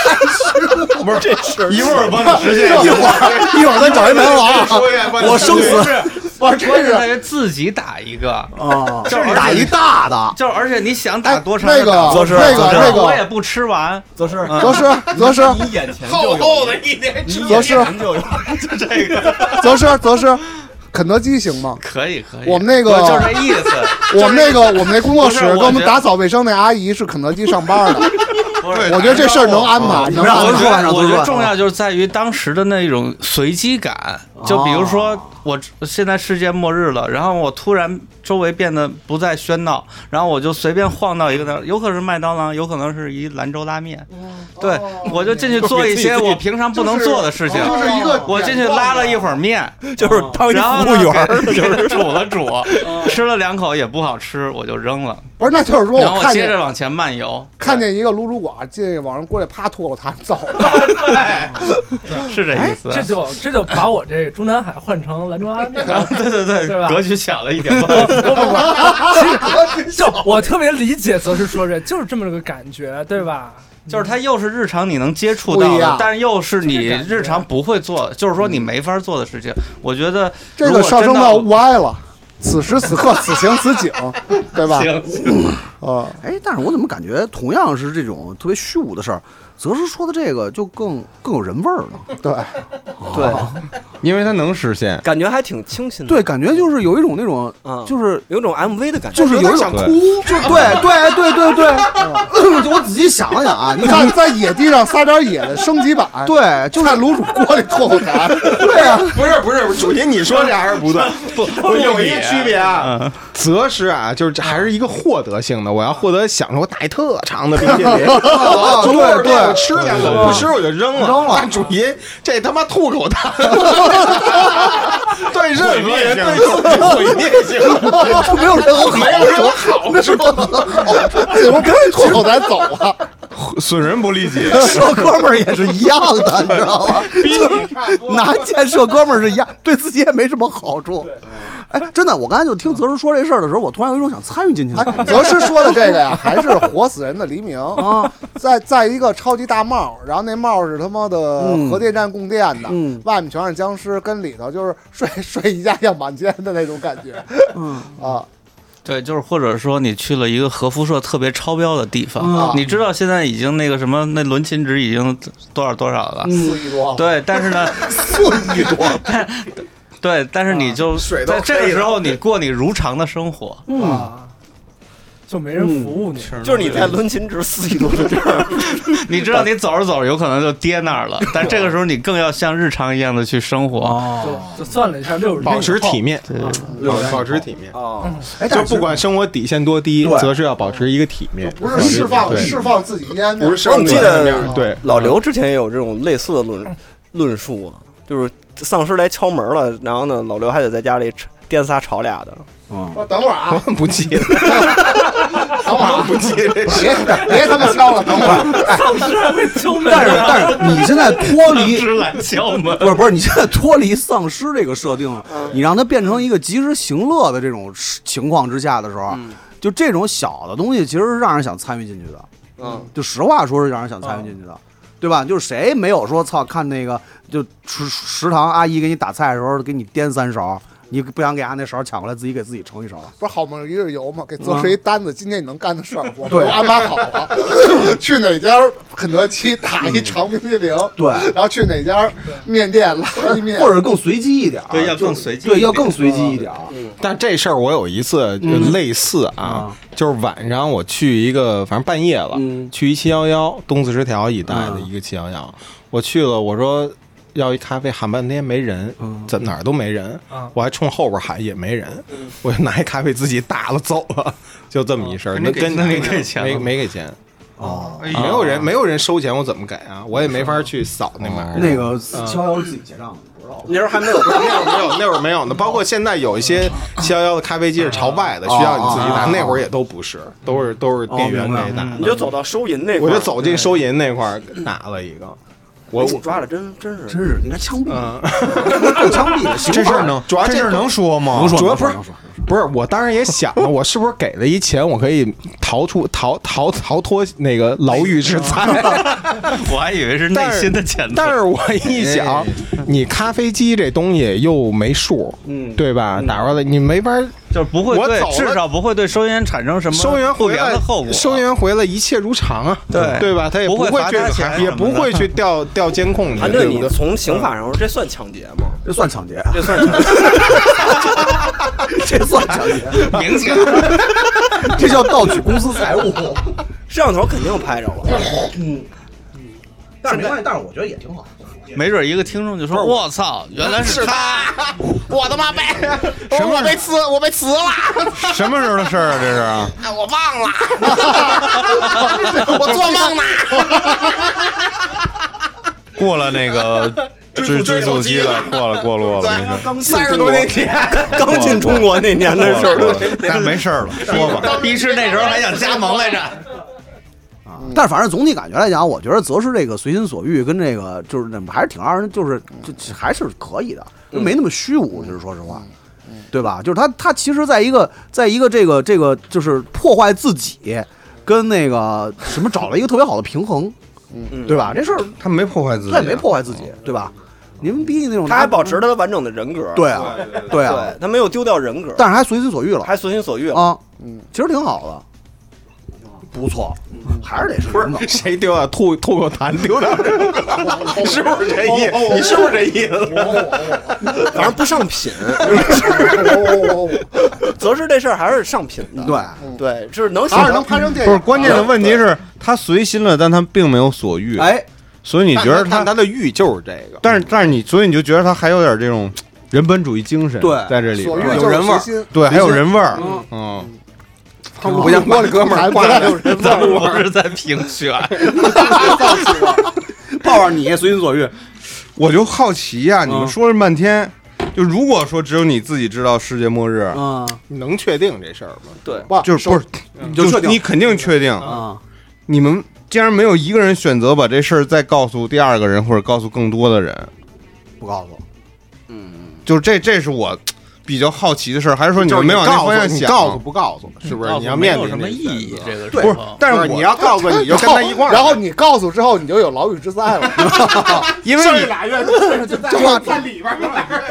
[SPEAKER 7] 不是这是 一会儿帮你实现，一会儿
[SPEAKER 2] 一会儿咱找一麦当劳啊，
[SPEAKER 7] 说一下帮你
[SPEAKER 2] 我生死
[SPEAKER 6] 我关键在于自己打一个，
[SPEAKER 2] 啊，
[SPEAKER 6] 就是而且
[SPEAKER 2] 打一大的，
[SPEAKER 6] 就是而且你想打
[SPEAKER 4] 哎，
[SPEAKER 6] 多长
[SPEAKER 4] 那
[SPEAKER 6] 就
[SPEAKER 4] 个
[SPEAKER 6] 打
[SPEAKER 1] 则是
[SPEAKER 4] 那个
[SPEAKER 1] 则是
[SPEAKER 4] 那
[SPEAKER 6] 我也
[SPEAKER 4] 个
[SPEAKER 6] 不吃完，
[SPEAKER 1] 则是
[SPEAKER 4] 泽师泽师
[SPEAKER 10] 你眼前
[SPEAKER 7] 厚
[SPEAKER 10] 就
[SPEAKER 7] 厚
[SPEAKER 10] 有，
[SPEAKER 7] 的一点，
[SPEAKER 10] 你
[SPEAKER 4] 则
[SPEAKER 10] 眼
[SPEAKER 4] 是
[SPEAKER 10] 前就有。
[SPEAKER 7] 这个
[SPEAKER 4] 泽师泽师，肯德基行吗？
[SPEAKER 6] 可以可以。
[SPEAKER 4] 我们那个
[SPEAKER 6] 我就这意思，
[SPEAKER 4] 我们那个我们那工作室
[SPEAKER 6] 不是我
[SPEAKER 4] 给我们
[SPEAKER 6] 觉得
[SPEAKER 4] 打扫卫生那阿姨是肯德基上班的，
[SPEAKER 6] 不是
[SPEAKER 4] 我觉得这事儿能安排，能
[SPEAKER 2] 不让
[SPEAKER 6] 我
[SPEAKER 4] 安
[SPEAKER 6] 觉
[SPEAKER 2] 说完
[SPEAKER 6] 得，
[SPEAKER 2] 让
[SPEAKER 6] 我
[SPEAKER 2] 多
[SPEAKER 6] 觉得
[SPEAKER 2] 说
[SPEAKER 6] 重要就是在于当时的那种随机感。就比如说，我现在世界末日了，然后我突然周围变得不再喧闹，然后我就随便晃到一个那儿，有可能是麦当劳，有可能是一兰州拉面，对我就进去做一些我平常不能做的事情。
[SPEAKER 4] 就是一个
[SPEAKER 6] 我进去拉了一会儿面，
[SPEAKER 1] 就是当一
[SPEAKER 6] 然后
[SPEAKER 1] 服务员儿，
[SPEAKER 6] 呢给给它煮了煮，吃了两口也不好吃，我就扔了。
[SPEAKER 4] 不是，那就是说
[SPEAKER 6] 然后
[SPEAKER 4] 我
[SPEAKER 6] 我
[SPEAKER 4] 看
[SPEAKER 6] 接
[SPEAKER 4] 见
[SPEAKER 6] 着往前漫游，
[SPEAKER 4] 看见一个卤煮馆进往上过来，啪脱了它走了。
[SPEAKER 6] 是这意思。
[SPEAKER 5] 这就这就把我这中南海换成兰州拉面
[SPEAKER 6] 然
[SPEAKER 5] 了。
[SPEAKER 6] 后对对对，
[SPEAKER 5] 对吧
[SPEAKER 6] 格局小了一点吧。
[SPEAKER 5] 就我特别理解泽师说这，就是这么个感觉，对吧？
[SPEAKER 6] 就是它又是日常你能接触
[SPEAKER 4] 不
[SPEAKER 6] 到
[SPEAKER 4] 一
[SPEAKER 6] 的
[SPEAKER 4] 样，
[SPEAKER 6] 但是又是你
[SPEAKER 5] 这个感觉
[SPEAKER 6] 日常不会做，就是说你没法做的事情。我觉得
[SPEAKER 4] 这个上升到物哀了，此时此刻，此情此景，对吧？啊，
[SPEAKER 2] 哎，但是我怎么感觉同样是这种特别虚无的事儿，泽师说的这个就更更有人味儿了。
[SPEAKER 4] 对，
[SPEAKER 1] 对，
[SPEAKER 3] 因为它能实现。
[SPEAKER 1] 感觉还挺清新的，
[SPEAKER 2] 对，，感觉就是有一种那种，
[SPEAKER 1] 嗯
[SPEAKER 2] 就是
[SPEAKER 1] 有种 MV 的感觉，
[SPEAKER 2] 就是有一种
[SPEAKER 3] 想哭
[SPEAKER 2] 就对对对对对，就我仔细想了想啊， 你看
[SPEAKER 4] 在，在野地上撒点野的升级版，，
[SPEAKER 2] 对，就
[SPEAKER 4] 就在卤煮锅里脱后 台，
[SPEAKER 2] 对啊，
[SPEAKER 12] 不是不是，主席你说这还是不对，不我有一个区别啊，
[SPEAKER 3] 择时啊，就是这还是一个获得性的，我要获得享受，我打一特长的冰淇淋，中午
[SPEAKER 2] 对对
[SPEAKER 3] 我吃两口，不吃我就扔了。扔了，主席这他妈吐口痰，对任何人对
[SPEAKER 12] 毁灭性，
[SPEAKER 2] 就没有任何好处，
[SPEAKER 12] 好处，
[SPEAKER 4] 怎么跟脱后台走了？
[SPEAKER 12] 损人不利己。
[SPEAKER 2] 社哥们儿也是一样的，你知道吗？就是拿建设哥们儿是一样，对自己也没什么好处。哎，真的，我刚才就听泽师说这事儿的时候，我突然有一种想参与进 去的感觉。
[SPEAKER 4] 泽师说的这个呀，还是《活死人的黎明》啊，在在一个超级大帽，然后那帽是他妈的
[SPEAKER 2] 嗯
[SPEAKER 4] 核电站供电的，
[SPEAKER 2] 嗯
[SPEAKER 4] 外面全是僵尸，跟里头就是睡 睡一家样板间的那种感觉，
[SPEAKER 2] 嗯
[SPEAKER 4] 啊，
[SPEAKER 6] 对，就是或者说你去了一个核辐射特别超标的地
[SPEAKER 2] 嗯
[SPEAKER 6] 方，你知道现在已经那个什么那伦琴值已经多少多少了，
[SPEAKER 4] 嗯四亿多了，
[SPEAKER 6] 对，但是呢，
[SPEAKER 4] 四亿 多啊了
[SPEAKER 6] 对，但是你就
[SPEAKER 12] 水都
[SPEAKER 6] 在这
[SPEAKER 12] 黑
[SPEAKER 6] 个时
[SPEAKER 12] 了
[SPEAKER 6] 候你过你如常的生活，
[SPEAKER 4] 嗯
[SPEAKER 5] 啊，就没人服务你。
[SPEAKER 1] 就是你在抡琴值四亿多的地儿，
[SPEAKER 6] 你知道你走着走着有可能就跌那儿了，但这个时候你更要像日常一样的去生
[SPEAKER 4] 哦
[SPEAKER 6] 活。
[SPEAKER 5] 就就算了一下，六十
[SPEAKER 3] 嗯保持体面，保保持体面。就不管生活底线多低，则是要保持一个体面，
[SPEAKER 4] 不是释放
[SPEAKER 3] 对
[SPEAKER 4] 释放自己烟的，
[SPEAKER 12] 不是释
[SPEAKER 1] 我
[SPEAKER 12] 放
[SPEAKER 1] 们
[SPEAKER 12] 自
[SPEAKER 1] 记
[SPEAKER 12] 己的
[SPEAKER 1] 得
[SPEAKER 12] 面儿
[SPEAKER 3] 对
[SPEAKER 1] 老刘之前也有这种类似的论论述啊，就是丧尸来敲门了，然后呢，老刘还得在家里吵颠仨吵俩的，
[SPEAKER 4] 我等会儿啊，
[SPEAKER 3] 不记得， 不记得。
[SPEAKER 4] 别别他妈敲了，等会儿，
[SPEAKER 2] 但是但是你现在脱 离
[SPEAKER 6] 是来敲门，
[SPEAKER 2] 不是不是，你现在脱离丧尸这个设定了，你让它变成一个及时行乐的这种情况之下的时候，啊就这种小的东西，其实是让人想参与进去的。
[SPEAKER 4] 嗯，
[SPEAKER 2] 就实话说，是让人想参与进去的，对吧？就是谁没有说操看那个，就食食堂阿姨给你打菜的时候给你颠三勺，你不想给她那勺抢过来，自己给自己盛一勺。
[SPEAKER 4] 不是好梦一日游嘛，给泽师一单子，今天你能干的事儿，我都安排好了。 去哪家肯德基打一长冰激凌，
[SPEAKER 2] 对
[SPEAKER 4] 然后去哪家面店拉一面，
[SPEAKER 2] 或者更随机一点儿，
[SPEAKER 6] 对，要更随机。
[SPEAKER 2] 对，要更随机一点儿。啊
[SPEAKER 3] 但这事儿我有一次就类似啊，就是晚上我去一个，反正半夜了，
[SPEAKER 2] 嗯
[SPEAKER 3] 去一七幺幺东四十条一带的一个七幺幺，我去了，我说要一咖啡，喊半天没人，怎哪儿都没人，
[SPEAKER 5] 嗯
[SPEAKER 3] 我还冲后边喊也没人，我就拿一咖啡自己打了走了， 就这么一事儿，那跟
[SPEAKER 6] 那你给钱
[SPEAKER 3] 没
[SPEAKER 6] 了
[SPEAKER 3] 没给钱，啊
[SPEAKER 2] 哦，
[SPEAKER 3] 没有人没有人收钱，我怎么给啊？我也没法去扫那门儿。
[SPEAKER 2] 那个逍遥自己结账的，不知道。
[SPEAKER 1] 那时候还没有
[SPEAKER 3] 那会儿没有，那会儿没有呢。包括现在有一些七幺幺的咖啡机是朝外的，需要你自己拿。那会儿也都不是，都是都是店员给打。
[SPEAKER 1] 你就走到收银那块
[SPEAKER 3] 我
[SPEAKER 1] 儿，
[SPEAKER 3] 就走进收银那块儿打了一个，我
[SPEAKER 1] 哎，你
[SPEAKER 3] 我
[SPEAKER 1] 抓的真真是
[SPEAKER 2] 真是应该枪毙，
[SPEAKER 3] 嗯，
[SPEAKER 2] 枪毙的行吧
[SPEAKER 3] 这事儿能主要
[SPEAKER 12] 这
[SPEAKER 3] 这
[SPEAKER 12] 事儿能说吗？
[SPEAKER 2] 能说
[SPEAKER 3] 主要
[SPEAKER 2] 能说
[SPEAKER 3] 不是
[SPEAKER 2] 能说
[SPEAKER 3] 不是，我当然也想 了，我是不是给了一钱，我可以逃出逃逃逃脱那个牢狱之灾？
[SPEAKER 6] 我还以为是内心的谴责。
[SPEAKER 3] 但是我一想，你咖啡机这东西又没数，嗯，对吧？打过来你没法
[SPEAKER 6] 就是不会
[SPEAKER 3] 我
[SPEAKER 6] 对
[SPEAKER 3] 走，了
[SPEAKER 6] 至少不会对收银员产生什么
[SPEAKER 3] 收银员
[SPEAKER 6] 不
[SPEAKER 3] 回
[SPEAKER 6] 良
[SPEAKER 3] 来
[SPEAKER 6] 的后果。
[SPEAKER 3] 收银 员回来一切如常啊，
[SPEAKER 6] 对
[SPEAKER 3] 对吧？他也
[SPEAKER 6] 不会
[SPEAKER 3] 会
[SPEAKER 6] 罚
[SPEAKER 3] 去
[SPEAKER 6] 他钱什么的
[SPEAKER 3] 也不会去调调监控去，
[SPEAKER 1] 啊，那
[SPEAKER 3] 对不
[SPEAKER 1] 你
[SPEAKER 3] 对？
[SPEAKER 1] 从刑法上说，这算抢劫吗？
[SPEAKER 2] 这算抢劫，
[SPEAKER 1] 这算抢 劫，
[SPEAKER 2] 这算抢劫，
[SPEAKER 6] 明显，
[SPEAKER 2] 这叫盗取公司财物。
[SPEAKER 1] 摄像头肯定拍着了。
[SPEAKER 2] 但是没关系，但是我觉得也挺好。
[SPEAKER 6] 没准一个听众就说：“我操，原来是他！
[SPEAKER 12] 我他妈被什么被辞，我被辞了，
[SPEAKER 7] 什么时候的事儿啊？这是啊，
[SPEAKER 12] 我忘了， 我做梦呢。
[SPEAKER 7] 过了那个追
[SPEAKER 3] 追追溯期了，过了过路了，没事。
[SPEAKER 5] 三十多那年，刚进中国那年的事儿都是，
[SPEAKER 3] 但没事儿了，说吧。
[SPEAKER 13] 迪士那时候还想加盟来着，
[SPEAKER 2] 啊 但是反正总体感觉来讲，我觉得泽是这个随心所欲跟这个就是那还是挺让人就是就就还是可以的，就没那么虚无，就是说实话。对吧？就是他，他其实在一个，在一个这个这个，就是破坏自己跟那个什么找了一个特别好的平衡，
[SPEAKER 5] 嗯
[SPEAKER 2] 对吧？这事儿
[SPEAKER 13] 他没破坏自己，
[SPEAKER 3] 啊
[SPEAKER 2] 他也没破坏自己，对吧？你们逼那种
[SPEAKER 1] 他还保持了他完整的人格，
[SPEAKER 2] 对啊，对啊，
[SPEAKER 1] 对，他没有丢掉人格，
[SPEAKER 2] 但是还随心所欲了
[SPEAKER 1] 还随心所欲了。
[SPEAKER 2] 啊，其实挺好的。不错，还是得是领导。
[SPEAKER 14] 谁丢啊？吐吐口痰丢的，
[SPEAKER 13] 是不是这意？你是不是这意思？
[SPEAKER 1] 反正不上 品，
[SPEAKER 4] 哦
[SPEAKER 1] 则是这事儿还是上品的。
[SPEAKER 2] 对，
[SPEAKER 1] 对，就是能
[SPEAKER 4] 还是
[SPEAKER 1] 想
[SPEAKER 4] 能
[SPEAKER 1] 到
[SPEAKER 4] 拍成电
[SPEAKER 3] 不是
[SPEAKER 4] 影。
[SPEAKER 3] 关键的问题是，他随心了，但他并没有所欲。，
[SPEAKER 2] 哎，
[SPEAKER 3] 所以你
[SPEAKER 13] 你
[SPEAKER 3] 觉得他，
[SPEAKER 13] 他的欲就是这个？嗯
[SPEAKER 3] 但是但是你，所以你就觉得他还有点这种人本主义精神，
[SPEAKER 2] 对
[SPEAKER 3] 在这里
[SPEAKER 4] 所欲
[SPEAKER 3] 边
[SPEAKER 4] 就是
[SPEAKER 13] 有人味儿
[SPEAKER 4] 随心，
[SPEAKER 3] 对，还有人味儿，嗯，
[SPEAKER 13] 不像我的哥们儿挂
[SPEAKER 4] 还
[SPEAKER 13] 了
[SPEAKER 4] 有人味儿
[SPEAKER 13] 我是在评选，
[SPEAKER 2] 泡泡你随心所欲，
[SPEAKER 3] 我就好奇呀，你们
[SPEAKER 2] 嗯
[SPEAKER 3] 说了半天，就如果说只有你自己知道世界末日，
[SPEAKER 2] 嗯
[SPEAKER 13] 能确定这事儿吗？啊
[SPEAKER 4] 不
[SPEAKER 3] 就是不是，
[SPEAKER 2] 你
[SPEAKER 3] 就
[SPEAKER 2] 确
[SPEAKER 3] 是
[SPEAKER 2] 定
[SPEAKER 3] 你肯定确定，
[SPEAKER 13] 嗯
[SPEAKER 2] 啊？
[SPEAKER 3] 你们竟然没有一个人选择把这事儿再告诉第二个人，或者告诉更多的人，
[SPEAKER 2] 不告诉我，
[SPEAKER 3] 就是这，这是我比较好奇的事儿，还是说你
[SPEAKER 13] 就是
[SPEAKER 3] 们没往那
[SPEAKER 13] 告
[SPEAKER 3] 方向
[SPEAKER 13] 诉你
[SPEAKER 3] 想？
[SPEAKER 13] 告诉不告诉，是不是？
[SPEAKER 6] 告诉
[SPEAKER 13] 你要
[SPEAKER 6] 没
[SPEAKER 13] 面
[SPEAKER 6] 有
[SPEAKER 13] 对
[SPEAKER 6] 什么
[SPEAKER 13] 这
[SPEAKER 6] 意
[SPEAKER 13] 个
[SPEAKER 6] 义啊
[SPEAKER 13] 选，择
[SPEAKER 6] 这个
[SPEAKER 3] 不是，但
[SPEAKER 13] 不
[SPEAKER 3] 是
[SPEAKER 13] 是你
[SPEAKER 3] 我
[SPEAKER 13] 要告诉 你就跟他一块儿，
[SPEAKER 4] 然后你告诉之后，你就有牢狱之灾了。
[SPEAKER 3] 因为你
[SPEAKER 4] 俩月就在里边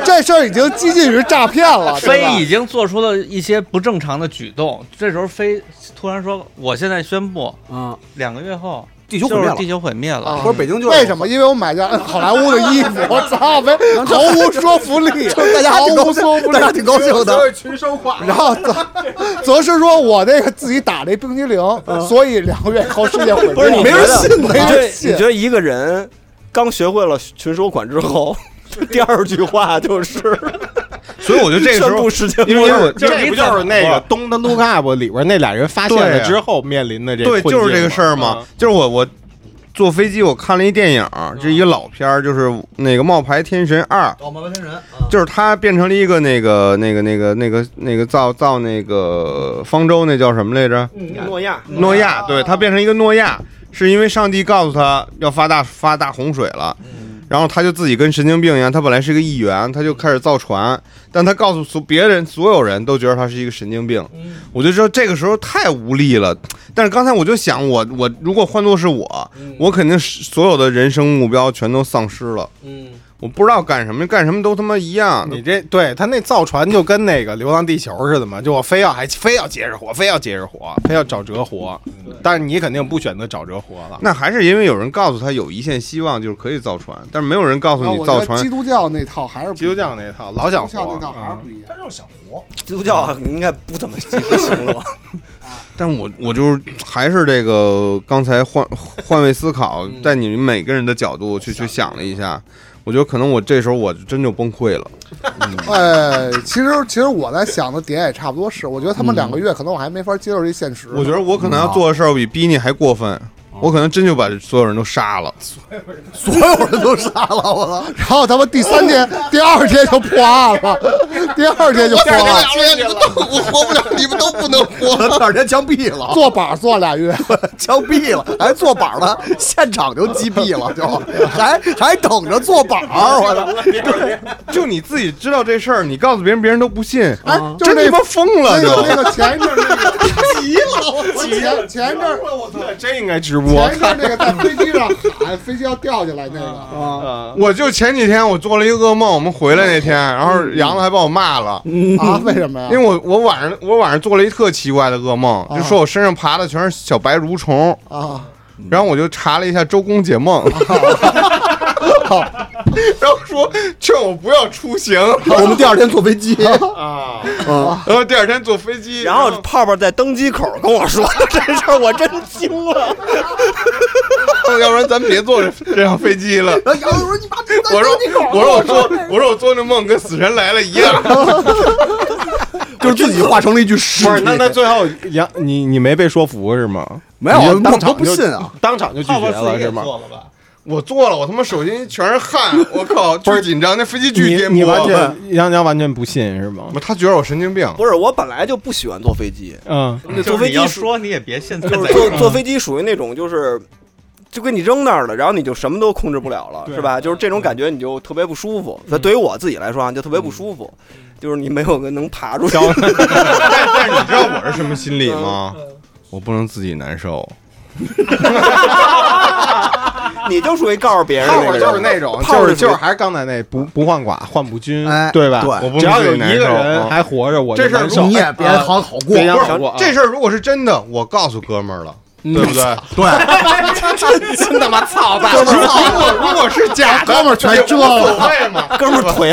[SPEAKER 4] 这事儿已经接近于诈骗 了，对吧
[SPEAKER 6] 飞已经做出了一些不正常的举动，这时候飞突然说：“我现在宣布，
[SPEAKER 2] 嗯，
[SPEAKER 6] 两个月后
[SPEAKER 2] 地球毁
[SPEAKER 6] 就
[SPEAKER 2] 灭
[SPEAKER 6] 是
[SPEAKER 2] 了
[SPEAKER 6] 地，球毁灭了。
[SPEAKER 4] 啊
[SPEAKER 2] 或者北京就
[SPEAKER 4] 为什么？因为我买件好莱坞的衣服，我操，没毫无说服力，
[SPEAKER 2] 大家
[SPEAKER 4] 毫
[SPEAKER 2] 挺高
[SPEAKER 4] 无
[SPEAKER 2] 兴
[SPEAKER 4] 说服，力
[SPEAKER 2] 大，家挺高兴的。
[SPEAKER 4] 群生化。 然后则则是说我那个自己打那冰激凌，
[SPEAKER 3] 嗯
[SPEAKER 4] 所以两个月后世界毁灭，
[SPEAKER 1] 不是你
[SPEAKER 4] 没人
[SPEAKER 1] 觉得
[SPEAKER 4] 信，没
[SPEAKER 1] 你觉得
[SPEAKER 4] 人
[SPEAKER 1] 你
[SPEAKER 4] 信
[SPEAKER 1] 觉。得一个人刚学会了群收款之后，第二句话就是
[SPEAKER 3] 所以我就这个时
[SPEAKER 1] 宣布
[SPEAKER 3] 候，
[SPEAKER 1] 世界
[SPEAKER 3] 因
[SPEAKER 1] 末
[SPEAKER 3] 为
[SPEAKER 1] 日。
[SPEAKER 3] 我
[SPEAKER 13] 这不就是那个《Don't Look Up》里边那俩人发现
[SPEAKER 3] 对
[SPEAKER 13] 了
[SPEAKER 3] 呀
[SPEAKER 13] 之后面临的这
[SPEAKER 3] 对，就是这个事儿嘛
[SPEAKER 13] 嘛。，
[SPEAKER 3] 就是我我坐飞机，我看了一电影，这一个老片儿，就是那个《冒牌天神二》。
[SPEAKER 2] 哦，麻烦天神，
[SPEAKER 3] 就是他变成了一个那个那个那个那个那个造造那个方舟那叫什么来着？
[SPEAKER 1] 诺亚，
[SPEAKER 3] 诺亚，对他变成一个诺亚，是因为上帝告诉他要发大发大洪水了，
[SPEAKER 4] 嗯
[SPEAKER 3] 然后他就自己跟神经病一样，他本来是个议员，他就开始造船，但他告诉所别人所有人都觉得他是一个神经病，
[SPEAKER 13] 嗯
[SPEAKER 3] 我就知道这个时候太无力了。但是刚才我就想，我我如果换作是我，
[SPEAKER 13] 嗯
[SPEAKER 3] 我肯定是所有的人生目标全都丧失了，
[SPEAKER 5] 嗯，
[SPEAKER 3] 我不知道干什么，干什么都他妈一样。
[SPEAKER 13] 你这对他那造船就跟那个《流浪地球》似的嘛，就我非要还非要接着活，非要接着活，非要找辙活。但是你肯定不选择找辙活了。
[SPEAKER 3] 那还是因为有人告诉他有一线希望，就是可以造船，但是没有人告诉
[SPEAKER 4] 啊
[SPEAKER 3] 你
[SPEAKER 4] 我
[SPEAKER 3] 造
[SPEAKER 4] 觉得
[SPEAKER 3] 船
[SPEAKER 4] 基督教那套还是不
[SPEAKER 13] 基督教那套老
[SPEAKER 4] 基
[SPEAKER 13] 想活
[SPEAKER 4] 督教那，套还是
[SPEAKER 13] 嗯
[SPEAKER 4] 不一样。
[SPEAKER 1] 基督教啊应该不怎么积极行乐。
[SPEAKER 3] 但我我就是还是这个刚才换换位思考，
[SPEAKER 13] 嗯
[SPEAKER 3] 在你们每个人的角度去去想了一下，我觉得可能我这时候我真就崩溃了。嗯
[SPEAKER 4] 哎，其实其实我在想的点也差不多是，我觉得他们两个月可能我还没法接受这现实。
[SPEAKER 3] 我觉得我可能要做的事儿比逼你还过分，我可能真就把所有人都杀了。
[SPEAKER 2] 所有人都杀了，我操！
[SPEAKER 4] 然后他们第三天、
[SPEAKER 3] 哦
[SPEAKER 4] 第二天就破案了，第二天就破案了，
[SPEAKER 2] 了，你们都我活不了，你们都不能活了。第二天枪毙了，
[SPEAKER 4] 坐板儿坐俩月，
[SPEAKER 2] 枪毙了，还坐板儿了，现场就击毙了，就还还等着坐板儿，我 操！
[SPEAKER 3] 就你自己知道这事儿，你告诉别人，别人都不信，
[SPEAKER 4] 哎，就
[SPEAKER 3] 真他
[SPEAKER 4] 是那
[SPEAKER 3] 妈疯了
[SPEAKER 4] 那
[SPEAKER 3] 就
[SPEAKER 4] 个。那个前一阵儿那 个急了，前前一阵儿
[SPEAKER 13] 真应该直播
[SPEAKER 4] 前一阵儿那个在飞机上喊飞机要掉下来那
[SPEAKER 2] 啊
[SPEAKER 4] 个，
[SPEAKER 3] 我就前几天我做了一个噩梦，我们回来那天，然后杨子还把我骂了。
[SPEAKER 4] 啊，为什么
[SPEAKER 3] 因为
[SPEAKER 4] 呀？
[SPEAKER 3] 我我晚上我晚上做了一特奇怪的噩梦，就说我身上爬的全是小白蠕虫，
[SPEAKER 4] 啊，
[SPEAKER 3] 然后我就查了一下《周公解梦》，然后说劝我不要出行，
[SPEAKER 2] 我们第二天坐飞机，
[SPEAKER 3] 然后第二天坐飞机，
[SPEAKER 1] 然后泡泡在登机口跟我说这事儿，我真惊了。
[SPEAKER 3] 要不然咱别坐这辆飞机了。
[SPEAKER 2] 然后杨子说：“你把这
[SPEAKER 3] 我说我说我做我说我做那梦跟死神来了一样，
[SPEAKER 2] 就是自己化成了一具尸
[SPEAKER 13] 不是，
[SPEAKER 2] 体。
[SPEAKER 13] 那那最后杨你你没被说服是吗？
[SPEAKER 2] 没有啊
[SPEAKER 13] 你就当
[SPEAKER 2] 我
[SPEAKER 13] 场
[SPEAKER 2] 不
[SPEAKER 13] 就
[SPEAKER 2] 信啊，
[SPEAKER 13] 当场就拒绝了是吗？
[SPEAKER 3] 我坐了，我他妈手心全 是汗，我靠，倍儿紧张，那飞机巨
[SPEAKER 15] 你
[SPEAKER 3] 颠簸。
[SPEAKER 15] 你完全杨洋完全不信是吗？
[SPEAKER 3] 他觉得我神经病，
[SPEAKER 1] 不是，我本来就不喜欢坐飞机，
[SPEAKER 15] 嗯，
[SPEAKER 1] 那坐
[SPEAKER 6] 就是
[SPEAKER 1] 飞
[SPEAKER 6] 你
[SPEAKER 1] 机
[SPEAKER 6] 要
[SPEAKER 1] 属
[SPEAKER 6] 说你也别现在
[SPEAKER 1] 就是坐坐飞机属于那种就是。就给你扔那儿了，然后你就什么都控制不了了，是吧？就是这种感觉，你就特别不舒服。那对于我自己来说啊，就特别不舒服，就是你没有个能爬出去。
[SPEAKER 3] 但但是你知道我是什么心理吗？我不能自己难 受，
[SPEAKER 1] 你就属于告诉别人的
[SPEAKER 15] 炮
[SPEAKER 1] 那
[SPEAKER 15] 火
[SPEAKER 1] 个人，
[SPEAKER 15] 就是那种，
[SPEAKER 1] 炮
[SPEAKER 15] 就
[SPEAKER 1] 火
[SPEAKER 15] 是就是
[SPEAKER 1] 属于
[SPEAKER 15] 还是刚才那不不患寡患不均
[SPEAKER 2] 哎，
[SPEAKER 15] 对吧？
[SPEAKER 2] 对
[SPEAKER 3] 我不能
[SPEAKER 15] 只要有
[SPEAKER 3] 自己难
[SPEAKER 15] 一
[SPEAKER 3] 受
[SPEAKER 15] 个人
[SPEAKER 3] 啊
[SPEAKER 15] 还活着，我就
[SPEAKER 3] 这事儿
[SPEAKER 15] 难受嗯
[SPEAKER 2] 你也别好好过，
[SPEAKER 15] 别想
[SPEAKER 3] 不是
[SPEAKER 15] 我啊
[SPEAKER 3] 这事儿，如果是真的，我告诉哥们儿了，对 不对？
[SPEAKER 2] 嗯对，
[SPEAKER 1] 真他妈操蛋！
[SPEAKER 3] 如果如果是哎假的，
[SPEAKER 4] 哥们儿全这
[SPEAKER 3] 无
[SPEAKER 4] 了，
[SPEAKER 3] 所谓嘛。
[SPEAKER 1] 哥们儿颓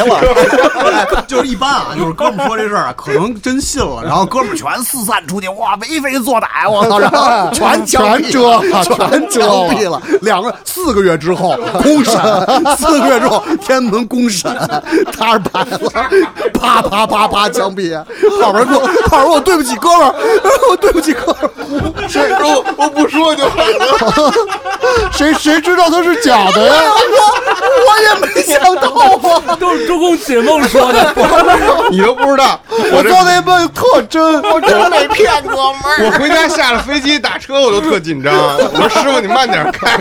[SPEAKER 1] 了，
[SPEAKER 2] 就是一般啊，就是哥们说这事儿啊，可能真信了，然后哥们儿全四散出去，哇，为非作歹，我操，然后 全枪
[SPEAKER 4] 全
[SPEAKER 2] 毙
[SPEAKER 4] 遮了，
[SPEAKER 2] 全
[SPEAKER 4] 全遮
[SPEAKER 2] 枪毙了，两个四个月之后公审， 四个月之后天安门公审，摊儿白了，啪啪啪啪枪毙，炮儿说炮儿说我对不起哥们儿，我对不起哥们儿，
[SPEAKER 3] 这我我不说就好了。
[SPEAKER 4] 谁谁知道他是假的呀？
[SPEAKER 2] 我也没想到啊。
[SPEAKER 5] 都是周公解梦 说的，
[SPEAKER 3] 你都不知道，
[SPEAKER 4] 我
[SPEAKER 3] 我这
[SPEAKER 4] 做那梦特真，我真没骗
[SPEAKER 3] 我回家下了飞机打车，我都特紧 张。我说师傅你慢点开，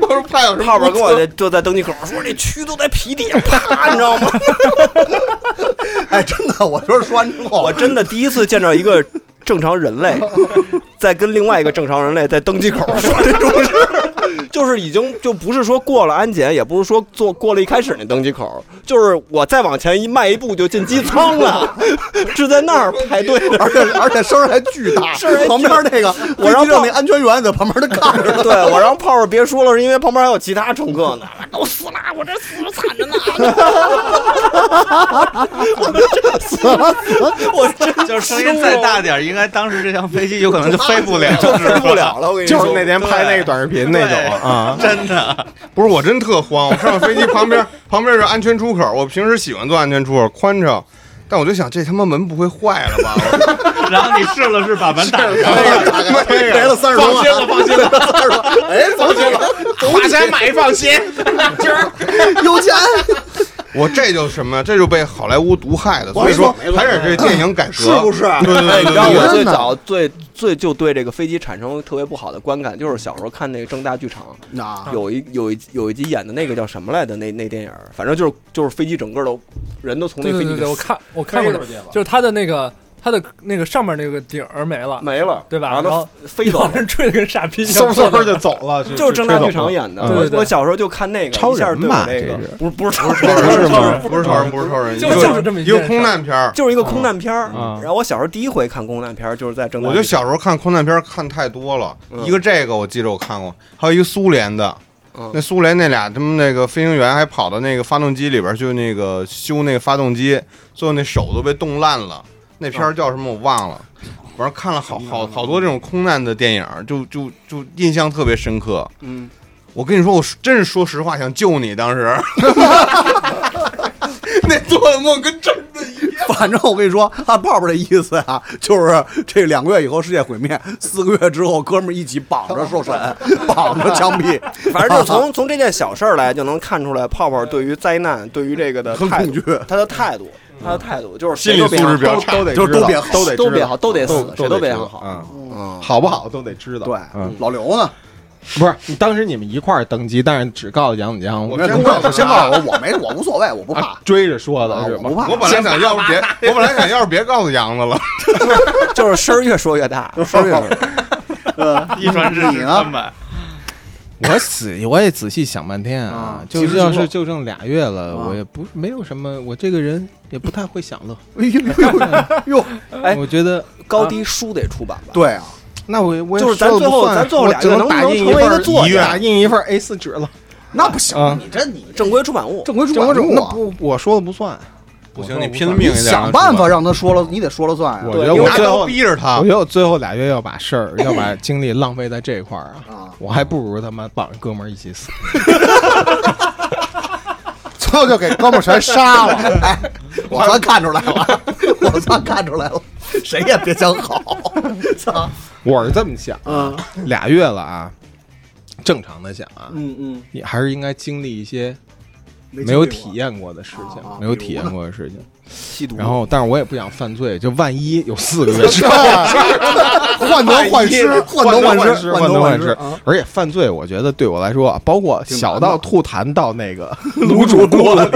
[SPEAKER 3] 我说怕有什么
[SPEAKER 1] 泡泡跟我这就在登机口说这蛆都在皮底下啪，你知道吗？
[SPEAKER 2] 哎，真的，我觉得说 完之后，
[SPEAKER 1] 我真的第一次见着一个正常人类，在跟另外一个正常人类在登机口说这种事儿，就是已经就不是说过了安检，也不是说坐过了一开始那登机口，就是我再往前一迈一步就进机舱了，是在那儿排队 的。
[SPEAKER 2] 而且而且声儿还巨大，
[SPEAKER 1] 声儿还巨大
[SPEAKER 2] 旁边那个
[SPEAKER 1] 我让
[SPEAKER 2] 飞机上那安全员在旁边都看着呢。
[SPEAKER 1] 对我让泡泡别说了，是因为旁边还有其他乘客呢，都死了，我这死了惨着呢，我这死了，我这
[SPEAKER 6] 就是声音再大点儿，应该当时这架飞机有可能就飞不了，
[SPEAKER 1] 就飞不了了，我跟你说，
[SPEAKER 15] 就是那天拍那个短视频那种啊，
[SPEAKER 6] 真的。
[SPEAKER 3] 不是我真特慌，我上了飞机旁边旁边是安全出口，我平时喜欢坐安全出口，宽敞，但我就想这他妈门不会坏了吧？
[SPEAKER 6] 然后你试了试把门打开，
[SPEAKER 2] 赔了三十多万，放心了，放心了，三十多万，哎，放心了，
[SPEAKER 15] 花钱买一放心，
[SPEAKER 2] 有钱，
[SPEAKER 3] 我这就什么，这就被好莱坞毒害的，所以说还是这电影改革
[SPEAKER 2] 是不是？
[SPEAKER 3] 对对对
[SPEAKER 1] 你知道
[SPEAKER 3] 对对
[SPEAKER 1] 我最早最最就对这个飞机产生特别不好的观感，就是小时候看那个正大剧场
[SPEAKER 2] 那
[SPEAKER 5] 啊
[SPEAKER 1] 有一有一有一集演的那个叫什么来的那那电影儿，反正就是就是飞机整个都人都从那
[SPEAKER 5] 对
[SPEAKER 1] 飞
[SPEAKER 5] 对
[SPEAKER 1] 机里
[SPEAKER 5] 对对，我看我看过的，就是他的那个他的那个上面那个顶儿没了，
[SPEAKER 1] 没了，
[SPEAKER 5] 对吧
[SPEAKER 1] 然
[SPEAKER 5] 然
[SPEAKER 1] 后
[SPEAKER 5] 后
[SPEAKER 1] 它飞走
[SPEAKER 5] 老
[SPEAKER 1] 了，
[SPEAKER 5] 人吹的跟傻逼一样
[SPEAKER 15] 嗖嗖就走了，
[SPEAKER 1] 就是正大剧场
[SPEAKER 15] 演。
[SPEAKER 1] 演的。
[SPEAKER 15] 嗯
[SPEAKER 1] 我
[SPEAKER 5] 对对
[SPEAKER 1] 我小时候就看那个，
[SPEAKER 15] 超
[SPEAKER 1] 一下
[SPEAKER 15] 人
[SPEAKER 1] 对
[SPEAKER 15] 吧
[SPEAKER 1] 我那
[SPEAKER 15] 这
[SPEAKER 1] 个
[SPEAKER 15] 是
[SPEAKER 1] 不是不是超人，
[SPEAKER 3] 不是
[SPEAKER 15] 是吗
[SPEAKER 3] 不是超人，不是超人，
[SPEAKER 5] 就
[SPEAKER 3] 一个
[SPEAKER 5] 就是这么一
[SPEAKER 3] 一
[SPEAKER 5] 件
[SPEAKER 3] 个
[SPEAKER 5] 事儿
[SPEAKER 3] 空难片儿。
[SPEAKER 1] 就是一个空难片儿
[SPEAKER 15] 嗯。
[SPEAKER 1] 然后我小时候第一回看空难片儿就是在正大
[SPEAKER 3] 我
[SPEAKER 1] 剧场，
[SPEAKER 3] 就小时候看空难片儿看太多了，
[SPEAKER 1] 嗯
[SPEAKER 3] 一个这个我记着我看过，还有一个苏联的，
[SPEAKER 1] 嗯
[SPEAKER 3] 那苏联那俩他们那个飞行员还跑到那个发动机里边儿去那个修那个发动机，最后那手都被冻烂了。那
[SPEAKER 1] 嗯
[SPEAKER 3] 片儿叫什么我忘了，反正看了好好好多这种空难的电影儿，就就就印象特别深刻。
[SPEAKER 1] 嗯，
[SPEAKER 3] 我跟你说，我是真是说实话想救你，当 时那做的梦跟真的一样。
[SPEAKER 2] 反正我跟你说，按泡泡这意思啊，就是这两个月以后世界毁灭，四个月之后哥们儿一起绑着受审，绑着枪毙，
[SPEAKER 1] 反正就从从这件小事儿来就能看出来，泡泡对于灾难、对于这个的
[SPEAKER 2] 很
[SPEAKER 1] 态
[SPEAKER 2] 恐
[SPEAKER 1] 度
[SPEAKER 2] 惧，
[SPEAKER 1] 他的态度，他的态度就是谁
[SPEAKER 3] 心理
[SPEAKER 1] 都
[SPEAKER 3] 素
[SPEAKER 1] 别
[SPEAKER 3] 质
[SPEAKER 1] 想
[SPEAKER 3] 比较差，
[SPEAKER 15] 都得
[SPEAKER 2] 就是
[SPEAKER 15] 知
[SPEAKER 2] 都
[SPEAKER 15] 道
[SPEAKER 2] 别好
[SPEAKER 15] 都得
[SPEAKER 1] 都
[SPEAKER 15] 知道
[SPEAKER 1] 别好都得死谁都
[SPEAKER 15] 都
[SPEAKER 1] 别
[SPEAKER 15] 知道
[SPEAKER 1] 好
[SPEAKER 15] 嗯，
[SPEAKER 1] 嗯
[SPEAKER 15] 好不好都得知道。
[SPEAKER 2] 对
[SPEAKER 15] 嗯，
[SPEAKER 2] 老刘呢？
[SPEAKER 15] 不是，你当时你们一块儿登机，但是只告诉杨子江，
[SPEAKER 3] 我
[SPEAKER 15] 这
[SPEAKER 3] 先
[SPEAKER 2] 先
[SPEAKER 3] 告诉他
[SPEAKER 2] 告先告诉我，我没我无所谓，我不怕
[SPEAKER 15] 啊，追着说
[SPEAKER 2] 啊
[SPEAKER 15] 的是
[SPEAKER 2] 我不
[SPEAKER 15] 吗？
[SPEAKER 2] 怕
[SPEAKER 3] 我。本来想要是别，我本来想要是别告诉杨子了。
[SPEAKER 1] 就是声儿越说越 大，声儿越说越大。
[SPEAKER 6] 一传十，十传百。
[SPEAKER 15] 我仔我也仔细想半天啊
[SPEAKER 2] 啊，
[SPEAKER 15] 就
[SPEAKER 2] 其实
[SPEAKER 15] 是要
[SPEAKER 2] 就是
[SPEAKER 15] 就剩俩月了，
[SPEAKER 2] 啊
[SPEAKER 15] 我也不没有什么，我这个人也不太会 享乐。
[SPEAKER 2] 哎呦呦呦呦，
[SPEAKER 1] 哎
[SPEAKER 15] 我觉得
[SPEAKER 1] 高低书得出版吧？
[SPEAKER 2] 对啊，
[SPEAKER 15] 那我我也
[SPEAKER 1] 就是咱
[SPEAKER 15] 说了
[SPEAKER 1] 最
[SPEAKER 15] 不
[SPEAKER 1] 后
[SPEAKER 15] 算
[SPEAKER 1] 咱最后
[SPEAKER 15] 我
[SPEAKER 1] 俩
[SPEAKER 15] 只
[SPEAKER 1] 月
[SPEAKER 15] 能
[SPEAKER 1] 能不
[SPEAKER 15] 打
[SPEAKER 1] 能
[SPEAKER 15] 印一
[SPEAKER 1] 成为一
[SPEAKER 15] 份
[SPEAKER 1] 个作
[SPEAKER 15] 一
[SPEAKER 1] 家
[SPEAKER 15] 打印一份 A 4纸了
[SPEAKER 2] 那不行
[SPEAKER 15] 啊，
[SPEAKER 2] 你这你
[SPEAKER 1] 正规出版物，
[SPEAKER 2] 正规出
[SPEAKER 15] 正
[SPEAKER 2] 版
[SPEAKER 15] 规
[SPEAKER 2] 物
[SPEAKER 15] 那
[SPEAKER 2] 啊
[SPEAKER 15] 不我说了不算，
[SPEAKER 3] 不
[SPEAKER 15] 我
[SPEAKER 3] 行，
[SPEAKER 15] 说
[SPEAKER 3] 你
[SPEAKER 15] 不
[SPEAKER 3] 拼
[SPEAKER 15] 算
[SPEAKER 3] 命
[SPEAKER 2] 你
[SPEAKER 3] 一点，啊
[SPEAKER 2] 想办法让他说了，你得说了算
[SPEAKER 15] 我觉
[SPEAKER 2] 呀。
[SPEAKER 15] 得
[SPEAKER 1] 对
[SPEAKER 15] 我
[SPEAKER 3] 拿
[SPEAKER 15] 最
[SPEAKER 3] 刀
[SPEAKER 15] 后，
[SPEAKER 3] 逼着他
[SPEAKER 15] 我觉。得我最后俩月要把事儿，要
[SPEAKER 4] 嗯
[SPEAKER 15] 把精力浪费在这一块儿啊，
[SPEAKER 2] 啊，
[SPEAKER 15] 我还不如他妈绑着哥们儿一起死。
[SPEAKER 4] 最后就给哥们儿全杀了。
[SPEAKER 2] 我算看出来了，我算看出来了，谁也别想好。操，
[SPEAKER 15] 我是这么想，
[SPEAKER 2] 嗯，
[SPEAKER 15] 俩月了啊，
[SPEAKER 3] 正常的想啊，
[SPEAKER 2] 嗯嗯，
[SPEAKER 3] 你还是应该经历一些
[SPEAKER 2] 没
[SPEAKER 3] 没有体验过的事情
[SPEAKER 2] 啊，
[SPEAKER 3] 没有
[SPEAKER 2] 比如
[SPEAKER 3] 体验过的事情。
[SPEAKER 1] 吸毒，
[SPEAKER 3] 然后，但是我也不想犯罪，就万一有 四个月之后，
[SPEAKER 2] 患得患失，患得患失，
[SPEAKER 3] 患
[SPEAKER 2] 得
[SPEAKER 3] 得患
[SPEAKER 2] 失
[SPEAKER 3] 失。
[SPEAKER 2] 啊
[SPEAKER 3] 而且犯罪，我觉得对我来说啊，包括小
[SPEAKER 2] 挺难
[SPEAKER 3] 到吐痰到那 个卤煮锅里，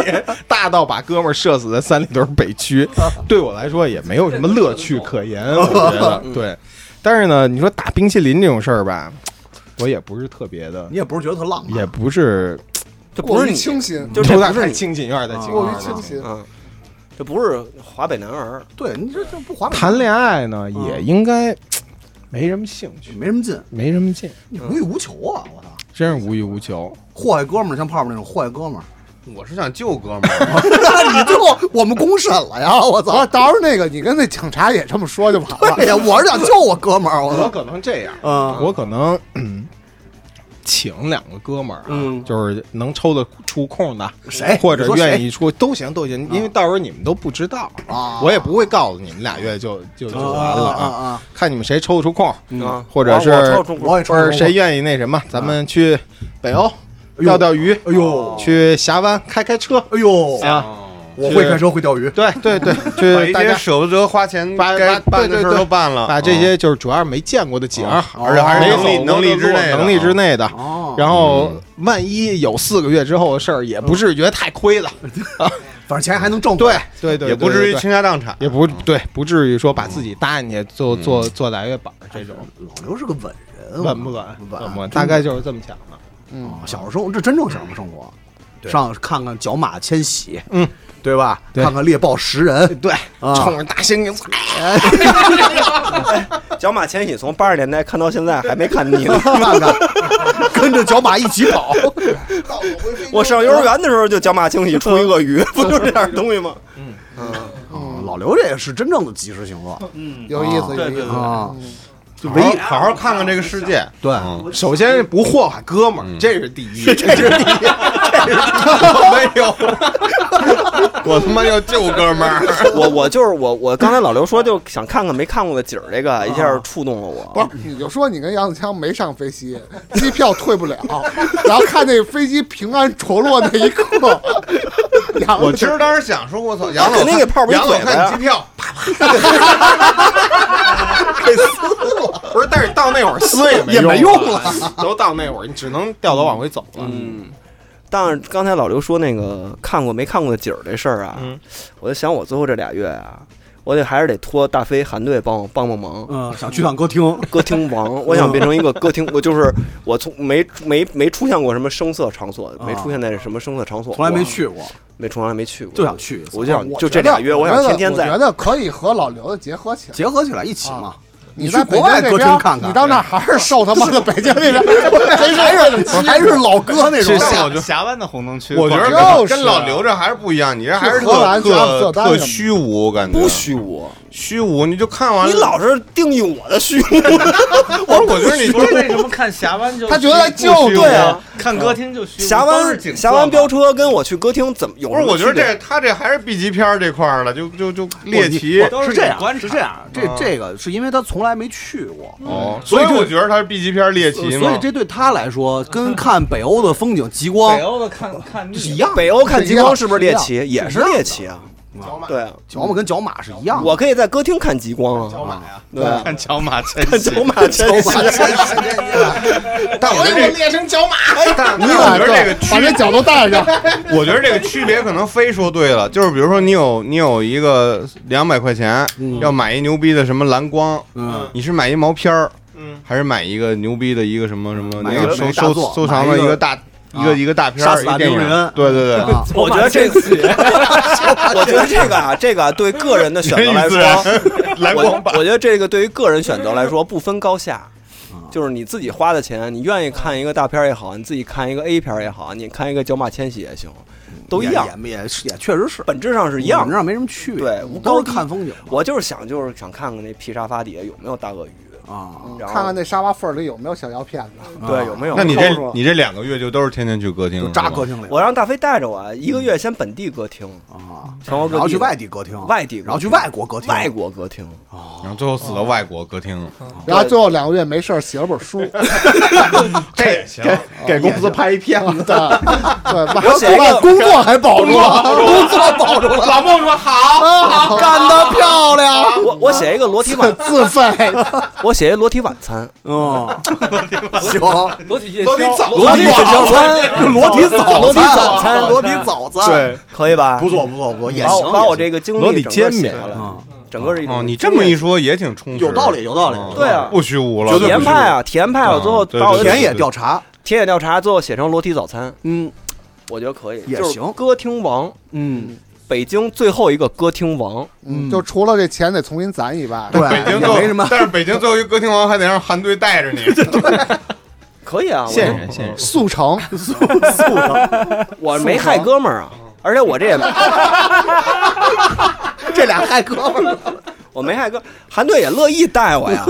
[SPEAKER 3] 大到把哥们儿射死在三里屯北区，
[SPEAKER 2] 啊
[SPEAKER 3] 对我来说也没有什么乐趣可言。我觉得
[SPEAKER 2] 嗯
[SPEAKER 3] 对，但是呢，你说打冰淇淋这种事儿吧，我也不是特别 的
[SPEAKER 2] 你，也不是觉得特浪漫，
[SPEAKER 3] 也不是
[SPEAKER 1] 这不
[SPEAKER 4] 过
[SPEAKER 1] 是
[SPEAKER 4] 于
[SPEAKER 1] 你，
[SPEAKER 4] 清新，
[SPEAKER 1] 就
[SPEAKER 3] 有
[SPEAKER 1] 这
[SPEAKER 3] 点
[SPEAKER 1] 不
[SPEAKER 3] 太
[SPEAKER 1] 是你，
[SPEAKER 3] 清醒，有点太清
[SPEAKER 4] 过于
[SPEAKER 3] 醒
[SPEAKER 4] 清
[SPEAKER 3] 了。
[SPEAKER 2] 啊
[SPEAKER 4] 新。
[SPEAKER 1] 嗯，这不是华北男儿，
[SPEAKER 2] 对你这这不滑
[SPEAKER 3] 谈恋爱呢，也应该没什么兴趣，
[SPEAKER 2] 没什么劲，
[SPEAKER 3] 没什么劲，
[SPEAKER 2] 你无欲无求啊！我操，
[SPEAKER 3] 真是无欲无求。
[SPEAKER 2] 祸害哥们儿像泡泡那种祸害哥们儿，
[SPEAKER 7] 我是想救哥们儿，
[SPEAKER 2] 你最后我们公审了呀！我
[SPEAKER 4] 啊，
[SPEAKER 2] 操，
[SPEAKER 4] 到时候那个你跟那警察也这么说就完了。
[SPEAKER 2] 对呀，我是想救我哥们儿，我
[SPEAKER 3] 我
[SPEAKER 2] 操，
[SPEAKER 3] 可能这样，
[SPEAKER 2] 嗯
[SPEAKER 3] 我可能嗯请两个哥们儿啊，就是能抽得出空的，
[SPEAKER 2] 嗯谁
[SPEAKER 3] 或者
[SPEAKER 2] 你说谁
[SPEAKER 3] 愿意出都行都行，因为到时候你们都不知道，
[SPEAKER 2] 啊，
[SPEAKER 3] 我也不会告诉你们俩月就就就
[SPEAKER 2] 啊
[SPEAKER 3] 完了
[SPEAKER 2] 啊啊啊！
[SPEAKER 3] 看你们谁抽得出空，
[SPEAKER 1] 啊，
[SPEAKER 3] 或者是
[SPEAKER 1] 我我操中国
[SPEAKER 2] 我也
[SPEAKER 3] 或
[SPEAKER 2] 抽
[SPEAKER 3] 者谁愿意那什么，咱们去北欧钓钓鱼，
[SPEAKER 2] 啊哎呦
[SPEAKER 3] 去峡湾开开车
[SPEAKER 2] 哎呦，
[SPEAKER 3] 啊，
[SPEAKER 2] 我会开车，会钓鱼，
[SPEAKER 3] 对对对，
[SPEAKER 7] 把
[SPEAKER 3] 去
[SPEAKER 7] 一
[SPEAKER 3] 大
[SPEAKER 7] 些
[SPEAKER 3] 家
[SPEAKER 7] 舍不得花钱
[SPEAKER 3] 把
[SPEAKER 7] 该
[SPEAKER 3] 把
[SPEAKER 7] 办的
[SPEAKER 3] 对对
[SPEAKER 7] 事儿
[SPEAKER 3] 对
[SPEAKER 7] 都办了，
[SPEAKER 3] 把这些就是主要是没见过的景儿，
[SPEAKER 7] 而且还是啊哦能力能力之内的啊嗯
[SPEAKER 3] 能力之内的。
[SPEAKER 2] 哦，
[SPEAKER 3] 然后万一有四个月之后的事儿，也不至于觉得太亏了。
[SPEAKER 2] 反正钱还能挣，
[SPEAKER 3] 对，嗯对对，
[SPEAKER 7] 也不至于
[SPEAKER 3] 对，
[SPEAKER 7] 倾家荡产，
[SPEAKER 3] 也不对，不至于说把自己搭进去
[SPEAKER 7] 嗯
[SPEAKER 3] 做做做大月板儿这种，
[SPEAKER 2] 老刘是个稳人，啊
[SPEAKER 3] 稳不稳？
[SPEAKER 2] 稳
[SPEAKER 3] 稳不稳？大概就是这么想的。
[SPEAKER 2] 啊，小时候生活，这真正小时候生活，上看看角马迁徙，
[SPEAKER 3] 嗯，
[SPEAKER 2] 对吧？
[SPEAKER 3] 对
[SPEAKER 2] 看看猎豹食人，
[SPEAKER 3] 对，
[SPEAKER 2] 啊。
[SPEAKER 3] 冲着大猩猩，
[SPEAKER 1] 角马迁徙从八十年代看到现在还没看腻呢
[SPEAKER 2] 看 看，跟着角马一起跑。
[SPEAKER 1] 我上幼儿园的时候就角马迁徙出一鳄鱼，不就是这点东西吗？
[SPEAKER 2] 啊老刘这也是真正的及时行乐
[SPEAKER 4] 有意思，有
[SPEAKER 3] 嗯
[SPEAKER 4] 意思。
[SPEAKER 2] 啊，
[SPEAKER 7] 就唯一嗯好好看看这个世界。嗯
[SPEAKER 2] 对，
[SPEAKER 3] 首先是不祸害哥们儿，这是第 一， 这是第一。
[SPEAKER 7] 没有， 我他妈要救哥们儿。
[SPEAKER 1] 我我就是我我刚才老刘说就想看看没看过的景儿，这个一
[SPEAKER 7] 啊
[SPEAKER 1] 下触动了
[SPEAKER 4] 不
[SPEAKER 1] 我。
[SPEAKER 4] 是，你就说你跟杨子强没上飞机， 机票退不了，然后看那飞机平安着落那一刻， 杨
[SPEAKER 7] 我其实当时想说，我操，杨老
[SPEAKER 1] 肯定给泡泡一
[SPEAKER 7] 杨老
[SPEAKER 1] 嘴巴
[SPEAKER 7] 看
[SPEAKER 1] 呀
[SPEAKER 7] 机！票，啪啪，给撕了。不是，但是到 那会儿
[SPEAKER 3] 撕也没
[SPEAKER 2] 也没用
[SPEAKER 3] 了， 都到那会儿，你只能掉头往回走了。
[SPEAKER 1] 嗯，但是刚才老刘说那个看过没看过的景儿这事儿啊，
[SPEAKER 3] 嗯
[SPEAKER 1] 我就想我最后这俩月啊，我得还是得托大飞、韩队帮我帮帮忙。
[SPEAKER 2] 嗯，想去趟歌厅，
[SPEAKER 1] 歌厅王，我想变成一个歌厅，我就是我从没没没出现过什么声色场所，没出现在什么声色场所，
[SPEAKER 2] 从来没，去过，
[SPEAKER 1] 没从来没去过，
[SPEAKER 2] 就想去一次。
[SPEAKER 1] 我就想
[SPEAKER 4] 我
[SPEAKER 1] 就这俩
[SPEAKER 4] 觉得
[SPEAKER 1] 月，我想天天
[SPEAKER 4] 我
[SPEAKER 1] 在
[SPEAKER 4] 觉得可以和老刘的结合起来。
[SPEAKER 2] 结合起来一起嘛，
[SPEAKER 4] 你
[SPEAKER 2] 去
[SPEAKER 4] 在
[SPEAKER 2] 国
[SPEAKER 4] 北京
[SPEAKER 2] 外
[SPEAKER 4] 这
[SPEAKER 2] 歌厅
[SPEAKER 4] 边
[SPEAKER 2] 看看，
[SPEAKER 4] 你到那儿还是受他妈的北京那边。
[SPEAKER 2] 还是还是老 哥那种
[SPEAKER 7] 是。下
[SPEAKER 12] 峡湾的红灯区
[SPEAKER 7] 我觉得
[SPEAKER 4] 哦就是
[SPEAKER 7] 跟跟老刘这还是不一样，你这还是
[SPEAKER 4] 去荷
[SPEAKER 7] 特
[SPEAKER 4] 兰去阿姆斯
[SPEAKER 7] 特
[SPEAKER 4] 特丹
[SPEAKER 7] 特
[SPEAKER 4] 什么的
[SPEAKER 7] 虚无，我感觉
[SPEAKER 1] 不虚无，
[SPEAKER 7] 啊虚无，你就看完
[SPEAKER 1] 你
[SPEAKER 7] 了。
[SPEAKER 1] 老是定义我的虚无，
[SPEAKER 7] 不是，我觉得你
[SPEAKER 6] 不是为什么看峡湾就
[SPEAKER 4] 他觉得来救
[SPEAKER 7] 不虚无
[SPEAKER 1] 对啊，
[SPEAKER 6] 看歌厅就虚无
[SPEAKER 1] 峡
[SPEAKER 6] 都是
[SPEAKER 1] 湾
[SPEAKER 6] 景色
[SPEAKER 1] 峡湾
[SPEAKER 6] 嘛
[SPEAKER 1] 飙车跟我去歌厅怎么有
[SPEAKER 7] 不
[SPEAKER 1] 什
[SPEAKER 7] 是，
[SPEAKER 1] 么
[SPEAKER 7] 我觉得
[SPEAKER 1] 区别
[SPEAKER 7] 这他这还是 B 级片儿这块儿了，就就就猎奇
[SPEAKER 2] 我哦是这
[SPEAKER 6] 都是
[SPEAKER 2] 样，
[SPEAKER 6] 你
[SPEAKER 2] 是这样，这这个是因为他从来没去过，呃
[SPEAKER 7] 哦，所以我觉得他是 B 级片儿猎奇
[SPEAKER 2] 所
[SPEAKER 7] 嘛
[SPEAKER 2] 以。这对他来说跟看北欧的风景极光
[SPEAKER 6] 北欧的看看腻
[SPEAKER 2] 是一
[SPEAKER 6] 了。
[SPEAKER 2] 样的。
[SPEAKER 1] 北欧看
[SPEAKER 4] 是一
[SPEAKER 1] 极光
[SPEAKER 4] 样
[SPEAKER 1] 是不是
[SPEAKER 4] 是一
[SPEAKER 1] 猎
[SPEAKER 4] 样
[SPEAKER 1] 奇？也是
[SPEAKER 2] 一样
[SPEAKER 1] 猎
[SPEAKER 2] 的
[SPEAKER 1] 奇啊，
[SPEAKER 2] 啊
[SPEAKER 1] 对啊，
[SPEAKER 2] 角马跟角马是一样的，
[SPEAKER 1] 我可以在歌厅看极光啊，
[SPEAKER 2] 马呀，
[SPEAKER 1] 对啊，
[SPEAKER 12] 看角马迁
[SPEAKER 1] 看
[SPEAKER 12] 徙，
[SPEAKER 1] 走马千
[SPEAKER 2] 角
[SPEAKER 1] 禧
[SPEAKER 2] 马真是
[SPEAKER 4] 你俩
[SPEAKER 7] 但我觉得这， 哎但但我觉得这个
[SPEAKER 4] 把这
[SPEAKER 7] 区，
[SPEAKER 4] 脚都带 上，
[SPEAKER 7] 我觉得这个区别可能非说对了，就是比如说你有你有一个两百块钱要买一牛逼的什么蓝光，
[SPEAKER 2] 嗯，
[SPEAKER 7] 你是买一毛片儿，
[SPEAKER 12] 嗯，
[SPEAKER 7] 还是买一个牛逼的一个什么什么
[SPEAKER 2] 买
[SPEAKER 7] 那
[SPEAKER 2] 一个
[SPEAKER 7] 收
[SPEAKER 2] 大
[SPEAKER 7] 收
[SPEAKER 2] 作
[SPEAKER 7] 收
[SPEAKER 2] 买
[SPEAKER 7] 藏
[SPEAKER 2] 一
[SPEAKER 7] 了一
[SPEAKER 2] 个
[SPEAKER 7] 个大一个一个大片
[SPEAKER 2] 杀
[SPEAKER 7] 儿
[SPEAKER 2] 死
[SPEAKER 7] 一
[SPEAKER 2] 大
[SPEAKER 7] 电
[SPEAKER 2] 冰
[SPEAKER 7] 影
[SPEAKER 2] 人，
[SPEAKER 7] 对对对，
[SPEAKER 2] 啊
[SPEAKER 1] 我觉得这个，我觉得这个啊，这个啊对个人的选择来
[SPEAKER 7] 人与自
[SPEAKER 1] 说
[SPEAKER 7] 然，蓝光
[SPEAKER 1] 我我觉得这个对于个人选择来说不分高下，就是你自己花的钱，你愿意看一个大片儿也好，你自己看一个 A 片儿也好，你看一个《角马迁徙》也行，都一样，，
[SPEAKER 2] 也也是也确实是
[SPEAKER 1] 本质上是
[SPEAKER 2] 我
[SPEAKER 1] 一样
[SPEAKER 2] 们。这儿没什么区别，
[SPEAKER 1] 对
[SPEAKER 2] 我们
[SPEAKER 1] 高
[SPEAKER 2] 都
[SPEAKER 1] 低
[SPEAKER 2] 是看风景嘛。
[SPEAKER 1] 我就是想，就是想看看那皮沙发底下有没有大鳄鱼，
[SPEAKER 2] 啊，
[SPEAKER 1] 然后
[SPEAKER 4] 看看那沙发缝儿里有没有小药片子。
[SPEAKER 1] 对有没有？
[SPEAKER 7] 那你
[SPEAKER 1] 抠
[SPEAKER 7] 这
[SPEAKER 1] 出来
[SPEAKER 7] 你这两个月就都是天天去歌厅，
[SPEAKER 2] 就是扎
[SPEAKER 7] 吧
[SPEAKER 2] 歌厅里
[SPEAKER 1] 我让大飞带着我一个月先本地歌厅，
[SPEAKER 2] 啊，
[SPEAKER 1] 全国各地，
[SPEAKER 2] 然后去外地歌厅，
[SPEAKER 1] 外地歌厅
[SPEAKER 2] 然后去外国歌厅，
[SPEAKER 1] 外国歌厅，
[SPEAKER 7] 然后最后死到外国歌厅，
[SPEAKER 4] 然后最后两个月没事儿写了本书，
[SPEAKER 7] 这也行， 给公
[SPEAKER 2] 哦
[SPEAKER 7] 司拍一片子。
[SPEAKER 4] 对对，把
[SPEAKER 1] 我写一个
[SPEAKER 4] 把工作还保住了，
[SPEAKER 2] 工作保住了。
[SPEAKER 7] 老孟说好，
[SPEAKER 2] 啊，干得漂亮！
[SPEAKER 1] 我我写一个裸体 晚，
[SPEAKER 4] 自费。
[SPEAKER 1] 我写一个裸体晚餐，
[SPEAKER 2] 嗯，行，
[SPEAKER 5] 裸体夜
[SPEAKER 7] 都得
[SPEAKER 5] 宵，
[SPEAKER 7] 早
[SPEAKER 1] 裸体晚餐，
[SPEAKER 2] 裸体早
[SPEAKER 1] 裸体
[SPEAKER 2] 餐
[SPEAKER 1] 早餐
[SPEAKER 2] 裸体早餐，，
[SPEAKER 7] 对，
[SPEAKER 1] 可以吧
[SPEAKER 2] 不？错不错不错，也
[SPEAKER 1] 把我
[SPEAKER 2] 行，
[SPEAKER 1] 把我这个经历
[SPEAKER 3] 裸体
[SPEAKER 1] 整个
[SPEAKER 3] 煎
[SPEAKER 1] 写
[SPEAKER 3] 饼
[SPEAKER 1] 下来，
[SPEAKER 2] 啊，
[SPEAKER 1] 整个是一种
[SPEAKER 7] 哦，你这么一说也挺充实，
[SPEAKER 2] 有道理有道理
[SPEAKER 7] 嗯
[SPEAKER 1] 对啊
[SPEAKER 7] 不虚无了，
[SPEAKER 2] 绝对
[SPEAKER 1] 田
[SPEAKER 2] 不是嗯
[SPEAKER 1] 派啊，田派，我最后
[SPEAKER 7] 啊对
[SPEAKER 1] 把我
[SPEAKER 7] 对
[SPEAKER 1] 的
[SPEAKER 2] 田野调查，
[SPEAKER 1] 田野调查最后写成裸体早餐，
[SPEAKER 2] 嗯
[SPEAKER 1] 我觉得可以，
[SPEAKER 2] 也
[SPEAKER 1] 就是
[SPEAKER 2] 行
[SPEAKER 1] 歌厅王，
[SPEAKER 2] 嗯，
[SPEAKER 1] 北京最后一个歌厅王，
[SPEAKER 2] 嗯
[SPEAKER 4] 就除了这钱得重新攒以外，
[SPEAKER 2] 对，
[SPEAKER 7] 北京
[SPEAKER 2] 也
[SPEAKER 7] 最后
[SPEAKER 2] 没什么。
[SPEAKER 7] 但是北京最后一歌厅王还得让韩队带着你，
[SPEAKER 1] 可以啊，我
[SPEAKER 7] 现人现人，
[SPEAKER 4] 速成。
[SPEAKER 1] 我没害哥们儿啊，而且我这也没
[SPEAKER 2] 这俩嗨哥们儿，
[SPEAKER 1] 我没害哥，韩队也乐意带我 呀，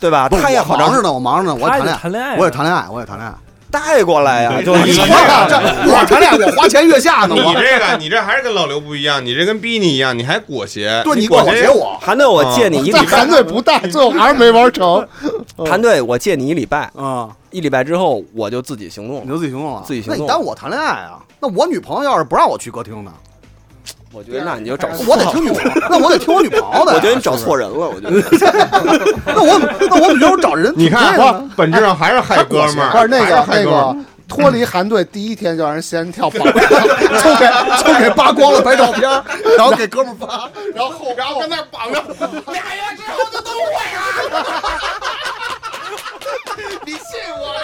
[SPEAKER 1] 对吧？啊他也
[SPEAKER 2] 我
[SPEAKER 1] 好
[SPEAKER 2] 忙着
[SPEAKER 1] 长
[SPEAKER 2] 呢，我忙着呢，我
[SPEAKER 5] 他
[SPEAKER 2] 也
[SPEAKER 5] 也
[SPEAKER 2] 谈
[SPEAKER 5] 谈恋爱
[SPEAKER 2] 我也谈恋爱，我也谈恋爱。
[SPEAKER 1] 带过来呀，就
[SPEAKER 2] 你看看这我谈恋爱，我花前月下呢，
[SPEAKER 7] 你
[SPEAKER 2] 我
[SPEAKER 7] 这个你这还是跟老刘不一样，你这跟逼你一样，你还裹挟，
[SPEAKER 2] 对你
[SPEAKER 7] 裹
[SPEAKER 2] 管我写我，
[SPEAKER 1] 韩队，我借
[SPEAKER 2] 嗯
[SPEAKER 1] 你一
[SPEAKER 4] 但
[SPEAKER 1] 礼
[SPEAKER 4] 韩
[SPEAKER 1] 拜，
[SPEAKER 4] 队不带，最后还是没玩成。
[SPEAKER 1] 韩队，我借你一礼拜，
[SPEAKER 2] 啊，
[SPEAKER 1] 一礼拜之后我就自己行动
[SPEAKER 2] 你
[SPEAKER 1] 了。
[SPEAKER 2] 就自己行动了，
[SPEAKER 1] 自己行
[SPEAKER 2] 那
[SPEAKER 1] 动
[SPEAKER 2] 你耽误我谈恋爱啊？那我女朋友要是不让我去歌厅呢，
[SPEAKER 1] 我觉得那你就找
[SPEAKER 2] 我
[SPEAKER 1] 错
[SPEAKER 2] 得
[SPEAKER 1] 了，
[SPEAKER 2] 听女， 那我得听我女朋友的呀。
[SPEAKER 1] 我觉得你找错人了，我觉得。
[SPEAKER 2] 那我那我怎么觉得我找人？
[SPEAKER 7] 你看，
[SPEAKER 2] 对了呢
[SPEAKER 7] 不本质上还是害哥们
[SPEAKER 2] 哎
[SPEAKER 7] 儿，
[SPEAKER 4] 不是那
[SPEAKER 7] 还
[SPEAKER 4] 个
[SPEAKER 7] 害
[SPEAKER 4] 那
[SPEAKER 7] 哥们儿
[SPEAKER 4] 个脱离韩队第一天就让人先跳跑，就给就给扒光了拍照片，
[SPEAKER 2] 然后给哥们儿发，
[SPEAKER 4] 然后 后然后跟那绑着，
[SPEAKER 2] 你信我，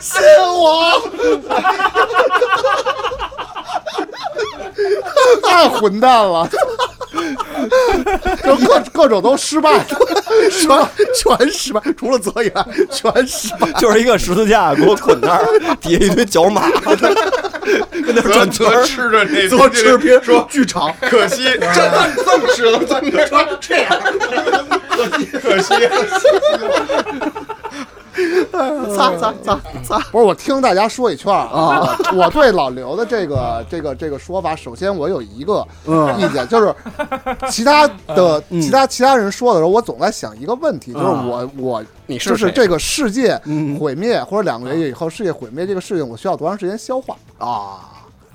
[SPEAKER 2] 信我，
[SPEAKER 4] 太混蛋了， 就各各种都失败，
[SPEAKER 2] 全全失败，除了 泽以外全失败。
[SPEAKER 1] 就是一个十字架给我捆那 儿，底下一堆角马，跟 那儿转圈
[SPEAKER 7] 则
[SPEAKER 1] 儿。
[SPEAKER 7] 吃着那
[SPEAKER 2] 泽
[SPEAKER 7] 这
[SPEAKER 2] 吃
[SPEAKER 7] 个
[SPEAKER 2] 别说剧 场，
[SPEAKER 7] 可 惜，真的这么吃了，这么这样， 可惜，可惜。
[SPEAKER 1] 嗯
[SPEAKER 2] 擦擦擦擦，
[SPEAKER 4] 不是我听大家说一圈儿啊，我对老刘的这个这个这个说法，首先我有一个
[SPEAKER 2] 嗯
[SPEAKER 4] 意见，就是其他的其他其他人说的时候，我总在想一个问题，就是
[SPEAKER 2] 嗯
[SPEAKER 4] 我我
[SPEAKER 1] 你
[SPEAKER 4] 就是是
[SPEAKER 1] 谁？啊
[SPEAKER 4] 这个世界
[SPEAKER 2] 嗯
[SPEAKER 4] 毁灭或者两个月以后世界毁灭这个事情，我需要多长时间消化
[SPEAKER 2] 啊，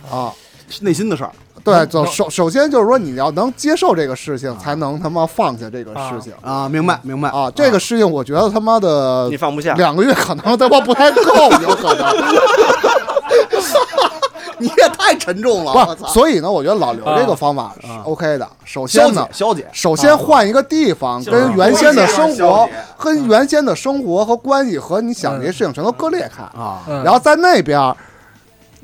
[SPEAKER 4] 啊？
[SPEAKER 2] 内心的事儿，
[SPEAKER 4] 对，首首首先就是说你要能接受这个事情，才能他妈放下这个事情
[SPEAKER 2] 啊，明白明白
[SPEAKER 1] 哦
[SPEAKER 4] 啊！这个事情我觉得他妈的
[SPEAKER 1] 你放不下，
[SPEAKER 4] 两个月可能他妈不太够，有可能。
[SPEAKER 2] 你也太沉重了，我
[SPEAKER 4] 不，
[SPEAKER 2] 操！
[SPEAKER 4] 啊所以呢，我觉得老刘这个方法是
[SPEAKER 2] 啊
[SPEAKER 4] OK 的。首
[SPEAKER 2] 消
[SPEAKER 4] 先呢
[SPEAKER 2] 解，啊消解，
[SPEAKER 4] 首先换一个地方，跟原先的生活、跟原先的生活和关系和你想这些事情全都割裂开，
[SPEAKER 2] 啊
[SPEAKER 5] 嗯
[SPEAKER 4] 然后在那边儿。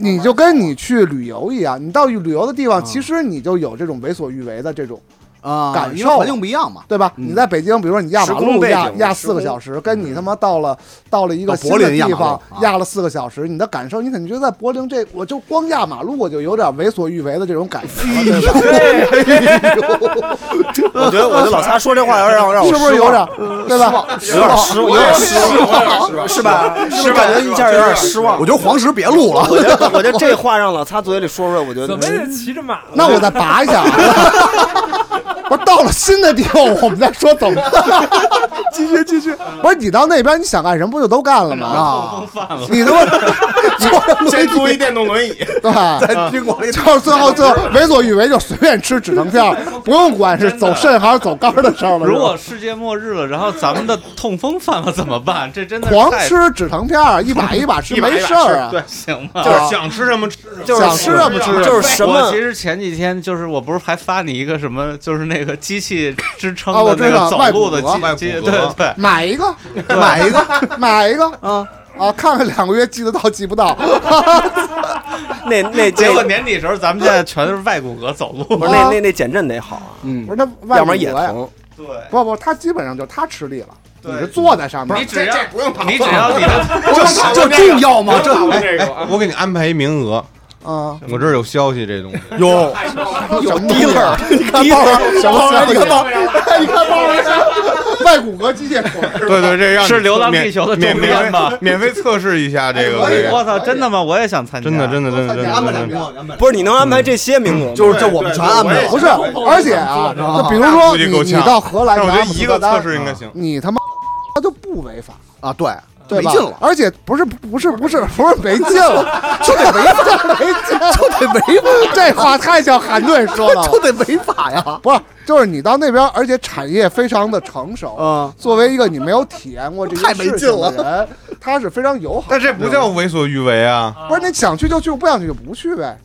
[SPEAKER 4] 你就跟你去旅游一样，你到旅游的地方，
[SPEAKER 2] 嗯
[SPEAKER 4] 其实你就有这种为所欲为的这种，
[SPEAKER 2] 啊，
[SPEAKER 4] 感
[SPEAKER 2] 因为
[SPEAKER 4] 受
[SPEAKER 2] 环境不一样嘛，
[SPEAKER 4] 对吧？
[SPEAKER 2] 嗯
[SPEAKER 4] 你在北京，比如说你压
[SPEAKER 1] 时
[SPEAKER 4] 马
[SPEAKER 1] 空
[SPEAKER 4] 路
[SPEAKER 1] 背
[SPEAKER 4] 压
[SPEAKER 1] 景
[SPEAKER 4] 压
[SPEAKER 1] 时
[SPEAKER 4] 四个
[SPEAKER 1] 空
[SPEAKER 4] 小时，跟你他妈到了到了一个
[SPEAKER 2] 到
[SPEAKER 4] 新
[SPEAKER 2] 柏
[SPEAKER 4] 的
[SPEAKER 2] 林压
[SPEAKER 4] 地
[SPEAKER 2] 马
[SPEAKER 4] 方
[SPEAKER 2] 路啊
[SPEAKER 4] 压了四个小时，你的感受，你肯定觉得在柏林这，我就光压马路，我就有点为所欲为的这种感觉了，对吧？
[SPEAKER 1] 我觉得我觉得老擦说这话要让让我
[SPEAKER 4] 是不是
[SPEAKER 1] 失望
[SPEAKER 4] 有点对吧？
[SPEAKER 1] 有点失望，有点失望，是吧？是感觉一下有点失望
[SPEAKER 2] 我。觉得黄石别录了，
[SPEAKER 1] 我觉得我觉得这话让老擦嘴里说出来，我觉
[SPEAKER 5] 怎么
[SPEAKER 1] 得
[SPEAKER 5] 也骑着马了？
[SPEAKER 4] 那我再拔一下啊。不是到了新的地方，我们再说怎么。 继续继续。不是你到那边，你想干什么不就都干了吗？
[SPEAKER 2] 啊，
[SPEAKER 4] 你 他妈
[SPEAKER 7] 先租一电动轮椅，
[SPEAKER 4] 对吧？
[SPEAKER 2] 在宾馆里
[SPEAKER 4] 就是最后最后为所欲为，就随便吃止疼片，不用管是走肾还是走肝的事儿了。
[SPEAKER 6] 如果世界末日了，然后咱们的痛风犯了怎么办？这真的
[SPEAKER 4] 是吧
[SPEAKER 6] 是
[SPEAKER 4] 狂
[SPEAKER 6] 太
[SPEAKER 4] 吃止疼片儿，一把一把吃
[SPEAKER 7] 一把一把
[SPEAKER 4] 没事儿啊
[SPEAKER 7] 吃。对，
[SPEAKER 6] 行吗？
[SPEAKER 7] 就是想吃什么吃什么。
[SPEAKER 1] 就是
[SPEAKER 4] 想吃什么吃什么
[SPEAKER 1] 就是什
[SPEAKER 6] 我
[SPEAKER 1] 么
[SPEAKER 6] 其实前几天就是，我不是还发你一个什么，就是那个机器支撑
[SPEAKER 4] 啊我
[SPEAKER 6] 的
[SPEAKER 4] 知
[SPEAKER 6] 那
[SPEAKER 4] 道
[SPEAKER 6] 个走
[SPEAKER 4] 外
[SPEAKER 6] 路
[SPEAKER 4] 骨
[SPEAKER 6] 的
[SPEAKER 4] 骼嗯
[SPEAKER 6] 机
[SPEAKER 7] 外
[SPEAKER 6] 机，
[SPEAKER 7] 骨骼
[SPEAKER 6] 对对，
[SPEAKER 4] 买一个，
[SPEAKER 2] 买一个
[SPEAKER 4] 买一个
[SPEAKER 2] 啊
[SPEAKER 4] 啊！看看两个月记得到记不 到。
[SPEAKER 1] 那那
[SPEAKER 6] 结果
[SPEAKER 1] 那
[SPEAKER 6] 年底时候，咱们现在全是外骨骼走路。
[SPEAKER 1] 不是那那那减震得好啊，
[SPEAKER 4] 不是那外
[SPEAKER 1] 要不然也
[SPEAKER 4] 骨骼呀
[SPEAKER 1] 疼。
[SPEAKER 6] 对，
[SPEAKER 4] 不不，他基本上就是他吃力了，你是坐在上
[SPEAKER 6] 你
[SPEAKER 4] 面，
[SPEAKER 6] 只要不用你只要你的
[SPEAKER 2] 这这重要吗？这
[SPEAKER 7] 我给你安排一名额，
[SPEAKER 4] 啊，
[SPEAKER 7] 我这儿有消息，这东西
[SPEAKER 2] 哟，
[SPEAKER 4] 有低了，你看包儿，小包儿，你看包儿， 哎你看包儿，外骨骼机械 腿，
[SPEAKER 7] 对对，这让
[SPEAKER 6] 是流浪
[SPEAKER 7] 免
[SPEAKER 6] 地球的
[SPEAKER 7] 免
[SPEAKER 6] 终
[SPEAKER 7] 免
[SPEAKER 6] 端吧
[SPEAKER 7] 费免费测试一下这个，
[SPEAKER 4] 哎
[SPEAKER 7] 这个
[SPEAKER 6] 我操，真的吗？我也想参加，
[SPEAKER 7] 真的真的真的真
[SPEAKER 2] 安排
[SPEAKER 7] 的
[SPEAKER 2] 两
[SPEAKER 7] 真的，
[SPEAKER 2] 个，
[SPEAKER 1] 不是你能安排这些名额吗？
[SPEAKER 2] 就是这我们全安排了
[SPEAKER 4] 不。是，而且啊，就比如说你你到荷兰，
[SPEAKER 7] 但我觉得
[SPEAKER 4] 你阿姆斯
[SPEAKER 7] 一
[SPEAKER 4] 特
[SPEAKER 7] 个
[SPEAKER 4] 丹
[SPEAKER 7] 测试应该行。
[SPEAKER 4] 你他妈他就不违法，
[SPEAKER 2] 啊，对，
[SPEAKER 4] 对
[SPEAKER 2] 没
[SPEAKER 4] 吧
[SPEAKER 2] 劲了？，
[SPEAKER 4] 而且不是不是不是不是没劲了，就得违法，没劲，就得违法。这话太像韩队说 了，
[SPEAKER 2] 就得违法呀。
[SPEAKER 4] 不是，就是你到那边，而且产业非常的成熟。
[SPEAKER 2] 嗯，
[SPEAKER 4] 作为一个你没有体验过这些
[SPEAKER 2] 太没
[SPEAKER 4] 事
[SPEAKER 2] 劲
[SPEAKER 4] 情的人，他是非常 友好的。
[SPEAKER 7] 但这不叫为所欲为啊！
[SPEAKER 4] 不是你想去就去，不想去就不去呗。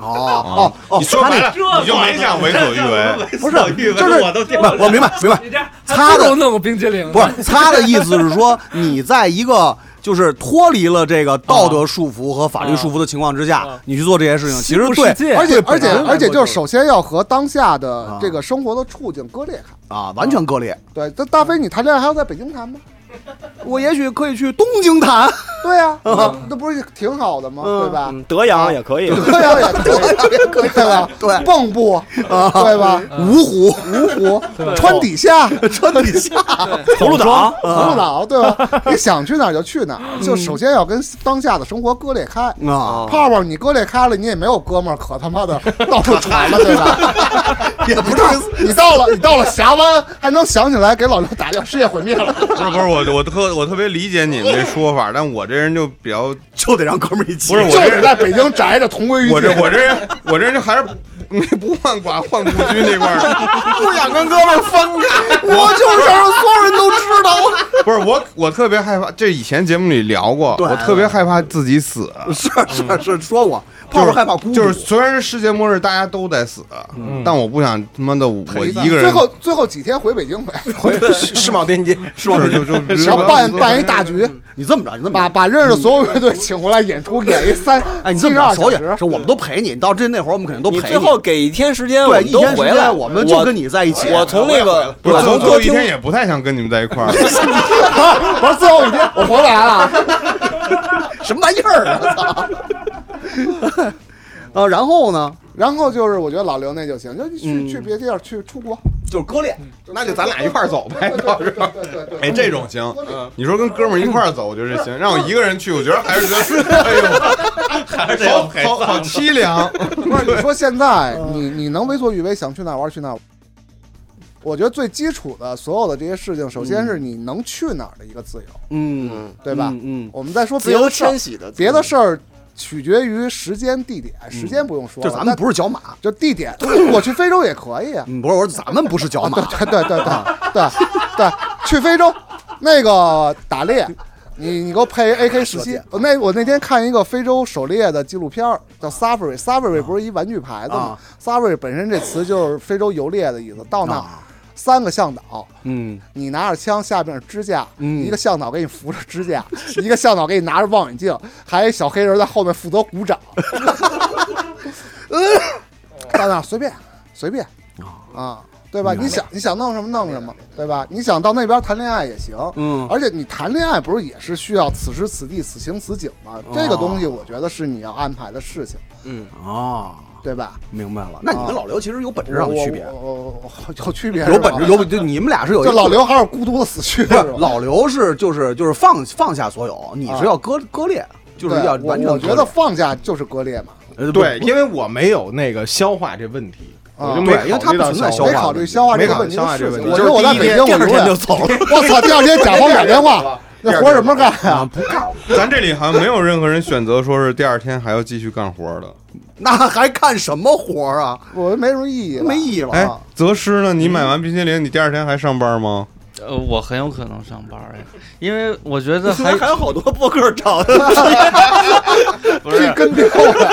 [SPEAKER 2] 哦哦哦，
[SPEAKER 7] 你说
[SPEAKER 2] 他
[SPEAKER 7] 白
[SPEAKER 2] 那
[SPEAKER 7] 了，你就没想为所欲为。
[SPEAKER 6] 不是，就是我都
[SPEAKER 2] 不是，我明白明白，
[SPEAKER 5] 你这
[SPEAKER 2] 擦
[SPEAKER 5] 还
[SPEAKER 2] 的
[SPEAKER 5] 不如弄个冰激凌呢，啊
[SPEAKER 2] 不是他的意思是说，你在一个就是脱离了这个道德束缚和法律束缚的情况之下
[SPEAKER 5] 啊，
[SPEAKER 2] 你去做这些事情，其实
[SPEAKER 5] 西部
[SPEAKER 2] 对
[SPEAKER 5] 世界
[SPEAKER 4] 而且而
[SPEAKER 2] 本
[SPEAKER 4] 且
[SPEAKER 2] 来
[SPEAKER 4] 而且，就是
[SPEAKER 5] 手
[SPEAKER 4] 首先要和当下的
[SPEAKER 2] 啊
[SPEAKER 4] 这个生活的处境割裂开。
[SPEAKER 2] 啊完全割裂。
[SPEAKER 4] 对，这大飞，你谈恋爱还要在北京谈吗？
[SPEAKER 2] 我也许可以去东京谈，
[SPEAKER 4] 对呀、那不是挺好的吗？对吧？
[SPEAKER 1] 嗯，德阳也 可以。
[SPEAKER 4] 对呀，也 可以，对吧？
[SPEAKER 2] 对
[SPEAKER 4] 蚌埠，对吧？
[SPEAKER 2] 芜湖、
[SPEAKER 4] 芜湖、川底下、
[SPEAKER 2] 川底 下，
[SPEAKER 1] 葫芦岛，
[SPEAKER 4] 葫芦岛，对吧？你想去哪儿就去哪儿，就首先要跟当下的生活割裂开。
[SPEAKER 2] 啊，
[SPEAKER 4] 泡泡，你割裂开了，你也没有哥们儿可他妈的到处传了，对吧？
[SPEAKER 2] 也不至于。
[SPEAKER 4] 你到了，你到了峡湾，还能想起来给老刘打电话，世界毁灭了。
[SPEAKER 7] 不是不是，我我特我特别理解你们这说法，但我这人就比较，
[SPEAKER 2] 就得让哥们儿一起。
[SPEAKER 7] 不是我
[SPEAKER 4] 就得在北京宅着，同归于
[SPEAKER 7] 我 这
[SPEAKER 4] 尽。
[SPEAKER 7] 我这人我这人就还是没不患寡患不均这块儿，
[SPEAKER 2] 不想跟哥们儿分 开，我就是想让所有人都知道我。
[SPEAKER 7] 不是我我特别害怕，这以前节目里聊过，
[SPEAKER 2] 对
[SPEAKER 7] 我特别害怕自己死，
[SPEAKER 2] 是是是，说我泡泡害怕孤独，
[SPEAKER 7] 就是虽然是世界末日，大家都在死，但我不想他妈的我我一个
[SPEAKER 4] 最
[SPEAKER 7] 人
[SPEAKER 4] 后最后几天回北京呗，回
[SPEAKER 12] 世贸天阶，
[SPEAKER 7] 是就就就
[SPEAKER 4] 然后办办一大局，
[SPEAKER 2] 你这么着，你这么
[SPEAKER 4] 把
[SPEAKER 2] 着，
[SPEAKER 4] 把认识的所有乐队请过来演出，演一三
[SPEAKER 2] 哎，你这么
[SPEAKER 4] 七十
[SPEAKER 2] 着，
[SPEAKER 4] 二
[SPEAKER 2] 小
[SPEAKER 4] 小
[SPEAKER 2] 姐，
[SPEAKER 4] 时
[SPEAKER 2] 是。我们都陪你，你到这那会儿我们肯定都
[SPEAKER 1] 你
[SPEAKER 2] 陪
[SPEAKER 1] 最后给一天时间，我
[SPEAKER 2] 对
[SPEAKER 1] 们
[SPEAKER 2] 一
[SPEAKER 1] 都
[SPEAKER 2] 天时
[SPEAKER 1] 回
[SPEAKER 2] 间
[SPEAKER 1] 来，
[SPEAKER 2] 我们就跟你在一起。
[SPEAKER 1] 我从那个
[SPEAKER 7] 不
[SPEAKER 1] 我
[SPEAKER 7] 是
[SPEAKER 1] 从
[SPEAKER 7] 最后
[SPEAKER 1] 歌
[SPEAKER 7] 一
[SPEAKER 1] 厅
[SPEAKER 7] 天也不太想跟你们在一块儿，
[SPEAKER 4] 不是最后一天，我回来了。
[SPEAKER 2] 什么玩意儿啊！我操！ 呃，然后呢，
[SPEAKER 4] 然后就是我觉得老刘那就行，就去
[SPEAKER 2] 嗯
[SPEAKER 4] 去别地儿去出国。
[SPEAKER 2] 就是割裂，
[SPEAKER 7] 那就咱俩一块儿走呗，到时候。
[SPEAKER 4] 对对对嗯
[SPEAKER 7] 哎，这种行，你说跟哥们儿一块儿走，我觉得行。让我一个人去，我觉得还是觉得，哎呦，
[SPEAKER 6] 还是
[SPEAKER 7] 好
[SPEAKER 6] 要陪
[SPEAKER 7] 好好凄 凉。
[SPEAKER 4] 不是你说 现在
[SPEAKER 2] 嗯
[SPEAKER 4] 你你能为所欲为，想去哪儿玩儿去哪儿玩儿。我觉得最基础的所有的这些事情，首先是你能去哪儿的一个自由，
[SPEAKER 2] 嗯，
[SPEAKER 4] 对吧？
[SPEAKER 2] 嗯，
[SPEAKER 4] 我们再说
[SPEAKER 10] 自
[SPEAKER 4] 别
[SPEAKER 10] 由
[SPEAKER 4] 的事
[SPEAKER 10] 迁
[SPEAKER 4] 儿，
[SPEAKER 10] 徙的，
[SPEAKER 4] 别的事儿取决于时间地点，时间不用说
[SPEAKER 2] 嗯就
[SPEAKER 4] 了，
[SPEAKER 2] 咱
[SPEAKER 4] 那
[SPEAKER 2] 们不是角马，
[SPEAKER 4] 就地点，我去非洲也可以啊。
[SPEAKER 2] 嗯，不是，我说咱们不是角
[SPEAKER 4] 啊，对
[SPEAKER 2] 马，
[SPEAKER 4] 对对对对对对，去非洲那个打猎，你你给我配 AK 十七。我那我那天看一个非洲狩猎的纪录片儿，叫 Safari，Safari 不是一玩具牌子吗
[SPEAKER 2] 啊
[SPEAKER 4] ？Safari 本身这词就是非洲游猎的意思。到那儿
[SPEAKER 2] 啊
[SPEAKER 4] 三个向导，
[SPEAKER 2] 嗯，
[SPEAKER 4] 你拿着枪，下边是支架，
[SPEAKER 2] 嗯
[SPEAKER 4] 一个向导给你扶着支架，一个向导给你拿着望远镜，还有一小黑人在后面负责鼓掌。 到那儿随便随便
[SPEAKER 2] 哦
[SPEAKER 4] 啊，对吧？你想你想弄什么弄什么，对吧？你想到那边谈恋爱也行，
[SPEAKER 2] 嗯
[SPEAKER 4] 而且你谈恋爱不是也是需要此时此地此情此景吗？这个
[SPEAKER 2] 哦
[SPEAKER 4] 东西我觉得是你要安排的事情，
[SPEAKER 2] 啊，
[SPEAKER 4] 对吧？
[SPEAKER 2] 明白了。那哦你跟老刘其实有本质
[SPEAKER 4] 我
[SPEAKER 2] 上的
[SPEAKER 4] 我
[SPEAKER 2] 区别，
[SPEAKER 4] 我我有区别，
[SPEAKER 2] 有
[SPEAKER 4] 是吧
[SPEAKER 2] 本质，有就你们俩是有一
[SPEAKER 4] 就
[SPEAKER 2] 个
[SPEAKER 4] 老刘还是孤独的死去，
[SPEAKER 2] 不
[SPEAKER 4] 是
[SPEAKER 2] 是
[SPEAKER 4] 吧
[SPEAKER 2] 老刘是就是就是放放下所有，你是要割割裂，就是
[SPEAKER 4] 对
[SPEAKER 2] 要
[SPEAKER 4] 我
[SPEAKER 2] 完全
[SPEAKER 4] 我觉得放下就是割裂嘛，
[SPEAKER 3] 呃
[SPEAKER 2] 得
[SPEAKER 12] 对，因为我没有那个消化这问题，
[SPEAKER 4] 啊
[SPEAKER 12] 我就没
[SPEAKER 2] 对因为它不存在消
[SPEAKER 12] 消
[SPEAKER 2] 化
[SPEAKER 4] 没
[SPEAKER 2] 的
[SPEAKER 4] 考虑消化
[SPEAKER 12] 没
[SPEAKER 4] 这个
[SPEAKER 12] 考
[SPEAKER 4] 问
[SPEAKER 12] 虑
[SPEAKER 4] 题
[SPEAKER 12] 消
[SPEAKER 4] 的
[SPEAKER 12] 化这
[SPEAKER 4] 事
[SPEAKER 12] 个问题，
[SPEAKER 4] 情。
[SPEAKER 12] 就
[SPEAKER 4] 我觉得
[SPEAKER 12] 是
[SPEAKER 4] 我在
[SPEAKER 12] 第一
[SPEAKER 4] 北
[SPEAKER 12] 天
[SPEAKER 4] 京，
[SPEAKER 2] 第二天就
[SPEAKER 4] 我
[SPEAKER 2] 走了，
[SPEAKER 4] 我操，第二天甲方打电话，那活什么干啊呀？
[SPEAKER 7] 咱这里好像没有任何人选择说是第二天还要继续干活的。
[SPEAKER 2] 那还干什么活儿啊？
[SPEAKER 4] 我觉得没什么意义了，
[SPEAKER 2] 没意义了
[SPEAKER 7] 哎
[SPEAKER 2] 啊。，
[SPEAKER 7] 泽师呢？你买完冰淇淋，你第二天还上班吗？
[SPEAKER 6] 呃，我很有可能上班哎，因为我觉得
[SPEAKER 10] 还
[SPEAKER 6] 还
[SPEAKER 10] 还有好多播客找的，
[SPEAKER 6] 不
[SPEAKER 4] 这
[SPEAKER 6] 是。
[SPEAKER 4] 跟标了，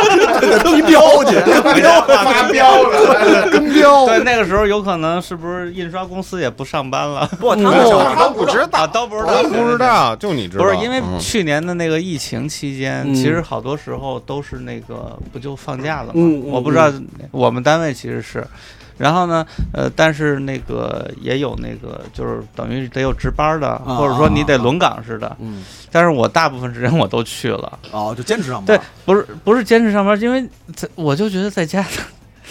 [SPEAKER 2] 跟标 去，
[SPEAKER 12] 发飙了，
[SPEAKER 4] 跟标，
[SPEAKER 6] 对，那个时候有可能是不是印刷公司也不上班了？
[SPEAKER 10] 不，
[SPEAKER 1] 嗯
[SPEAKER 10] 他们找
[SPEAKER 7] 都不知
[SPEAKER 6] 啊，都不知道，
[SPEAKER 7] 都不知道，哎就你知道。
[SPEAKER 6] 不是因为
[SPEAKER 7] 嗯
[SPEAKER 6] 去年的那个疫情期间，
[SPEAKER 2] 嗯
[SPEAKER 6] 其实好多时候都是那个不就放假了嘛？
[SPEAKER 2] 嗯嗯
[SPEAKER 6] 我不知道我们单位其实是，然后呢，呃，但是那个也有那个，就是等于得有值班的，
[SPEAKER 2] 啊
[SPEAKER 6] 或者说你得轮岗似的。
[SPEAKER 2] 嗯，
[SPEAKER 6] 但是我大部分时间我都去了，
[SPEAKER 2] 哦，就坚持上班。
[SPEAKER 6] 对，不是不是坚持上班，因为在我就觉得在家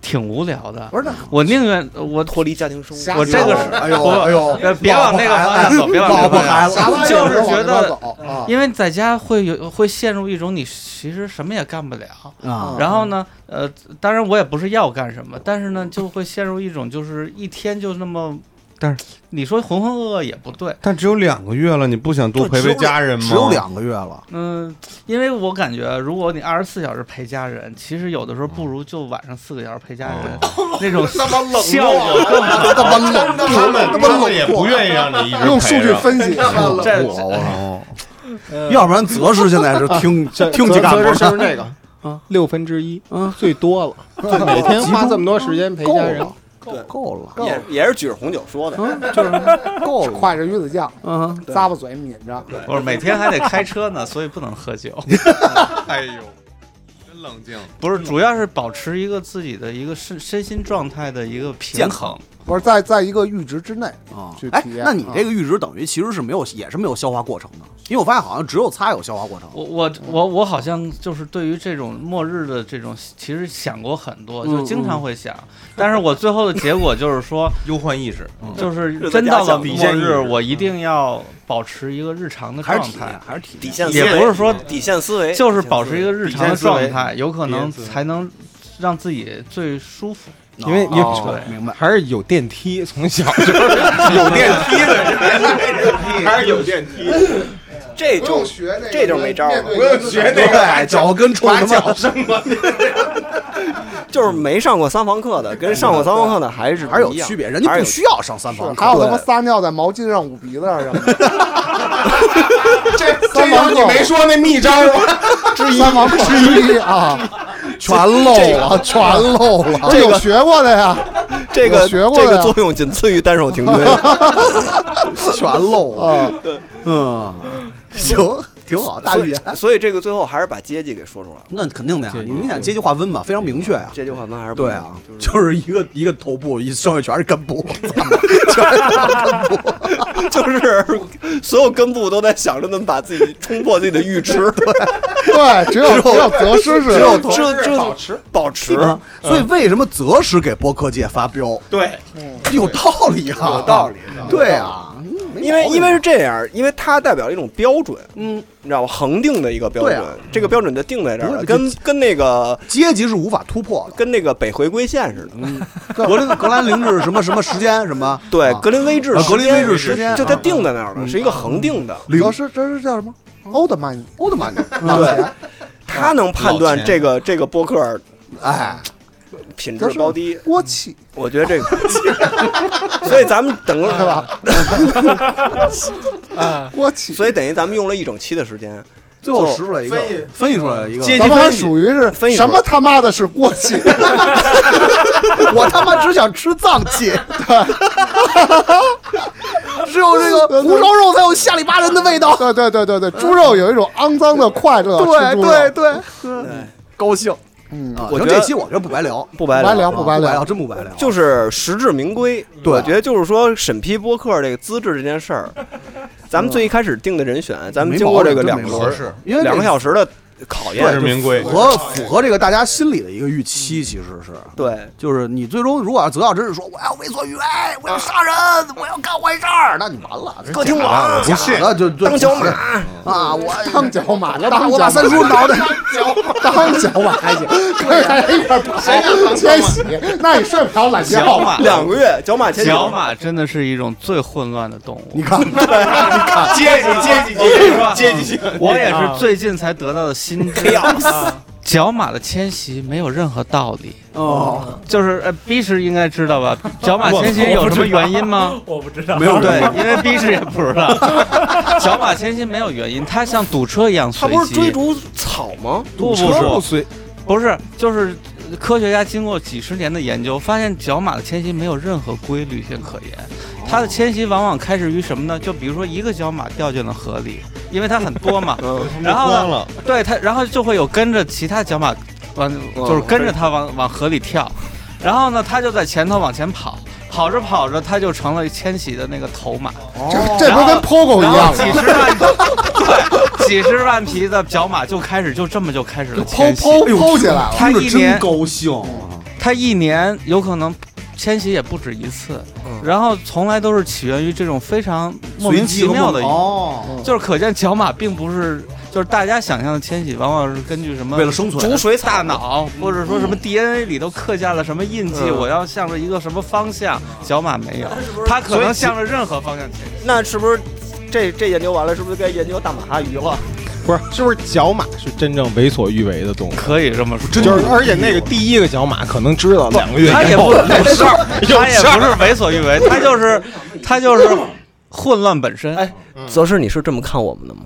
[SPEAKER 6] 挺无聊的，
[SPEAKER 2] 不是那
[SPEAKER 6] 我宁愿我
[SPEAKER 1] 脱离家庭生活。
[SPEAKER 6] 我这个是
[SPEAKER 2] 哎呦哎呦，
[SPEAKER 6] 呃别往那个方向走，别往那
[SPEAKER 2] 老
[SPEAKER 6] 个
[SPEAKER 2] 婆
[SPEAKER 6] 方向走。
[SPEAKER 2] 孩子，
[SPEAKER 6] 就是觉得，
[SPEAKER 4] 走啊，
[SPEAKER 6] 因为在家会有会陷入一种你其实什么也干不了，
[SPEAKER 2] 啊，
[SPEAKER 6] 然后呢，呃，当然我也不是要干什么，但是呢，就会陷入一种就是一天就那么，
[SPEAKER 7] 但
[SPEAKER 6] 是你说浑浑噩噩也不对，
[SPEAKER 7] 但只有两个月了，你不想多陪陪家人吗？
[SPEAKER 2] 只有两个月了，
[SPEAKER 6] 嗯、因为我感觉如果你二十四小时陪家人，其实有的时候不如就晚上四个小时陪家人， 那种效果
[SPEAKER 2] 啊哎
[SPEAKER 6] 更好。
[SPEAKER 2] 他妈冷，
[SPEAKER 7] 他们他们也不愿意让你一直
[SPEAKER 4] 用数据
[SPEAKER 7] 分。
[SPEAKER 4] 分析，
[SPEAKER 6] 这
[SPEAKER 3] 哦
[SPEAKER 2] 我操！要不然泽是现在是 听听几
[SPEAKER 3] 泽
[SPEAKER 2] 干
[SPEAKER 3] 泽
[SPEAKER 2] 活
[SPEAKER 3] 是就是这个啊，六分之一，
[SPEAKER 2] 嗯，
[SPEAKER 3] 最多了，就每天花这么多时间陪
[SPEAKER 2] 够
[SPEAKER 3] 家人
[SPEAKER 2] 了，，够了，
[SPEAKER 1] 也也是举着红酒说的，
[SPEAKER 2] 嗯，就是够了，
[SPEAKER 4] 挎着鱼子酱，
[SPEAKER 2] 嗯，
[SPEAKER 4] 咂巴嘴抿着，
[SPEAKER 6] 我说每天还得开车呢，所以不能喝酒。
[SPEAKER 7] 哎呦，真冷静。
[SPEAKER 6] 不是，主要是保持一个自己的一个身身心状态的一个平
[SPEAKER 2] 健
[SPEAKER 6] 衡。
[SPEAKER 4] 不是在在一个阈值之内
[SPEAKER 2] 啊
[SPEAKER 4] 去，
[SPEAKER 2] 哎
[SPEAKER 4] 体，验。
[SPEAKER 2] 那你这个阈值等于其实是没有，也是没有消化过程的，因为我发现好像只有擦有消化过程。
[SPEAKER 6] 我我我我好像就是对于这种末日的这种，其实想过很多，就经常会想，但是我最后的结果就是说，
[SPEAKER 7] 忧患意识，
[SPEAKER 6] 就是真到了
[SPEAKER 1] 是在
[SPEAKER 7] 家
[SPEAKER 6] 末
[SPEAKER 7] 想
[SPEAKER 6] 日，我一定要保持一个日常的
[SPEAKER 2] 还是
[SPEAKER 6] 状
[SPEAKER 2] 体验，
[SPEAKER 6] 态，
[SPEAKER 2] 还是体
[SPEAKER 1] 底
[SPEAKER 2] 验。
[SPEAKER 1] 线思
[SPEAKER 6] 也
[SPEAKER 1] 维
[SPEAKER 6] 不是说
[SPEAKER 1] 底线思维，
[SPEAKER 6] 就是保持一个日常的状
[SPEAKER 7] 底
[SPEAKER 6] 态，有可
[SPEAKER 7] 底
[SPEAKER 6] 能
[SPEAKER 7] 线思维
[SPEAKER 6] 才能让自己最舒服。
[SPEAKER 2] 因
[SPEAKER 3] 因为因为
[SPEAKER 6] 对
[SPEAKER 2] 明白，
[SPEAKER 3] 还是有电梯，从小就是有电梯的，还是有电梯。
[SPEAKER 1] 这
[SPEAKER 4] 不用
[SPEAKER 1] 就
[SPEAKER 4] 学那个，
[SPEAKER 1] 这就没招了
[SPEAKER 4] 不用
[SPEAKER 2] 哎
[SPEAKER 4] 学
[SPEAKER 2] 对，脚跟冲什么？
[SPEAKER 1] 就是没上过三房课
[SPEAKER 6] 嗯
[SPEAKER 1] 的，跟上过三房课的还是
[SPEAKER 2] 还是有
[SPEAKER 1] 不一样
[SPEAKER 2] 区别，人家
[SPEAKER 1] 还是
[SPEAKER 2] 不
[SPEAKER 1] 有
[SPEAKER 2] 需要上三房
[SPEAKER 4] 还
[SPEAKER 2] 课，
[SPEAKER 4] 有他妈撒尿在毛巾上、捂鼻子 上什么的。
[SPEAKER 3] 这
[SPEAKER 4] 三毛你没
[SPEAKER 3] 说那秘招 吗？
[SPEAKER 4] 三王之一啊，
[SPEAKER 2] 全漏了，全漏了。
[SPEAKER 4] 这有学过 的呀，
[SPEAKER 1] 这个
[SPEAKER 4] 有学过
[SPEAKER 1] 这
[SPEAKER 4] 的
[SPEAKER 1] 个作用仅次于单手停蹲。
[SPEAKER 2] 全漏
[SPEAKER 4] 啊
[SPEAKER 2] 了。嗯，行，挺好， 大预言。
[SPEAKER 1] 所以这个最后还是把阶级给说出来了。
[SPEAKER 2] 那肯定的呀，你明显阶级划分嘛，非常明确呀。
[SPEAKER 1] 这句话那还是不
[SPEAKER 2] 对
[SPEAKER 1] 一
[SPEAKER 2] 啊
[SPEAKER 1] 样，就是
[SPEAKER 2] 就是一个一个头部，一剩下全是根部，全是根部。
[SPEAKER 1] 就是所有根部都在想着怎么把自己冲破自己的阈 值，
[SPEAKER 4] 对，只
[SPEAKER 2] 只
[SPEAKER 4] 有
[SPEAKER 2] 有
[SPEAKER 4] 只有择师是，
[SPEAKER 2] 只有头
[SPEAKER 1] 这这保持保 持，
[SPEAKER 2] 啊所以为什么择时给播客界发飙？
[SPEAKER 7] 对，
[SPEAKER 2] 有道理啊，有道理。对啊，
[SPEAKER 1] 因为因为是这样，因为它代表一种标准，
[SPEAKER 2] 嗯，
[SPEAKER 1] 你知道吧？恒定的一个标
[SPEAKER 2] 对
[SPEAKER 1] 准
[SPEAKER 2] 啊，
[SPEAKER 1] 这个标准就定在这儿了，
[SPEAKER 2] 不是
[SPEAKER 1] 跟跟那个
[SPEAKER 2] 阶级是无法突破的。
[SPEAKER 1] 跟那个北回归线似的。
[SPEAKER 2] 格林格兰林治什么什么时间什么？
[SPEAKER 1] 对，
[SPEAKER 2] 啊
[SPEAKER 1] 格林威治
[SPEAKER 2] 啊
[SPEAKER 1] 时间，
[SPEAKER 2] 格林威治时间嗯
[SPEAKER 1] 就它定在那儿了，是一个恒定的。
[SPEAKER 4] 择师这是叫什么？啊欧 德曼尼，
[SPEAKER 2] 奥特曼的，
[SPEAKER 4] 老钱，
[SPEAKER 1] 他能判断
[SPEAKER 7] 老钱
[SPEAKER 1] 这个这个播客
[SPEAKER 2] 哎，
[SPEAKER 1] 品
[SPEAKER 4] 择
[SPEAKER 1] 质
[SPEAKER 4] 师
[SPEAKER 1] 高低，
[SPEAKER 4] 锅气，
[SPEAKER 1] 我觉得这个， 所以咱们等
[SPEAKER 4] 对吧？
[SPEAKER 5] 啊，
[SPEAKER 4] 锅气，
[SPEAKER 1] 所以等于咱们用了一整期的时间，
[SPEAKER 2] 最后拾出来一个，分析出来一个。
[SPEAKER 4] 咱们还属于
[SPEAKER 1] 分析
[SPEAKER 4] 是什么他妈的是锅 气？
[SPEAKER 2] 我他妈只想吃脏器，只有这个红烧肉才有下里巴人的味道。
[SPEAKER 4] 对对对对对，猪肉有一种肮脏的快 乐，吃
[SPEAKER 2] 对
[SPEAKER 4] 猪肉
[SPEAKER 2] 对对，高兴。
[SPEAKER 4] 嗯
[SPEAKER 2] 啊，
[SPEAKER 1] 我
[SPEAKER 2] 行
[SPEAKER 1] 觉得
[SPEAKER 2] 这期我觉 得不白聊，啊
[SPEAKER 1] 不白
[SPEAKER 4] 白
[SPEAKER 1] 聊。
[SPEAKER 4] 聊
[SPEAKER 2] 不
[SPEAKER 4] 不白
[SPEAKER 2] 聊，
[SPEAKER 4] 聊，
[SPEAKER 2] 真不白聊。啊
[SPEAKER 1] 就是实至名归，
[SPEAKER 2] 对
[SPEAKER 1] 我觉得就是说审批播客这个资质这件事 儿，咱们最一开始定的人选，咱们经过这个两
[SPEAKER 2] 嗯没毛病
[SPEAKER 1] 轮
[SPEAKER 2] 合
[SPEAKER 7] 适，
[SPEAKER 2] 因为
[SPEAKER 1] 两个
[SPEAKER 2] 时
[SPEAKER 1] 小时的考
[SPEAKER 7] 实至
[SPEAKER 1] 验，
[SPEAKER 7] 名归
[SPEAKER 2] 符。合符合这个大家心里的一个预期，其实是。
[SPEAKER 1] 对，
[SPEAKER 2] 就是你最终如果要泽要真是说我要为所欲为，我要杀人，我要干坏事儿，那你完了，
[SPEAKER 1] 歌厅王
[SPEAKER 2] 不信，那就当
[SPEAKER 1] 小马，
[SPEAKER 2] 啊，我
[SPEAKER 4] 当脚马，
[SPEAKER 2] 我把
[SPEAKER 4] 当
[SPEAKER 2] 我把
[SPEAKER 4] 脚
[SPEAKER 2] 三叔挠的，
[SPEAKER 4] 当脚马还行，可以在一块跑，迁徙，那你睡不着懒
[SPEAKER 6] 小
[SPEAKER 4] 觉
[SPEAKER 6] 马，
[SPEAKER 1] 两个月脚马前
[SPEAKER 6] 小
[SPEAKER 1] 脚，
[SPEAKER 6] 马真的是一种最混乱的动物
[SPEAKER 2] 你。看，你看，
[SPEAKER 1] 啊
[SPEAKER 7] 阶级阶级阶级阶级，
[SPEAKER 6] 我也是最近才得到的新知，角马的迁徙没有任何道理。
[SPEAKER 2] 哦，
[SPEAKER 6] 就是呃，B 师应该知道吧？角马迁徙有什么原因吗？
[SPEAKER 5] 我不知道，
[SPEAKER 2] 没有
[SPEAKER 6] 对，因为 B 师也不知道。 角马迁徙没有原因，它像堵车一样
[SPEAKER 1] 他
[SPEAKER 6] 随
[SPEAKER 1] 不是追
[SPEAKER 6] 机。
[SPEAKER 1] 逐草吗？
[SPEAKER 6] 不不
[SPEAKER 3] 车
[SPEAKER 6] 不，
[SPEAKER 3] 随
[SPEAKER 6] 不是，就是呃科学家经过几十年的研究，发现角马的迁徙没有任何规律性可言。它的迁徙往往开始于什么呢？就比如说一个角马掉进了河里，因为它很多嘛， 然后呢
[SPEAKER 7] 慌了，
[SPEAKER 6] 对它，然后就会有跟着其他角马，往就是跟着它往往河里跳。然后呢，他就在前头往前跑，跑着跑着，他就成了千禧的那个头马，
[SPEAKER 4] 这这不是跟 POGO 哦
[SPEAKER 6] 然
[SPEAKER 4] 一
[SPEAKER 6] 后
[SPEAKER 4] 样
[SPEAKER 6] 几
[SPEAKER 4] 吗？
[SPEAKER 6] 十万， 对，几十万匹的角马就开始就这么就开始了
[SPEAKER 4] 抛
[SPEAKER 6] 迁徙。
[SPEAKER 4] 抛抛起来了，
[SPEAKER 6] 他一年
[SPEAKER 2] 高兴啊，
[SPEAKER 6] 他一年有可能迁徙也不止一次，
[SPEAKER 2] 嗯
[SPEAKER 6] 然后从来都是起源于这种非常莫名其妙的，
[SPEAKER 2] 哦，
[SPEAKER 6] 就是可见角马并不是就是大家想象的迁徙，往往是根据什么
[SPEAKER 2] 为了生存，嗯
[SPEAKER 6] 煮水大脑，或者说什么 DNA 里头刻下了什么印记，我要向着一个什么方向，角马没有，它可能向着任何方向前进。
[SPEAKER 1] 那是不是这这研究完了，是不是该研究大马哈鱼了？
[SPEAKER 3] 不是，是不是角马是真正为所欲为的动物？
[SPEAKER 6] 可以这么说，
[SPEAKER 3] 就是，而且那个第一个角马可能知道两个月
[SPEAKER 6] 他
[SPEAKER 3] 以
[SPEAKER 6] 也
[SPEAKER 3] 后
[SPEAKER 6] 不
[SPEAKER 3] 有事儿，有
[SPEAKER 6] 它也
[SPEAKER 3] 事
[SPEAKER 6] 不
[SPEAKER 3] 儿。
[SPEAKER 6] 是为所欲为，它就是它就是混乱本身。
[SPEAKER 2] 嗯
[SPEAKER 1] 哎，泽是你是这么看我们的吗？